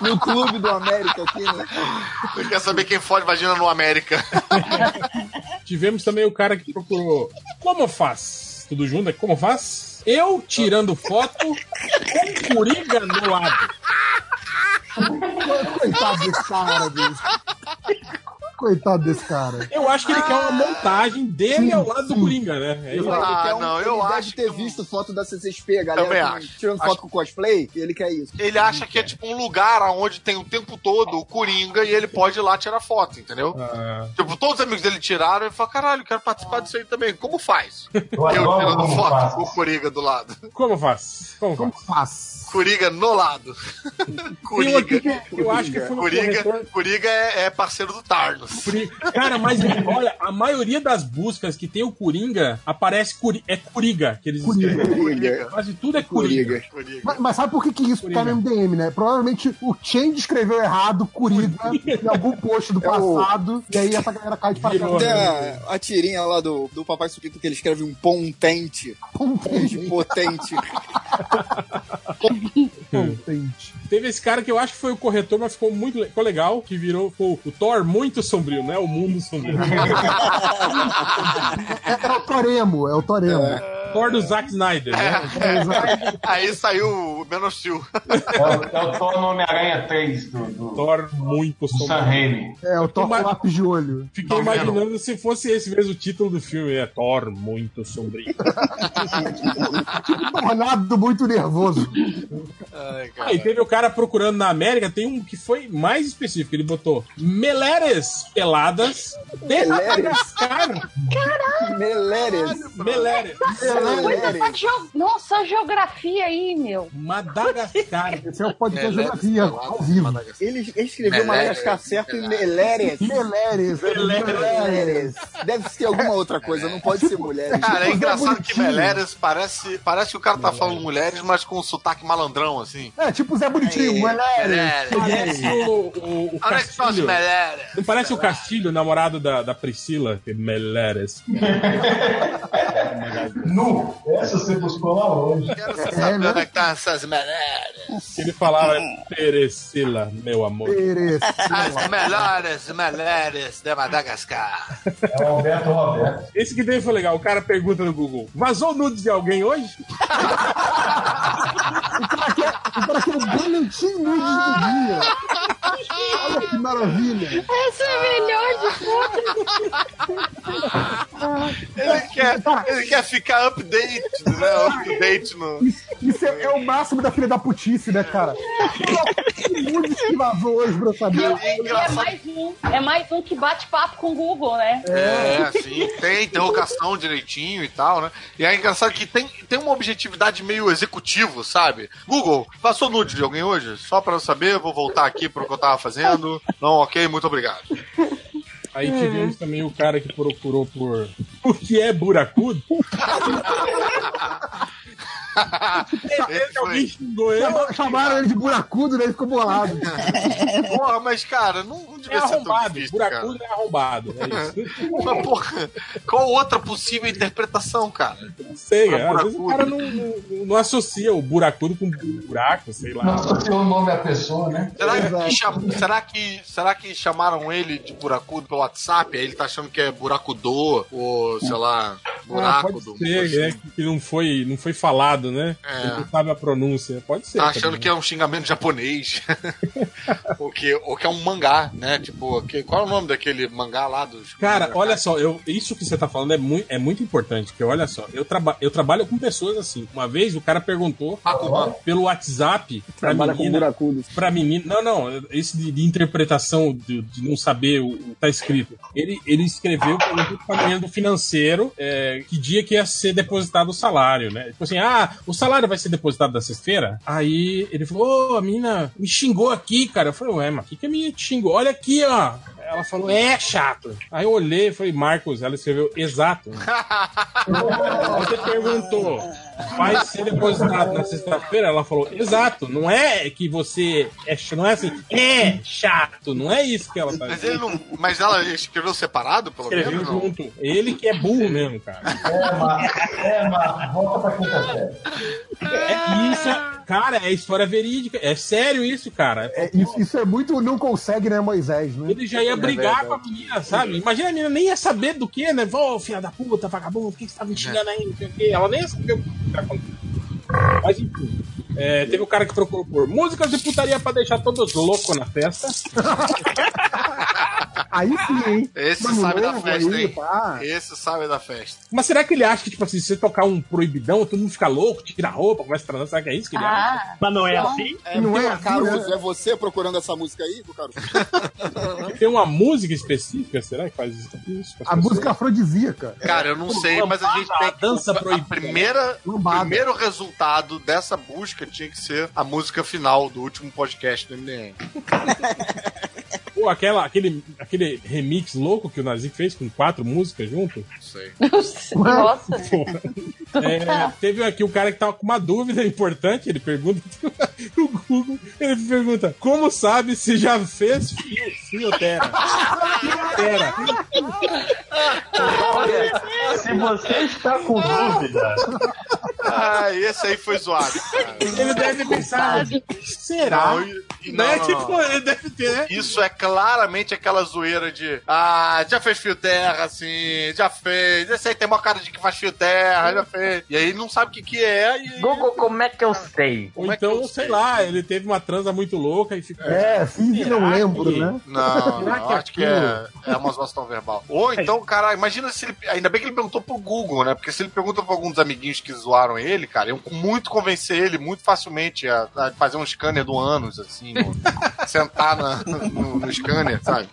S5: No clube do América aqui, né?
S4: Você quer saber quem fode vagina no América?
S6: Tivemos também o cara que procurou como faz? Tudo junto, é como faz? Eu tirando foto com curiga no lado.
S22: Coitado desse cara, bicho. Coitado desse cara.
S6: Eu acho que ele quer uma montagem dele ao lado do Coringa, né? É
S5: Eu
S6: isso.
S5: acho que é um-
S4: não,
S5: ele
S4: eu
S5: deve
S4: acho
S5: ter visto foto da CCXP, a galera
S4: Também
S5: com-
S4: acho.
S5: tirando foto com cosplay, e ele quer isso.
S4: Ele acha que é tipo um lugar onde tem o tempo todo o Coringa e ele pode ir lá tirar foto, entendeu?
S6: Ah,
S4: Tipo, todos os amigos dele tiraram e falou: caralho, quero participar disso aí também. Como faz? Eu
S7: adoro
S4: tirando
S7: como
S4: foto
S7: faz.
S4: com o Coringa do lado.
S6: Como faz? Como,
S22: faz?
S4: Coringa no lado.
S6: Tem
S4: Coringa.
S6: aqui que eu acho que foi um
S4: Coringa,
S6: corretor-
S4: Coringa é, é parceiro do Tarnos.
S6: Curi- Cara, mas olha, a maioria das buscas que tem o Coringa aparece Curi... é Curiga que eles escrevem.
S5: Coringa.
S6: Quase tudo é Coringa.
S22: Mas, mas sabe por que, que isso tá no MDM, né? Provavelmente o Change escreveu errado, Curiga, em algum post do passado, e aí essa galera cai de
S5: É Tem
S22: paraquedas.
S5: a, a tirinha lá do, do Papai Suquito que ele escreve um pontente. Um
S22: Pontente.
S5: Potente.
S6: Teve esse cara que eu acho que foi o corretor, mas ficou muito le- ficou legal, que virou ficou o Thor muito sombrio, né? O mundo sombrio.
S22: É, é o Toremo, é o Toremo.
S6: Thor do Zack Snyder, né?
S4: É, Aí saiu o Man of Steel.
S7: É o Thor no Homem-Aranha 3 do, do,
S6: Thor muito
S7: do Sam Raimi.
S22: É, o Thor com
S6: Ima-
S22: lápis de olho.
S6: Fiquei imaginando se fosse esse mesmo o título do filme, é Thor muito sombrio.
S5: Um
S22: Tornado muito nervoso.
S6: Ah, e teve o cara procurando na América, tem um que foi mais específico, ele botou Meleres peladas de Madagascar.
S5: Meleres.
S6: Meleres.
S2: É,
S5: Meleres.
S1: Essa geo- Nossa, a geografia aí, meu.
S6: Madagascar.
S22: Esse é o podcast
S5: Meleres
S22: geografia, ao vivo.
S5: Ele, ele escreveu
S22: Meleres.
S5: Madagascar certo e Meleres.
S22: Meleres.
S7: é
S5: Meleres. Deve ser alguma outra coisa, não pode ser mulheres.
S4: Cara, é engraçado que Meleres parece, parece que o cara tá falando mulheres, mas com um sotaque malandrão, assim.
S22: É, tipo o Zé Bonitinho, Meleres.
S6: Parece o, o, o
S4: Olha que faz
S6: Castilho.
S4: Meleres.
S6: Não parece o Castilho, namorado da, da Priscila? Que é Meleres.
S7: Nu, essa você buscou lá longe.
S4: Quero saber
S6: né?
S4: onde é que tá essas Meleres.
S6: Que Ele falava Perecila, meu amor.
S4: As melhores Meleres de Madagascar.
S7: É o Alberto Roberto.
S6: Esse que teve foi legal. O cara pergunta no Google: vazou nudes de alguém hoje?
S22: Para que eu ganhe o time do dia.
S16: Olha que maravilha.
S38: Essa é a melhor de
S4: Ah,
S38: todas.
S4: ele, quer, ele quer ficar update, né? Update no. É,
S16: Isso é, é o máximo da filha da putice, né, cara? Muitos que vazou hoje pra saber.
S38: É mais um. É mais um que bate papo com o Google, né?
S4: É, assim, tem interrogação direitinho e tal, né? E é engraçado que tem, tem uma objetividade meio executivo, sabe? Google, passou nude de alguém hoje? Só pra eu saber, vou voltar aqui pro que eu tava fazendo. Não, ok, muito obrigado.
S6: Aí tivemos também o cara que procurou por o que é buracudo.
S4: Ele foi.
S16: Alguém xingou ele. Chama- Chamaram ele de buracudo, né? Ele ficou bolado.
S4: Porra, mas cara, não, não devia
S16: É
S4: ser tão
S16: arrombado,
S4: difícil,
S16: buracudo
S4: cara.
S6: é arrombado.
S4: Mas, porra, qual outra possível interpretação, cara? Não
S6: Sei, às vezes o
S4: é
S6: cara não, não- não associa o buracudo com buraco, sei lá.
S4: Não associa
S7: o um nome à pessoa, né?
S4: Será que, cham- será, que, será que chamaram ele de buracudo pelo WhatsApp? Aí ele tá achando que é buracudô, ou sei lá,
S6: Ah,
S4: buraco
S6: pode
S4: do.
S6: ser, é, que não foi, não foi falado, né?
S4: É.
S6: Ele não sabe a pronúncia. Pode ser.
S4: Tá achando
S6: também.
S4: que é um xingamento japonês. ou, que, ou que é um mangá, né? Tipo, que, qual é o nome daquele mangá lá dos.
S6: Cara, olha só, eu, isso que você tá falando é muito, é muito importante, porque olha só, eu, traba, eu trabalho com pessoas assim. Uma vez o cara perguntou pelo WhatsApp pra
S46: Trabalha com
S6: menina.
S46: buracudos.
S6: pra menina. Não, não, esse de, de interpretação, de, de não saber o que tá escrito. Ele, ele escreveu, perguntou pra menina do financeiro é, que dia que ia ser depositado o salário, né? Tipo assim, ah, o salário vai ser depositado na sexta-feira? Aí ele falou, ô, a menina me xingou aqui, cara. Eu falei, ué, mas o que, que a menina te xingou? Olha aqui, ó. Ela falou, é chato. Aí eu olhei e falei, Marcos, ela escreveu exato. Você perguntou, vai ser depositado na sexta-feira? Ela falou, exato, não é que você é ch- não é assim, é chato, não é isso que ela tá
S4: Mas, ele não, mas ela escreveu separado, pelo
S6: Escreveu
S4: menos? não?
S6: junto. Ele que é burro mesmo, cara.
S7: É, mas volta pra quinta série.
S6: É que isso, é- cara, é história verídica. É sério isso, cara.
S16: É, isso, isso é muito não consegue, né, Moisés? Né?
S6: Ele já ia brigar com a menina, sabe? Imagina a menina nem ia saber do que, né? Vó, filha da puta, vagabundo, por que você tá me xingando aí? Não sei o quê. Ela nem ia saber o que tá acontecendo. Mas enfim. É, teve o cara que procurou por músicas de putaria pra deixar todos loucos na festa.
S16: Aí sim, hein?
S4: Esse
S16: Mano,
S4: sabe da
S16: novo
S4: festa,
S16: aí,
S4: hein?
S16: pá.
S4: Esse sabe da festa.
S6: Mas será que ele acha que, tipo assim, se você tocar um proibidão, todo mundo fica louco, tira a roupa, começa a transar? Será que é isso que ele
S47: Ah,
S6: acha?
S47: mas
S6: não
S47: é assim? É, não é, Caruso, é você procurando essa música aí, do Caruso?
S6: Tem uma música específica, será que faz isso? Tipo, isso
S16: Ah. A música afrodisíaca.
S4: Cara, eu não sei, mas a gente tem que.
S6: dança
S4: a primeira, o primeiro resultado dessa busca tinha que ser a música final do último podcast do MDM.
S6: Pô, aquela, aquele, aquele remix louco que o Nazik fez com quatro músicas junto?
S4: Sei.
S38: Nossa.
S6: É, teve aqui o cara que tava com uma dúvida importante, ele pergunta pro Google, ele pergunta, como sabe se já fez fio, fiotera? Fiotera.
S7: Se você está com dúvida,
S4: Ah, esse aí foi zoado. cara.
S6: Ele deve pensar, será?
S4: Não, e- e
S6: Não,
S4: não,
S6: é
S4: não,
S6: tipo,
S4: não.
S6: ele deve ter, né?
S4: Isso é claramente aquela zoeira de Ah, já fez fio terra, assim, já fez. Esse aí tem uma cara de que faz fio terra, já fez. E aí não sabe o que, que é. E...
S6: Google,
S4: como é que eu sei?
S6: Ou então, sei lá, ele teve uma transa muito louca e ficou.
S16: É,
S7: Um
S16: fiz e não lembro, né?
S4: Não,
S6: Será
S4: não,
S6: que
S4: acho que é, é uma zoação verbal. Ou então, cara, imagina se ele. Ainda bem que ele perguntou pro Google, né? Porque se ele pergunta pra alguns amiguinhos que zoaram ele, cara, eu muito convencer ele muito facilmente a, a fazer um scanner do ânus, assim, no- sentar na- no, no scanner, sabe?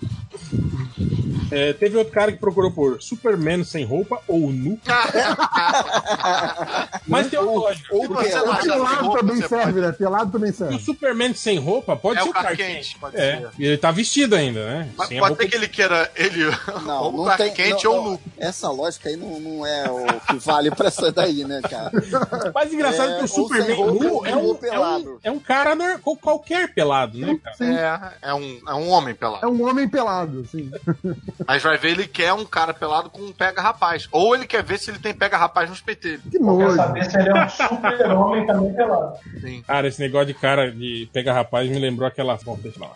S6: É, teve outro cara que procurou por Superman sem roupa ou nu. Mas tem uma lógica.
S16: O pelado também serve, né? Pelado também
S6: O
S16: serve.
S6: Superman sem roupa pode
S4: É
S6: ser
S4: o Clark
S6: Clark
S4: Kent,
S6: Kent.
S4: pode
S6: um é.
S4: ser.
S6: E ele tá vestido ainda, né?
S4: Mas
S6: Sem a
S4: pode
S6: roupa.
S4: ter que ele queira ele
S47: Não,
S4: ou
S47: não
S4: Clark
S47: tem,
S4: Kent
S47: não,
S4: ou nu.
S47: não, Essa lógica aí não, não é o que vale pra essa daí, né, cara?
S6: Mas engraçado
S47: É,
S6: que
S47: ou
S6: o
S47: sem
S6: Superman
S47: roupa,
S6: nu
S47: ou
S6: é um,
S47: pelado.
S6: é um- é um cara nor- com qualquer pelado, né, cara?
S4: É, é um, é um homem pelado.
S16: É um homem pelado, sim.
S4: Mas vai ver, ele quer um cara pelado com um pega-rapaz. Ou ele quer ver se ele tem pega-rapaz nos peteiros.
S16: Que nojo.
S7: esse ele é um super-homem também pelado.
S6: Cara, esse negócio de cara de pegar rapaz me lembrou aquela. Bom, deixa lá.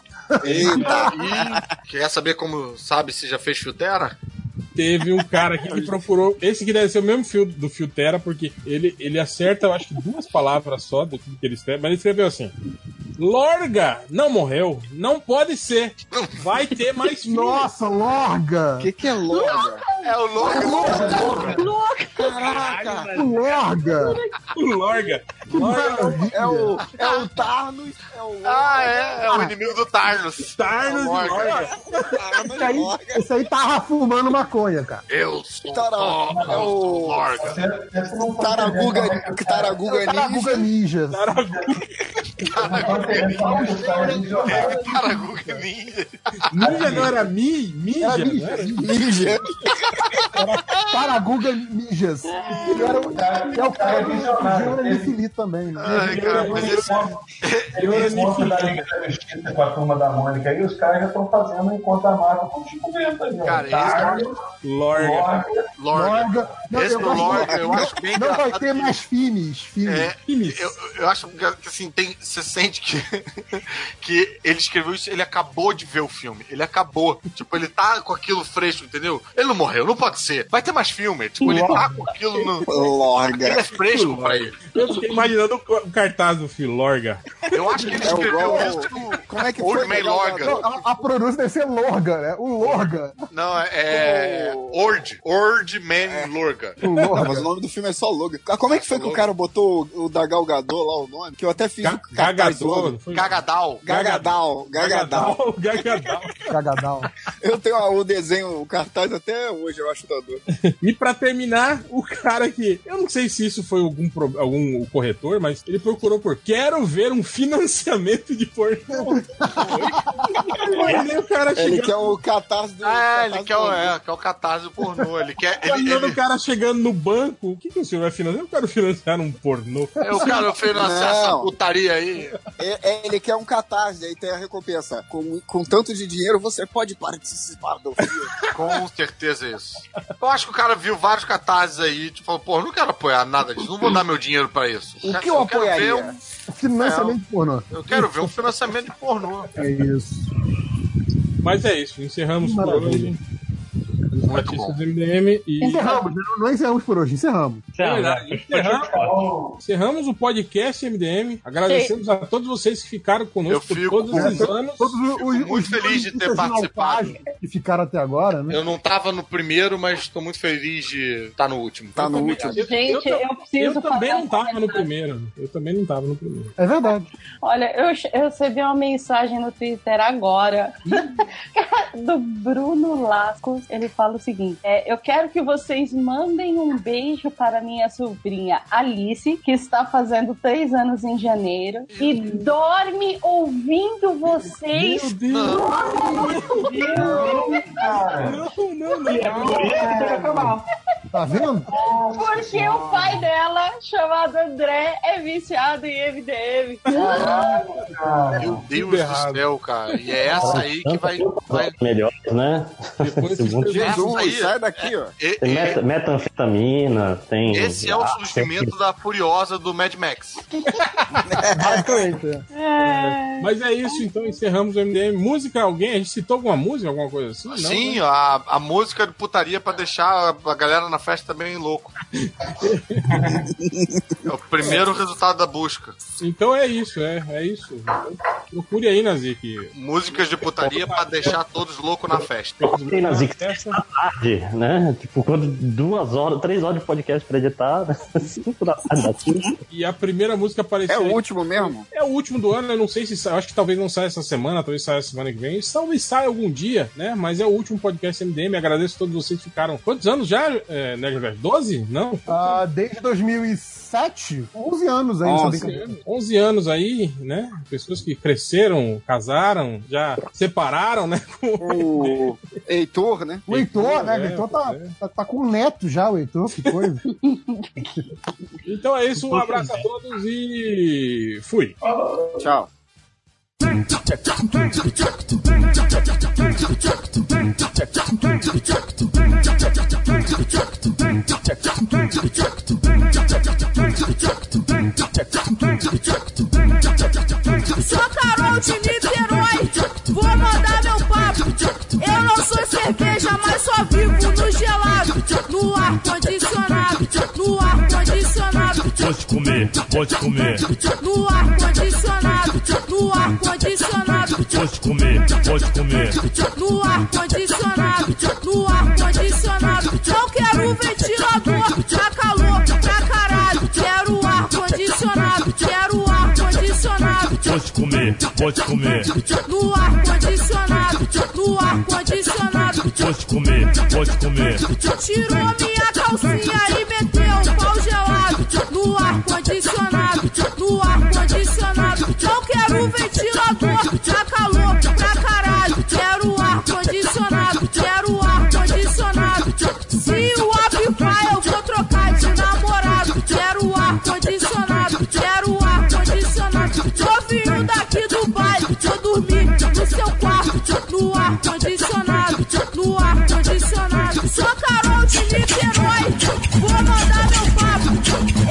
S4: Eita! E quer saber como sabe se já fez filtera?
S6: Teve um cara aqui que procurou. Esse que deve ser o mesmo fio do Filtera, porque ele, ele acerta, eu acho que duas palavras só do que ele escreve, mas ele escreveu assim: Lorga não morreu. Não pode ser. Vai ter mais filme.
S7: Nossa, Lorga!
S6: O
S7: que,
S5: é Lorga?
S4: É o Lorga.
S7: Lorga!
S4: Lorga.
S7: Caraca! Lorga!
S6: O Lorga. Lorga.
S5: É o, é o Tarnus. É o
S4: Ah, é. É o inimigo do Tarnus.
S6: Tarnus e Lorga.
S7: Isso aí, isso aí tava fumando maconha, cara.
S4: Eu sou
S5: Tara-
S4: Lorga.
S5: é o-
S4: Lorga.
S5: Taraguga, Taraguga Ninja.
S7: Taraguga Ninja.
S4: Taraguga Ninja.
S6: Ninja não era Mi? Ninja?
S7: Era
S6: não
S7: Ninja.
S6: era?
S5: Ninja.
S7: Era Taraguga Ninjas. Ele era o, é o cara que fugiu na Nifili é também. Né?
S4: Ai, cara, mas esse...
S7: é
S48: Eles montam da Liga da Justiça com a turma da Mônica e os caras já estão fazendo um encontro da Marvel com o Chico Bento aí, ó. Tá,
S4: Cara, é um esse-
S48: Tarno,
S6: Lorga.
S48: Lorga.
S4: Lorga.
S7: Não,
S4: Esse
S7: eu
S4: do
S7: gosto-
S4: Lorga eu acho bem
S7: Não vai
S4: engraçado.
S7: ter mais filmes. filmes.
S4: É, eu, eu acho que assim, tem, você sente que, que ele escreveu isso, ele acabou de ver o filme. Ele acabou. Tipo, ele tá com aquilo fresco, entendeu? Ele não morreu, não pode ser. Vai ter mais filme. Tipo, ele tá com aquilo no. Ele é
S5: Lorga.
S4: fresco pra ele.
S6: Eu fiquei imaginando o cartaz do filme, Lorga.
S4: Eu acho que ele
S5: É o
S4: escreveu
S5: Lorga.
S4: isso no
S5: Como é que
S4: Old
S5: foi? né?
S4: Man Lorga.
S7: Não, a, a pronúncia deve ser Lorga, né? O Lorga.
S4: Não, é. Ord. Ord
S5: É.
S4: Man Lorga.
S7: O
S5: Não,
S7: Lorga.
S5: mas o nome do filme é só Logan. Ah, Como é que foi que o cara botou o, o da Galgador lá o nome? Que eu até fiz o cartaz
S6: Gagador.
S5: zoando.
S6: foi-
S4: Cagadal.
S5: Gagadal, Gagadal.
S6: Gagadal.
S7: Cagadal.
S5: Eu tenho ah, o desenho, o cartaz até hoje, eu acho tá da dor.
S6: E pra terminar, o cara que. Eu não sei se isso foi algum, pro- algum corretor, mas ele procurou por quero ver um financiamento de pornô. Imaginei o cara
S5: Ele
S6: chegando.
S5: quer o catarse do.
S4: É,
S5: catarse
S4: ele quer
S5: do-
S4: o, é, quer o catarse pornô. Ele quer.
S5: um
S4: Ele,
S6: imaginando
S4: ele,
S6: o cara chegando no banco. O que, que o senhor vai financiar? Eu quero financiar um pornô.
S4: é, o cara financiar essa
S5: Não.
S4: putaria aí.
S5: É- é, ele quer um catarse, aí tem a recompensa. Com, com tanto de dinheiro, você pode participar do filme.
S4: Com certeza é isso. Eu acho que o cara viu vários catarses aí, tipo, falou, pô, eu não quero apoiar nada disso, não vou dar meu dinheiro pra isso.
S5: O
S4: Cara,
S5: que eu
S4: Quero
S5: apoiaria?
S4: ver um, É,
S7: Financiamento de pornô.
S4: eu quero ver um financiamento de pornô.
S7: É isso.
S6: Mas é isso, encerramos por
S7: Maravilha.
S6: hoje. As
S4: bom.
S6: notícias do MDM e.
S7: Encerramos, né? não, não encerramos por hoje, encerramos.
S6: É verdade, encerramos. Encerramos o podcast MDM. Agradecemos a todos vocês que ficaram
S4: Eu
S6: conosco
S4: fico
S6: por todos
S4: com-
S6: esses anos.
S7: Todos os,
S4: Fico muito feliz de ter
S7: jornalistas
S4: participado.
S7: naufrágios Que ficaram até agora, né?
S4: Eu não tava no primeiro, mas tô muito feliz de estar no último.
S5: Tá no último.
S3: Gente, eu,
S6: eu,
S3: preciso
S6: eu também
S3: falar
S6: não tava no primeiro. Eu também não tava no primeiro.
S7: É verdade.
S3: Olha, eu, eu recebi uma mensagem no Twitter agora do Bruno Lascos. Ele fala o seguinte: é, Eu quero que vocês mandem um beijo para minha sobrinha Alice, que está fazendo três anos em janeiro e dorme ouvindo vocês.
S6: Não, não, não.
S7: Tá vendo?
S3: Porque o pai dela, chamado André, é viciado em MDM.
S4: Meu Deus
S6: errado.
S4: do céu, cara. E é essa aí que vai. vai
S9: Melhores, né?
S6: Depois
S9: Segundo-
S6: vocês-
S4: essa aí,
S5: Jesus, sai daqui, ó.
S4: e-
S9: Tem meta- metanfetamina, tem.
S4: esse é o
S9: Ah,
S4: surgimento
S9: tem-
S4: da Furiosa do Mad Max.
S7: Basicamente.
S6: Mas é isso, então encerramos o MDM. Música, alguém? A gente citou alguma música, alguma coisa assim? Não,
S4: Sim,
S6: né?
S4: a, a música de putaria pra deixar a galera na festa bem louco. é o primeiro resultado da busca.
S6: Então é isso, é, é isso. Procure aí, Nazik.
S4: Músicas de putaria pra deixar todos loucos na festa.
S9: Tem na Zic tarde, né? Tipo, quando duas horas, três horas de podcast pra editar, né? cinco da tarde assim. da quinta.
S6: E a primeira música apareceu.
S5: É o
S6: aí.
S5: último mesmo?
S6: É o último do ano, eu não sei se sai, eu acho que talvez não saia essa semana, talvez saia semana que vem, talvez saia algum dia, né? Mas é o último podcast MDM, agradeço a todos vocês que ficaram. Quantos anos já, é, né, Jorge? 12? Não?
S7: Ah, desde 2007, 11 anos aí,
S5: Onze.
S7: essa brincadeira.
S6: 11 anos aí, né? Pessoas que cresceram, casaram, já separaram, né?
S5: O Heitor, né?
S7: O Heitor, né?
S6: É,
S7: o Heitor tá,
S6: é.
S7: tá, tá com um neto já, o Heitor, que coisa.
S6: Então é isso, um abraço a todos e fui.
S5: Tchau.
S49: Sou Carol de Niterói, vou mandar meu papo. Eu não sou cerveja, mas só vivo no gelado, no ar condicionado, no ar condicionado,
S50: Vou te comer, vou te comer.
S49: no ar condicionado, no
S9: pode comer.
S3: No ar condicionado, no ar condicionado. Não quero ventilador, tá calor pra caralho. Quero ar condicionado, quero ar condicionado.
S9: Pode comer, pode comer.
S3: No ar condicionado, no ar condicionado.
S9: Pode comer, pode comer.
S3: Tirou minha calcinha e meteu um pau gelado. No ar condicionado, no ar condicionado. Não quero ventilador, tá calor pra caralho. Quero ar condicionado, quero ar condicionado. Se o apitar, eu vou trocar de namorado. Quero ar condicionado, quero ar condicionado. Novinho daqui do baile, eu dormi no seu quarto. No ar condicionado, no ar condicionado. Sou Carol de Niterói, vou mandar meu papo.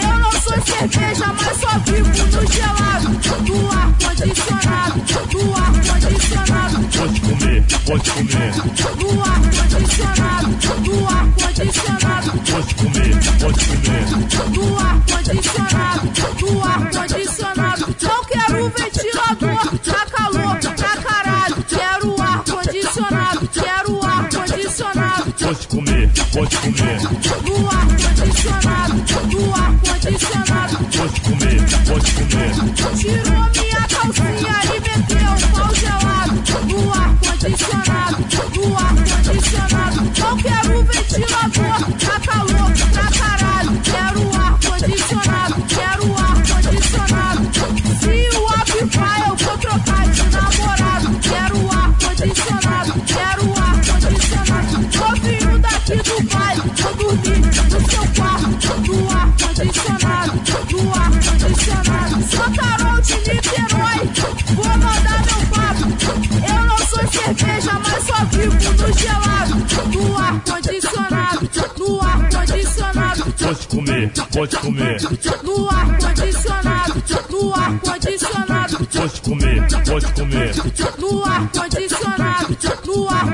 S3: Eu não sou cerveja, mas só vivo no gelado. No ar condicionado, no ar condicionado.
S9: Pode comer, pode comer.
S3: No ar condicionado, no ar condicionado.
S9: Pode comer, pode comer.
S3: No ar condicionado, no ar condicionado. Não quero ventilador, tá calor pra caralho. Quero ar condicionado, quero ar condicionado.
S9: Pode comer, pode comer.
S3: No ar condicionado, no ar condicionado.
S9: Pode comer, pode comer.
S3: Tirou minha calcinha e meteu um pau gelado. No ar condicionado, no ar condicionado. Não quero ventilador, tá calor pra caralho. Quero ar condicionado, quero ar condicionado. Se o apitar, eu vou trocar de namorado. Quero ar condicionado, quero ar condicionado. Novinho daqui do baile, eu dormi no seu quarto. No ar condicionado, no ar condicionado. Sou Carol de Niterói, vou mandar meu papo. Eu não sou cerveja, mas só vivo no gelado. No ar condicionado, no ar condicionado.
S9: Pode comer, pode comer.
S3: No ar condicionado, no ar condicionado.
S9: Pode comer, pode comer.
S3: No ar condicionado, no ar